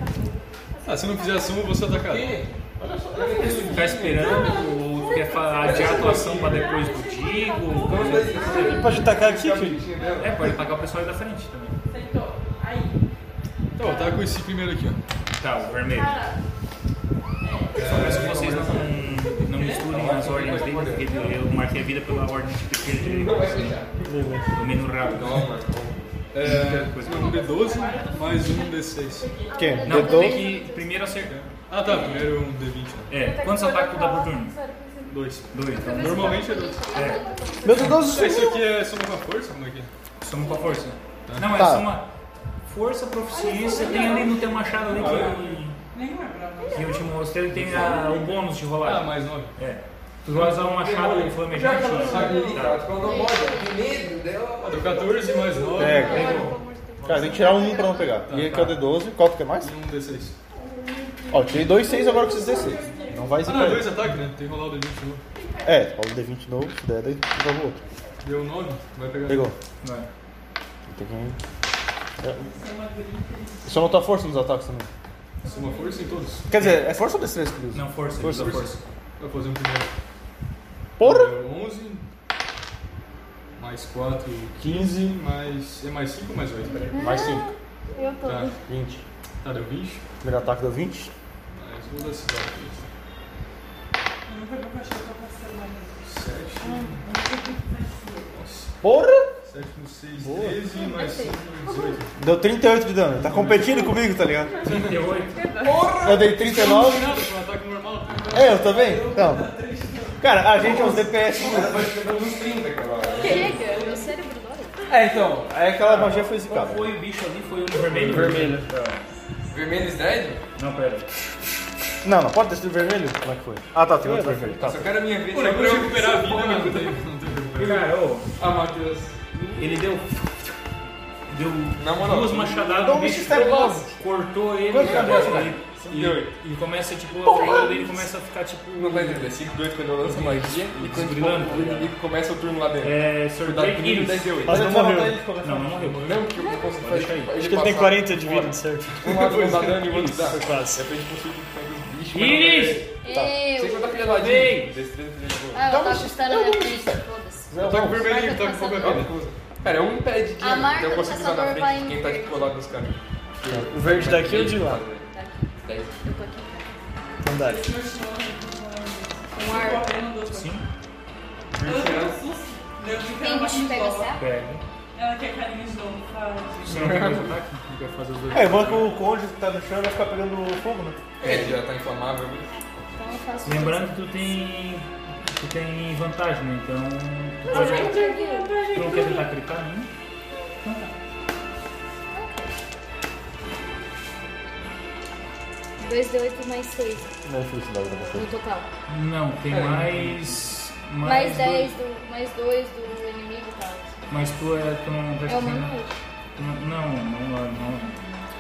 S2: tá?
S3: Ah, se eu não fizer ação, eu vou ser atacado.
S1: Ficar esperando ou tu quer fa- adiar a atuação pra depois do Digo.
S4: Pode tacar aqui, filho.
S1: É, pode atacar o pessoal aí da frente também.
S2: Sentou. Aí.
S3: Então, tá com esse primeiro aqui, ó.
S1: Tá, o vermelho.
S3: É,
S1: Só
S3: um
S1: peço que vocês não, não misturem as ordens dele, porque ele- eu marquei a vida pela ordem de pequeno direito. assim. Do menu rápido.
S3: É, um D12 mais um D6.
S5: Quem?
S1: Não, tu tem
S5: D12?
S1: que primeiro acertar.
S3: Ah, tá. Primeiro um D20, né?
S1: É, quantos ataques tu dá por turno?
S3: Dois.
S1: Dois. Então,
S3: Normalmente é dois.
S1: é,
S5: Meu D12
S3: Ah, Isso
S5: sumiu.
S3: aqui é soma com a força, como é que é?
S1: soma com a força. Não, é
S5: Tá.
S1: soma força, proficiência, tem ali no teu machado ali que,
S2: Nenhum é bravo.
S1: que eu te mostrei, tem a- o bônus de rolar.
S3: Ah, mais nove.
S1: É. Tu vai usar um machado flamejante. Tá.
S3: Deu 14 mais 9
S5: É, cara, tem que tirar um pra não pegar. E aqui é o D12. Qual tu quer mais?
S3: e um D6.
S5: Ó, tirei dois seis agora com esses D6. Não vai
S3: Ah,
S5: zicar
S3: não,
S5: ele.
S3: dois ataques, né? Tem que rolar o D20 de novo.
S5: É, rola o D20 de novo, se der, daí tu joga o outro.
S3: Deu 9, vai pegar.
S5: Pegou.
S1: Vai.
S5: Tem que- Hum. É. Só não tá força nos ataques também.
S3: Soma força em todos.
S5: Quer dizer, é força ou destreza que tu usa?
S1: Não, força,
S5: Força,
S1: usa
S5: força.
S1: força.
S3: Vai fazer um primeiro.
S5: Porra!
S3: Deu 11, mais 4, 15, mais... É mais 5 ou mais 8? Peraí.
S5: Mais 5.
S10: Eu tô.
S3: Tá,
S5: 20.
S3: tá, deu 20.
S5: Primeiro ataque deu 20.
S3: Mais um da cidade.
S2: Eu nunca vou achar que eu vou ser mais. Ah.
S3: 7. Nossa.
S5: Porra!
S3: 7 no 6,
S5: Boa.
S3: 13, mais 5, 18.
S5: Deu 38 de dano. Tá competindo comigo, tá ligado?
S1: 38.
S5: Eu dei 39.
S3: Nada, foi um ataque normal.
S5: É, eu também? Então. Cara, a gente é uns DPS.
S8: Chega, meu cérebro dói.
S5: É, então. Aí aquela magia foi
S1: Qual
S5: zicada.
S1: foi o bicho ali? Foi o vermelho?
S5: Vermelho.
S1: Tá.
S7: Vermelho Dead?
S1: Não, pera.
S5: Não, não. Pode ter sido vermelho? Como é que foi? Ah, tá. Tem outro vermelho. Tá.
S7: Só quero a minha vez.
S3: Pô,
S7: só
S3: eu
S7: pra
S3: vou
S7: eu
S3: recuperar a vida, né? mas não tem, não tem vergonha.
S1: Cara, ô,
S7: Ah, Matheus.
S1: ele deu. Deu
S7: Na moral.
S1: duas machadadas
S5: Dá
S1: no
S5: um
S1: bicho,
S5: Mr. Boss.
S1: cortou ele,
S5: Quanto que é a
S1: cara,
S5: próxima?
S1: ele E,
S7: 108.
S1: e começa, tipo, a figura dele começa a ficar, tipo...
S7: Não vai entender. 5, 2 quando eu lanço a magia e quando
S1: Desbrilhando, tá ligado?
S7: e- e começa o turno lá dentro.
S1: É, Sir
S7: Cuidado
S1: Drake
S7: com ele,
S1: Willis.
S7: 10 e 8.
S4: Mas não morreu.
S1: Não, não morreu.
S7: Não, que eu consigo
S1: Pode deixar
S7: fazer.
S1: aí.
S4: Acho que ele tem 40 de
S7: *laughs*
S4: vida, certo?
S7: Um lado não dá dano e o outro dá.
S4: Foi
S7: De
S4: quase.
S7: repente consigo fazer os bichos.
S1: Iris!
S8: Tá.
S7: Sem
S8: Eu.
S1: tá
S7: contar tá aquele ladinho.
S1: Vem!
S7: Destreza, três, dois.
S8: Ah, eu tava chutando na frente, foda-se.
S3: Eu tô com vermelhinho, tô com
S8: Marca do
S3: fogo
S8: caçador.
S3: agora.
S7: Cara, é um pé de quinto.
S8: A marca
S7: Eu
S8: do
S7: consigo usar na
S8: caçador vai
S7: frente de quem tá tipo colado nos caras.
S4: O verde daqui ou de lá?
S1: Tá
S7: Dez.
S8: Tá Eu tô aqui.
S4: Então dá.
S2: Esse meu chinelo é muito maravilhoso.
S8: Um ar.
S2: Eu tô correndo duas
S1: Sim,
S2: Eu levei um susto. Eu vi que
S8: Tem
S2: ela
S8: bicho que
S2: vai
S8: pega
S2: me zoar.
S8: sapo?
S1: pega.
S2: Ela quer carinha de novo, fala.
S1: É, Você não tem mais ataque? Não quer fazer os dois?
S5: É, o banco, o conde que tá no chão vai ficar pegando fogo, né?
S7: É, já tá inflamável. mas-
S8: Então eu faço
S1: Lembrando que tu tem... Tu tem vantagem, né? Então... Tu,
S6: Mas
S1: pode,
S6: aí pra mim, pra
S1: tu não
S6: gente.
S1: quer tentar gritar, né?
S8: isso. 2 de 8 mais 6
S5: Não é felicidade pra você.
S8: no total.
S1: Não, tem mais...
S8: Mais
S1: dois.
S8: 10 do. Mais 2 do inimigo e tal.
S1: Mas tu, é, tu não...
S8: É o humanoide.
S1: Não, não, não, não,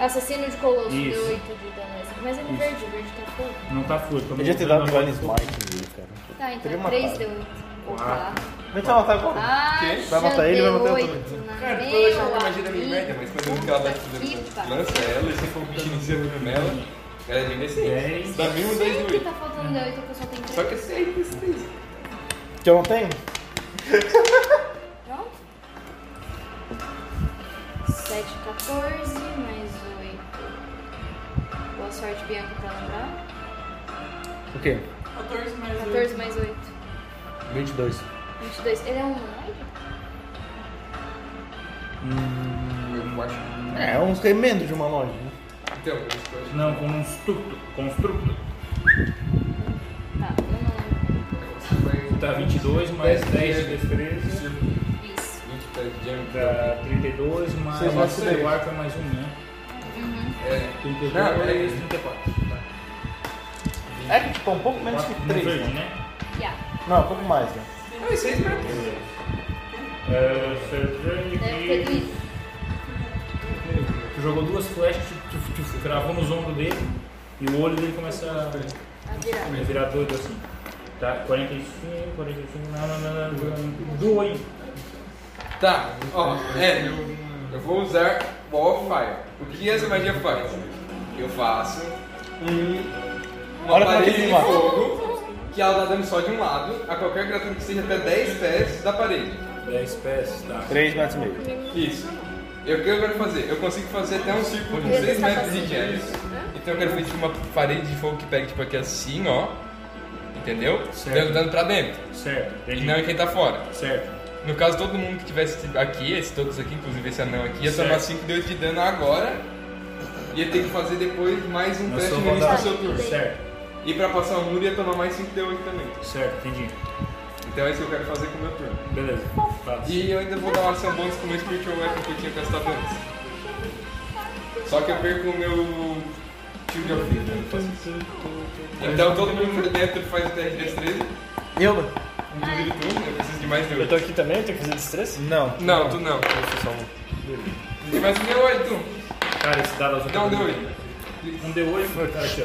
S8: Assassino de Colosso, deu
S1: Isso.
S8: 8 de dano. Mas ele é
S1: Isso.
S8: verde, o verde tá fogo.
S1: não tá full. Eu
S5: Podia ter dado um Blind Smite nele, cara.
S8: Tá,
S5: Teria
S8: então
S5: matado.
S8: 3 de 8. Opa.
S5: Vem cá matar agora.
S8: Ah,
S5: Vai matar ele, vai matar eu
S8: oito
S5: também.
S8: na
S7: Cara,
S8: meu
S7: eu achava que a magia era meio
S8: amigo.
S7: merda, mas quando eu vi que ela tá
S8: Puta que
S7: fazendo
S8: pariu.
S7: lança ela e se for um bicho iniciando nela, ela é de V6.
S1: Dez.
S7: Dá mil, dez e
S8: Sempre
S7: um, oito.
S8: tá faltando de 8, a pessoa tem 3.
S7: Só que é 6 desse
S4: Ah.
S5: Que eu não tenho?
S8: Pronto? 7, 14, mais 8. Boa sorte, Bianca, pra lembrar.
S5: O quê?
S2: 14 mais
S8: 14
S2: 8.
S8: mais 8.
S5: 22.
S8: 22. Ele é um humanoide?
S7: Eu acho.
S5: É, é um remendo de uma loja, né?
S7: Então, eu acho que eu acho.
S1: Não, construto. Construto.
S8: Tá, eu não lembro.
S7: é Vai-
S1: Tá 22 mais
S7: Dez,
S1: 10 de
S7: dez.
S1: destreza.
S8: Isso.
S7: 20 pés de diâmetro.
S1: Dá 32 mais.
S5: Seis mais três.
S1: o arco é mais um, né?
S8: Uhum.
S7: É.
S1: 32
S7: Não, peraí.
S1: 34.
S5: É que tipo, um pouco menos que
S1: Quatro no
S5: 3.
S1: verde,
S5: Né?
S1: né?
S8: Yeah.
S5: Não, um pouco mais, né?
S7: Ah, isso aí é
S1: É, você verde
S8: Deve ter
S1: que-
S8: doído.
S1: Tu jogou duas flechas, tu, tu, tu cravou nos ombros dele e o olho dele começa a
S8: A virar.
S1: a virar doido assim. Tá, 45, 45, não, não, não, não, doem.
S7: Tá, ó, é, eu vou usar Ball of Fire. O que é essa magia faz? Eu faço um, uma
S5: Olha pra
S7: parede
S5: aquele
S7: de
S5: lado.
S7: fogo que ela dá dano só de um lado a qualquer criatura que seja até 10 pés da parede.
S1: 10 peças, tá.
S5: 3 metros e meio.
S7: Isso. Eu, o que eu quero fazer? Eu consigo fazer até um círculo com
S8: Esse
S7: 6
S8: tá
S7: metros de
S8: fazendo
S7: diâmetro. Então eu quero fazer tipo, uma parede de fogo que pegue tipo aqui assim, ó. Entendeu?
S1: Certo.
S7: Dando dano pra dentro.
S1: Certo,
S7: E
S1: entendi.
S7: não é quem tá fora.
S1: Certo.
S7: No caso, todo mundo que tivesse aqui, esse, todos aqui, inclusive esse anão aqui, ia
S1: Certo.
S7: tomar 5 de 8 de dano agora. Ia ter que fazer depois mais um
S1: Na
S7: teste
S1: sua
S7: no início do
S1: rodada.
S7: seu turno.
S1: Certo,
S7: E pra passar o muro ia tomar mais 5 de 8 também.
S1: certo, entendi.
S7: Então é isso que eu quero fazer com o meu turno.
S1: Beleza, fácil.
S7: E eu ainda vou dar uma ação bônus com o meu Spiritual Weapon que eu tinha gastado antes. Só que eu perco o meu Shield of Faith, eu não faço isso. Então todo mundo por dentro faz o teste de destreza,
S5: Eu?
S7: inclusive tu, eu preciso de mais de
S4: Eu
S7: 8.
S4: tô aqui também, tenho que fazer destreza?
S5: Não.
S7: Não, tu não. De mais de 8, é, tu.
S1: Cara, esse dado ajuda.
S7: Dá um de
S1: muito.
S7: 8.
S1: Um D8 foi, cara, aqui, ó.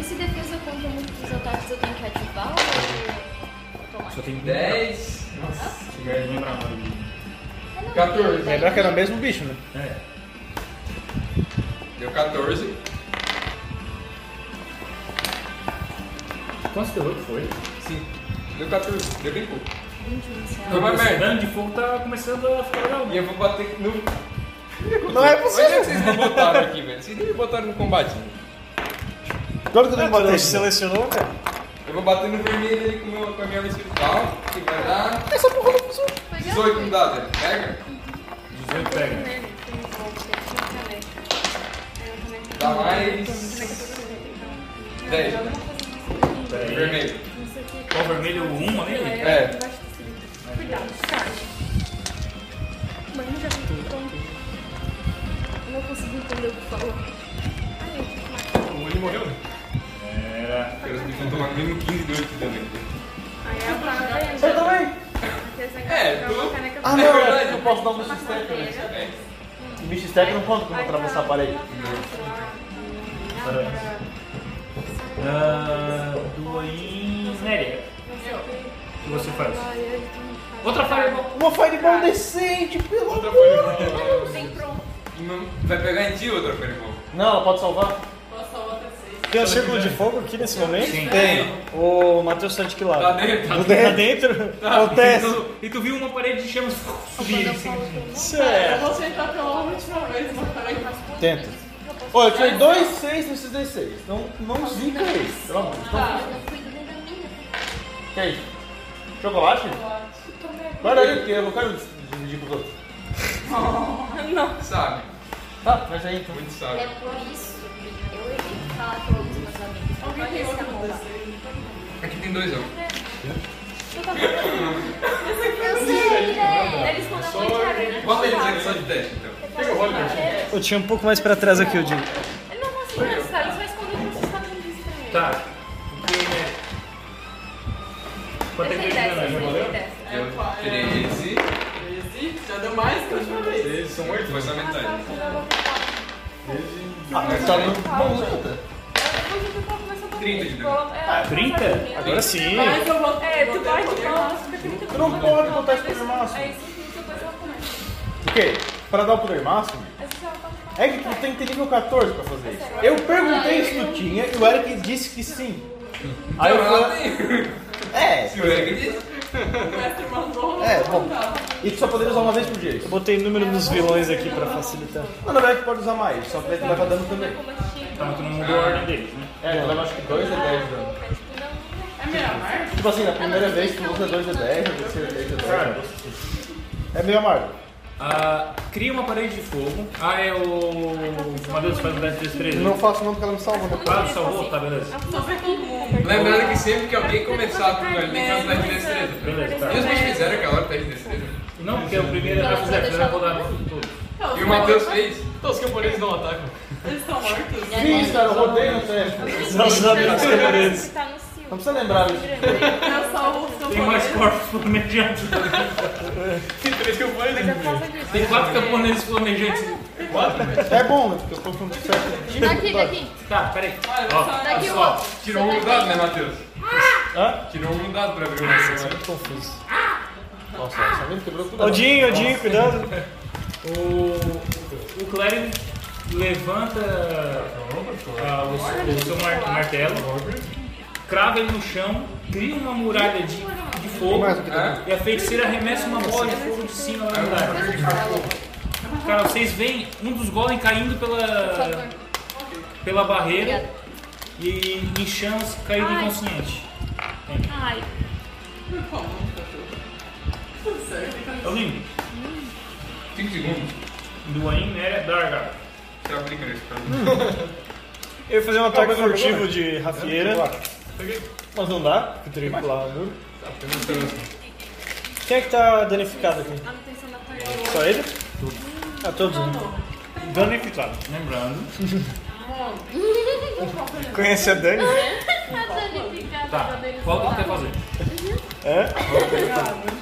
S8: Esse defesa contra muitos ataques eu tenho que ativar ou
S1: Só
S8: automático?
S1: tem
S7: 10. Nossa, que merda.
S1: Lembra a mão de-
S7: 14.
S5: Lembrar que era o mesmo bicho, né?
S1: É.
S7: Deu 14.
S1: Quantos deu foi?
S7: Sim. Deu 14. Deu bem pouco.
S8: um
S7: Foi uma
S1: Esse
S7: merda.
S1: dano de fogo tá começando a ficar legal.
S7: E eu vou bater no.
S5: Não é
S7: Olha que
S5: possível.
S7: vocês me botaram aqui, velho. Vocês nem me botaram no combate.
S5: Claro que eu tenho que
S4: Tu
S5: bater
S4: não
S5: esse.
S4: selecionou, cara?
S7: Eu vou bater no vermelho ali com, meu, com a minha arma espiritual. Que vai dar.
S8: Essa porra não funciona.
S7: 18 no dado, velho. Pega.
S1: 18 pega.
S7: Dá
S8: é
S7: mais. 10.
S1: Pera aí.
S7: Vermelho.
S1: Qual vermelho? O 1 ali?
S7: É.
S10: Cuidado, cara. Mano, já vi
S8: Eu não consegui entender o que falou.
S3: Um
S7: O olho morreu, né?
S10: É.
S1: Era.
S7: Eles me vão tomar no mínimo 15 de 8 de dano aqui.
S10: Aí
S8: é
S10: ela tá vendo.
S5: Eu também.
S10: Aqueles
S7: É,
S10: negócios que
S7: tu-
S10: uma caneca
S5: Ah,
S7: é
S5: não, é.
S7: verdade, eu posso dar um bicho stack, né?
S5: O bicho stack não conta como atravessar a parede.
S10: Não, sei lá.
S1: Parabéns. Ah, Duain Néria, o que você faz?
S10: tá
S1: Outra fireball.
S5: Uma fireball decente, pelo
S7: Outra
S5: amor!
S7: Fireball.
S10: Tem pronto.
S7: Não- Vai pegar em ti outra Fireball.
S5: Não, ela pode salvar?
S2: Posso outra seis.
S4: Tem um círculo de fogo aqui nesse momento?
S1: Sim.
S4: Tem. O Matheus tá de que lado?
S7: Tá dentro, tá
S4: Tá
S7: dentro.
S4: dentro?
S1: Tá,
S4: Acontece.
S1: E tu, e tu viu uma parede de chamas
S10: um
S1: subir assim.
S4: Isso
S2: Eu
S4: é.
S2: vou tentar pela última vez, tá não falei mais
S5: Tenta. Pô, eu tirei dois seis nesses dois seis. Não, não zica aí, pelo amor.
S2: Tá.
S5: Que aí? Chocolate? Guarda aí, porque eu não quero dividir com os outros.
S7: Sabe,
S5: Tá, mas aí então.
S7: muito
S8: É
S7: sabe.
S8: por isso que eu evito falar com os meus amigos.
S2: Alguém tem outro
S8: Olha essa
S2: D6?
S7: Aqui tem dois, ó.
S8: Eu sei, né?
S10: Eles mandam muito carinho.
S7: Qual deles é que só de teste, então?
S4: Eu tinha um pouco mais pra trás aqui, eu digo.
S10: Ele não consegue gastar, eles vão esconder que vocês estão fazendo isso também.
S1: Tá. O que é? Quanto é
S10: né? Eu
S1: que
S10: sei
S1: ele
S10: dessa, eu
S1: dano? Já
S10: sei
S1: valeu?
S10: dessa.
S2: É,
S7: Eu
S2: qual-
S7: tirei
S2: é,
S7: esse,
S2: 13. Já deu mais que a última vez.
S3: Eles são oito,
S7: foi
S3: mas
S7: só a metade.
S5: Ah, mas tá no mãozenta. Agora sim.
S2: Mas eu vou.
S10: É, tu
S2: vou
S10: pode
S2: depois.
S10: palmas, porque tem muita
S5: Tu não
S10: coisa.
S5: pode botar isso pro máximo.
S10: É isso que depois ela começa.
S5: O quê? Pra dar o poder máximo?
S10: Essa já tá-
S5: É que tu tem que ter nível 14 pra fazer isso. Eu perguntei se tu tinha e o Eric disse que sim. Aí eu falei. É,
S7: Se o Eric disse,
S2: O mestre mandou.
S5: É,
S2: não
S5: bom.
S2: dá.
S5: e tu só poderia usar uma vez por dia.
S4: Eu botei o número dos vilões aqui pra facilitar.
S5: Não, na verdade tu pode usar mais, só que daí tu leva dano também.
S1: Tá, tu não mudou a ordem deles, né?
S5: É, tu leva acho que 2 e 10 dano.
S2: É Miramar?
S5: Tipo assim, na primeira vez tu usa 2 e 10, na terceira vez tu usa 10.
S1: Cara,
S5: É meio amargo.
S1: ah, cria uma parede de fogo. Ah, é o. Matheus faz o teste de destreza.
S5: Não faço não porque ela me salvou.
S1: Ah,
S5: né?
S1: tu né? salvou? Tá, beleza.
S2: Só foi todo mundo.
S7: lembrando que sempre que alguém começar com ele, tem que fazer um de destreza.
S1: Beleza, tá.
S7: E os meus fizeram aquela hora de destreza.
S1: Não, porque o primeiro vai fazer a primeira rodada tudo.
S7: E o Matheus fez.
S3: Então os camponeses não atacam.
S2: Eles estão *laughs* mortos.
S5: Fiz, cara, eu rodei no teste.
S4: Nossos amigos camponeses.
S5: Não precisa lembrar disso.
S2: Eu salvo É o seu
S1: Tem mais
S2: poder.
S1: corpos flamejantes.
S3: Tem três camponeses.
S1: Tem quatro camponeses flamejantes.
S5: É bom, né? Porque eu tô com certo tipo.
S8: Daqui, daqui.
S1: Tá, peraí.
S2: Olha,
S1: Ó.
S2: só-
S8: Daqui o
S1: Ó,
S8: outro.
S7: Tirou um dado, né, Matheus?
S5: Ah! Hã?
S7: Tirou um dado pra abrir o nosso. né?
S5: Confuso. Nossa, essa mina quebrou tudo.
S4: Odinho, Odinho, cuidado.
S1: O, o clérigo levanta ah, o, o seu mar- martelo, crava ele no chão, cria uma muralha de, de fogo né?
S5: Mais um que tá
S1: e a feiticeira arremessa uma bola de fogo de cima na muralha. Cara, vocês veem um dos golem caindo pela, pela barreira e em chamas caindo
S6: Ai.
S1: inconsciente.
S6: Ai,
S1: É o lindo.
S7: Cinco segundos.
S1: Do né? Aimera Dargar.
S7: Já aplica nesse pra
S5: Hum.
S7: mim.
S4: Eu ia fazer um ataque furtivo de rafieira. Mas não dá, porque eu teria que pular o muro.
S7: Então,
S5: Quem é que tá danificado aqui?
S10: Manutenção da parede.
S4: Só ele?
S5: Ah, todos.
S4: Danificado.
S1: Lembrando.
S4: Conhece a Dani?
S1: Tá, qual que tu quer fazer?
S4: É?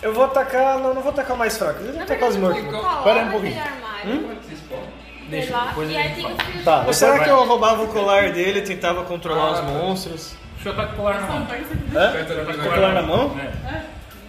S4: Eu vou atacar. Não, não vou atacar mais fraco. tá Eu vou atacar os mortos.
S5: Pera aí um pouquinho.
S7: Vocês podem.
S1: Deixa, depois
S10: E
S1: ele
S10: aí tem
S1: fala.
S10: o filho
S4: Hum? Tá, ou será
S1: vai.
S4: que eu roubava o colar dele e tentava controlar os monstros?
S1: Deixa eu atacar o colar na mão.
S4: Hã?
S7: Vai, tá, tá, tá,
S4: Com o colar na mão?
S1: É.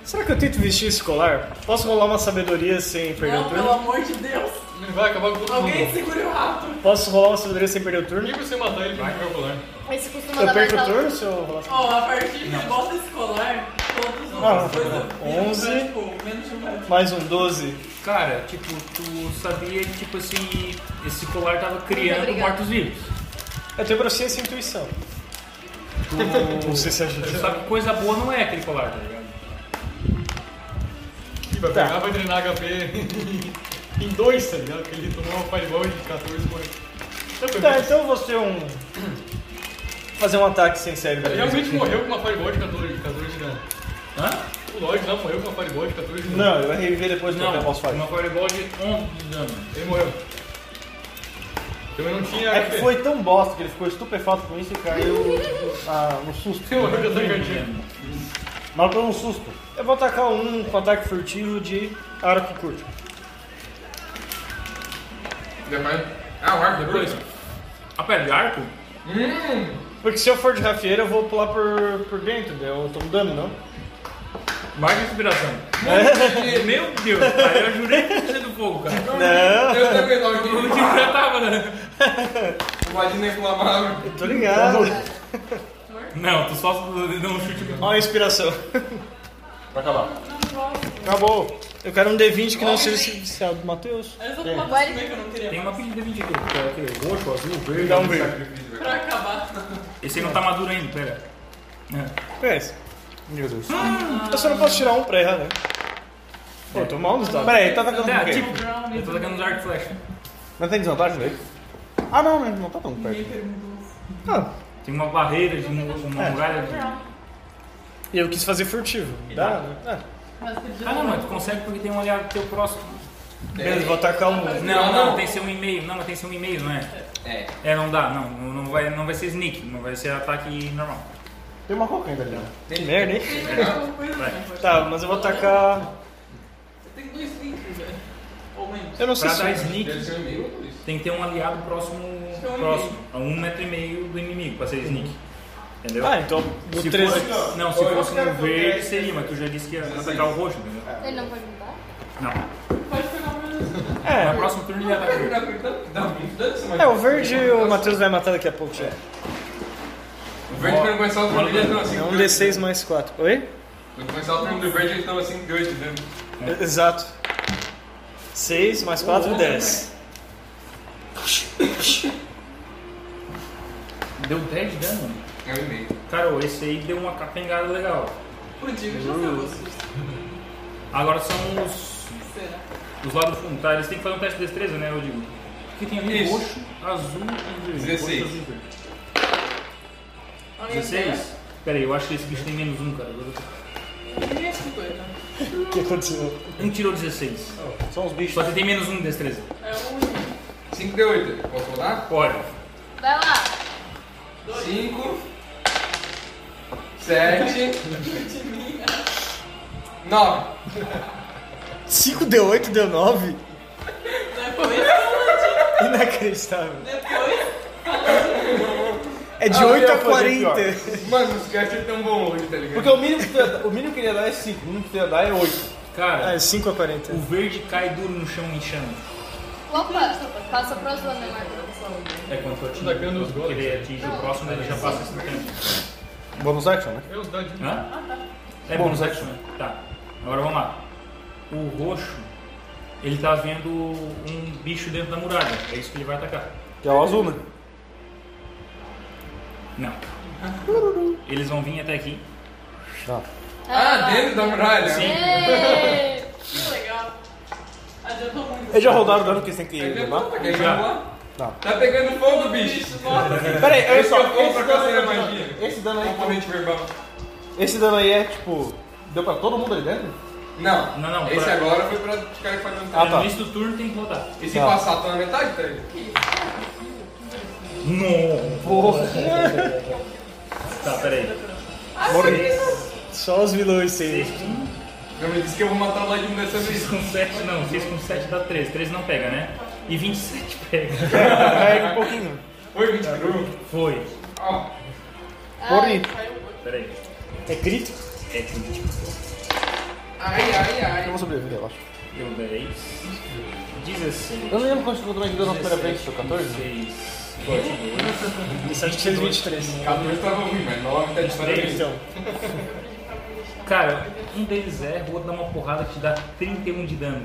S4: Será que eu tento vestir esse colar? Posso rolar uma sabedoria sem perder o
S2: Não, pelo
S4: turno?
S2: amor de Deus.
S3: Ele vai acabar com todo
S2: Alguém
S3: mundo.
S2: segure o rato.
S4: Posso rolar uma sabedoria sem perder o turno?
S3: Nem pra você matar ele, vai meu colar.
S8: Esse costuma
S4: Eu
S8: dar mais
S4: perco o
S8: alto.
S4: turno se eu rolar.
S2: Ó, a partir de volta escolar, todos os
S4: Ah,
S2: outros coisas.
S4: onze.
S2: Tipo, menos de um metro.
S4: Mais um 12.
S1: Cara, tipo, tu sabia que tipo assim, esse colar tava criando
S8: Obrigada.
S1: mortos-vivos.
S4: Eu tenho proficiência e
S5: *laughs*
S4: intuição. Não sei se é ajuda.
S1: Tu sabe que coisa boa não é aquele colar, tá ligado? *laughs*
S3: Ih, vai
S4: Tá.
S3: pegar, vai drenar HP *laughs* em dois, tá ligado? Porque ele tomou uma fireball de 14 morreu.
S4: Tá, então eu vou ser um. Fazer um ataque sem cérebro.
S3: Ele realmente morreu com uma fireball de 14, de 14 de dano.
S1: Hã?
S3: O Lloyd lá morreu com uma fireball de né? 14 de dano.
S4: Não, eu reviver depois do que eu
S1: Não,
S4: posso fazer.
S1: uma fireball de 11 de dano.
S3: Ele morreu. Também não tinha
S5: É que
S3: HP.
S5: foi tão bosta que ele ficou estupefato com isso e caiu ah, no susto.
S3: Ele morreu com 14 de dano.
S5: Mas foi um susto.
S4: Eu vou atacar um com ataque furtivo de arco curto.
S7: Já vai. Ah, o arco depois.
S1: A pé de arco?
S4: Porque se eu for de rafieira, eu vou pular por, por dentro, daí eu tomo dano, não?
S1: Marca a inspiração.
S7: É.
S1: Meu Deus, cara, eu jurei que tinha do fogo, cara.
S4: Não,
S7: Eu também não,
S1: Eu não
S7: eu
S1: te enfrentava, né?
S7: imagino reclamar.
S4: tô ligado.
S1: Não, tu só deu um chute.
S4: Então, Ó a inspiração.
S5: Vai acabar.
S4: Acabou. Eu quero um D20 que não seja silenciado do Matheus.
S2: Eles vão pular
S8: Vai.
S2: pra cima que eu não queria
S1: Tem uma pilha de 20 aqui. que é aquele Roxo, azul, verde.
S4: Dá um verde.
S2: pra acabar.
S1: Esse aí não tá maduro ainda, pera. É.
S4: Conhece?
S5: Meu Deus.
S4: Eu só não posso tirar um pra errar, né? Pô, eu tô mal nos dados.
S5: É. Peraí, tá atacando
S1: É,
S5: com quem?
S1: tipo,
S2: um
S1: eu tô atacando os arco e flecha.
S5: Não tem desvantagem daí? Ah, não, né? Não tá tão perto.
S1: Tem uma barreira, de uma, uma muralha. De... Ah,
S4: E eu quis fazer furtivo. Dá, né?
S2: Mas que
S1: Ah, não, mas tu consegue porque tem um olhar teu próximo.
S7: É.
S4: Beleza, vou atacar um.
S1: Não, não, tem que ser um e-mail. Não, mas tem que ser um e-mail, não é?
S9: É.
S1: É, não dá, não. Não, não vai, não vai ser sneak, não vai ser ataque normal.
S5: Tem uma coca ainda ali, né?
S4: Que merda, hein?
S2: Ah,
S1: Vai.
S4: Tá, mas eu vou atacar.
S2: Você né? tem dois links, velho. Ou menos.
S4: Eu não sei
S1: Pra
S4: se.
S1: dar sneak,
S7: Deve ser um e-mail por isso.
S1: tem que ter um aliado próximo,
S2: que é um
S1: próximo a um metro e meio do inimigo pra ser sneak. Entendeu?
S4: Ah, então no
S1: se
S4: 13.
S1: fosse, não, se fosse no verde seria, mas tu já disse que ia atacar o roxo, entendeu?
S8: Ele não pode mudar?
S1: Não.
S2: Pode pegar um. o menos.
S1: No
S4: É,
S1: próximo turno ele ataca o verde.
S7: Tá gritando que dá muito dança, mas.
S4: é, o verde o Matheus vai matar daqui a pouco já.
S7: O verde quando começar o turno, eles dão assim.
S4: É um D6 mais 4. Oi?
S7: Quando começar o turno do verde, eles dão assim 2 de dano.
S4: E- Exato. 6 mais 4, 10.
S1: Deu 10 de dano?
S7: É um e-mail.
S1: Cara, esse aí deu uma capengada legal.
S2: Fudido, já sabe o susto.
S1: Agora são os,
S2: Será?
S1: os lá do fundo, tá? Eles têm que fazer um teste de destreza, né, eu digo. Porque tem ali
S7: Isso.
S1: roxo, azul e verde.
S7: 16.
S1: Roxo, azul e verde.
S2: Olha
S1: 16? Pera aí, eu acho que esse bicho tem menos um, cara.
S2: Ninguém escutou ele, né?
S4: O que aconteceu?
S1: Um tirou 16.
S5: São os bichos.
S1: Só que tem menos um de destreza.
S2: É um
S7: 5 de 8. Posso rodar?
S1: Olha,
S8: Vai lá.
S7: 5. 7. 9.
S4: 5 deu 8, deu 9?
S2: Depois,
S4: Inacreditável.
S2: depois,
S4: É de
S5: Ah, eu
S4: 8
S5: ia
S4: a
S5: fazer
S4: 40.
S7: Mano, os caras são tão bons hoje, tá ligado?
S5: Porque o mínimo, que tu ia- o mínimo que ele ia dar é 5, o mínimo que tu ia dar é 8.
S4: Ah,
S1: cara,
S4: é 5 a 40.
S1: o verde cai duro no chão em chama.
S8: Opa, passa pra sua memória.
S1: É quando tu atinge.
S3: Atacando os
S1: Quando
S3: golems,
S1: ele atinge o próximo, ele já passa esse tempo.
S5: Bônus action, né?
S3: Eu os dadinhos.
S1: Hã? É bônus action. né? Tá. Agora vamos lá. O roxo, ele tá vendo um bicho dentro da muralha. É isso que ele vai atacar.
S5: Que é o azul, né?
S1: Não. Eles vão vir até aqui.
S5: Não.
S7: Ah, dentro da muralha?
S1: Sim.
S8: Ê,
S2: que legal. Adiantou muito.
S5: Eles já rodaram o dano que eles têm que
S7: Tá pegando
S5: levar?
S7: fogo, tá queimando lá?
S5: Não.
S7: Tá pegando fogo, bicho.
S5: Pera aí, olha
S7: Esse
S5: só.
S7: é o fogo pra
S5: dano-
S7: fazer a magia.
S5: esse dano aí,
S7: Componente verbal.
S5: esse dano aí é tipo. Deu pra todo mundo ali dentro?
S7: Não.
S1: Não, não,
S7: Esse
S1: pra-
S7: agora foi pra os caras fazendo
S5: Ah,
S1: no
S5: tá.
S1: início do turno tem que rodar.
S7: E se
S5: Tá.
S7: passar, tá na metade, tá ligado?
S1: Não.
S5: Porra!
S1: Tá, peraí.
S4: Só os vilões
S1: 6
S4: tem.
S1: com,
S7: Eu me disse que eu vou matar o Ladino dessa vez.
S1: seis com 7, não. 6 com 7 dá 13. 13 não pega, né? E 27 *laughs* pega.
S5: Pega um pouquinho.
S7: Oi,
S5: Tá.
S7: 20 peru.
S1: Foi.
S7: um. Ó,
S5: Porém,
S1: Peraí.
S4: É crítico?
S1: É crítico.
S7: Ai, ai,
S5: eu
S7: ai.
S5: vou sobreviver, eu acho.
S1: Deu 10. 16.
S5: Eu não lembro quanto quanto mais deu na primeira vez, deu 14?
S1: 16. 22.
S4: Isso acho que fez 23.
S7: 14 tava ruim, mas 9 tá de parabéns.
S4: Então,
S1: Cara, um deles erra, o outro dá uma porrada que te dá 31 de dano.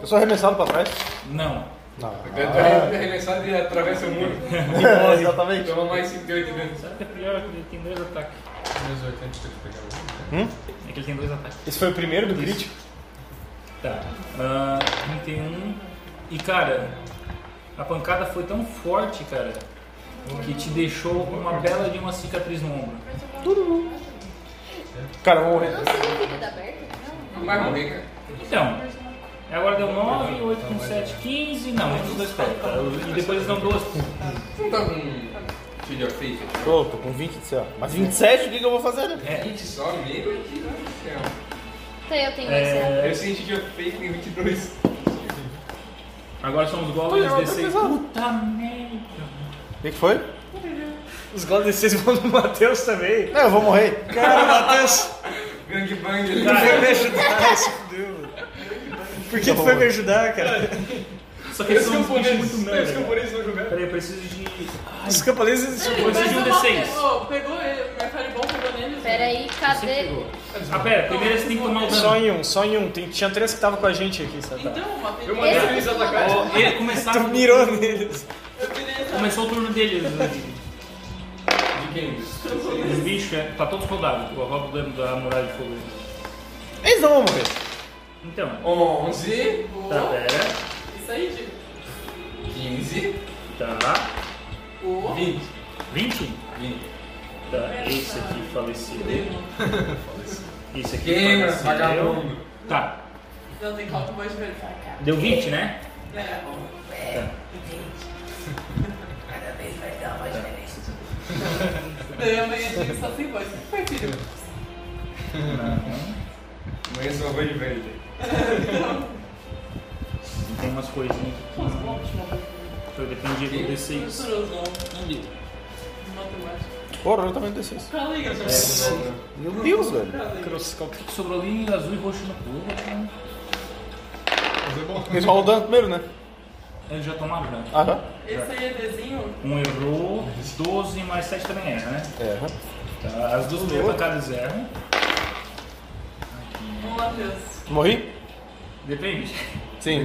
S5: Eu sou arremessado pra *laughs* trás?
S1: Não.
S5: Não. Ah.
S7: Deve arremessado e atravessa o muro.
S5: É, Exatamente.
S7: Toma mais 5 de 8 dentro.
S1: Sabe o que é pior? Que Ele tem dois ataques.
S3: Menos 80 pra ele pegar o.
S1: É que ele tem dois ataques.
S4: esse foi o primeiro do crítico?
S1: Tá. Ah, 31. E cara, a pancada foi tão forte, cara, que te deixou uma bela de uma cicatriz no ombro.
S5: Cara, eu vou morrer.
S8: Não significa dar aberto?
S7: Não vai morrer, cara.
S1: Então, agora deu 9, 8 com 7, 15. Não, esses dois pegam, tá? E depois eles dão duas.
S7: Você não tá com. Shield of Faith?
S5: Tô, tô com 20 de céu. Mas 27, o que, que eu vou fazer, né?
S1: É,
S7: 20 só, meio tá aqui, mano do céu.
S8: Então eu tenho
S1: É.
S8: que
S7: Eu sei Shield of Faith tem 22.
S1: Agora são os golems D6. Puta merda.
S5: O que, que foi?
S4: Os gols D6 vão no Matheus também.
S5: Não, É, eu vou morrer.
S4: Cara, Matheus,
S7: Gangbang.
S4: por que foi me ajudar? Se fudeu, mano. Por que tu foi me ajudar, cara?
S1: Só que eles são uns bichos muito
S3: Os
S1: merda.
S3: camponeses não jogaram.
S1: Peraí, eu preciso de.
S4: Os camponeses...
S2: Ele
S1: Vou
S2: mas
S1: exigir um
S2: eu
S1: D6.
S2: mal pegou- Pegou é, ele, minha Fireball pegou nele.
S8: Pera aí, cadê?
S1: Ah, pera, primeiro você tem que tomar o
S4: Só
S1: dano.
S4: em um, só em um. Tem, tinha três que estavam com a gente aqui, sabe?
S2: Então, Matheus.
S3: Eu mandei
S8: Esse
S3: eles
S8: que
S3: atacarem.
S8: mandou.
S1: Ele começaram-
S4: *laughs* Tu mirou neles.
S2: Eu queria saber.
S1: Começou o turno deles. né? os-
S7: De quem?
S1: Os bichos, é. Tá todos rodados. Eu roubo o dano da muralha de fogo.
S4: Eles não vão morrer.
S1: Então,
S7: 11,
S1: tá, pera.
S2: Isso aí, tipo, Diego.
S7: 15,
S1: Tá.
S2: O
S7: 20.
S1: 20?
S7: 20.
S1: Tá, esse aqui faleceu. Esse aqui
S7: Gamer,
S1: faleceu.
S7: vagabundo.
S1: Tá,
S2: Não tem cálculo mais de cara.
S1: deu 20, né?
S2: É, Tá. daí amanhã Diego só tem voz. Foi, filho.
S1: Uhum.
S7: Amanhã só vou de verde.
S1: Tem umas coisinhas aqui.
S2: Os blocos de novo.
S1: Eu dependi do D6.
S2: Misturou os nomes de matemática.
S5: Porra, eu também desci.
S2: Tá legal, já.
S5: Meu Deus,
S1: É.
S5: velho.
S1: O que que É, um sobrou ali? Azul e roxo no pulo. cara.
S3: Mas é bom.
S5: Eles rolam o dano primeiro, né?
S1: Eles já tomaram já.
S5: Ah, já?
S2: Esse aí é desenho?
S1: Um errou, 12 mais 7 também erra, né?
S5: Erra.
S1: Tá, as duas primeiras atacadas erram.
S2: Vamos lá, Deus.
S5: Morri?
S1: Depende.
S5: Sim,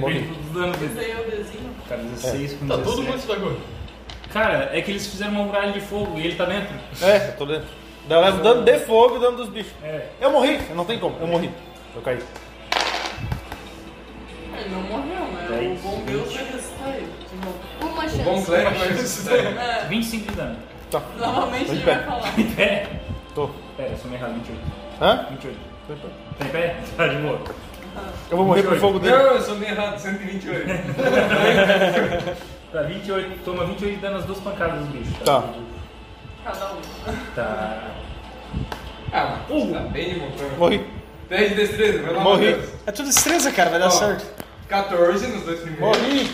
S1: Depende
S5: morri.
S1: do dano
S2: Esse
S1: dele.
S2: aí é o desenho?
S1: Cara, 16 com 17.
S3: Tá todo mundo se lagou.
S1: Cara, é que eles fizeram uma muralha de fogo e ele tá dentro.
S5: É, eu tô dentro. Daí eu levo dano de fogo e dano dos bichos.
S1: É.
S5: Eu morri, não tem como, eu morri. Eu caí.
S2: Ele não morreu, né? O
S1: Dez,
S2: bom Deus vai ressuscitar ele. De novo.
S8: Uma
S7: O bom
S8: chance.
S7: clérigo vai ressuscitar.
S2: É,
S1: 25 de dano.
S2: novamente
S5: Tô de
S2: ele
S5: pé.
S2: vai falar.
S1: Pé.
S5: Tô.
S1: Pera, eu sou meio errado, 28.
S5: Hã?
S1: 28. Tá em pé? Tá de boa.
S5: Eu vou morrer por fogo
S7: Não,
S5: dele.
S7: eu sou meio errado, 128.
S1: Tá, 28. Toma 28 de dano nas duas pancadas do bicho.
S5: Tá.
S2: Cada um.
S1: Tá.
S7: Ah, mas você tá bem de montão.
S5: Uh. Morri.
S7: 10 de destreza, vai lá,
S5: Morri.
S7: Matheus.
S4: É tudo destreza, cara, vai dar
S7: Ó.
S4: certo.
S7: 14 nos dois primeiros.
S5: Morri.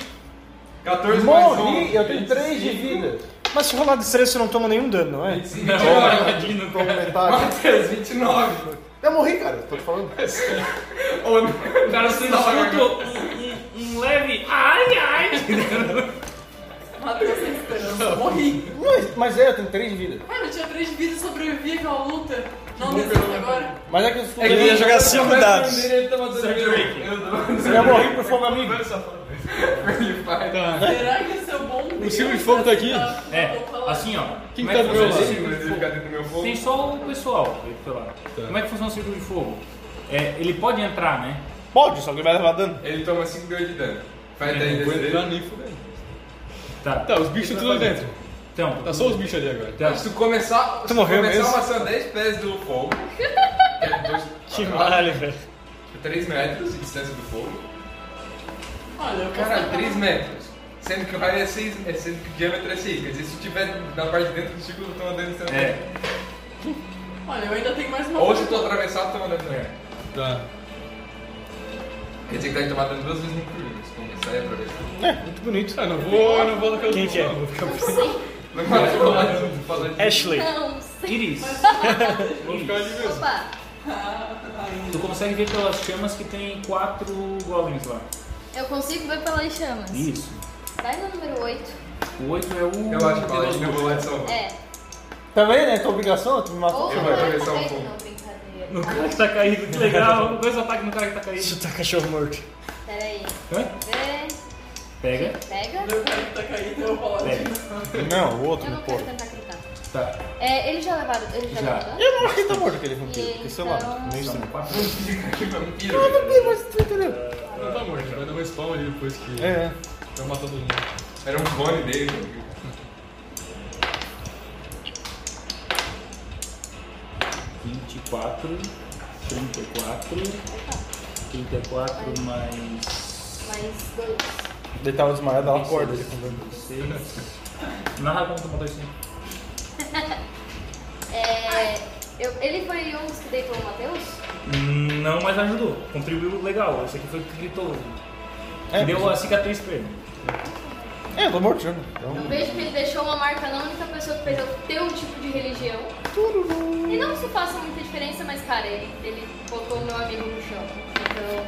S7: 14 mais 11.
S5: Morri, eu tenho 3 de vida.
S4: Mas se rolar destreza, você não toma nenhum dano, não é?
S7: 25,
S1: Não,
S7: 29.
S1: imagino, cara.
S5: Complementar.
S7: Matheus, 29.
S5: Eu morri, cara, tô te falando.
S7: Ô, não.
S1: O cara só escuta um, um- um leve. Ai, ai!
S2: Matheus sem esperança. Morri.
S5: Mas, mas é, eu tenho 3 de vida.
S2: Cara, eu tinha três vidas e sobrevivi aquela luta. Não desista agora.
S5: Mas é que eu sou.
S4: Ele ia jogar cinco dados.
S7: Ele tá matando
S1: Drake.
S7: Eu não.
S5: Eu morri por fogo amigo.
S7: *laughs* Free Fire.
S2: Será que esse é o bom Deus?
S5: O Silvio de Fogo tá aqui.
S1: É, assim ó.
S3: Quem
S7: Como é
S3: que
S7: que
S3: tá do meu
S7: funciona
S3: lado?
S7: esse mas ele ficar dentro do meu fogo?
S1: Tem só o pessoal aí pelo lado. Como é que funciona o círculo de fogo? É, ele pode entrar, né?
S5: Pode, só que ele vai levar dano.
S7: Ele toma 5 de dano. Faz
S4: Uhum.
S7: 10 de
S3: Vou entrar
S7: destreza.
S3: nem fudendo.
S1: Tá.
S3: né? Tá, os bichos tudo lá dentro.
S1: Então,
S3: Tá só os bichos ali agora.
S1: então
S7: Se tu começar, se tu
S4: morreu
S7: começar
S4: mesmo?
S7: a passar 10 pés do fogo,
S4: *laughs* Que malha, velho.
S7: 3 metros de distância do fogo.
S2: Olha, eu
S7: Cara,
S2: quero
S7: 3 metros. Sendo que o raio é 6, é, sendo que o diâmetro é 6. Quer dizer, se tiver na parte de dentro do círculo, toma dano de distância.
S1: é.
S2: Olha, eu ainda tenho mais uma
S7: Ou se tu atravessar, toma dano
S4: É.
S7: também.
S3: Tá.
S7: Quer dizer que vai tomar dano duas vezes no turno, se começar e atravessar.
S3: Muito bonito. Ah, não vou, não vou atacar os
S4: Quem
S3: bichos,
S4: que é?
S3: não. Vou ficar-
S7: Não vai falar de- falar de-
S4: Ashley.
S8: Não sei.
S1: Iris.
S3: Vou ficar ali mesmo.
S8: Opa,
S1: Tu consegue ver pelas chamas que tem quatro goblins lá.
S8: eu consigo ver pelas chamas.
S1: Isso.
S8: Vai no número 8.
S1: O 8 é o.
S7: Relaxa, fala de
S1: Pelos-
S7: novo lá de salvar.
S8: É.
S5: Também, né? Tua obrigação, tu me matou.
S8: Ou
S7: Eu vou atravessar um pouco.
S8: Não, brincadeira.
S1: No cara que *laughs* tá caído, que legal. Dois ataques no cara que tá caído.
S4: *laughs* Isso tá cachorro morto.
S8: Peraí.
S1: Hã?
S8: Vê.
S1: Pega.
S8: Pega.
S2: Eu quero que tá caindo, eu vou rolar.
S1: Pega.
S5: Não, o outro,
S8: Eu não
S5: porra.
S8: quero tentar gritar.
S1: Tá.
S8: É, eles já levaram. Eles já,
S1: Já.
S8: levaram.
S5: Eu não acho que ele tá morto aquele vampiro,
S8: E
S5: porque sei lá,
S8: então-
S5: meio
S1: São
S5: estranho.
S1: quatro.
S4: É.
S7: Que vampiro.
S5: Mas tu entendeu?
S3: Não tá morto, vai dar um spawn ali depois que
S5: É,
S3: vai matar todo mundo.
S7: Era um clone dele. né?
S1: vinte e quatro, trinta e quatro, trinta e quatro mais
S8: Mais dois.
S5: ele tava desmaiado, ela acorda. ele com dano.
S1: 6. *laughs* Narra como tu matou isso.
S8: É, eu, ele foi um dos que deitou o Matheus?
S1: Não, mas ajudou. Contribuiu legal. Esse aqui foi o que gritou. É, deu a cicatriz pra ele.
S5: É, eu tô morto já. né? Então,
S8: Eu vejo que ele deixou uma marca na única pessoa que fez o teu tipo de religião. E não que isso faça muita diferença, mas cara, ele, ele botou meu amigo no chão. Então,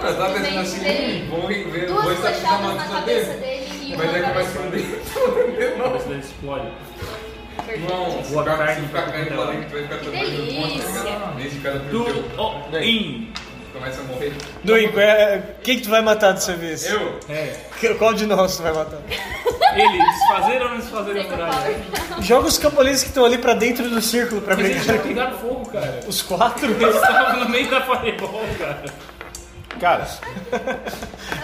S7: Ah, eu tava pensando assim, vou ver, vou
S8: duas
S7: estar
S8: flechadas na
S7: chamando
S8: cabeça
S7: dele.
S8: dele e uma
S7: Mas é que vai
S8: cabeça
S7: se fuder.
S1: Depois ele explode.
S7: Não, se
S1: Boa
S7: ficar-
S1: tarde,
S7: se ficar caindo
S1: capitão.
S7: lá dentro, vai ficar trabalhando
S8: delícia.
S7: tá Desde cada
S1: Tudo
S7: primeiro.
S1: o in.
S7: Começa a morrer.
S4: Doinho, qual é- quem que tu vai matar dessa vez?
S7: Eu?
S1: É.
S4: Que- Qual de nós tu vai matar?
S1: Ele, desfazer ou não desfazer a muralha?
S8: Power.
S4: Joga os campolinos que estão ali pra dentro do círculo pra
S1: Mas eles
S4: *laughs* brincar.
S1: já pegaram fogo,
S4: *laughs*
S1: cara.
S4: Os quatro?
S1: Eles estavam no meio da fireball, cara.
S5: cara,
S1: Então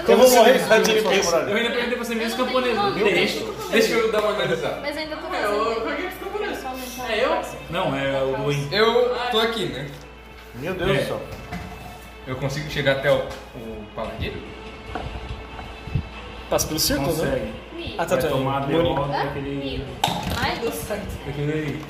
S5: tá
S4: Eu vou morrer
S5: Sim,
S4: pra
S5: sim,
S4: ele
S5: sim,
S4: pensa.
S5: sim.
S1: Eu ainda perguntei pra você mesmo,
S8: Eu não
S1: camponês.
S8: tenho
S1: né?
S8: nome,
S1: Deixa.
S8: eu tenho
S7: Deixa eu dar uma analisada.
S8: Mas ainda tô
S2: É, eu
S8: fazendo.
S2: peguei ficou por isso.
S6: Somente
S2: É eu?
S1: Não, é o Luin.
S7: Eu tô aqui, né?
S5: Meu Deus
S1: É.
S5: do céu.
S7: Eu consigo chegar até o, o paladino?
S4: Passa pelo círculo, né?
S1: Consegue. É
S8: Mil.
S4: Ah, tá,
S1: Vai
S4: tá.
S1: tomar a
S4: Bonito.
S1: derrota
S8: Hã?
S1: daquele.
S8: Mil. Ai, do céu.
S1: daquele.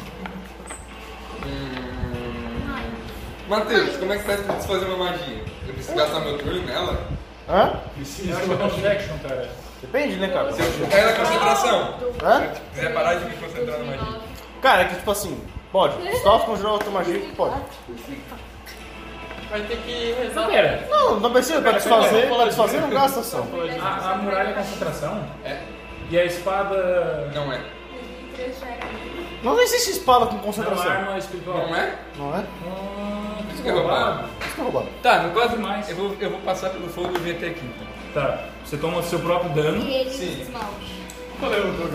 S7: Matheus, como é que faz pra desfazer uma magia? Eu preciso gastar meu turno nela?
S5: Hã?
S1: Eu acho que é Close Action, cara.
S5: Depende, né, cara?
S7: Se eu cair na concentração,
S5: Hã?
S7: se quiser parar de me concentrar na magia.
S5: Cara, é que tipo assim, pode.
S4: É.
S5: Se tu conjurar outra magia, tu pode.
S2: Vai ter que rezar.
S1: Não, pera.
S5: Não, não precisa, pra desfazer, pra desfazer não gasta ação.
S1: A, a muralha é concentração?
S7: É.
S1: E a espada.
S7: Não é.
S5: Não existe espada com
S1: Não, a
S5: concentração.
S1: arma espiritual.
S7: Não é?
S5: Não é?
S1: Hum,
S7: Isso que é roubado.
S5: Isso que é roubado.
S7: Tá, não gosto
S1: mais.
S7: Eu vou, eu vou passar pelo fogo e vir até aqui. então.
S1: Tá. Você toma o seu próprio dano.
S8: E ele
S7: Sim.
S8: desmalte.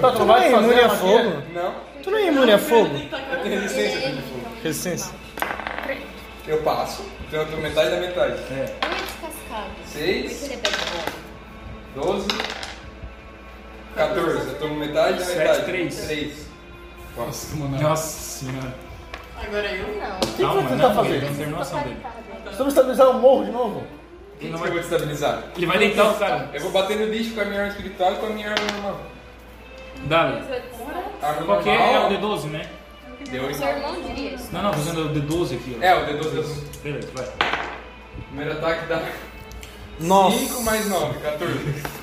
S5: Tá, tu não vai
S4: é imune
S5: fazer a
S4: a
S5: magia?
S4: fogo?
S7: Não,
S4: Tu não é imune a fogo?
S2: Tem que tacar
S7: tem
S8: Ele
S7: resistência.
S8: ele
S4: Resistência.
S7: Eu passo, então eu tô metade da metade. né?
S1: É.
S8: Oi, descascado.
S7: Seis,
S8: Ele é bem
S7: doze, 14. Eu tô metade da
S1: Sete,
S7: metade.
S1: três.
S7: 3. Nossa.
S1: Nossa senhora.
S2: Agora eu?
S8: bom.
S5: O que que vai tentar fazer?
S1: Ele não tem noção dele.
S8: Não.
S5: Estamos estabilizar o morro de novo?
S7: Quem que eu vou destabilizar?
S1: Ele vai deitar o cara.
S7: Eu vou bater no bicho com a minha arma espiritual e com a minha arma normal.
S1: Dá-lhe.
S5: é
S7: A arma
S1: Qual que é? É o
S7: normal
S1: D12, né?
S7: Deu
S8: Seu
S7: em-
S8: irmão diria isso.
S1: Não, não, tô usando o D12 aqui, ó.
S7: É, o D12.
S1: Beleza, vai.
S7: Primeiro ataque dá
S4: Nossa.
S7: 5 mais 9, 14.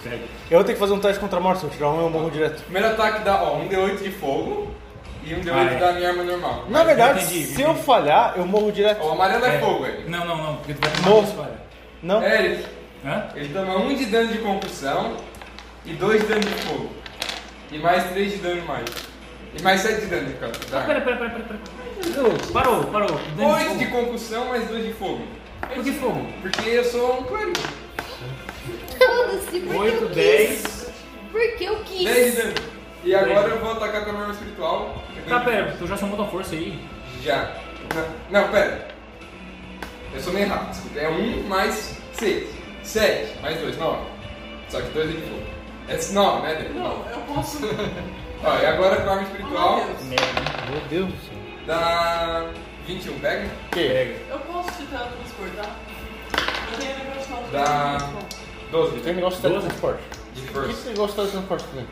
S1: Pega.
S5: Eu vou ter que fazer um teste contra a morte, se eu tirar um eu morro direto.
S7: Primeiro ataque dá, ó, um D8 de fogo e um D8
S1: Ah, é.
S7: da minha arma normal.
S5: Na verdade,
S1: entendi,
S5: se eu falhar, eu morro direto.
S7: Ó, o amarelo é,
S1: É.
S7: fogo, ele.
S1: Não, não, não. Porque tu vai tomar
S5: Morro.
S1: uma espada.
S5: Não?
S7: É, ele,
S1: Hã?
S7: ele toma 1 de dano de concussão e 2 de dano de fogo. E mais 3 de dano mais. E mais 7 de dano de tá? cara.
S1: Ah, Pera,
S7: Dá.
S1: pera, pera, pera. pera. Ô, Parou, parou. Dano
S7: 8 de
S1: fogo.
S7: concussão mais 2 de fogo.
S1: Por que fogo?
S7: Porque eu sou um clérigo.
S8: Foda-se, por que
S1: 8,
S8: eu quis?
S1: 10.
S8: Por que eu quis?
S7: 10 de dano. E agora eu vou atacar com a minha arma espiritual.
S1: Tá, pera. Tu já somou tua força aí?
S7: Já. Não, não, pera. Eu sou meio rápido, desculpa. É 1 mais 6. 7 mais 2, 9. Só que 2 é de fogo. É 9, né, Dani?
S2: Não, eu posso.
S7: Ó, e agora com a arma espiritual
S2: Meu Deus.
S1: Merda.
S5: Meu Deus do céu.
S7: dá 21, pega.
S5: é,
S1: Pega.
S2: Eu posso te transpor, tá? Eu tenho um negócio novo.
S7: Dá. 12
S5: Tem um negócio tá de
S1: Doze.
S5: teletransporte.
S7: né? de
S5: Por que
S7: força.
S5: esse negócio de teletransporte também?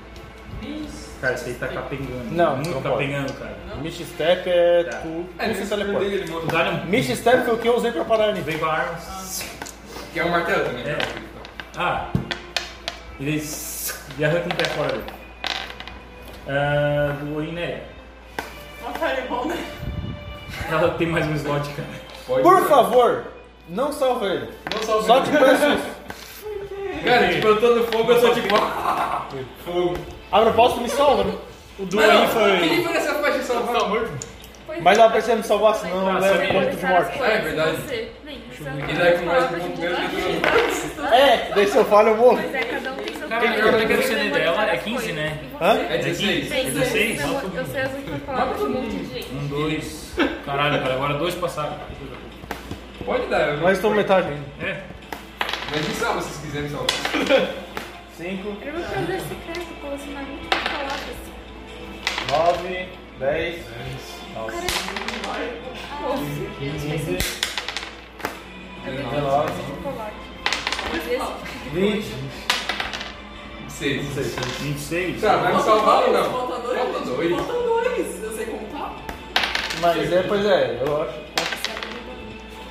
S1: Cara, isso aí tá capengando.
S5: Não,
S1: muito
S5: não pode.
S1: capengando, cara.
S5: Mist Step é
S1: Tá.
S5: tu.
S7: É,
S5: tu
S7: ele
S5: se
S7: se perdeu,
S5: teleporta.
S7: ele morre.
S1: Dá-lhe um.
S5: Mist Step foi o que eu usei pra parar ele.
S1: Vem com a arma.
S7: Que é um martelo também.
S1: É.
S7: né?
S1: Ah, ele *laughs* s- e arranca um pé fora dele. Ah, do Orinéia.
S2: Uma fireball, né?
S1: Ela tem mais um slot, cara.
S7: Pode
S5: Por
S7: ser.
S5: favor, não salva ele.
S7: Não salve.
S5: Só te peço.
S7: Cara, tipo, eu tô no fogo, eu tô tipo. fogo.
S5: A propósito, Ah, me salva. né?
S4: O Duane
S7: Quem
S4: foi.
S7: foi nessa faixa de salvar? Tá morto.
S5: Mas ela precisa me salvar, senão eu
S1: Ah,
S5: levo
S1: sim.
S5: um ponto de
S8: assim,
S5: morte.
S7: É verdade.
S10: Você. Vem, você
S7: E daí com mais um primeiro
S5: É, daí se eu falho, eu morro.
S10: Pois é, cada um tem seu
S1: Cara,
S10: poder.
S1: eu quero que
S10: Você
S1: a CD
S10: memoriza
S1: dela é
S10: várias
S1: 15,
S10: coisas.
S1: né?
S10: E você?
S5: Hã?
S7: É 16.
S10: Tem,
S1: É
S10: eu sei-
S1: 16?
S10: Eu sei as últimas palavras de um monte de gente.
S1: Um, dois. Caralho, cara, agora dois passaram.
S7: Pode dar, eu não-
S5: Mas estou metade ainda.
S1: É?
S7: Mas me salva se vocês quiserem me salvar.
S1: Cinco,
S10: Eu vou fazer secreto com você nas últimas palavras.
S8: assim.
S5: Nove, dez.
S7: Seis.
S1: vinte e Um, seis.
S7: Tá, vai me salvar ou não?
S2: Falta dois?
S7: Falta dois.
S2: Falta dois. Eu sei tá. contar.
S5: Mas é, pois é, eu acho.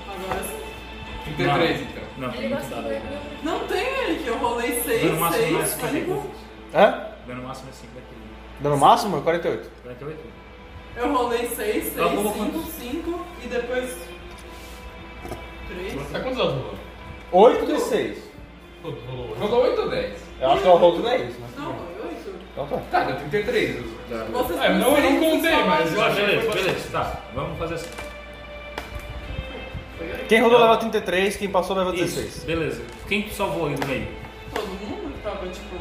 S2: Agora sim.
S7: 33 então.
S1: Não, tem
S10: Ele
S1: muito
S10: gosta de
S1: dado. aí.
S10: ver.
S2: Não tem ele, que eu rolei
S1: Dano
S2: 6,
S1: máximo é
S2: 6,
S1: 55.
S5: Hã?
S1: Dano máximo é 5 daquele.
S5: Dando máximo? 48.
S1: 48.
S2: Eu rolei 6, 6,
S1: Ela rolou
S2: 5, 5 e depois. 3.
S3: Sabe Tá quantos dados rolou?
S5: 8 e 6.
S3: Pô, Rolou oito.
S7: Rolou 8 ou 10?
S5: Eu acho que é o rolo do 10, né?
S2: Não, foi 8.
S5: Então tá.
S7: Tá, deu 33. os dados.
S2: Vocês
S3: É, não, eu não
S2: vocês
S3: contei,
S2: falam-
S3: mas eu
S1: Tá,
S3: acho que
S1: beleza,
S3: foi bastante.
S1: beleza. Tá, vamos fazer assim.
S5: Quem rodou leva 33, quem passou leva
S1: Isso,
S5: 16.
S1: beleza. Quem que salvou aí no meio?
S2: Todo mundo tava tipo.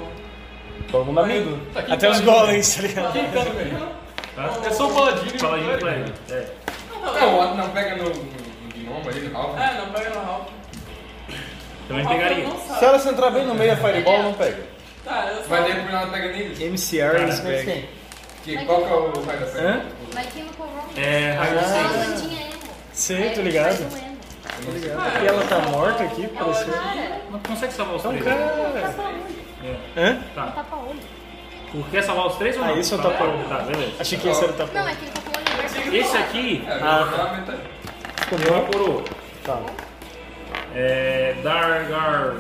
S5: Todo mundo amigo.
S3: Tá, quem
S4: Até os
S3: paladino?
S4: golems, tá ligado?
S3: *laughs* Quem
S2: assim,
S3: tá no
S2: então,
S3: meio?
S1: Tá?
S3: É só o paladino e o
S1: Fala aí,
S3: clérigo.
S1: Clérigo. É.
S7: Não, o não pega no, no gnomo ali, no half.
S2: É, não pega no Ralph.
S1: Também
S3: É
S2: O Ralph
S1: pegaria.
S2: não sabe.
S5: Se ela se entrar bem no meio, a Fireball não pega.
S2: Tá, eu só.
S7: Mas daí o não pega neles.
S4: MCR
S1: eles
S5: Mas quem?
S7: Que, qual que é o raio da
S5: Hã?
S7: pega?
S8: Mas um quem não cobrou
S10: um.
S8: muito?
S1: É, raio
S8: Ela
S1: 6.
S8: não tinha emo. É,
S4: Sim, tô ligado.
S2: Ah,
S4: E ela tá morta aqui,
S8: um
S4: pareceu.
S8: Cara,
S1: Não consegue salvar os três. né?
S4: Então, Cara.
S8: tapa olho.
S4: Hã?
S1: Tá.
S8: Tapa olho.
S1: Tu quer salvar os três ou
S4: Ah,
S1: não?
S4: isso eu
S1: tá
S4: tô
S1: bom. Tá, beleza.
S4: Achei que esse era o tapão.
S8: Não, é que ele tapa olho agora.
S1: Esse aqui
S7: É, vai jogar a metade.
S1: é uma coroa.
S4: Tá.
S1: É. Dargar.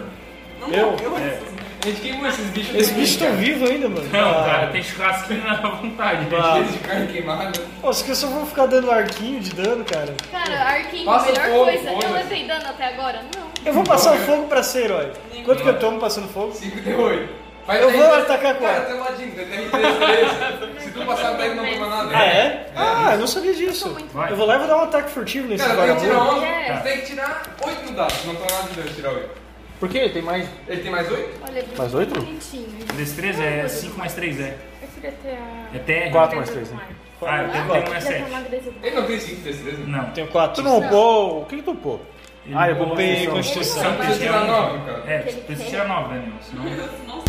S2: Não
S4: Eu?
S2: morreu
S1: É.
S2: esses bichos.
S7: Gente, queimou esses bichos.
S4: Esses bichos estão vivos ainda, mano.
S1: Não,
S4: Ah.
S1: cara, tem churrasquinho na vontade.
S4: Ah.
S7: Eles de carne queimada.
S4: Nossa, os caras só vão ficar dando arquinho de dano, cara.
S8: Cara, arquinho, a
S7: Passa
S8: melhor
S7: fogo,
S8: coisa. Eu
S7: fogo.
S8: levei dano até agora? Não.
S4: Eu vou passar o fogo pra ser herói. Quanto que eu tomo passando fogo?
S7: 5 de 8. Faz
S4: Eu
S7: dez,
S4: vou
S7: dez.
S4: atacar com
S7: Cara,
S4: ela.
S7: tem ladinho, tem 10, 10, Se tu passar 10, não toma nada.
S4: Ah, é? Ah, eu não sabia disso.
S1: Vai.
S4: Eu vou lá e vou dar um ataque furtivo nesse
S7: Cara, tem que tirar
S4: vagabundo.
S7: 11.
S8: É.
S7: Você tem que tirar 8 no dado. Não toma nada de dano tirar 8.
S5: Por quê? Tem mais.
S7: Ele tem mais 8?
S8: Olha, ele
S5: Mais oito?
S8: bonitinho.
S1: Destreza é 5 mais 3 é.
S10: Eu queria ter a.
S1: É TR.
S5: 4 mais 3, né?
S1: Ah, eu tenho tenho
S4: Quatro.
S1: um é
S10: Já tomar
S1: 7.
S10: agressivo.
S7: Ele não tem 5 de destreza.
S1: Não.
S4: Tenho quatro.
S5: Tu não roubou. O que que tu roubou?
S1: Ele
S5: Ah, eu
S1: roubou
S4: roubei
S1: a
S4: Constituição.
S1: Só
S7: Tem um. que tirar 9, cara.
S1: É, tu precisa tirar 9, Daniel. Senão...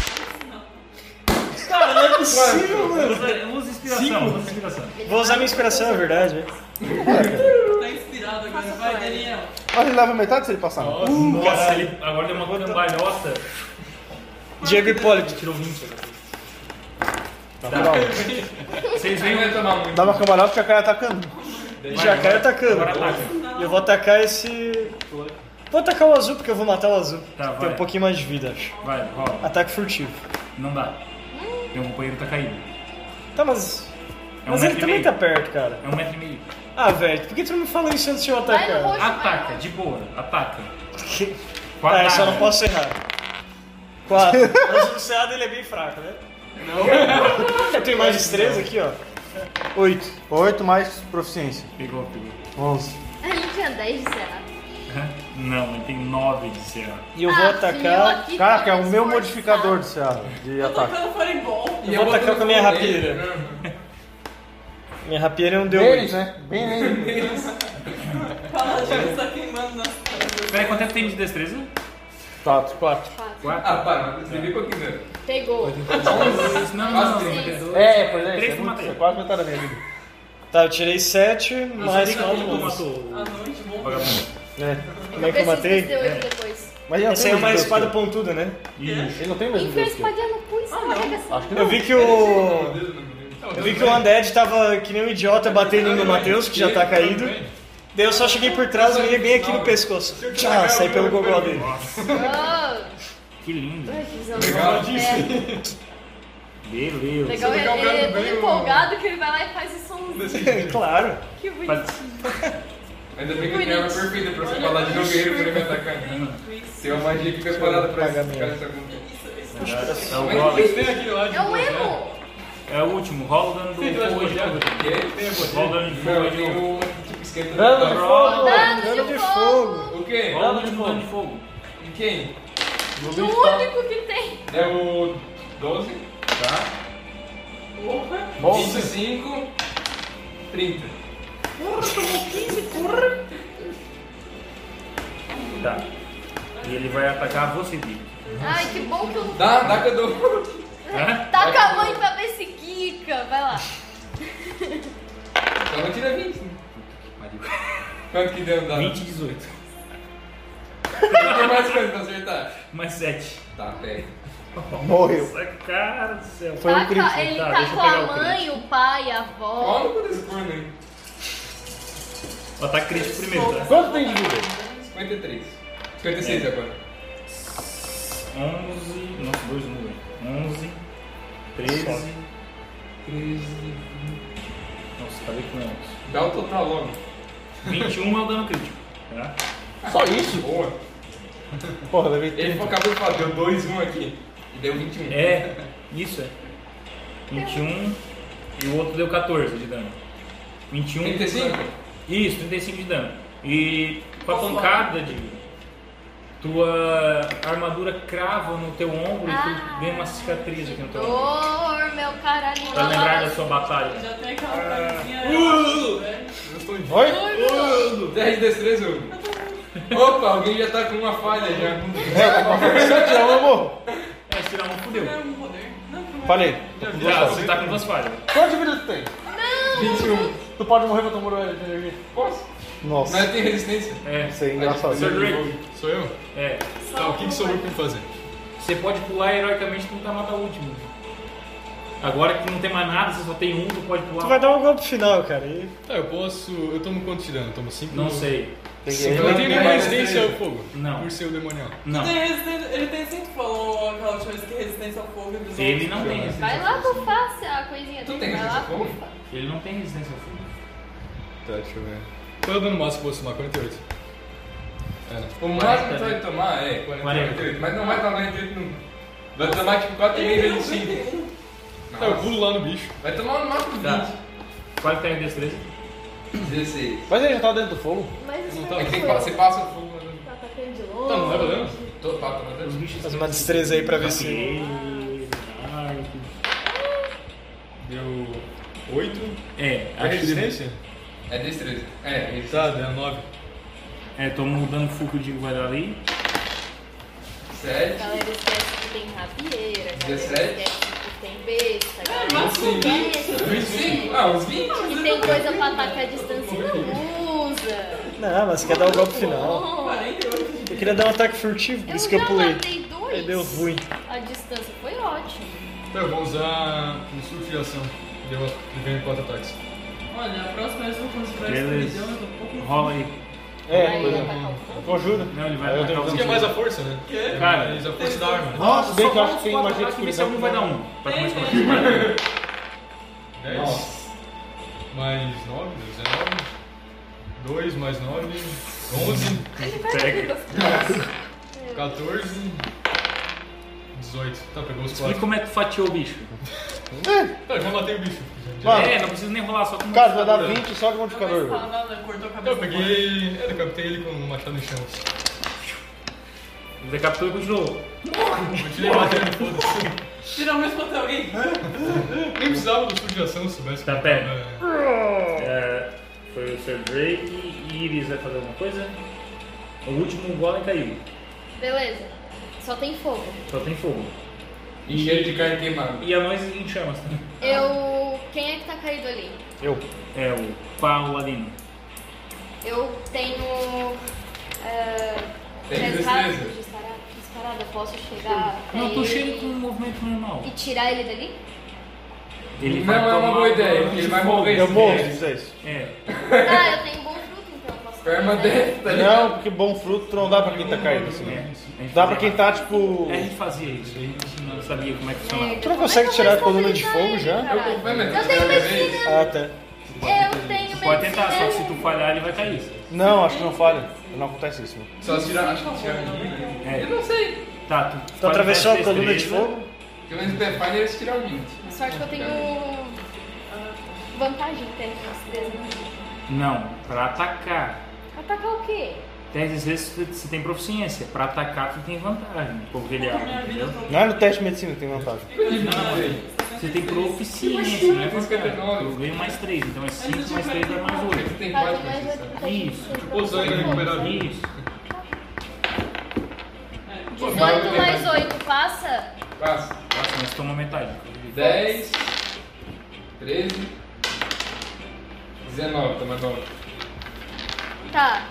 S4: Cara, não é possível, mano.
S1: Usa, usa inspiração, usa inspiração.
S4: Vou usar minha inspiração, na verdade. né?
S2: Tá inspirado aqui. Vai, Daniel.
S5: Ah, ele leva metade se ele passar. né? não.
S1: Nossa, ele agora deu uma cambalhota.
S4: Diego Hipólito.
S1: Tirou 20 agora.
S5: Dá,
S1: Vocês
S7: Ele
S1: veem
S7: vai tomar muito.
S5: dá uma cambalhota porque a cara tá atacando.
S4: Já cai atacando.
S1: agora tá ataca.
S4: E eu vou atacar esse. Vou atacar o azul, porque eu vou matar o azul.
S1: Tá,
S4: Tem
S1: vai.
S4: um pouquinho mais de vida, acho.
S1: Vai, rola.
S4: Ataque furtivo.
S1: Não dá. Meu companheiro tá caído.
S4: Tá, mas.
S1: É um
S4: mas
S1: metro
S4: ele
S1: e
S4: também
S1: meio.
S4: tá perto, cara.
S1: É um metro e meio.
S4: Ah, velho, por que tu não me fala isso antes de eu
S8: Vai
S4: atacar?
S8: no roxo,
S1: Ataca, de boa,
S4: *laughs*
S1: ataca. Quatro.
S4: Ah, eu só não posso errar. Quatro. Mas o Luciano ele é bem fraco, né? Não. Eu tenho mais destreza aqui, ó. Oito.
S5: 8 mais proficiência.
S1: Pegou, pegou.
S5: 11.
S8: vai. Ele tinha 10 de será.
S1: Não, ele tem 9 de CA.
S4: E eu vou
S8: Ah,
S4: atacar.
S8: filho, aqui
S5: Caraca, é
S8: tá
S5: o meu
S8: esforçado.
S5: modificador de CA, de
S2: Tô
S5: ataque.
S2: tocando Fireball.
S4: Eu vou atacar com a minha rapieira. Minha rapieira não deu oito.
S5: né? Bem neles.
S2: Paladino tá queimando nas coisas.
S1: Peraí, quanto é que tem de destreza?
S5: 4. 4.
S7: Ah, para, você viu qual que deu.
S8: Pegou.
S1: Não,
S7: Quase
S1: não.
S7: 30.
S5: É, pois é.
S1: Três
S5: Isso é
S1: que
S5: muito,
S1: matei.
S5: isso é quase metade da minha vida.
S4: Tá, eu tirei sete,
S1: Mas
S4: mais
S1: como tu
S4: nove.
S1: matou o
S2: A noite, bom.
S1: vagabundo?
S5: É.
S4: Como é que eu
S8: Preciso
S4: matei?
S8: desse D8 depois.
S5: Mas
S4: Essa aí é uma espada pontuda, né?
S1: Isso.
S5: Ele não tem o
S8: Quem
S5: mesmo
S8: foi
S5: Deus que eu.
S8: espadinha no cu e escorrega assim?
S5: Acho que
S4: Eu
S5: não.
S4: vi que o. Eu vi que o Undead tava que nem um idiota batendo no Matheus, que já tá caído. Daí eu só cheguei por trás e liguei bem aqui no pescoço. Tchau, saí pelo gogó dele.
S8: Oh,
S1: Que lindo.
S8: ai, que visão.
S7: Legal
S8: É,
S1: Beleza.
S7: Legal,
S8: legal, ele, ele é
S7: cara,
S8: todo
S7: bem,
S8: empolgado que ele vai lá e faz o som.
S4: Claro.
S8: Que bonitinho.
S7: Ainda bem que eu tenho arma perfeita pra ser paladino guerreiro pra ele me atacar. Tem uma magia aqui preparada pra
S4: Pagar
S7: esse
S4: minha.
S7: cara tá com-
S1: É o
S7: Mas o
S1: rola.
S7: que tem aqui lá de
S8: É um
S7: boa, né?
S8: emo.
S1: É o último. Rola o dano do fogo de novo.
S7: E aí tem a boa.
S1: Rola o dano de
S7: Não,
S1: fogo
S7: eu
S1: de novo.
S7: tenho um tipo esquenta.
S5: Dano de fogo!
S8: Dano de fogo.
S7: O quê?
S1: Rola o último dano de fogo.
S7: Em quem?
S8: O único que tem.
S7: É o 12,
S1: Tá?
S2: Porra.
S5: Bom,
S7: 25, 30.
S2: Porra, tomou 15, porra.
S1: Tá. E ele vai atacar você, Bico.
S8: Ai, que bom que eu não.
S7: Dá, dá que eu dou.
S1: Hã?
S8: Taca a mãe pra ver se quica. Vai lá.
S7: Só não tira 20. né? Quanto que deu no dado?
S1: 20 e 18.
S7: Tem mais coisa pra acertar.
S1: Mais 7.
S7: Tá, pega.
S5: Morreu.
S1: Nossa, cara do céu.
S5: Foi um crítico.
S8: Taca, ele
S1: Tá, deixa eu
S8: tacou
S1: pegar
S8: a
S1: o
S8: mãe, o pai, a avó.
S7: Olha o cu desse corno aí.
S1: O ataque crítico primeiro, tá?
S5: Quanto tem de vida?
S7: 53. 56 agora.
S1: 11. Nossa, dois números. 11, 13.
S7: 13.
S1: Nossa, cadê que não é isso?
S7: Dá o total logo.
S1: 21 é o dano crítico. Tá?
S5: Só isso?
S7: Boa.
S5: Porra, levei
S7: Ele
S5: 30.
S7: acabou de falar, deu 2, 1 aqui. E um. deu 21.
S1: É, isso é. 21 e o outro deu 14 de dano. 21.
S7: 35?
S1: Isso, 35 de dano. E com a pancada de tua armadura crava no teu ombro e tu ganha uma cicatriz aqui no teu ombro.
S8: Dor, meu caralho.
S1: Pra lembrar da sua batalha.
S2: Já tem aquela
S3: É.
S2: né? camisinha.
S3: Uh!
S7: Eu estou em
S5: Oi?
S7: 10 de destreza. eu- um. Opa, alguém já tá com uma falha já.
S5: Se eu tirar um, eu morro.
S1: É, se tirar um, fudeu.
S2: Não, não, não. é
S5: Falei.
S1: Já, você tá com duas falhas.
S5: Quanto de vida tu tem?
S7: 21.
S5: Tu pode morrer pra tomar de energia.
S7: Posso?
S5: Nossa,
S7: Mas tem resistência.
S1: É,
S5: isso é engraçado.
S1: Sir Drake,
S3: Sou eu?
S1: é.
S3: Tá, o que, que sobrou pra eu fazer?
S1: Você pode pular heroicamente e tentar matar o último. Agora que não tem mais nada, você só tem um, tu pode
S4: Tu
S1: pular.
S4: vai dar um golpe final, cara. E...
S3: Tá, eu posso. Eu tomo quanto de dano? Tomo 5
S1: Não sei.
S3: Eu tenho
S7: Tem
S3: minha
S7: mais
S3: resistência ao
S7: destreza.
S3: fogo.
S1: Não.
S3: Por ser o demonial.
S1: Não.
S2: Tem resistência, ele tem sempre falou aquela última vez que resistência ao fogo é e dos
S1: Ele não tem resistência.
S8: Vai lá pro face a coisinha
S7: Tu tem
S8: dele, vai
S7: resistência
S8: lá
S7: ao fogo?
S1: Ele não tem resistência ao fogo.
S3: Tá, deixa eu ver. Qual é o dano máximo que eu posso tomar? 48. É, né?
S7: O máximo que tu vai tomar é 48, mas não vai tomar 48 nunca. Vai tomar tipo 4,5 vezes 5.
S3: Tá, eu pulo lá no bicho.
S7: Vai tomar no máximo 20.
S1: Tá. Qual que tem a destreza?
S7: 16.
S5: Mas ele já tá dentro do fogo?
S6: Mas isso
S7: É
S6: não
S7: que tem
S6: foi.
S7: que pa- você passa o fogo.
S8: um
S7: né?
S6: Tá atacando de
S3: Tá, não leva
S6: longe.
S3: dano?
S7: Tô, tá, tá, tá.
S1: Os bichos
S4: Faz uma destreza aí pra ver se.
S1: Ele- arcos.
S3: Deu 8.
S1: É,
S3: É
S1: acho que.
S3: resistência?
S7: É destreza. É, isso.
S3: Tá, deu 9.
S1: É, toma o dano fuco de vai dar ali.
S7: 7.
S8: Galera esquece que tem rabieira, galera
S7: 17.
S8: esquece que tem
S7: É,
S8: besta,
S2: mas
S8: galera esquece que
S7: 25. Ah, uns 20.
S8: que tem coisa pra atacar a distância e não usa.
S4: Não, mas você quer dar um golpe final.
S8: Bom,
S2: 48 de
S4: Eu queria dar um ataque furtivo, por
S8: eu
S4: isso que eu
S8: já
S4: pulei.
S8: matei dois.
S4: Aí deu ruim.
S8: A distância foi ótima.
S3: Tá, eu vou usar um surto de ação. Deu ganho 4 ataques.
S2: Olha, a próxima vez que eu consigo esse
S1: Beleza.
S2: vídeo, eu tô um pouco.
S1: Rola aí.
S8: Aí
S5: É,
S8: ia atacar o fogo.
S5: tu ajuda.
S1: Não, ele vai
S5: Aí eu
S1: atacar
S5: tenho
S1: o
S3: Isso que é mais a força, né?
S2: Que?
S1: Cara,
S3: Mas a força da arma.
S5: Nossa, bem que eu acho que tem
S1: Quatro
S5: magia de
S1: ataques, esse é
S5: escuridão.
S1: um vai dar um. Pra
S2: Tem,
S1: começar.
S2: tem.
S1: Vai.
S3: 10. É Mais 9, 19. 2 mais 9, 11,
S1: Pega.
S3: 14, 18. Tá, pegou os
S1: Explica
S3: 4.
S1: como é que tu fatiou o bicho.
S3: Tá, já matei o bicho.
S5: Mano.
S1: É, não precisa nem rolar, só um com
S5: Cara, vai dar
S1: modificador.
S5: 20 só de
S2: Não vai falar
S5: modificador.
S2: nada, cortou a cabeça.
S3: Eu peguei. É, decapitei ele com um machado no chão.
S1: Ele decapitou e continuou.
S3: Eu tirei o machado, foda-se.
S2: Tirar o mesmo contra alguém.
S3: Nem precisava do surto de ação se soubesse.
S1: Tá,
S3: que-
S1: pera.
S3: É.
S1: É, foi o Sir Drake. Iris vai fazer alguma coisa? O último golem caiu.
S8: Beleza. Só tem fogo.
S1: Só tem fogo.
S7: E cheiro de carne queimada.
S1: E anões em chamas também.
S8: Eu. Quem é que tá caído ali?
S5: Eu.
S1: É o Paladino.
S8: Eu tenho. é,
S7: Tem
S8: desarado,
S7: destreza.
S8: desarado, desarado, eu posso chegar.
S7: É
S1: Não,
S8: até
S1: tu
S8: ele
S1: chega com um movimento normal.
S8: E tirar ele dali?
S1: Ele
S7: Não
S1: vai
S7: é uma
S1: tomar
S7: boa ideia,
S1: dano
S7: porque
S1: de
S7: ele vai
S1: fogo.
S7: morrer.
S5: Eu morro, isso é isso.
S1: É,
S8: Ah, eu tenho bom fruto, então eu posso.
S7: Perma
S8: fazer.
S7: dentro, tá ligado?
S5: Não, porque bom fruto tu não dá pra quem tá caído assim.
S1: é.
S5: né?
S1: A gente
S5: Dá
S1: fazia-
S5: pra quem tá, tipo...
S1: É, a gente fazia isso. A gente não sabia como é que funcionava.
S8: Merda,
S5: Tu não
S8: como é
S5: consegue
S8: que eu
S5: tirar
S8: faço pra
S5: coluna de
S8: acertar
S5: fogo
S8: ele,
S5: já? Eu
S8: caralho?
S7: vou- vai, mas
S8: Eu tenho
S7: primeira vez.
S8: medicina!
S5: Ah, tá.
S8: Eu tenho medicina!
S1: Pode tentar, só que se tu falhar, ele vai cair.
S5: Não, acho que não falha. Não acontece isso. mano.
S7: Só se tirar, acho que tirar né? de mim.
S1: É.
S7: Eu não sei.
S1: Tá, tu. faz
S4: Tu atravessou a
S1: teste
S4: coluna de
S1: destreza.
S4: fogo?
S7: Pelo menos o Pathfinder eles tiraram 20.
S8: Sorte que eu tenho. ah, vantagem em termos de destreza. né?
S1: Não, pra atacar.
S8: Atacar o quê?
S1: Teste às vezes você tem proficiência. Pra atacar, tu tem vantagem. Porque ele é alvo, entendeu?
S5: Não é no teste de medicina que tem vantagem.
S1: Você tem proficiência, né?
S7: Cinquenta e nove.
S1: Eu ganho mais 3, então é 5 mais 3 dá mais 8.
S7: Você é tem
S8: Tá,
S7: 4
S8: tem mais
S7: pra
S8: outra
S7: vocês.
S8: vantagem de
S1: Isso.
S8: destreza.
S3: Tipo, usando ele recuperar a vida.
S1: Isso.
S2: É,
S8: 18 mais 8 passa?
S7: Passa.
S1: Nossa, mas toma metade.
S7: 10, 13, 19, toma 9.
S8: Tá.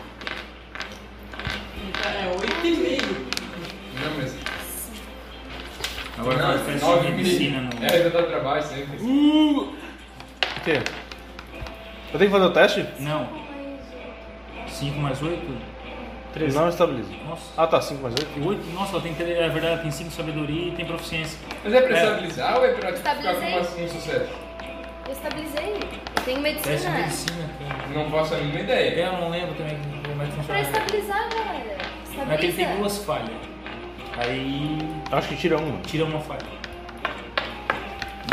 S2: Então é 8 e meio.
S7: Não, mas.
S1: Agora
S7: Não,
S1: faz teste
S7: nove
S1: de medicina no.
S7: É, ainda dá trabalho sempre.
S5: O quê? Tá, Eu tenho que fazer o teste?
S1: Não. 5 mais 8? Treze.
S5: Não estabiliza.
S1: Nossa.
S5: Ah tá, 5 mais 8.
S1: E oito? Nossa, ela tem três. É verdade, ela tem cinco sabedoria e tem proficiência.
S7: Mas é pra estabilizar ou é pra tipo, ficar com
S8: Estabilizei.
S7: uma- um sucesso?
S8: Eu estabilizei. Eu tenho
S1: Teste
S3: É.
S1: de
S8: medicina.
S1: é medicina aqui.
S7: Não faço a mínima
S1: É,
S7: ideia.
S1: Eu não lembro também como é que
S8: Pra
S1: funciona.
S3: tá
S8: estabilizar, galera.
S1: Mas que ele tem
S8: Estabiliza.
S1: duas falhas. Aí
S5: Acho que tira um. uma.
S1: tira uma falha.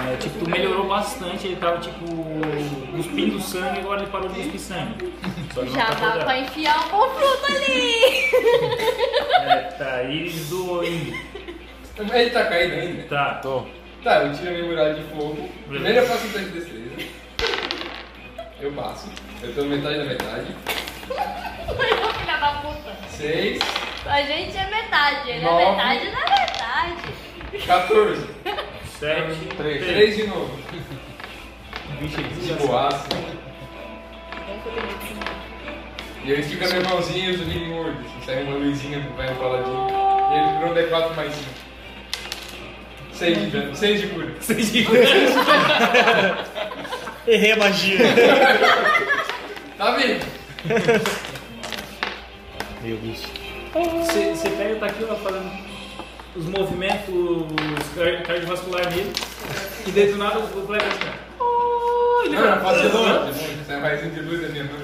S1: É, tipo, tu melhorou bastante, ele tava tipo cuspindo sangue, agora ele parou de cuspir sangue. Só que não
S8: Já
S1: tá
S8: dá
S1: acordado.
S8: pra enfiar um bom fruto ali. *laughs*
S1: É, tá, Iris do Ing.
S7: Mas ele tá caído ainda.
S1: Tá.
S5: Tô.
S7: Tá, eu tiro a minha muralha de fogo. Primeiro eu faço um teste de destreza. Eu passo. Eu tô metade da metade.
S8: Filha da puta.
S7: Seis,
S8: A gente é metade. Ele
S7: Nove.
S8: é metade da metade.
S7: 14.
S1: 7,
S5: Três.
S1: 3.
S7: Três de novo.
S1: Vixe, ele
S7: De
S1: desgraçado.
S7: boaço. E eu estico a minha mãozinha e uso Living Word. assim, Sai uma luzinha do velho paladinho. E ele virou um D4 mais 5. 6 de dano. 6 de cura.
S4: Errei a magia.
S7: Tá vivo.
S5: Meu Deus.
S1: Você você pega, tá aqui ó, fazendo os movimentos car- cardiovasculares dele. E daí do nada o colega assim, ó. Oh, ele
S7: Não,
S1: vai-
S7: eu faço demônio. Sai mais um de luz da minha mão.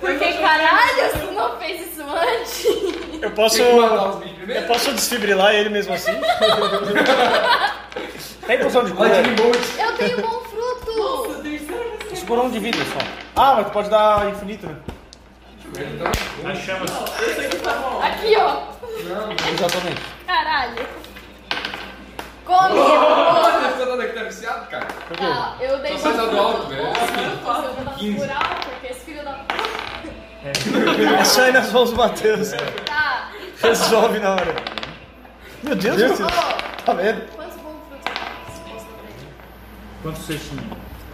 S8: Porque caralho, você não fez isso antes.
S4: Eu posso.
S7: Tem que matar os bichos
S4: Eu
S7: primeiro.
S4: posso desfibrilar ele
S7: *laughs*
S4: mesmo assim?
S5: Tem poção de cura?
S7: Lightning Bolt.
S8: *laughs* Eu tenho bom fruto.
S5: Isso por um de vida só. Ah, mas tu pode dar infinito, né?
S7: Ele tá muito
S1: Aí chama assim.
S8: Aqui, ó.
S7: bom. Não, não.
S5: Exatamente.
S8: Caralho. Come.
S7: Olha, você tá daqui tá viciado, cara.
S8: Tá, eu dei
S7: Só sai
S8: bom
S7: do alto,
S8: fruto.
S7: velho.
S8: Eu vou dar plural, porque esse filho da puta.
S4: É só ir nas mãos do Matheus.
S8: Tá.
S4: É. Resolve na hora. Meu Deus do céu.
S8: Ô,
S5: *laughs*
S4: Tá vendo?
S8: quantos bom frutos você posta pra ele?
S1: Quanto você tinha?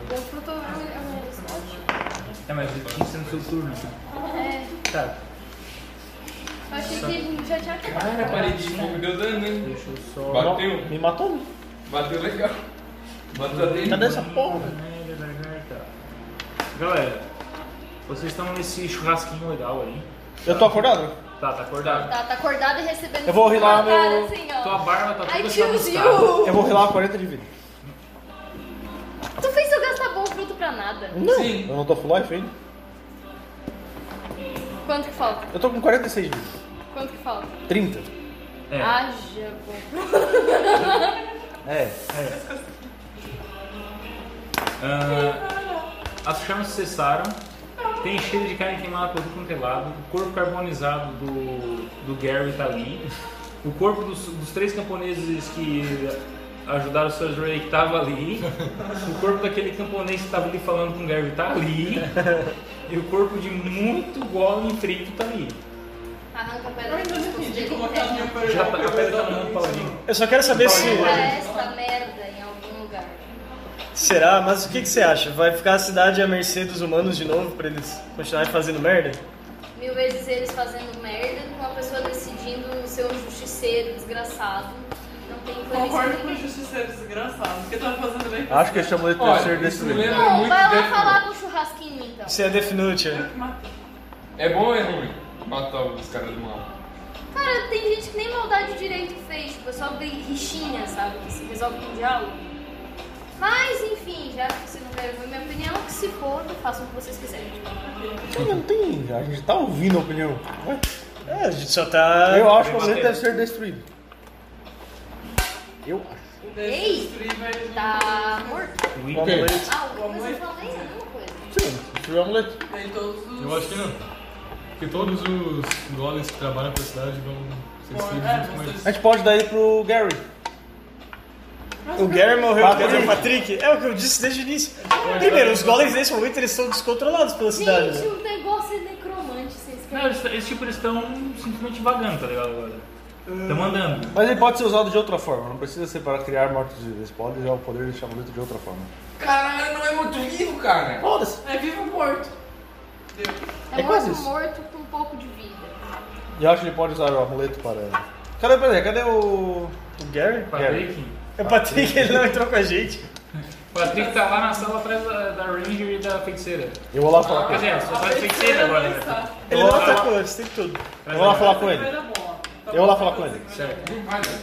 S8: Bom fruto é um- é um slot?
S1: É, mas ele tinha que ser no seu turno.
S8: É.
S1: Tá,
S8: Eu achei que ele já tinha acabado.
S7: Cara, a parede de fogo deu dano, hein?
S1: deixa eu só.
S7: Bateu.
S5: Me matou, né?
S7: Bateu legal. Bateu até.
S4: Cadê essa porra?
S1: Nega da garta. Galera, vocês estão nesse churrasquinho legal aí.
S5: Eu tô acordado?
S1: Tá, tá acordado.
S8: Tá, tá acordado e recebendo.
S5: Eu vou rilar
S8: uma cara
S5: meu-
S8: Assim, ó.
S1: Tua barba tá
S8: I
S1: toda
S8: choose
S1: chamuscada.
S8: you.
S5: Eu vou relar 40 de vida.
S8: Tu fez eu gastar bom fruto pra nada.
S7: Sim.
S5: Eu não tô full life ainda.
S8: Quanto que falta?
S5: Eu tô com 46 de vida.
S8: Quanto que falta?
S5: 30.
S1: É.
S8: Ah, Haja bom fruto.
S5: É.
S1: Ah, as chamas cessaram. Tem cheiro de carne queimada por tudo quanto é lado. O corpo carbonizado do, do Gary tá ali. O corpo dos, dos três camponeses que ajudaram o Sir Drake estava ali. O corpo daquele camponês que estava ali falando com o Gary tá ali. E o corpo de muito golem frito tá ali.
S8: Arranca a
S2: Eu
S8: pedra. do
S2: ainda não
S8: pescoço
S2: entendi
S8: dele,
S2: como
S8: pega.
S2: aquela minha
S1: Já tá, a pedra tá no mão do paladino.
S4: Eu só quero saber se.
S8: Pega esta merda em algum lugar.
S4: Será? Mas o que, que você acha? Vai ficar a cidade à mercê dos humanos de novo pra eles continuarem fazendo merda?
S8: Mil vezes eles fazendo merda, com uma pessoa decidindo ser um justiceiro desgraçado. Não tem
S2: Concordo com o
S8: ninguém.
S2: justiceiro é desgraçado, porque tava fazendo bem.
S1: Ah.
S5: Acho que eu chamo de
S7: Olha,
S5: terceiro
S7: isso me
S5: destruído.
S7: lembra
S8: Bom,
S7: muito
S8: vai lá
S7: Death
S8: falar com o churrasquinho então.
S4: Você é Death Note, né?
S7: Note. É bom ou é ruim? Matar os caras do mal.
S8: Cara, tem gente que nem maldade direito fez, tipo, é só bri- rixinha, sabe? Que se resolve com diálogo. Mas, enfim, já que você não quer ouvir minha opinião, que se foda, façam o que vocês quiserem.
S5: Não tem. A gente tá ouvindo a opinião. Ué?
S4: É, a gente só tá.
S5: Eu acho que você deve ser destruído. Eu acho.
S8: Ei! Tá morto.
S1: O
S5: O
S1: Iker.
S5: amuleto.
S8: Ah,
S2: Boa
S8: você
S2: noite.
S8: falou isso? Alguma coisa?
S5: Sim, destruiu o amuleto.
S2: Tem todos os.
S3: Eu acho que não. Porque todos os golems que trabalham pra cidade vão ser destruídos
S2: É,
S3: junto com eles.
S5: A gente pode dar ele pro Gary.
S4: O Gary morreu por
S5: Patrick.
S4: causa do Patrick. É o que eu disse desde o início. Primeiro, os golems nesse momento eles são descontrolados pela cidade.
S8: Gente,
S4: né?
S8: o negócio é necromante, vocês
S1: Não,
S8: querem?
S1: eles, eles, tipo, eles estão simplesmente vagando, tá ligado? Agora. Estão andando.
S5: Mas ele pode ser usado de outra forma. Não precisa ser para criar mortos vivos. Pode usar o poder desse amuleto de outra forma.
S7: Caralho, não é muito vivo, cara.
S5: Foda-se.
S2: É vivo ou morto? Deu.
S8: É,
S5: é quase
S8: morto
S5: isso.
S8: morto com um pouco de vida.
S5: E eu acho que ele pode usar o amuleto para. Cadê, peraí, cadê o.
S4: O Gary?
S1: Patrick.
S4: É o Patrick, ele não entrou com a gente.
S1: Patrick tá lá na sala atrás da, da Ranger e da feiticeira.
S5: Eu vou lá falar com
S1: Quer
S5: ele.
S1: dizer, só faz feiticeira agora,
S2: Pensar.
S1: né?
S4: Ele não atacou dólares, tem tudo. Eu vou lá falar com ele.
S2: Vai dar bom. ó.
S4: Eu vou lá falar com ele.
S1: Certo.
S7: Não vai, né?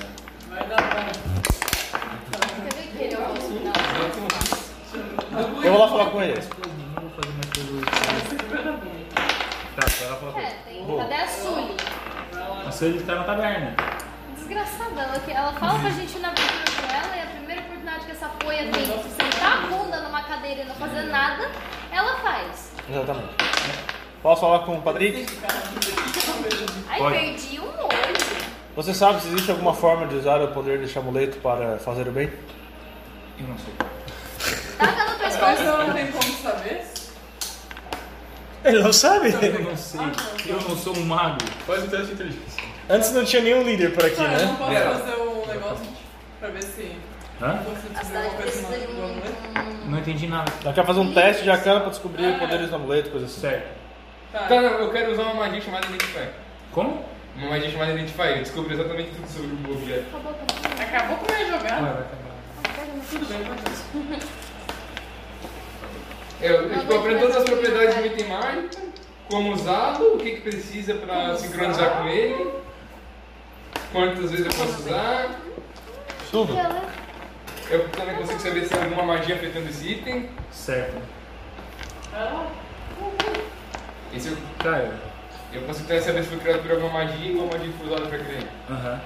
S2: Vai dar bom.
S8: Quer ver que ele é o rosto? Não.
S4: Eu vou lá falar com ele.
S1: Não vou fazer mais coisa.
S2: Vai dar bom.
S1: Tá, vai lá falar com ele.
S8: É, tem. Cadê a Sully?
S1: A Sully tá na taberna.
S8: Desgraçada, ela, é que- ela fala pra gente ir na aventura com ela e a primeira oportunidade que essa poia tem de sentar a bunda numa cadeira e não fazer nada, ela faz.
S5: Exatamente. Posso falar com o Patrick?
S8: Aí
S1: Olha.
S8: perdi um olho.
S5: Você sabe se existe alguma forma de usar o poder deste amuleto para fazer o bem?
S1: Eu não sei.
S8: Taca no
S2: Mas
S8: pescoço.
S2: ela não tem como saber?
S4: Ele não sabe?
S1: *laughs* Eu não
S2: Ah,
S1: sei. Eu não sou um mago.
S3: Faz o teste de inteligência.
S4: Antes não tinha nenhum líder por aqui,
S2: Ah, eu não
S4: né?
S2: posso
S7: Pera.
S2: fazer um negócio pra ver se
S1: Hã?
S2: você
S8: A
S2: descobriu
S8: cidade
S2: alguma coisa
S8: precisa de
S2: no
S8: um.
S2: momento.
S1: Não entendi nada. Tá
S5: Ela quer fazer um teste de arcana para descobrir
S8: É.
S5: poderes do amuleto, coisa assim.
S1: Certo.
S2: Tá.
S7: Tá, não, eu quero usar uma magia chamada Identify.
S1: Como?
S7: Uma magia chamada Identify. Eu descobri exatamente tudo sobre o objeto.
S8: Acabou com
S2: Acabou com a minha jogada. Tudo bem, mas
S7: É, Eu, eu, tipo, eu aprendo todas as propriedades do item mágico, como usá-lo, o que, que precisa pra sincronizar com ele, quantas vezes eu posso usar.
S5: Tudo.
S8: ela.
S7: Eu também consigo saber se tem alguma magia afetando esse item.
S1: Certo.
S2: Ah,
S7: Esse eu,
S1: Cara,
S7: eu consigo também saber se foi criado por alguma magia e qual magia foi usada pra criar.
S1: aham.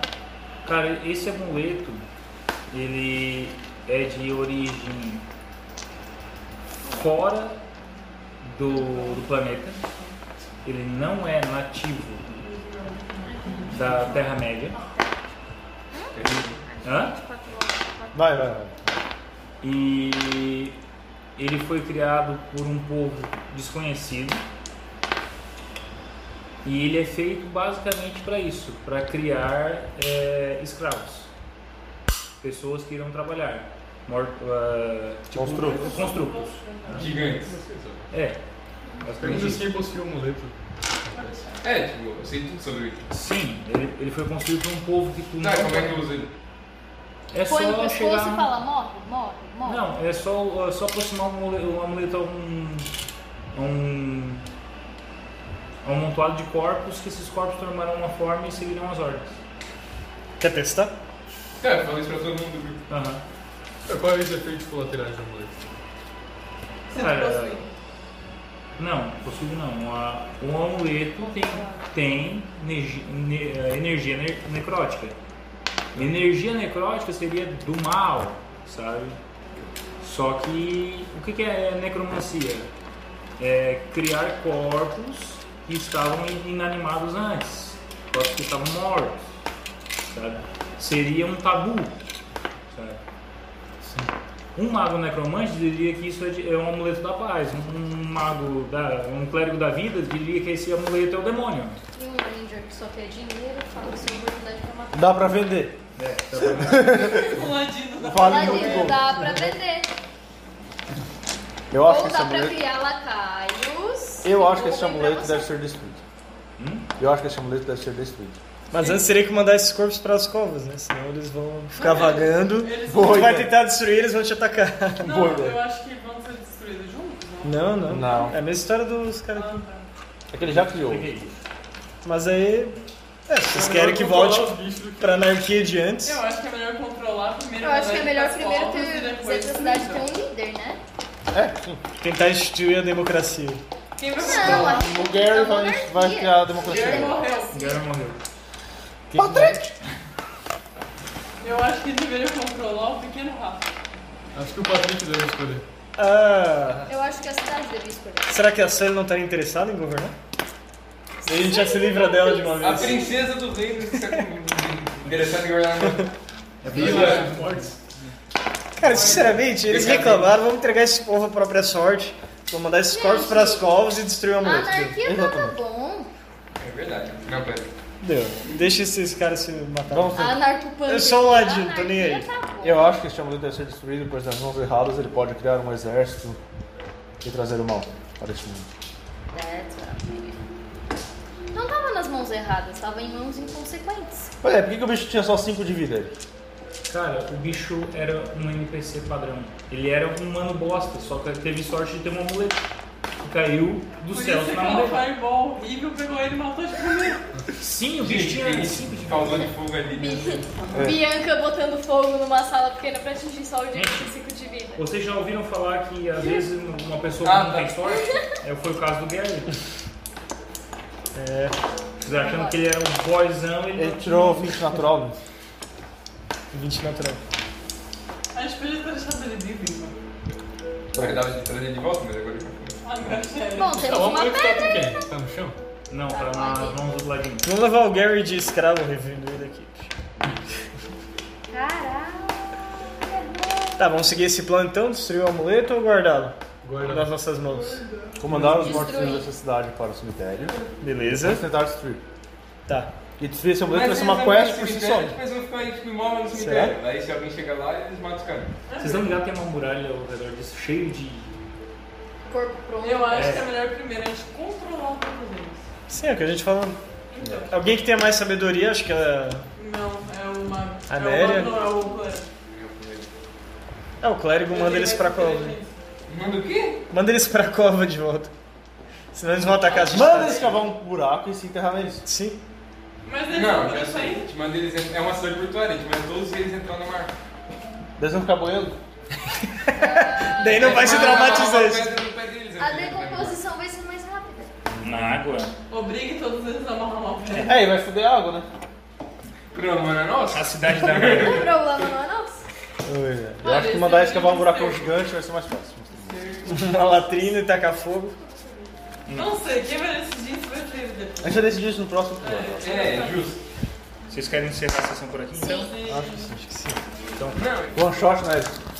S1: Cara, esse amuleto, ele é de origem fora do, do planeta. Ele não é nativo da Terra-média. Hã?
S5: Vai, vai, vai.
S1: E ele foi criado por um povo desconhecido. E ele é feito basicamente para isso, para criar eh, escravos, pessoas que irão trabalhar, mor- ah, tipo,
S5: Construtos.
S1: construtos.
S7: Gigantes.
S1: É,
S3: Pergunta
S1: basicamente
S3: se quem possui o um amuleto.
S7: É, tipo, eu sei tudo sobre o item.
S1: Sim, ele, ele foi construído por um povo que tu
S7: Tá, como é que eu
S1: não.
S7: uso ele?
S1: É
S8: Põe no
S1: só
S8: pescoço
S1: chegar.
S8: e fala: morre, morre, morre.
S1: Não, é só, é só aproximar o amule- o amuleto a um, a um. a um montuado de corpos, que esses corpos tomarão uma forma e seguirão as ordens.
S4: Quer testar?
S3: É,
S7: Cara, eu falo isso pra todo mundo do grupo.
S1: Aham.
S3: Qual é os efeitos colaterais do um amuleto?
S2: Você
S1: Cara,
S2: não possui.
S1: É. Não, possível não. A- O amuleto tem, tem negi- ne- eh, energia ne- necrótica. Energia necrótica seria do mal, sabe? Só que o que que é necromancia? É criar corpos que estavam inanimados antes, corpos que estavam mortos, sabe? Seria um tabu, sabe? Um mago necromante diria que isso é de- é um amuleto da paz. Um, um mago, da, um clérigo da vida diria que esse amuleto é o demônio.
S8: E um ranger que só quer dinheiro, fala sua oportunidade pra matar.
S5: Dá pra vender.
S1: É, tá
S2: Um ladino da
S5: Vale
S8: Ela
S5: muito
S8: diz,
S5: pouco.
S8: dá pra vender.
S5: Eu acho que
S8: Ou
S5: esse
S8: dá pra
S5: amuleto.
S8: criar lacaios.
S5: Eu acho que esse
S8: roubem pra
S5: amuleto
S8: você.
S5: deve ser destruído. Eu acho que esse amuleto deve ser destruído.
S4: Mas antes teria que mandar esses corpos para as covas, né? Senão eles vão ficar vagando.
S2: Eles
S5: Ah. Boa
S4: Tu vai
S5: ideia.
S4: tentar destruir, eles vão te atacar.
S2: não,
S5: Boa
S2: eu
S5: ideia.
S2: acho que vão ser destruídos juntos, não?
S4: Não, não.
S5: Não.
S4: É a mesma história dos caras
S2: Ah,
S4: aqui.
S2: tá.
S5: É que ele já criou.
S4: Mas aí. É, vocês querem que volte pra anarquia de antes?
S2: Eu acho que é melhor controlar primeiro.
S8: Eu acho que é
S2: mandar
S8: melhor
S2: as
S8: primeiro
S2: fotos e
S8: ter
S2: depois
S8: dizer pra cidade
S2: destruir.
S8: ter um líder, né?
S4: Tentar instituir a democracia.
S2: Quem vai
S8: Não,
S2: controlar?
S8: a gente
S5: O Gary
S8: tem uma
S5: vai,
S8: monarquia.
S5: vai criar a
S2: Ele
S5: democracia.
S2: morreu.
S1: Garo morreu.
S5: Patrick!
S2: Eu acho que deveria controlar o pequeno Rafa.
S3: Acho que o Patrick deve escolher.
S4: Ah.
S8: Eu acho que a cidade deve escolher.
S4: Será que a Sully não estaria interessada em governar? E a gente já se livra dela de uma
S7: A
S4: vez.
S7: princesa do reino é está com- interessada em guardar a vila.
S4: Cara, sinceramente, eles reclamaram, vamos entregar esse povo à própria sorte. Vamos mandar esses corpos pras covas e destruir o
S8: A
S4: amuleto.
S8: anarquia tava bom.
S7: É verdade. Não, pera.
S4: Deu. Deixa esses caras se matar.
S5: Vamos
S8: A anarcopânica.
S4: Eu sou um ladino, tô nem aí.
S8: tá
S5: Eu acho que esse amuleto deve ser destruído, pois nas mãos erradas ele pode criar um exército e trazer o mal para este mundo.
S8: Não Então tava nas mãos erradas, tava em mãos inconsequentes.
S5: Ué, por que, que o bicho tinha só 5 de vida? ele?
S1: Cara, o bicho era um NPC padrão. Ele era um humano bosta, só que teve sorte de ter um amuleto. caiu do
S2: Por
S1: céu tá
S2: isso que
S1: na mão
S2: aquela
S1: dele.
S2: fireball horrível pegou ele e matou de primeiro.
S1: Sim, o bicho tinha simples de
S7: Causando tá fogo ali.
S8: Bianca botando fogo numa sala pequena pra atingir só o de 25 de vida.
S1: Vocês já ouviram falar que às vezes uma pessoa
S7: Ah,
S1: que não
S7: tá.
S1: tem sorte? É, foi o caso do Gary. É, vocês achando que ele era um boyzão, ele
S5: Ele tirou 20 natural, né?
S4: 20 natural.
S2: A gente podia ter deixado ele vivo. então.
S7: Pra dar de trazer ele de volta, mas agora ele vai
S2: Agora já era.
S8: Bom, temos uma pedra.
S3: quem? Tá no chão?
S1: não, tá na mão do ladinho.
S4: Vamos levar o Gary de escravo revendo ele aqui.
S8: Caralho.
S4: Tá, vamos seguir esse plano então? Destruir o amuleto ou guardá-lo?
S3: Guarda.
S4: Nas nossas mãos.
S5: Comandaram os mortos
S8: Destruir.
S5: dessa cidade para o cemitério.
S4: Beleza.
S5: Eles tentaram destruir.
S4: Tá.
S5: E destruir esse amuleto vai
S7: é
S5: ser uma quest por si só.
S7: Depois vão ficar tipo, imóvel no cemitério. Aí se alguém chega lá, eles matam os caras.
S1: Vocês não ligaram que tem uma muralha ao redor disso, cheio de.
S8: Corpo pronto.
S2: Eu acho que é melhor primeiro a gente controlar o povo deles.
S4: Sim, é o que a gente falou.
S2: Então.
S4: Alguém que tenha mais sabedoria, acho que é,
S2: Não, é uma.
S4: A
S2: é
S4: Néria?
S2: Uma, não, é o clérigo.
S4: é o clérigo, manda eles pra cova.
S7: Manda o quê?
S4: Manda eles pra cova de volta. Senão eles vão atacar a gente.
S5: Manda eles cavar um buraco e se enterrar neles.
S4: Sim.
S2: Mas eles não,
S7: Não,
S2: não
S7: já
S2: isso
S7: sei. A
S2: aí.
S7: gente manda eles. en- É uma cidade portuária, a gente manda todos eles entrar no mar.
S5: Eles vão ficar boiando.
S4: Daí não vai
S5: É,
S4: se
S7: Ah,
S4: traumatizar.
S7: pedra no pé deles,
S8: A
S7: né?
S8: decomposição vai ser mais rápida.
S1: Na água.
S2: Obrigue todos eles a amarrar uma pedra.
S5: É, e vai foder a água, né?
S7: Não, mano, é nossa.
S1: A cidade da *laughs* merda.
S8: Não é problema, não é nosso?
S5: Eu acho que mandar eles cavar um buracão gigante vai ser mais fácil.
S4: Uma latrina e tacar fogo.
S2: Não sei, quem vai decidir isso vai ser depois.
S5: A gente vai decidir isso no próximo episódio.
S7: É, justo.
S1: então? Vocês querem encerrar a sessão por aqui?
S8: Sim.
S5: One shot, né?